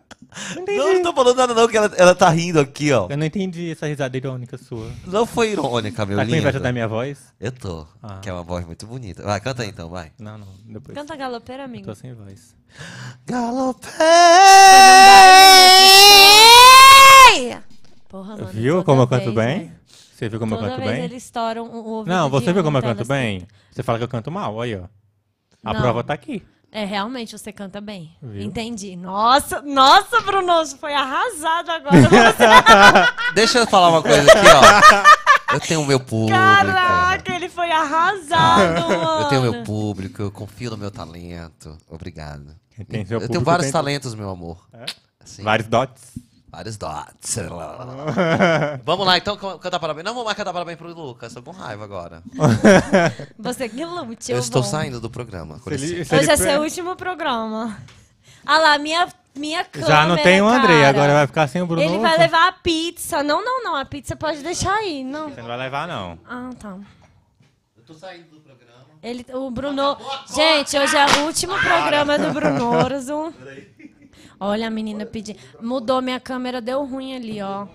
[SPEAKER 4] Não entendi.
[SPEAKER 1] Não, não tô falando nada não, que ela, ela tá rindo aqui, ó.
[SPEAKER 4] Eu não entendi essa risada irônica sua.
[SPEAKER 1] Não foi irônica, meu
[SPEAKER 4] tá com
[SPEAKER 1] lindo.
[SPEAKER 4] inveja da minha voz?
[SPEAKER 1] Eu tô,
[SPEAKER 4] Ah.
[SPEAKER 1] que é uma voz muito bonita. Vai, canta aí então, vai.
[SPEAKER 4] Não, não. Depois.
[SPEAKER 3] Canta galopeira, amigo.
[SPEAKER 4] Tô sem voz.
[SPEAKER 3] Ei! Porra, mano.
[SPEAKER 4] Viu
[SPEAKER 3] toda
[SPEAKER 4] como eu canto
[SPEAKER 3] vez,
[SPEAKER 4] bem?
[SPEAKER 3] né?
[SPEAKER 4] Você viu como eu
[SPEAKER 3] Toda
[SPEAKER 4] canto
[SPEAKER 3] vez
[SPEAKER 4] bem?
[SPEAKER 3] eles estouram o ouvido
[SPEAKER 4] Não, você
[SPEAKER 3] de
[SPEAKER 4] viu
[SPEAKER 3] um
[SPEAKER 4] como eu
[SPEAKER 3] até
[SPEAKER 4] canto
[SPEAKER 3] elas
[SPEAKER 4] bem? Você fala que eu canto mal, aí, ó. A
[SPEAKER 3] Não.
[SPEAKER 4] prova tá aqui.
[SPEAKER 3] É, realmente você canta bem.
[SPEAKER 4] Viu?
[SPEAKER 3] Entendi. Nossa, nossa, Bruno, você foi arrasado
[SPEAKER 4] (laughs)
[SPEAKER 3] agora. Você-
[SPEAKER 1] Deixa eu falar uma coisa aqui,
[SPEAKER 4] (laughs)
[SPEAKER 1] ó. Eu tenho o meu público.
[SPEAKER 3] Caraca, ele foi
[SPEAKER 4] (laughs)
[SPEAKER 3] arrasado, mano.
[SPEAKER 1] Eu tenho meu público, eu confio no meu talento. Obrigado.
[SPEAKER 4] Quem tem seu
[SPEAKER 1] Eu tenho
[SPEAKER 4] público
[SPEAKER 1] vários
[SPEAKER 4] tem- É.
[SPEAKER 1] talentos, meu amor. Assim,
[SPEAKER 4] Vários dots.
[SPEAKER 1] Vários
[SPEAKER 4] (laughs)
[SPEAKER 1] dots. Vamos lá, então, can- cantar parabéns. Não vou mais cantar parabéns pro Lucas, tô com raiva agora.
[SPEAKER 4] Tá
[SPEAKER 3] Você que lute,
[SPEAKER 1] Eu,
[SPEAKER 3] eu
[SPEAKER 1] estou
[SPEAKER 3] vou.
[SPEAKER 1] saindo do programa. com
[SPEAKER 4] Se ele-
[SPEAKER 1] licença.
[SPEAKER 4] se
[SPEAKER 3] Hoje
[SPEAKER 4] ele
[SPEAKER 3] é seu
[SPEAKER 4] pre-
[SPEAKER 3] último programa. Ah lá, minha, minha câmera,
[SPEAKER 4] é- Já não tem o Andrei,
[SPEAKER 3] né, cara.
[SPEAKER 4] agora vai ficar sem o Bruno.
[SPEAKER 3] Ele vai levar a pizza. Não, não, não, a pizza pode deixar aí, não.
[SPEAKER 4] Você não vai levar, não.
[SPEAKER 3] Ah, tá.
[SPEAKER 1] Eu tô saindo do programa.
[SPEAKER 3] Ele, o Bruno. Gente, hoje é o último programa do Bruno Orzo.
[SPEAKER 1] (laughs)
[SPEAKER 3] Olha a menina pedindo. Mudou minha câmera, deu ruim ali, ó.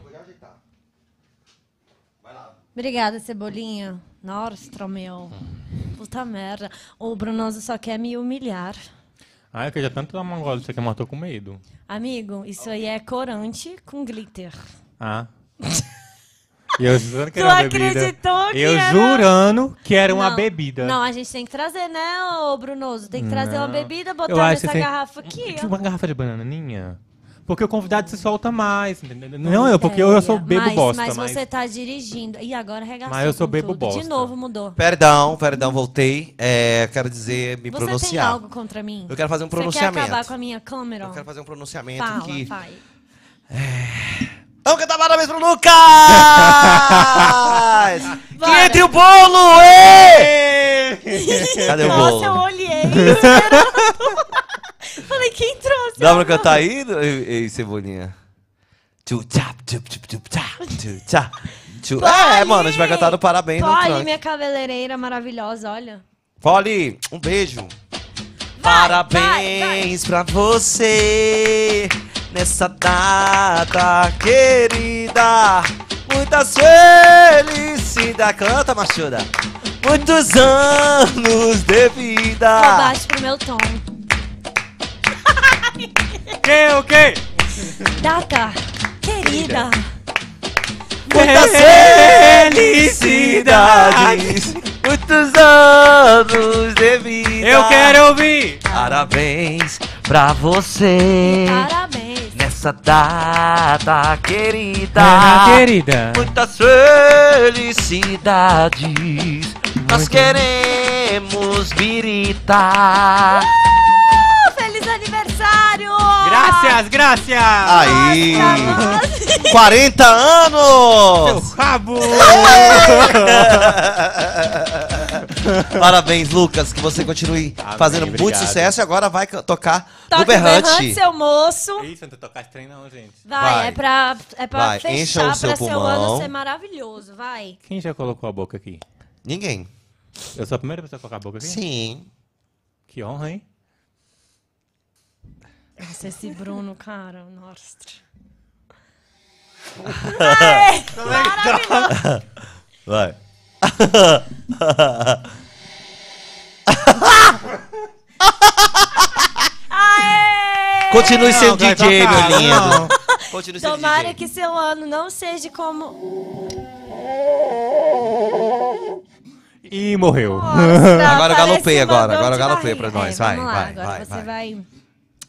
[SPEAKER 3] Obrigada, Cebolinha. Nossa, meu. Puta merda. O Brunozzo só quer me humilhar.
[SPEAKER 4] Ah, eu queria tanto dar uma gola, você que matou com medo.
[SPEAKER 3] Amigo, isso aí é corante com glitter. (laughs)
[SPEAKER 4] Ah. E eu jurando que
[SPEAKER 3] Tu
[SPEAKER 4] era uma bebida.
[SPEAKER 3] acreditou que
[SPEAKER 4] Eu
[SPEAKER 3] era-
[SPEAKER 4] jurando que era uma
[SPEAKER 3] Não.
[SPEAKER 4] bebida.
[SPEAKER 3] Não, a gente tem que trazer, né, ô Brunoso? Tem que trazer uma
[SPEAKER 4] Não.
[SPEAKER 3] bebida,
[SPEAKER 4] Eu
[SPEAKER 3] botar
[SPEAKER 4] acho que
[SPEAKER 3] nessa
[SPEAKER 4] tem-
[SPEAKER 3] garrafa aqui, ó.
[SPEAKER 4] Uma garrafa de bananinha? Porque o convidado se solta mais. entendeu? Não, eu, porque eu, eu sou bebo
[SPEAKER 3] É, mas,
[SPEAKER 4] bosta.
[SPEAKER 3] Mas
[SPEAKER 4] Mas,
[SPEAKER 3] você tá dirigindo. E agora arregaçou
[SPEAKER 4] Mas eu sou
[SPEAKER 3] com
[SPEAKER 4] bebo
[SPEAKER 3] tudo.
[SPEAKER 4] bosta.
[SPEAKER 3] De novo mudou.
[SPEAKER 1] Perdão, perdão, voltei. É, quero dizer, me
[SPEAKER 3] Você tem
[SPEAKER 1] pronunciar.
[SPEAKER 3] algo contra mim?
[SPEAKER 1] Eu quero fazer um
[SPEAKER 3] Você quer
[SPEAKER 1] pronunciamento.
[SPEAKER 3] acabar com a minha câmera?
[SPEAKER 1] Eu quero fazer um pronunciamento
[SPEAKER 3] Fala,
[SPEAKER 1] que.
[SPEAKER 3] vai.
[SPEAKER 1] Vamos cantar parabéns
[SPEAKER 4] (laughs)
[SPEAKER 1] pro
[SPEAKER 3] Ah!
[SPEAKER 1] Lucas! que
[SPEAKER 3] Bora.
[SPEAKER 1] entre o (laughs) bolo!
[SPEAKER 3] (laughs)
[SPEAKER 1] ê! Cadê o
[SPEAKER 3] Nossa, eu
[SPEAKER 1] bolo? (laughs)
[SPEAKER 3] olhei esperando. Falei, quem trouxe?
[SPEAKER 1] Dá pra cantar aí, ei, ei, Cebolinha? Tchu, tchá, tchu, tchu, tchu, tchá, tchu, tchá, tchu. É,
[SPEAKER 3] Polly!
[SPEAKER 1] mano, a gente vai cantar no parabéns no
[SPEAKER 3] Olha,
[SPEAKER 1] trunk.
[SPEAKER 3] minha cabeleireira maravilhosa, olha.
[SPEAKER 1] Polly, um beijo. Parabéns pra você nessa data querida. Muitas felicidades. Canta, machuda. Muitos anos de vida.
[SPEAKER 3] Eu baixo pro meu tom.
[SPEAKER 4] Que, o quê?
[SPEAKER 3] Data, querida.
[SPEAKER 1] Muitas felicidades. Muitos anos de vida.
[SPEAKER 4] Eu quero ouvir!
[SPEAKER 1] Parabéns pra você.
[SPEAKER 3] Parabéns.
[SPEAKER 1] Nessa data querida,
[SPEAKER 3] Tá.
[SPEAKER 4] Ana querida.
[SPEAKER 1] muitas felicidades. Nós queremos birita.
[SPEAKER 3] Ah, Feliz aniversário!
[SPEAKER 4] Graças, graças!
[SPEAKER 6] Aí!
[SPEAKER 3] Nossa,
[SPEAKER 1] 40
[SPEAKER 4] Seu
[SPEAKER 1] anos!
[SPEAKER 4] rabo!
[SPEAKER 1] Parabéns, Lucas, que você continue
[SPEAKER 4] Amém,
[SPEAKER 1] fazendo muito
[SPEAKER 4] obrigado.
[SPEAKER 1] sucesso e agora vai ca- tocar
[SPEAKER 3] Toca
[SPEAKER 1] no
[SPEAKER 3] o berrante,
[SPEAKER 1] Berrante.
[SPEAKER 3] seu moço.
[SPEAKER 4] Isso, não tô tocar esse trem não, gente.
[SPEAKER 3] Vai,
[SPEAKER 1] Vai.
[SPEAKER 3] é pra, é pra
[SPEAKER 1] Vai, encha o
[SPEAKER 3] fechar,
[SPEAKER 1] seu
[SPEAKER 3] pra seu ano
[SPEAKER 1] pulmão.
[SPEAKER 3] ser maravilhoso. Vai.
[SPEAKER 4] Quem já colocou a boca aqui?
[SPEAKER 1] Ninguém.
[SPEAKER 4] Eu sou a primeira pessoa a colocar a boca aqui?
[SPEAKER 1] Sim.
[SPEAKER 4] Que honra, hein?
[SPEAKER 3] Nossa, esse Bruno, cara, nossa.
[SPEAKER 1] Vai. Continue sendo
[SPEAKER 4] vai
[SPEAKER 1] DJ,
[SPEAKER 4] tocar,
[SPEAKER 3] Ah,
[SPEAKER 1] meu
[SPEAKER 4] não.
[SPEAKER 1] lindo. Continue sendo
[SPEAKER 3] Tomara
[SPEAKER 1] DJ.
[SPEAKER 3] que seu ano não seja como.
[SPEAKER 4] E morreu.
[SPEAKER 3] Nossa,
[SPEAKER 1] (laughs) Agora eu
[SPEAKER 3] parece
[SPEAKER 1] galopei
[SPEAKER 3] um
[SPEAKER 1] agora,
[SPEAKER 3] bandão
[SPEAKER 1] agora eu
[SPEAKER 3] de
[SPEAKER 1] galopei
[SPEAKER 3] barriga.
[SPEAKER 1] pra nós,
[SPEAKER 3] É,
[SPEAKER 1] vai,
[SPEAKER 3] vamos lá,
[SPEAKER 1] vai,
[SPEAKER 3] agora
[SPEAKER 1] vai,
[SPEAKER 3] você
[SPEAKER 1] vai.
[SPEAKER 3] vai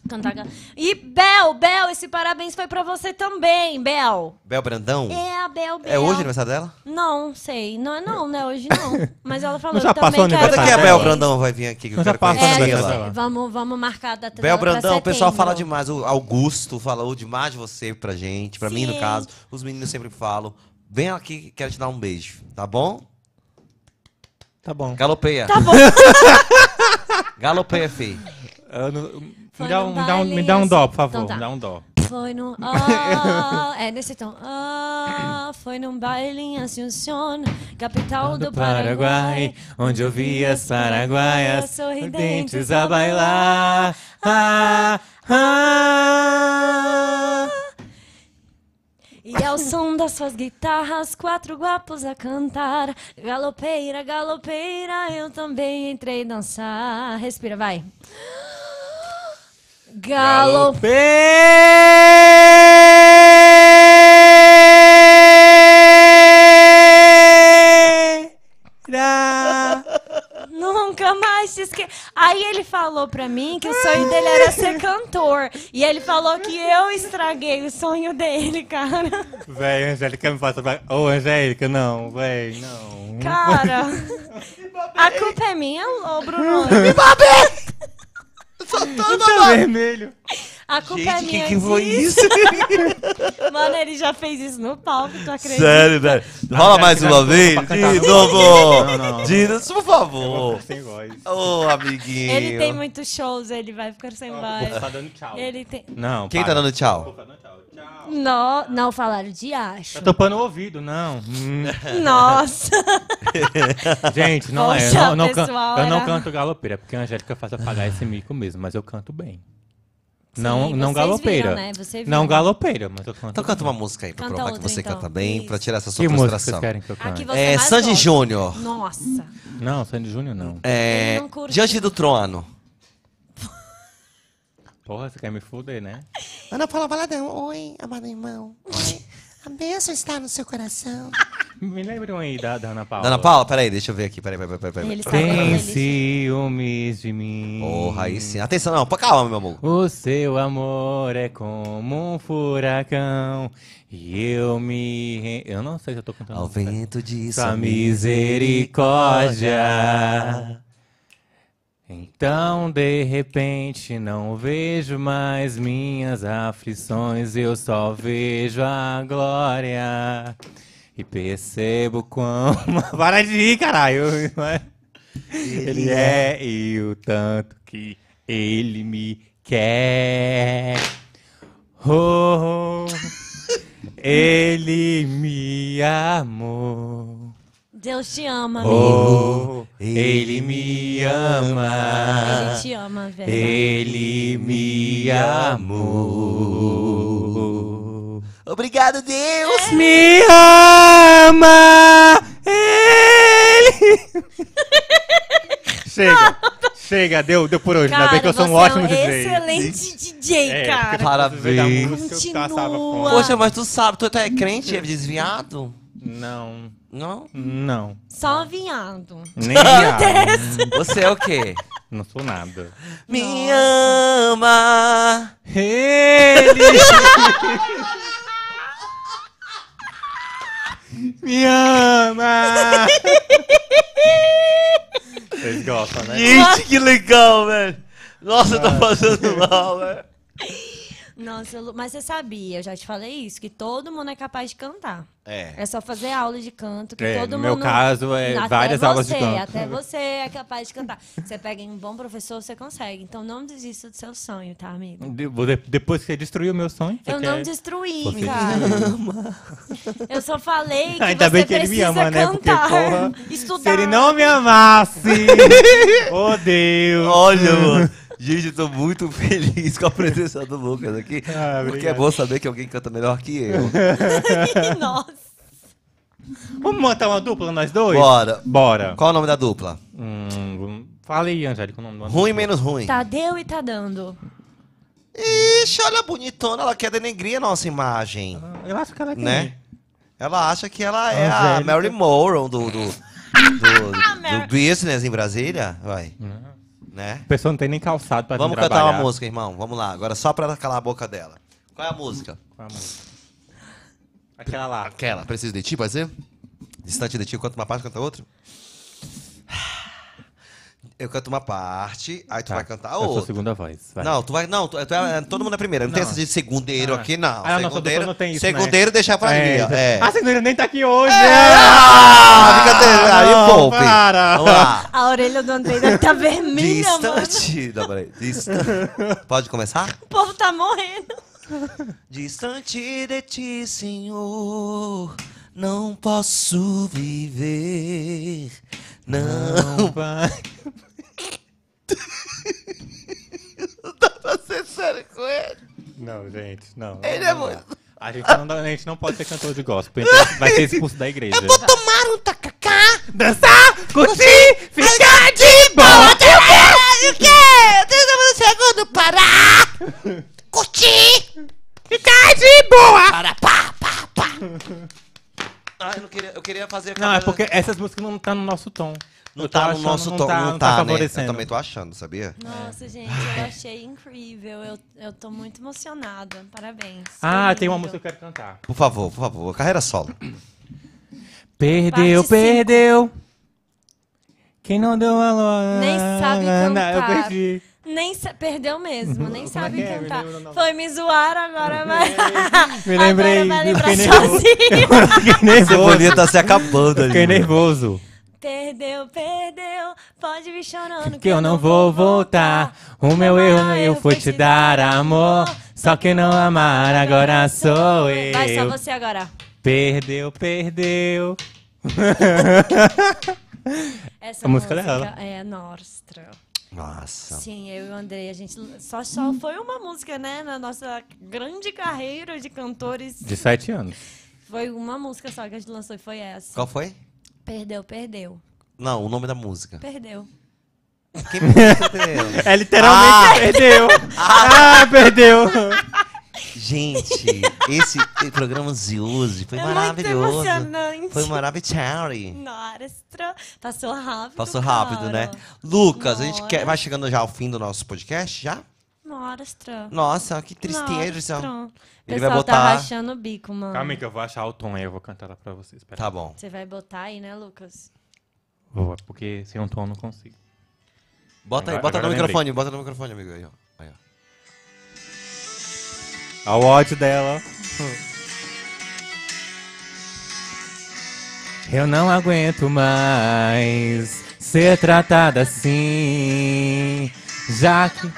[SPEAKER 3] cantar. gal- E Bel, Bel, esse parabéns foi pra você também, Bel.
[SPEAKER 1] Bel Brandão?
[SPEAKER 3] É, a Bel, Bel.
[SPEAKER 1] É hoje o aniversário dela?
[SPEAKER 3] Não, sei. Não é não, né? Hoje não. Mas ela falou
[SPEAKER 4] Não já
[SPEAKER 3] eu também
[SPEAKER 4] passou o
[SPEAKER 1] Quando
[SPEAKER 3] quero
[SPEAKER 1] é
[SPEAKER 4] aniversário
[SPEAKER 1] que a
[SPEAKER 4] dela?
[SPEAKER 1] Bel
[SPEAKER 3] parabéns.
[SPEAKER 1] Brandão vai vir aqui? Que eu
[SPEAKER 4] Já
[SPEAKER 1] quero
[SPEAKER 4] passa né,
[SPEAKER 1] conhecer
[SPEAKER 3] É,
[SPEAKER 4] o
[SPEAKER 1] ela.
[SPEAKER 4] aniversário dela.
[SPEAKER 3] vamos, vamos marcar a data
[SPEAKER 1] Bel
[SPEAKER 3] dela pra
[SPEAKER 1] Brandão, o pessoal
[SPEAKER 3] setembro.
[SPEAKER 1] fala demais. O Augusto falou demais de você pra gente, pra mim no
[SPEAKER 3] Sim.
[SPEAKER 1] caso. Os meninos sempre falam. Vem aqui, quero te dar um beijo, tá bom?
[SPEAKER 4] Tá bom.
[SPEAKER 1] Galopeia.
[SPEAKER 3] Tá bom.
[SPEAKER 1] (laughs) Galopeia, fi.
[SPEAKER 4] Eu não-
[SPEAKER 3] Foi
[SPEAKER 4] (laughs) Me dá,
[SPEAKER 3] num
[SPEAKER 4] um, me, dá um, me
[SPEAKER 3] baile
[SPEAKER 4] dá um dó, por
[SPEAKER 3] Então
[SPEAKER 4] favor.
[SPEAKER 3] tá.
[SPEAKER 4] Me dá um dó.
[SPEAKER 3] Foi num. Ah, é nesse tom. Ah, foi num baile em Assunción, capital do Paraguai,
[SPEAKER 4] onde eu
[SPEAKER 3] vi as paraguaias sorridentes a bailar.
[SPEAKER 4] Ah,
[SPEAKER 3] E ao som das suas guitarras, quatro guapos a cantar. Galopeira, galopeira, eu também entrei dançar. Respira, vai. Galopeira. Nunca mais se esque... Aí ele falou pra mim que o sonho dele era ser cantor. E ele falou que eu estraguei o sonho dele, cara.
[SPEAKER 1] (laughs)
[SPEAKER 4] Véi, Angélica, me faça pra... Ô, Angélica, não, véi, não.
[SPEAKER 3] Cara, a culpa é minha, ô
[SPEAKER 1] (laughs)
[SPEAKER 3] Bruno.
[SPEAKER 4] Tá vermelho.
[SPEAKER 3] A culpa é
[SPEAKER 1] Gente,
[SPEAKER 3] minha.
[SPEAKER 1] que, que foi
[SPEAKER 3] disso. (laughs)
[SPEAKER 1] isso?
[SPEAKER 3] Mano, ele já fez isso no palco, tu acredita?
[SPEAKER 1] Sério, velho. Rola
[SPEAKER 4] cara,
[SPEAKER 1] mais
[SPEAKER 4] que
[SPEAKER 1] uma
[SPEAKER 4] dá
[SPEAKER 1] vez?
[SPEAKER 4] pra cantar,
[SPEAKER 1] De
[SPEAKER 4] não. Não, não,
[SPEAKER 1] novo.
[SPEAKER 4] não.
[SPEAKER 1] De novo, por favor.
[SPEAKER 4] Sem voz.
[SPEAKER 1] Ô, amiguinho.
[SPEAKER 3] Ele tem muitos shows, ele vai ficar sem voz.
[SPEAKER 4] Tá dando tchau.
[SPEAKER 3] Ele tem.
[SPEAKER 4] Não,
[SPEAKER 1] Quem tá
[SPEAKER 4] para.
[SPEAKER 1] dando tchau?
[SPEAKER 4] Tá dando tchau? Tchau.
[SPEAKER 3] Não, não falaram de acho.
[SPEAKER 4] Tá tampando o ouvido, não. Hum.
[SPEAKER 3] (laughs) Nossa.
[SPEAKER 4] Gente, não é. Eu
[SPEAKER 3] Poxa,
[SPEAKER 4] não, não can-
[SPEAKER 3] pessoal,
[SPEAKER 4] eu não
[SPEAKER 3] era-
[SPEAKER 4] canto galopeira, é porque a Angélica faz apagar esse mico mesmo, mas eu canto bem. não, não
[SPEAKER 3] vocês
[SPEAKER 4] galopeira.
[SPEAKER 3] viram, né? Vocês
[SPEAKER 4] Não
[SPEAKER 3] viram.
[SPEAKER 4] galopeira, mas eu canto.
[SPEAKER 1] Então canta uma música aí pra
[SPEAKER 3] Canta
[SPEAKER 1] provar que
[SPEAKER 3] outra,
[SPEAKER 1] você
[SPEAKER 3] então.
[SPEAKER 1] canta bem,
[SPEAKER 3] Isso.
[SPEAKER 1] pra tirar essa sua
[SPEAKER 4] Que música vocês
[SPEAKER 1] frustração.
[SPEAKER 4] querem que eu
[SPEAKER 3] Aqui
[SPEAKER 4] cante?
[SPEAKER 3] você
[SPEAKER 1] É,
[SPEAKER 3] mais
[SPEAKER 1] Sandy
[SPEAKER 3] gosta.
[SPEAKER 1] Júnior.
[SPEAKER 3] Nossa.
[SPEAKER 4] Não, Sandy Júnior não.
[SPEAKER 1] É,
[SPEAKER 3] Ele não curte.
[SPEAKER 1] Diante do Trono.
[SPEAKER 4] Porra, você quer me fuder, né? (laughs)
[SPEAKER 5] Ana Paula Valadão, oi, amado irmão. Oi, a bênção está no seu coração.
[SPEAKER 4] Me lembram aí da, da Ana Paula.
[SPEAKER 1] Dana Paula, peraí, deixa eu ver aqui. Peraí, peraí, peraí. peraí.
[SPEAKER 3] Ele sabe como
[SPEAKER 4] Tem
[SPEAKER 3] ele...
[SPEAKER 4] ciúmes de mim.
[SPEAKER 1] Porra, aí sim. Atenção, não. pô, Calma, meu amor.
[SPEAKER 4] O seu amor é como um furacão e eu me. re- Eu não sei se eu tô cantando.
[SPEAKER 1] Ao vento de
[SPEAKER 4] Sua
[SPEAKER 1] sua
[SPEAKER 4] misericórdia. Então, de repente, não vejo mais minhas aflições, eu só vejo a glória. E percebo quão. (laughs) Para de rir, caralho! Ele é e o tanto que ele me quer. Oh, ele me amou.
[SPEAKER 3] Deus te ama, amigo.
[SPEAKER 4] Oh, ele me ama.
[SPEAKER 3] Ele te ama, velho.
[SPEAKER 4] Ele me amou.
[SPEAKER 2] Obrigado,
[SPEAKER 3] É.
[SPEAKER 2] Deus!
[SPEAKER 4] Me ama. Ele. (laughs) Chega. Chega, deu, deu por hoje. Ainda bem que eu sou um
[SPEAKER 3] você é
[SPEAKER 4] ótimo DJ.
[SPEAKER 3] excelente DJ,
[SPEAKER 4] É, porque
[SPEAKER 3] cara.
[SPEAKER 4] se fosse ver da
[SPEAKER 2] Parabéns.
[SPEAKER 4] música, eu passava
[SPEAKER 3] Continua.
[SPEAKER 4] fome.
[SPEAKER 2] Poxa, mas tu sabe, tu é crente, é desviado?
[SPEAKER 4] Não,
[SPEAKER 2] Não?
[SPEAKER 4] não.
[SPEAKER 3] Só vinhado.
[SPEAKER 4] Nem nada.
[SPEAKER 2] Você é o
[SPEAKER 3] (laughs)
[SPEAKER 2] quê?
[SPEAKER 4] Não sou nada.
[SPEAKER 2] Me ama!
[SPEAKER 4] Ele me (laughs) ama. Vocês gostam, né?
[SPEAKER 2] Gente, que legal, velho! Nossa, tá fazendo mal, velho.
[SPEAKER 3] Nossa, Lu, mas você sabia, eu já te falei isso, que todo mundo é capaz de cantar.
[SPEAKER 2] É.
[SPEAKER 3] É só fazer aula de canto, que
[SPEAKER 4] É,
[SPEAKER 3] todo
[SPEAKER 4] no
[SPEAKER 3] mundo...
[SPEAKER 4] meu caso, é
[SPEAKER 3] Até
[SPEAKER 4] várias
[SPEAKER 3] você,
[SPEAKER 4] aulas de canto.
[SPEAKER 3] Até você é capaz de cantar. Você pega um bom professor, você consegue. Então não desista do seu sonho, tá, amigo?
[SPEAKER 4] De- vou de- depois que você destruiu o meu sonho, você
[SPEAKER 3] eu
[SPEAKER 4] quer...
[SPEAKER 3] não destruí,
[SPEAKER 4] Você
[SPEAKER 3] cara. (laughs) Eu só falei que
[SPEAKER 4] Ainda
[SPEAKER 3] você
[SPEAKER 4] bem que ele
[SPEAKER 3] precisa
[SPEAKER 4] me ama, né? Porque,
[SPEAKER 3] cantar, (laughs)
[SPEAKER 4] porra,
[SPEAKER 3] estudar.
[SPEAKER 4] se ele não me (laughs) amasse, oh Deus.
[SPEAKER 2] Olha, mano. Gente, eu tô muito feliz com a presença do Lucas aqui.
[SPEAKER 4] Ah,
[SPEAKER 2] porque é
[SPEAKER 4] obrigado.
[SPEAKER 2] bom saber que alguém canta melhor que eu.
[SPEAKER 3] Nossa.
[SPEAKER 4] Vamos montar uma dupla, nós dois?
[SPEAKER 2] Bora.
[SPEAKER 4] Bora.
[SPEAKER 2] Qual o nome da dupla?
[SPEAKER 4] Hum, fala aí, Angélica, o nome do
[SPEAKER 2] Ruim menos ruim.
[SPEAKER 3] Tadeu e tá dando.
[SPEAKER 2] Ixi, olha a bonitona, ela quer denegrir a nossa imagem,
[SPEAKER 4] Eu acho que ela é quem?
[SPEAKER 2] né? Ela acha que ela é a
[SPEAKER 4] Angélica.
[SPEAKER 2] Mary Moron do,
[SPEAKER 4] (laughs)
[SPEAKER 2] do, do, do
[SPEAKER 3] Mary.
[SPEAKER 2] business em Brasília, vai, né?
[SPEAKER 4] A pessoa não tem nem calçado pra vir
[SPEAKER 2] Vamos cantar uma
[SPEAKER 4] É. trabalhar.
[SPEAKER 2] música, irmão, vamos lá, agora só pra ela calar a boca dela. Qual é a música?
[SPEAKER 4] Com a música. Aquela lá.
[SPEAKER 2] Aquela, Preciso de Ti, pode ser? Distante de Ti, eu canto uma parte, canta
[SPEAKER 4] (sighs)
[SPEAKER 2] outra? Eu canto uma parte, aí tu vai cantar a
[SPEAKER 4] Tá. Eu sou
[SPEAKER 2] outra.
[SPEAKER 4] É segunda voz. vai. Hum,
[SPEAKER 2] Não, tu vai. Não, tu, tu é- todo mundo é primeira. Não, tem essa de segundeiro
[SPEAKER 4] Ah.
[SPEAKER 2] aqui, não.
[SPEAKER 4] Ah, não, nossa
[SPEAKER 2] segundeiro,
[SPEAKER 4] dupla não tem isso, né?
[SPEAKER 2] segundeiro deixar pra mim, ó. É.
[SPEAKER 4] A segunda nem tá aqui hoje.
[SPEAKER 2] Ah, fica até.
[SPEAKER 4] não,
[SPEAKER 2] Aí, poupe.
[SPEAKER 4] para.
[SPEAKER 2] Vamos
[SPEAKER 3] (laughs)
[SPEAKER 2] lá.
[SPEAKER 3] A orelha do André deve
[SPEAKER 4] (laughs)
[SPEAKER 3] tá vermelha, mano.
[SPEAKER 2] Distante. Não, peraí. Distante. Pode começar?
[SPEAKER 3] O povo tá morrendo.
[SPEAKER 2] Distante de ti, Senhor, não posso viver. Não.
[SPEAKER 4] vai.
[SPEAKER 2] Pra ser sério com ele.
[SPEAKER 4] Não, gente, não.
[SPEAKER 2] Ele é
[SPEAKER 4] Não dá.
[SPEAKER 2] muito-
[SPEAKER 4] A gente, não, dá- a gente não pode ser cantor de gospel, então vai ser expulso da igreja.
[SPEAKER 5] Tomar um tacacá.
[SPEAKER 4] dançar, curtir, ficar de boa.
[SPEAKER 5] Eu quero, eu quero. Todo mundo segundo parar. Curtir.
[SPEAKER 4] Ficar de boa.
[SPEAKER 5] Para, pá, pá, pá.
[SPEAKER 2] Ah, eu, não queria, eu queria fazer a
[SPEAKER 4] Não, é
[SPEAKER 2] capela-
[SPEAKER 4] porque essas músicas não tá no nosso tom.
[SPEAKER 2] Não
[SPEAKER 4] Eu
[SPEAKER 2] tá
[SPEAKER 4] tava
[SPEAKER 2] no
[SPEAKER 4] achando-
[SPEAKER 2] nosso tom.
[SPEAKER 4] Tá,
[SPEAKER 2] Não,
[SPEAKER 4] tá
[SPEAKER 2] tá, né? Eu
[SPEAKER 4] favorecendo.
[SPEAKER 2] também tô achando, sabia?
[SPEAKER 4] É.
[SPEAKER 3] Nossa, gente,
[SPEAKER 4] (laughs)
[SPEAKER 3] eu achei incrível. Eu, eu tô muito emocionada. Parabéns.
[SPEAKER 4] Ah,
[SPEAKER 3] Foi
[SPEAKER 4] tem uma
[SPEAKER 3] lindo.
[SPEAKER 4] música que eu quero cantar.
[SPEAKER 2] Por favor, por favor. Carreira solo.
[SPEAKER 4] Perdeu,
[SPEAKER 3] Parte cinco.
[SPEAKER 4] perdeu. Quem não deu valor.
[SPEAKER 3] Nem sabe cantar.
[SPEAKER 4] Eu perdi.
[SPEAKER 3] Nem sa- perdeu mesmo, nem sabe
[SPEAKER 4] é? Me
[SPEAKER 3] cantar.
[SPEAKER 4] lembra o nome.
[SPEAKER 3] Foi me zoar agora, vai.
[SPEAKER 4] Me lembrei.
[SPEAKER 3] Agora vai
[SPEAKER 4] eu
[SPEAKER 3] lembrar
[SPEAKER 4] fiquei nervoso.
[SPEAKER 3] sozinho.
[SPEAKER 4] Eu (laughs) fiquei nervoso.
[SPEAKER 2] Cebolinha tá se acabando
[SPEAKER 4] Eu
[SPEAKER 2] ali. né?
[SPEAKER 4] fiquei nervoso.
[SPEAKER 3] (laughs) Perdeu, perdeu. Pode vir chorando.
[SPEAKER 4] Que eu não vou voltar. O meu erro eu fui te dar amor. Só que não amar agora sou eu.
[SPEAKER 3] Vai só você agora.
[SPEAKER 4] Perdeu, perdeu.
[SPEAKER 3] Essa
[SPEAKER 4] A música dela.
[SPEAKER 3] é nostra.
[SPEAKER 2] Nossa.
[SPEAKER 3] Sim, eu e o Andrei, a gente só, só foi uma música, né? Na nossa grande carreira de cantores.
[SPEAKER 4] De sete anos.
[SPEAKER 3] Foi uma música só que a gente lançou e foi essa.
[SPEAKER 2] Qual foi?
[SPEAKER 3] Perdeu, perdeu.
[SPEAKER 2] Não, o nome da
[SPEAKER 3] (laughs)
[SPEAKER 2] música.
[SPEAKER 3] Perdeu.
[SPEAKER 2] Quem perdeu?
[SPEAKER 4] É literalmente
[SPEAKER 2] (laughs)
[SPEAKER 4] perdeu. Ah, perdeu.
[SPEAKER 2] Gente, esse programa de hoje foi
[SPEAKER 3] É muito
[SPEAKER 2] maravilhoso.
[SPEAKER 3] emocionante.
[SPEAKER 2] Foi maravilhoso.
[SPEAKER 3] Nostra. Passou rápido.
[SPEAKER 2] Passou rápido,
[SPEAKER 3] cara.
[SPEAKER 2] né? Lucas, a gente
[SPEAKER 3] Bora.
[SPEAKER 2] quer, vai chegando já ao fim do nosso podcast, já?
[SPEAKER 3] Nostra.
[SPEAKER 2] Nossa, que tristeza.
[SPEAKER 3] Nostra. O
[SPEAKER 2] Ele vai
[SPEAKER 3] pessoal
[SPEAKER 2] botar-
[SPEAKER 3] tá rachando o bico, mano.
[SPEAKER 4] Calma aí que eu vou achar o tom aí, eu vou cantar lá pra vocês. Pera.
[SPEAKER 2] Tá bom.
[SPEAKER 3] Você vai botar aí, né, Lucas?
[SPEAKER 4] Vou, porque sem um tom eu não consigo.
[SPEAKER 2] Bota aí,
[SPEAKER 4] Agora-
[SPEAKER 2] bota
[SPEAKER 4] agora
[SPEAKER 2] no
[SPEAKER 4] eu
[SPEAKER 2] microfone, bota no microfone, amigo. Aí, ó. Aí, ó.
[SPEAKER 4] A ódio dela. Eu não aguento mais ser tratada assim, já que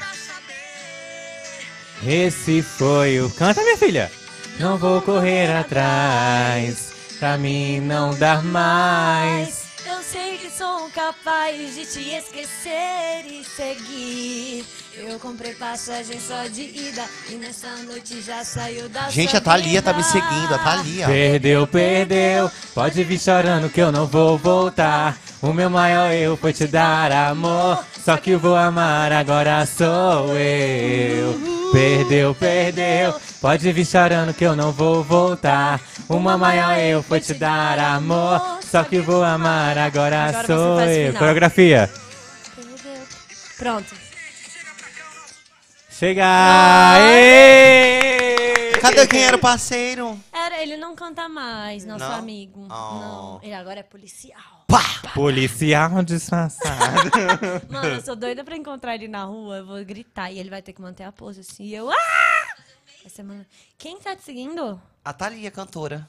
[SPEAKER 4] esse foi o canta minha filha. Não vou correr atrás. pra mim não dar mais.
[SPEAKER 3] Mas eu sei que sou capaz de te esquecer e seguir. Eu comprei passagem só de ida e nessa noite já saiu da
[SPEAKER 1] Gente,
[SPEAKER 3] sua
[SPEAKER 1] a Thalia tá me
[SPEAKER 3] vida.
[SPEAKER 1] seguindo, a Thalia.
[SPEAKER 4] Perdeu, perdeu, pode vir chorando que eu não vou voltar. O meu maior erro foi te dar amor, só que vou amar agora sou eu. Perdeu, perdeu, pode vir chorando que eu não vou voltar. Uma maior erro foi te dar amor, só que vou amar agora,
[SPEAKER 3] Agora você
[SPEAKER 4] sou
[SPEAKER 3] faz o
[SPEAKER 4] eu.
[SPEAKER 3] final.
[SPEAKER 4] Coreografia.
[SPEAKER 3] Pronto.
[SPEAKER 4] Chega! Aê!
[SPEAKER 1] Cadê quem era o parceiro?
[SPEAKER 3] Era, ele não canta mais, nosso
[SPEAKER 1] Não? Oh.
[SPEAKER 3] amigo. Não, ele agora
[SPEAKER 1] (laughs)
[SPEAKER 3] é policial.
[SPEAKER 4] Policial disfarçado.
[SPEAKER 3] Mano, eu sou doida pra encontrar ele na rua, eu vou gritar e ele vai ter que manter a pose assim. E eu. Ah! Essa semana. Quem tá te seguindo?
[SPEAKER 1] A Thalia, cantora.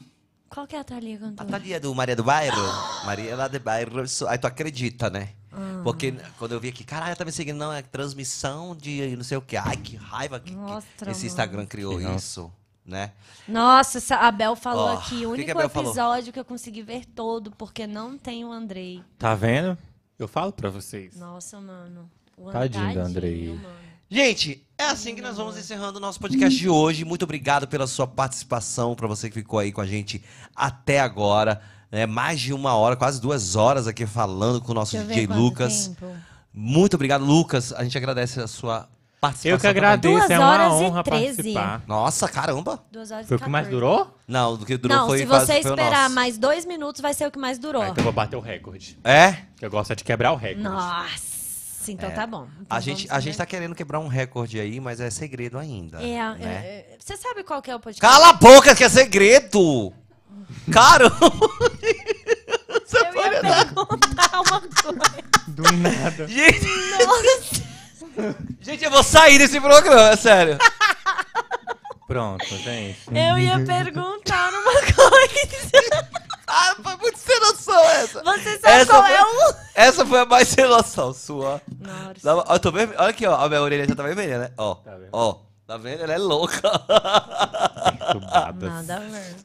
[SPEAKER 3] Qual que é a Thalia
[SPEAKER 1] A
[SPEAKER 3] cantora?
[SPEAKER 1] Thalia do Maria do Bairro. Maria lá do Bairro. sou- Aí tu acredita, né?
[SPEAKER 3] Ah.
[SPEAKER 1] Porque quando eu vi aqui, caralho, tá me seguindo, não, é transmissão de não sei o quê. Ai, que raiva que, que
[SPEAKER 3] Nossa,
[SPEAKER 1] esse
[SPEAKER 3] mano.
[SPEAKER 1] Instagram criou isso, né?
[SPEAKER 3] Nossa, essa- a Bel falou
[SPEAKER 1] Ó, o que
[SPEAKER 3] aqui.
[SPEAKER 1] que
[SPEAKER 3] O
[SPEAKER 1] a
[SPEAKER 3] único
[SPEAKER 1] Bel falou?
[SPEAKER 3] episódio que eu consegui ver todo, porque não tem o Andrei.
[SPEAKER 4] Tá vendo? Eu falo pra vocês.
[SPEAKER 3] Nossa, mano. O
[SPEAKER 4] Tadinho do Andrei.
[SPEAKER 3] mano.
[SPEAKER 1] Gente, é assim que nós vamos encerrando o nosso podcast de hoje. Muito obrigado pela sua participação, pra você que ficou aí com a gente até agora. né? mais de uma hora, quase duas horas aqui falando com o nosso
[SPEAKER 3] Deixa eu ver
[SPEAKER 1] DJ
[SPEAKER 3] quanto
[SPEAKER 1] Lucas.
[SPEAKER 3] tempo.
[SPEAKER 1] Muito obrigado, Lucas. A gente agradece a sua participação.
[SPEAKER 4] Eu que
[SPEAKER 1] também.
[SPEAKER 4] agradeço,
[SPEAKER 3] Duas
[SPEAKER 4] é uma
[SPEAKER 3] horas e
[SPEAKER 4] honra
[SPEAKER 3] treze.
[SPEAKER 4] participar.
[SPEAKER 1] Nossa, caramba!
[SPEAKER 3] Duas horas e
[SPEAKER 4] Foi o que mais
[SPEAKER 3] 14.
[SPEAKER 4] durou?
[SPEAKER 1] Não, do que durou
[SPEAKER 3] Não,
[SPEAKER 1] foi
[SPEAKER 3] se
[SPEAKER 1] quase-
[SPEAKER 3] você
[SPEAKER 1] foi o
[SPEAKER 3] esperar
[SPEAKER 1] nosso. tá
[SPEAKER 3] mais dois minutos, vai ser o que mais durou.
[SPEAKER 4] Ah, então eu vou bater o recorde.
[SPEAKER 1] É?
[SPEAKER 4] Que eu gosto é de quebrar o recorde.
[SPEAKER 3] Nossa, então tá bom. Então
[SPEAKER 1] A gente,
[SPEAKER 3] vamos
[SPEAKER 1] a gente tá querendo quebrar um recorde aí, mas é segredo ainda.
[SPEAKER 3] ver. É,
[SPEAKER 1] né?
[SPEAKER 3] é, é, você sabe qual que é o podcast?
[SPEAKER 1] Cala a boca que é segredo! Caramba!
[SPEAKER 3] Eu ia
[SPEAKER 1] né?
[SPEAKER 3] perguntar uma coisa.
[SPEAKER 4] Do nada.
[SPEAKER 1] Gente, gente, eu vou sair desse programa, sério.
[SPEAKER 4] Pronto,
[SPEAKER 3] (laughs)
[SPEAKER 4] gente.
[SPEAKER 3] Eu ia perguntar uma coisa.
[SPEAKER 1] Ah, foi muito sem noção essa.
[SPEAKER 3] Você sabe
[SPEAKER 1] Essa
[SPEAKER 3] qual
[SPEAKER 1] foi-
[SPEAKER 3] é o...
[SPEAKER 1] Essa foi a mais sem noção sua.
[SPEAKER 3] Nossa.
[SPEAKER 1] Dá uma- ó, eu tô vermelho. Olha aqui, ó. A minha orelha já tá vermelha, né? Ó,
[SPEAKER 4] vendo?
[SPEAKER 1] ó. Tá vendo? Ela é louca. (laughs)
[SPEAKER 4] Perturbadas.
[SPEAKER 3] Nada a ver.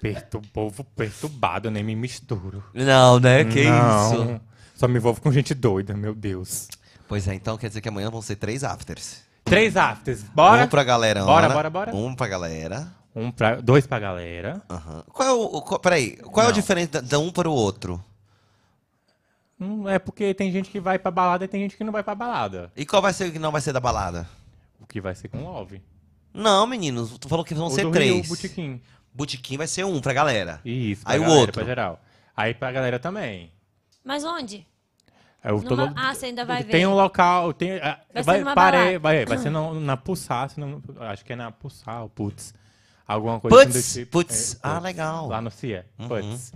[SPEAKER 4] Pertu- povo perturbado, eu nem me misturo.
[SPEAKER 1] Não, né? Que
[SPEAKER 4] Não.
[SPEAKER 1] isso?
[SPEAKER 4] Só me envolvo com gente doida, meu Deus.
[SPEAKER 1] Pois é, então quer dizer que amanhã vão ser três afters.
[SPEAKER 4] Três afters, bora.
[SPEAKER 1] Um pra galera.
[SPEAKER 4] Bora,
[SPEAKER 1] Ana,
[SPEAKER 4] bora, bora.
[SPEAKER 1] Um pra galera.
[SPEAKER 4] Um pra- Dois pra galera.
[SPEAKER 1] Aham. Qual é o, o- qual- peraí, qual é o
[SPEAKER 4] Não.
[SPEAKER 1] diferente da, da um para o outro?
[SPEAKER 4] Um é porque tem gente que vai pra balada e tem gente que não vai pra balada.
[SPEAKER 1] E qual vai ser o que não vai ser da balada?
[SPEAKER 4] O que vai ser com Love.
[SPEAKER 1] Não, menino, tu falou que vão
[SPEAKER 4] O
[SPEAKER 1] ser
[SPEAKER 4] do
[SPEAKER 1] três.
[SPEAKER 4] Rio, o um Botequim.
[SPEAKER 1] Botequim vai ser um pra galera.
[SPEAKER 4] Isso, pra
[SPEAKER 1] Aí o
[SPEAKER 4] galera,
[SPEAKER 1] outro.
[SPEAKER 4] pra geral. Aí pra galera também.
[SPEAKER 3] Mas onde?
[SPEAKER 4] Eu tô
[SPEAKER 3] Numa-
[SPEAKER 4] lo-
[SPEAKER 3] Ah, você ainda vai
[SPEAKER 4] Tem
[SPEAKER 3] ver.
[SPEAKER 4] um local, tem. ah,
[SPEAKER 3] Vai ser
[SPEAKER 4] Vai,
[SPEAKER 3] numa
[SPEAKER 4] parei,
[SPEAKER 3] balada.
[SPEAKER 4] vai, vai ser na, na Pussar, se não, acho que é na Pussar, ou Putz. Alguma coisa assim
[SPEAKER 1] Putz,
[SPEAKER 4] do tipo.
[SPEAKER 1] putz. Uhum.
[SPEAKER 4] É,
[SPEAKER 1] Ah, legal.
[SPEAKER 4] Lá no CIA. Putz.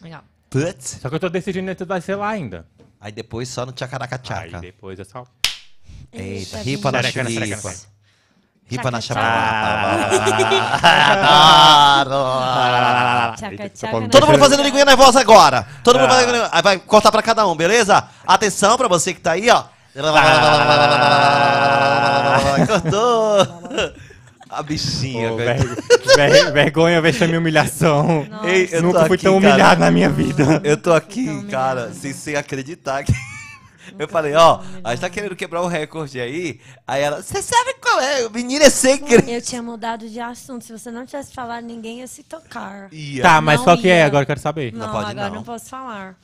[SPEAKER 3] Legal.
[SPEAKER 1] Putz.
[SPEAKER 4] Só que eu tô decidindo se vai ser lá ainda.
[SPEAKER 1] Aí depois só no
[SPEAKER 4] Aí
[SPEAKER 1] tchacaracachaca.
[SPEAKER 4] depois
[SPEAKER 1] (laughs)
[SPEAKER 4] é só.
[SPEAKER 1] Eita, ripa na
[SPEAKER 4] Xereca, xereca,
[SPEAKER 1] chilipa.
[SPEAKER 4] xereca.
[SPEAKER 1] Ripa na
[SPEAKER 3] Tchaca,
[SPEAKER 1] chapa.
[SPEAKER 3] Tchaca,
[SPEAKER 4] Eita, tô
[SPEAKER 3] tchaca.
[SPEAKER 4] falando-
[SPEAKER 3] né?
[SPEAKER 1] (laughs) Todo mundo fazendo linguinha nervosa agora. Todo mundo fazendo linguinha. Aí vai cortar pra cada um, beleza? Atenção pra você que tá aí, ó. Cortou. (laughs) A bichinha,
[SPEAKER 4] Ah. Ô,
[SPEAKER 1] velho.
[SPEAKER 4] ver- ver- vergonha, vexame e humilhação.
[SPEAKER 3] Nossa.
[SPEAKER 1] Ei, eu tô
[SPEAKER 4] Nunca fui
[SPEAKER 1] aqui,
[SPEAKER 4] tão
[SPEAKER 1] cara.
[SPEAKER 4] humilhado na minha vida.
[SPEAKER 1] Eu tô
[SPEAKER 3] Então,
[SPEAKER 1] aqui,
[SPEAKER 3] humilhado.
[SPEAKER 1] cara, sem, sem acreditar que. Eu falei, ó, a gente tá querendo quebrar o recorde aí. Aí ela, você sabe qual é? O menino é segredo.
[SPEAKER 3] Eu tinha mudado de assunto. Se você não tivesse falado, ninguém ia se tocar.
[SPEAKER 1] Ia.
[SPEAKER 4] Tá, mas
[SPEAKER 3] Não
[SPEAKER 4] qual que é?
[SPEAKER 3] ia.
[SPEAKER 4] Agora eu quero saber.
[SPEAKER 3] Não,
[SPEAKER 1] pode,
[SPEAKER 3] agora
[SPEAKER 1] não.
[SPEAKER 3] não. posso falar.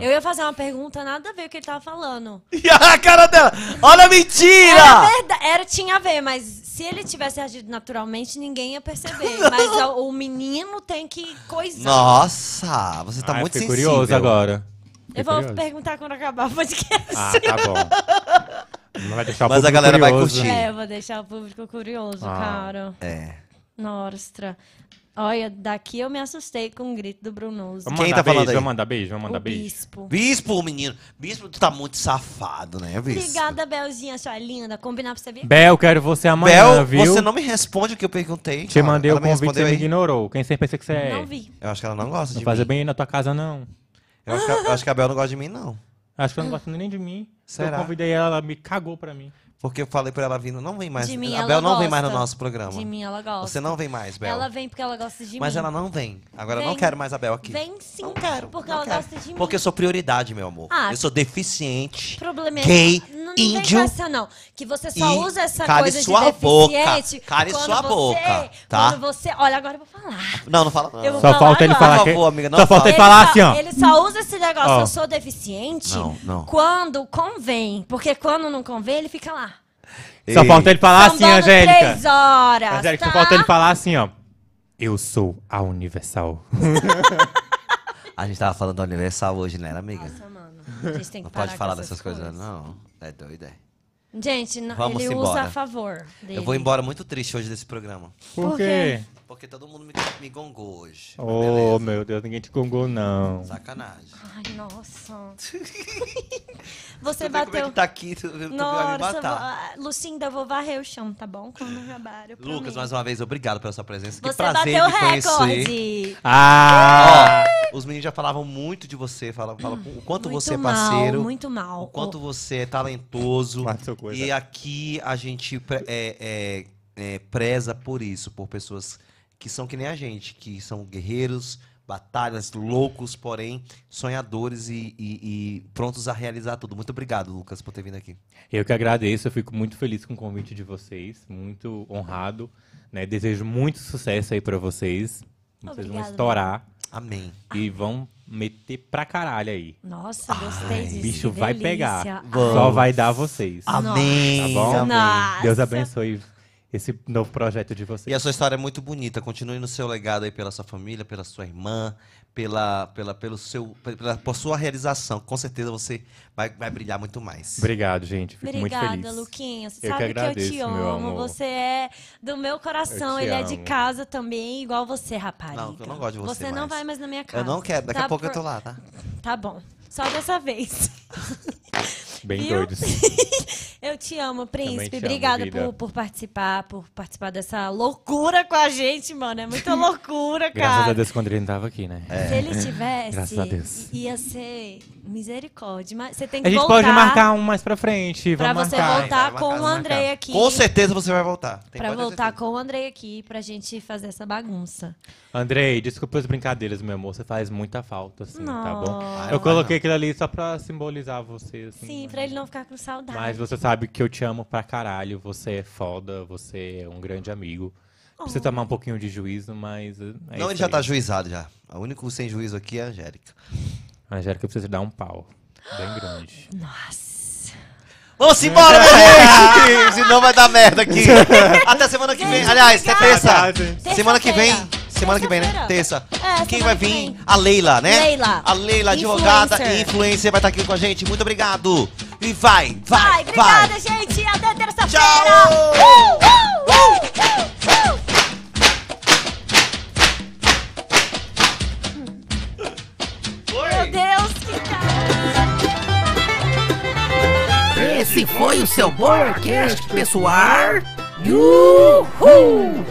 [SPEAKER 3] Eu ia fazer uma pergunta, nada a ver com o que ele tava falando.
[SPEAKER 1] (laughs) E a cara dela, olha a
[SPEAKER 3] Era
[SPEAKER 1] mentira!
[SPEAKER 3] verdade, era, tinha a ver, mas se ele tivesse agido naturalmente, ninguém ia perceber. Mas o, o menino tem que coisar.
[SPEAKER 1] Nossa, você tá
[SPEAKER 4] Ah,
[SPEAKER 1] muito
[SPEAKER 4] fiquei
[SPEAKER 1] sensível.
[SPEAKER 4] curioso agora. Fiquei
[SPEAKER 3] Eu vou
[SPEAKER 4] curioso.
[SPEAKER 3] perguntar quando acabar o podcast.
[SPEAKER 1] (laughs)
[SPEAKER 4] Ah, tá bom. Não vai deixar o
[SPEAKER 1] Mas a
[SPEAKER 4] público
[SPEAKER 1] galera vai
[SPEAKER 4] curioso.
[SPEAKER 1] curtir.
[SPEAKER 3] É, eu vou deixar o público curioso,
[SPEAKER 4] Ah.
[SPEAKER 3] cara.
[SPEAKER 1] É.
[SPEAKER 3] Nostra. Olha, daqui eu me assustei com o grito do Brunoso.
[SPEAKER 4] Vamos
[SPEAKER 1] Quem tá
[SPEAKER 4] mandar
[SPEAKER 1] falando
[SPEAKER 4] beijo,
[SPEAKER 1] aí?
[SPEAKER 4] Vamos mandar beijo, vamos
[SPEAKER 3] O
[SPEAKER 4] mandar beijo.
[SPEAKER 3] bispo.
[SPEAKER 1] Bispo, menino. Bispo, tu tá muito safado, né, Bispo?
[SPEAKER 3] Obrigada, Belzinha, sua linda. Combinar pra você vir?
[SPEAKER 4] Bel, quero você amanhã,
[SPEAKER 1] Bel,
[SPEAKER 4] viu?
[SPEAKER 1] você não me responde o que eu perguntei.
[SPEAKER 4] Te
[SPEAKER 1] cara.
[SPEAKER 4] mandei
[SPEAKER 1] Ela
[SPEAKER 4] o
[SPEAKER 1] me
[SPEAKER 4] convite, você
[SPEAKER 1] respondeu
[SPEAKER 4] me
[SPEAKER 1] aí.
[SPEAKER 4] ignorou. Quem sempre pensa que você é?
[SPEAKER 3] Não vi.
[SPEAKER 1] Eu acho que ela não gosta
[SPEAKER 4] Não
[SPEAKER 1] de
[SPEAKER 4] fazer
[SPEAKER 1] mim.
[SPEAKER 4] bem aí na tua casa, não.
[SPEAKER 1] Eu acho, que a, eu acho que a Bel não gosta de mim, não.
[SPEAKER 4] Acho que ela não gosta nem de mim.
[SPEAKER 1] Será?
[SPEAKER 4] Eu convidei ela, ela me cagou pra mim.
[SPEAKER 1] Porque eu falei pra ela vir, não vem mais.
[SPEAKER 3] De mim
[SPEAKER 1] a
[SPEAKER 3] ela
[SPEAKER 1] Bel não vem mais no
[SPEAKER 3] gosta.
[SPEAKER 1] nosso programa.
[SPEAKER 3] De mim ela gosta.
[SPEAKER 1] Você não vem mais, Bel.
[SPEAKER 3] Ela vem porque ela gosta de
[SPEAKER 1] Mas
[SPEAKER 3] mim.
[SPEAKER 1] ela não vem. Agora eu não
[SPEAKER 3] Vem.
[SPEAKER 1] quero mais a Bel aqui.
[SPEAKER 3] Vem sim,
[SPEAKER 1] Não quero.
[SPEAKER 3] porque
[SPEAKER 1] não
[SPEAKER 3] ela
[SPEAKER 1] quero.
[SPEAKER 3] gosta de mim.
[SPEAKER 1] Porque eu sou prioridade, meu amor.
[SPEAKER 3] Ah,
[SPEAKER 1] eu sou deficiente.
[SPEAKER 3] problema é-
[SPEAKER 1] Gay,
[SPEAKER 3] Não- não tem
[SPEAKER 1] índio.
[SPEAKER 3] essa, não. Que você só
[SPEAKER 1] e
[SPEAKER 3] usa essa
[SPEAKER 1] cale
[SPEAKER 3] coisa
[SPEAKER 1] sua
[SPEAKER 3] de deficiente.
[SPEAKER 1] boca, cale
[SPEAKER 3] quando
[SPEAKER 1] sua
[SPEAKER 3] você-
[SPEAKER 1] boca, tá?
[SPEAKER 3] Quando você... Olha, agora eu vou falar.
[SPEAKER 1] Não, não fala. Não.
[SPEAKER 3] Eu vou
[SPEAKER 4] Só
[SPEAKER 3] falar
[SPEAKER 4] falta ele
[SPEAKER 3] agora.
[SPEAKER 4] falar
[SPEAKER 1] Por
[SPEAKER 4] que.
[SPEAKER 1] favor, amiga, não
[SPEAKER 4] Só falta ele
[SPEAKER 3] Ele
[SPEAKER 4] falar
[SPEAKER 3] só-
[SPEAKER 4] assim, ó.
[SPEAKER 3] Ele só usa esse negócio,
[SPEAKER 4] Ó.
[SPEAKER 3] eu sou deficiente,
[SPEAKER 1] Não, não.
[SPEAKER 3] quando convém. Porque quando não convém, ele fica lá.
[SPEAKER 4] Só
[SPEAKER 1] Ei.
[SPEAKER 4] falta ele falar
[SPEAKER 3] São
[SPEAKER 4] assim,
[SPEAKER 3] dando
[SPEAKER 4] Angélica.
[SPEAKER 3] três horas,
[SPEAKER 4] Angélica, só
[SPEAKER 3] tá?
[SPEAKER 4] falta ele falar assim, ó. Eu sou a Universal.
[SPEAKER 1] A gente tava falando da Universal hoje, né, amiga?
[SPEAKER 3] Nossa, mano. A gente tem que
[SPEAKER 1] não
[SPEAKER 3] parar
[SPEAKER 1] pode falar
[SPEAKER 3] com essas
[SPEAKER 1] dessas coisas, não. É doida. é.
[SPEAKER 3] Gente, n-
[SPEAKER 1] Vamos
[SPEAKER 3] ele
[SPEAKER 1] embora.
[SPEAKER 3] usa a favor dele.
[SPEAKER 1] Eu vou embora muito triste hoje desse programa.
[SPEAKER 3] Por quê?
[SPEAKER 1] Porque todo mundo me, me gongou hoje. Mas
[SPEAKER 4] Oh,
[SPEAKER 1] beleza.
[SPEAKER 4] meu Deus, ninguém te congou, não.
[SPEAKER 1] Sacanagem.
[SPEAKER 3] Ai,
[SPEAKER 1] (laughs)
[SPEAKER 3] nossa.
[SPEAKER 1] Tu
[SPEAKER 3] Você
[SPEAKER 1] vê como é
[SPEAKER 3] bateu...
[SPEAKER 1] que tá aqui, tu, tu vai me
[SPEAKER 3] Nossa, vou-
[SPEAKER 1] matar.
[SPEAKER 3] ah, Lucinda, eu vou varrer o chão, tá bom? Quando acabar, eu
[SPEAKER 1] Lucas,
[SPEAKER 3] prometo.
[SPEAKER 1] mais uma vez, obrigado pela sua presença. que
[SPEAKER 3] Você
[SPEAKER 1] prazer
[SPEAKER 3] bateu
[SPEAKER 1] te conhecer.
[SPEAKER 3] recorde.
[SPEAKER 4] Ah!
[SPEAKER 1] Ó, os meninos já falavam muito de você, falavam, falavam o quanto
[SPEAKER 3] muito
[SPEAKER 1] você é
[SPEAKER 3] mal,
[SPEAKER 1] parceiro.
[SPEAKER 3] muito mal.
[SPEAKER 1] O quanto você é talentoso.
[SPEAKER 4] Matou coisa.
[SPEAKER 1] E aqui a gente pre- é- é- é, preza por isso, por pessoas que são que nem a gente, que são guerreiros, batalhas, loucos, porém sonhadores e, e- e prontos a realizar tudo. Muito obrigado, Lucas, por ter vindo aqui.
[SPEAKER 4] Eu que agradeço, eu fico muito feliz com o convite de vocês, muito honrado, né? Desejo muito sucesso aí pra vocês. Vocês vão
[SPEAKER 3] Obrigada.
[SPEAKER 4] estourar
[SPEAKER 1] Amém.
[SPEAKER 4] e vão meter pra caralho aí.
[SPEAKER 3] Nossa, gostei disso.
[SPEAKER 4] Bicho
[SPEAKER 3] que
[SPEAKER 4] vai
[SPEAKER 3] delícia.
[SPEAKER 4] pegar.
[SPEAKER 1] Vamos.
[SPEAKER 4] Só vai dar vocês.
[SPEAKER 1] Amém.
[SPEAKER 4] Tá bom?
[SPEAKER 1] amém.
[SPEAKER 3] Nossa.
[SPEAKER 4] Deus abençoe esse novo projeto de vocês.
[SPEAKER 1] E a sua história é muito bonita. Continue no seu legado aí pela sua família, pela sua irmã, pela, pela, pelo seu, pela, por sua realização. Com certeza você vai, vai brilhar muito mais.
[SPEAKER 4] Obrigado, gente. Fico
[SPEAKER 3] Obrigada,
[SPEAKER 4] muito feliz.
[SPEAKER 3] Luquinha. Você
[SPEAKER 4] Eu que
[SPEAKER 3] sabe que, eu
[SPEAKER 4] agradeço,
[SPEAKER 3] te
[SPEAKER 4] meu
[SPEAKER 3] amo.
[SPEAKER 4] amor.
[SPEAKER 3] Você é do meu coração.
[SPEAKER 4] Eu te
[SPEAKER 3] Ele é de
[SPEAKER 4] amo.
[SPEAKER 3] casa também, igual você, rapariga.
[SPEAKER 1] Não, eu não gosto de você
[SPEAKER 3] Você não
[SPEAKER 1] mais.
[SPEAKER 3] vai mais na minha casa.
[SPEAKER 1] Eu não quero, daqui
[SPEAKER 3] tá
[SPEAKER 1] a pouco eu
[SPEAKER 3] por-
[SPEAKER 1] tô lá, tá?
[SPEAKER 3] Tá bom. Só dessa vez. (laughs)
[SPEAKER 4] Bem
[SPEAKER 3] Viu? (laughs)
[SPEAKER 4] doidos.
[SPEAKER 3] Eu te amo, príncipe.
[SPEAKER 4] te amo,
[SPEAKER 3] Obrigada
[SPEAKER 4] vida.
[SPEAKER 3] por, por participar, por participar dessa loucura com a gente, mano. É
[SPEAKER 4] (laughs)
[SPEAKER 3] muita loucura,
[SPEAKER 4] Graças a
[SPEAKER 3] cara.
[SPEAKER 4] Deus quando ele não tava aqui, né?
[SPEAKER 3] Se ele tivesse,
[SPEAKER 4] Graças a Deus.
[SPEAKER 3] ia ser misericórdia. Mas você tem que
[SPEAKER 4] A gente
[SPEAKER 3] voltar
[SPEAKER 4] pode marcar um mais pra frente.
[SPEAKER 3] pra
[SPEAKER 4] vamos
[SPEAKER 3] você
[SPEAKER 4] marcar.
[SPEAKER 3] voltar
[SPEAKER 1] Vai, vai
[SPEAKER 3] com
[SPEAKER 1] marcar,
[SPEAKER 3] o
[SPEAKER 1] vai
[SPEAKER 3] Andrei
[SPEAKER 1] marcar.
[SPEAKER 3] aqui.
[SPEAKER 1] Com certeza você vai voltar. Tem
[SPEAKER 3] Pra
[SPEAKER 1] quase
[SPEAKER 3] voltar
[SPEAKER 1] certeza.
[SPEAKER 3] com o Andrei aqui, pra gente fazer essa bagunça.
[SPEAKER 4] Andrei, desculpa as brincadeiras, meu amor. Você faz muita falta, assim, tá
[SPEAKER 1] Ah,
[SPEAKER 4] bom?
[SPEAKER 3] Nossa.
[SPEAKER 4] Eu coloquei aquilo ali só pra simbolizar você, assim.
[SPEAKER 3] Sim,
[SPEAKER 4] mas-
[SPEAKER 3] pra ele não ficar com saudade.
[SPEAKER 4] Mas você sabe que eu te amo pra caralho. Você é foda, você é um grande amigo.
[SPEAKER 3] Oh.
[SPEAKER 4] Precisa tomar um pouquinho de juízo, mas. eh, É
[SPEAKER 1] Não,
[SPEAKER 4] isso
[SPEAKER 1] ele já
[SPEAKER 4] aí.
[SPEAKER 1] tá juizado já. O único sem juízo aqui é a Angélica.
[SPEAKER 4] A Angélica precisa dar um pau. Bem grande.
[SPEAKER 3] Nossa.
[SPEAKER 1] Vamos embora, minha gente! Senão vai dar merda aqui. Até semana que vem.
[SPEAKER 3] Gente,
[SPEAKER 1] Aliás, até terça.
[SPEAKER 3] Terça-feira.
[SPEAKER 1] Semana que vem. Semana que vem, né? Terça.
[SPEAKER 3] É,
[SPEAKER 1] Quem
[SPEAKER 3] semana
[SPEAKER 1] vai
[SPEAKER 3] que
[SPEAKER 1] vir?
[SPEAKER 3] vem.
[SPEAKER 1] A Leila, né?
[SPEAKER 3] Leila.
[SPEAKER 1] A Leila, advogada e
[SPEAKER 3] Influencer.
[SPEAKER 1] influencer, vai estar aqui com a gente. Muito obrigado. E vai,
[SPEAKER 3] Vai,
[SPEAKER 1] vai,
[SPEAKER 3] obrigada,
[SPEAKER 1] vai.
[SPEAKER 3] gente. Até terça-feira.
[SPEAKER 1] Tchau!
[SPEAKER 3] Uh, uh, uh, uh. Meu Deus, que cara.
[SPEAKER 2] Esse foi o seu Borcast, pessoal. Uhul!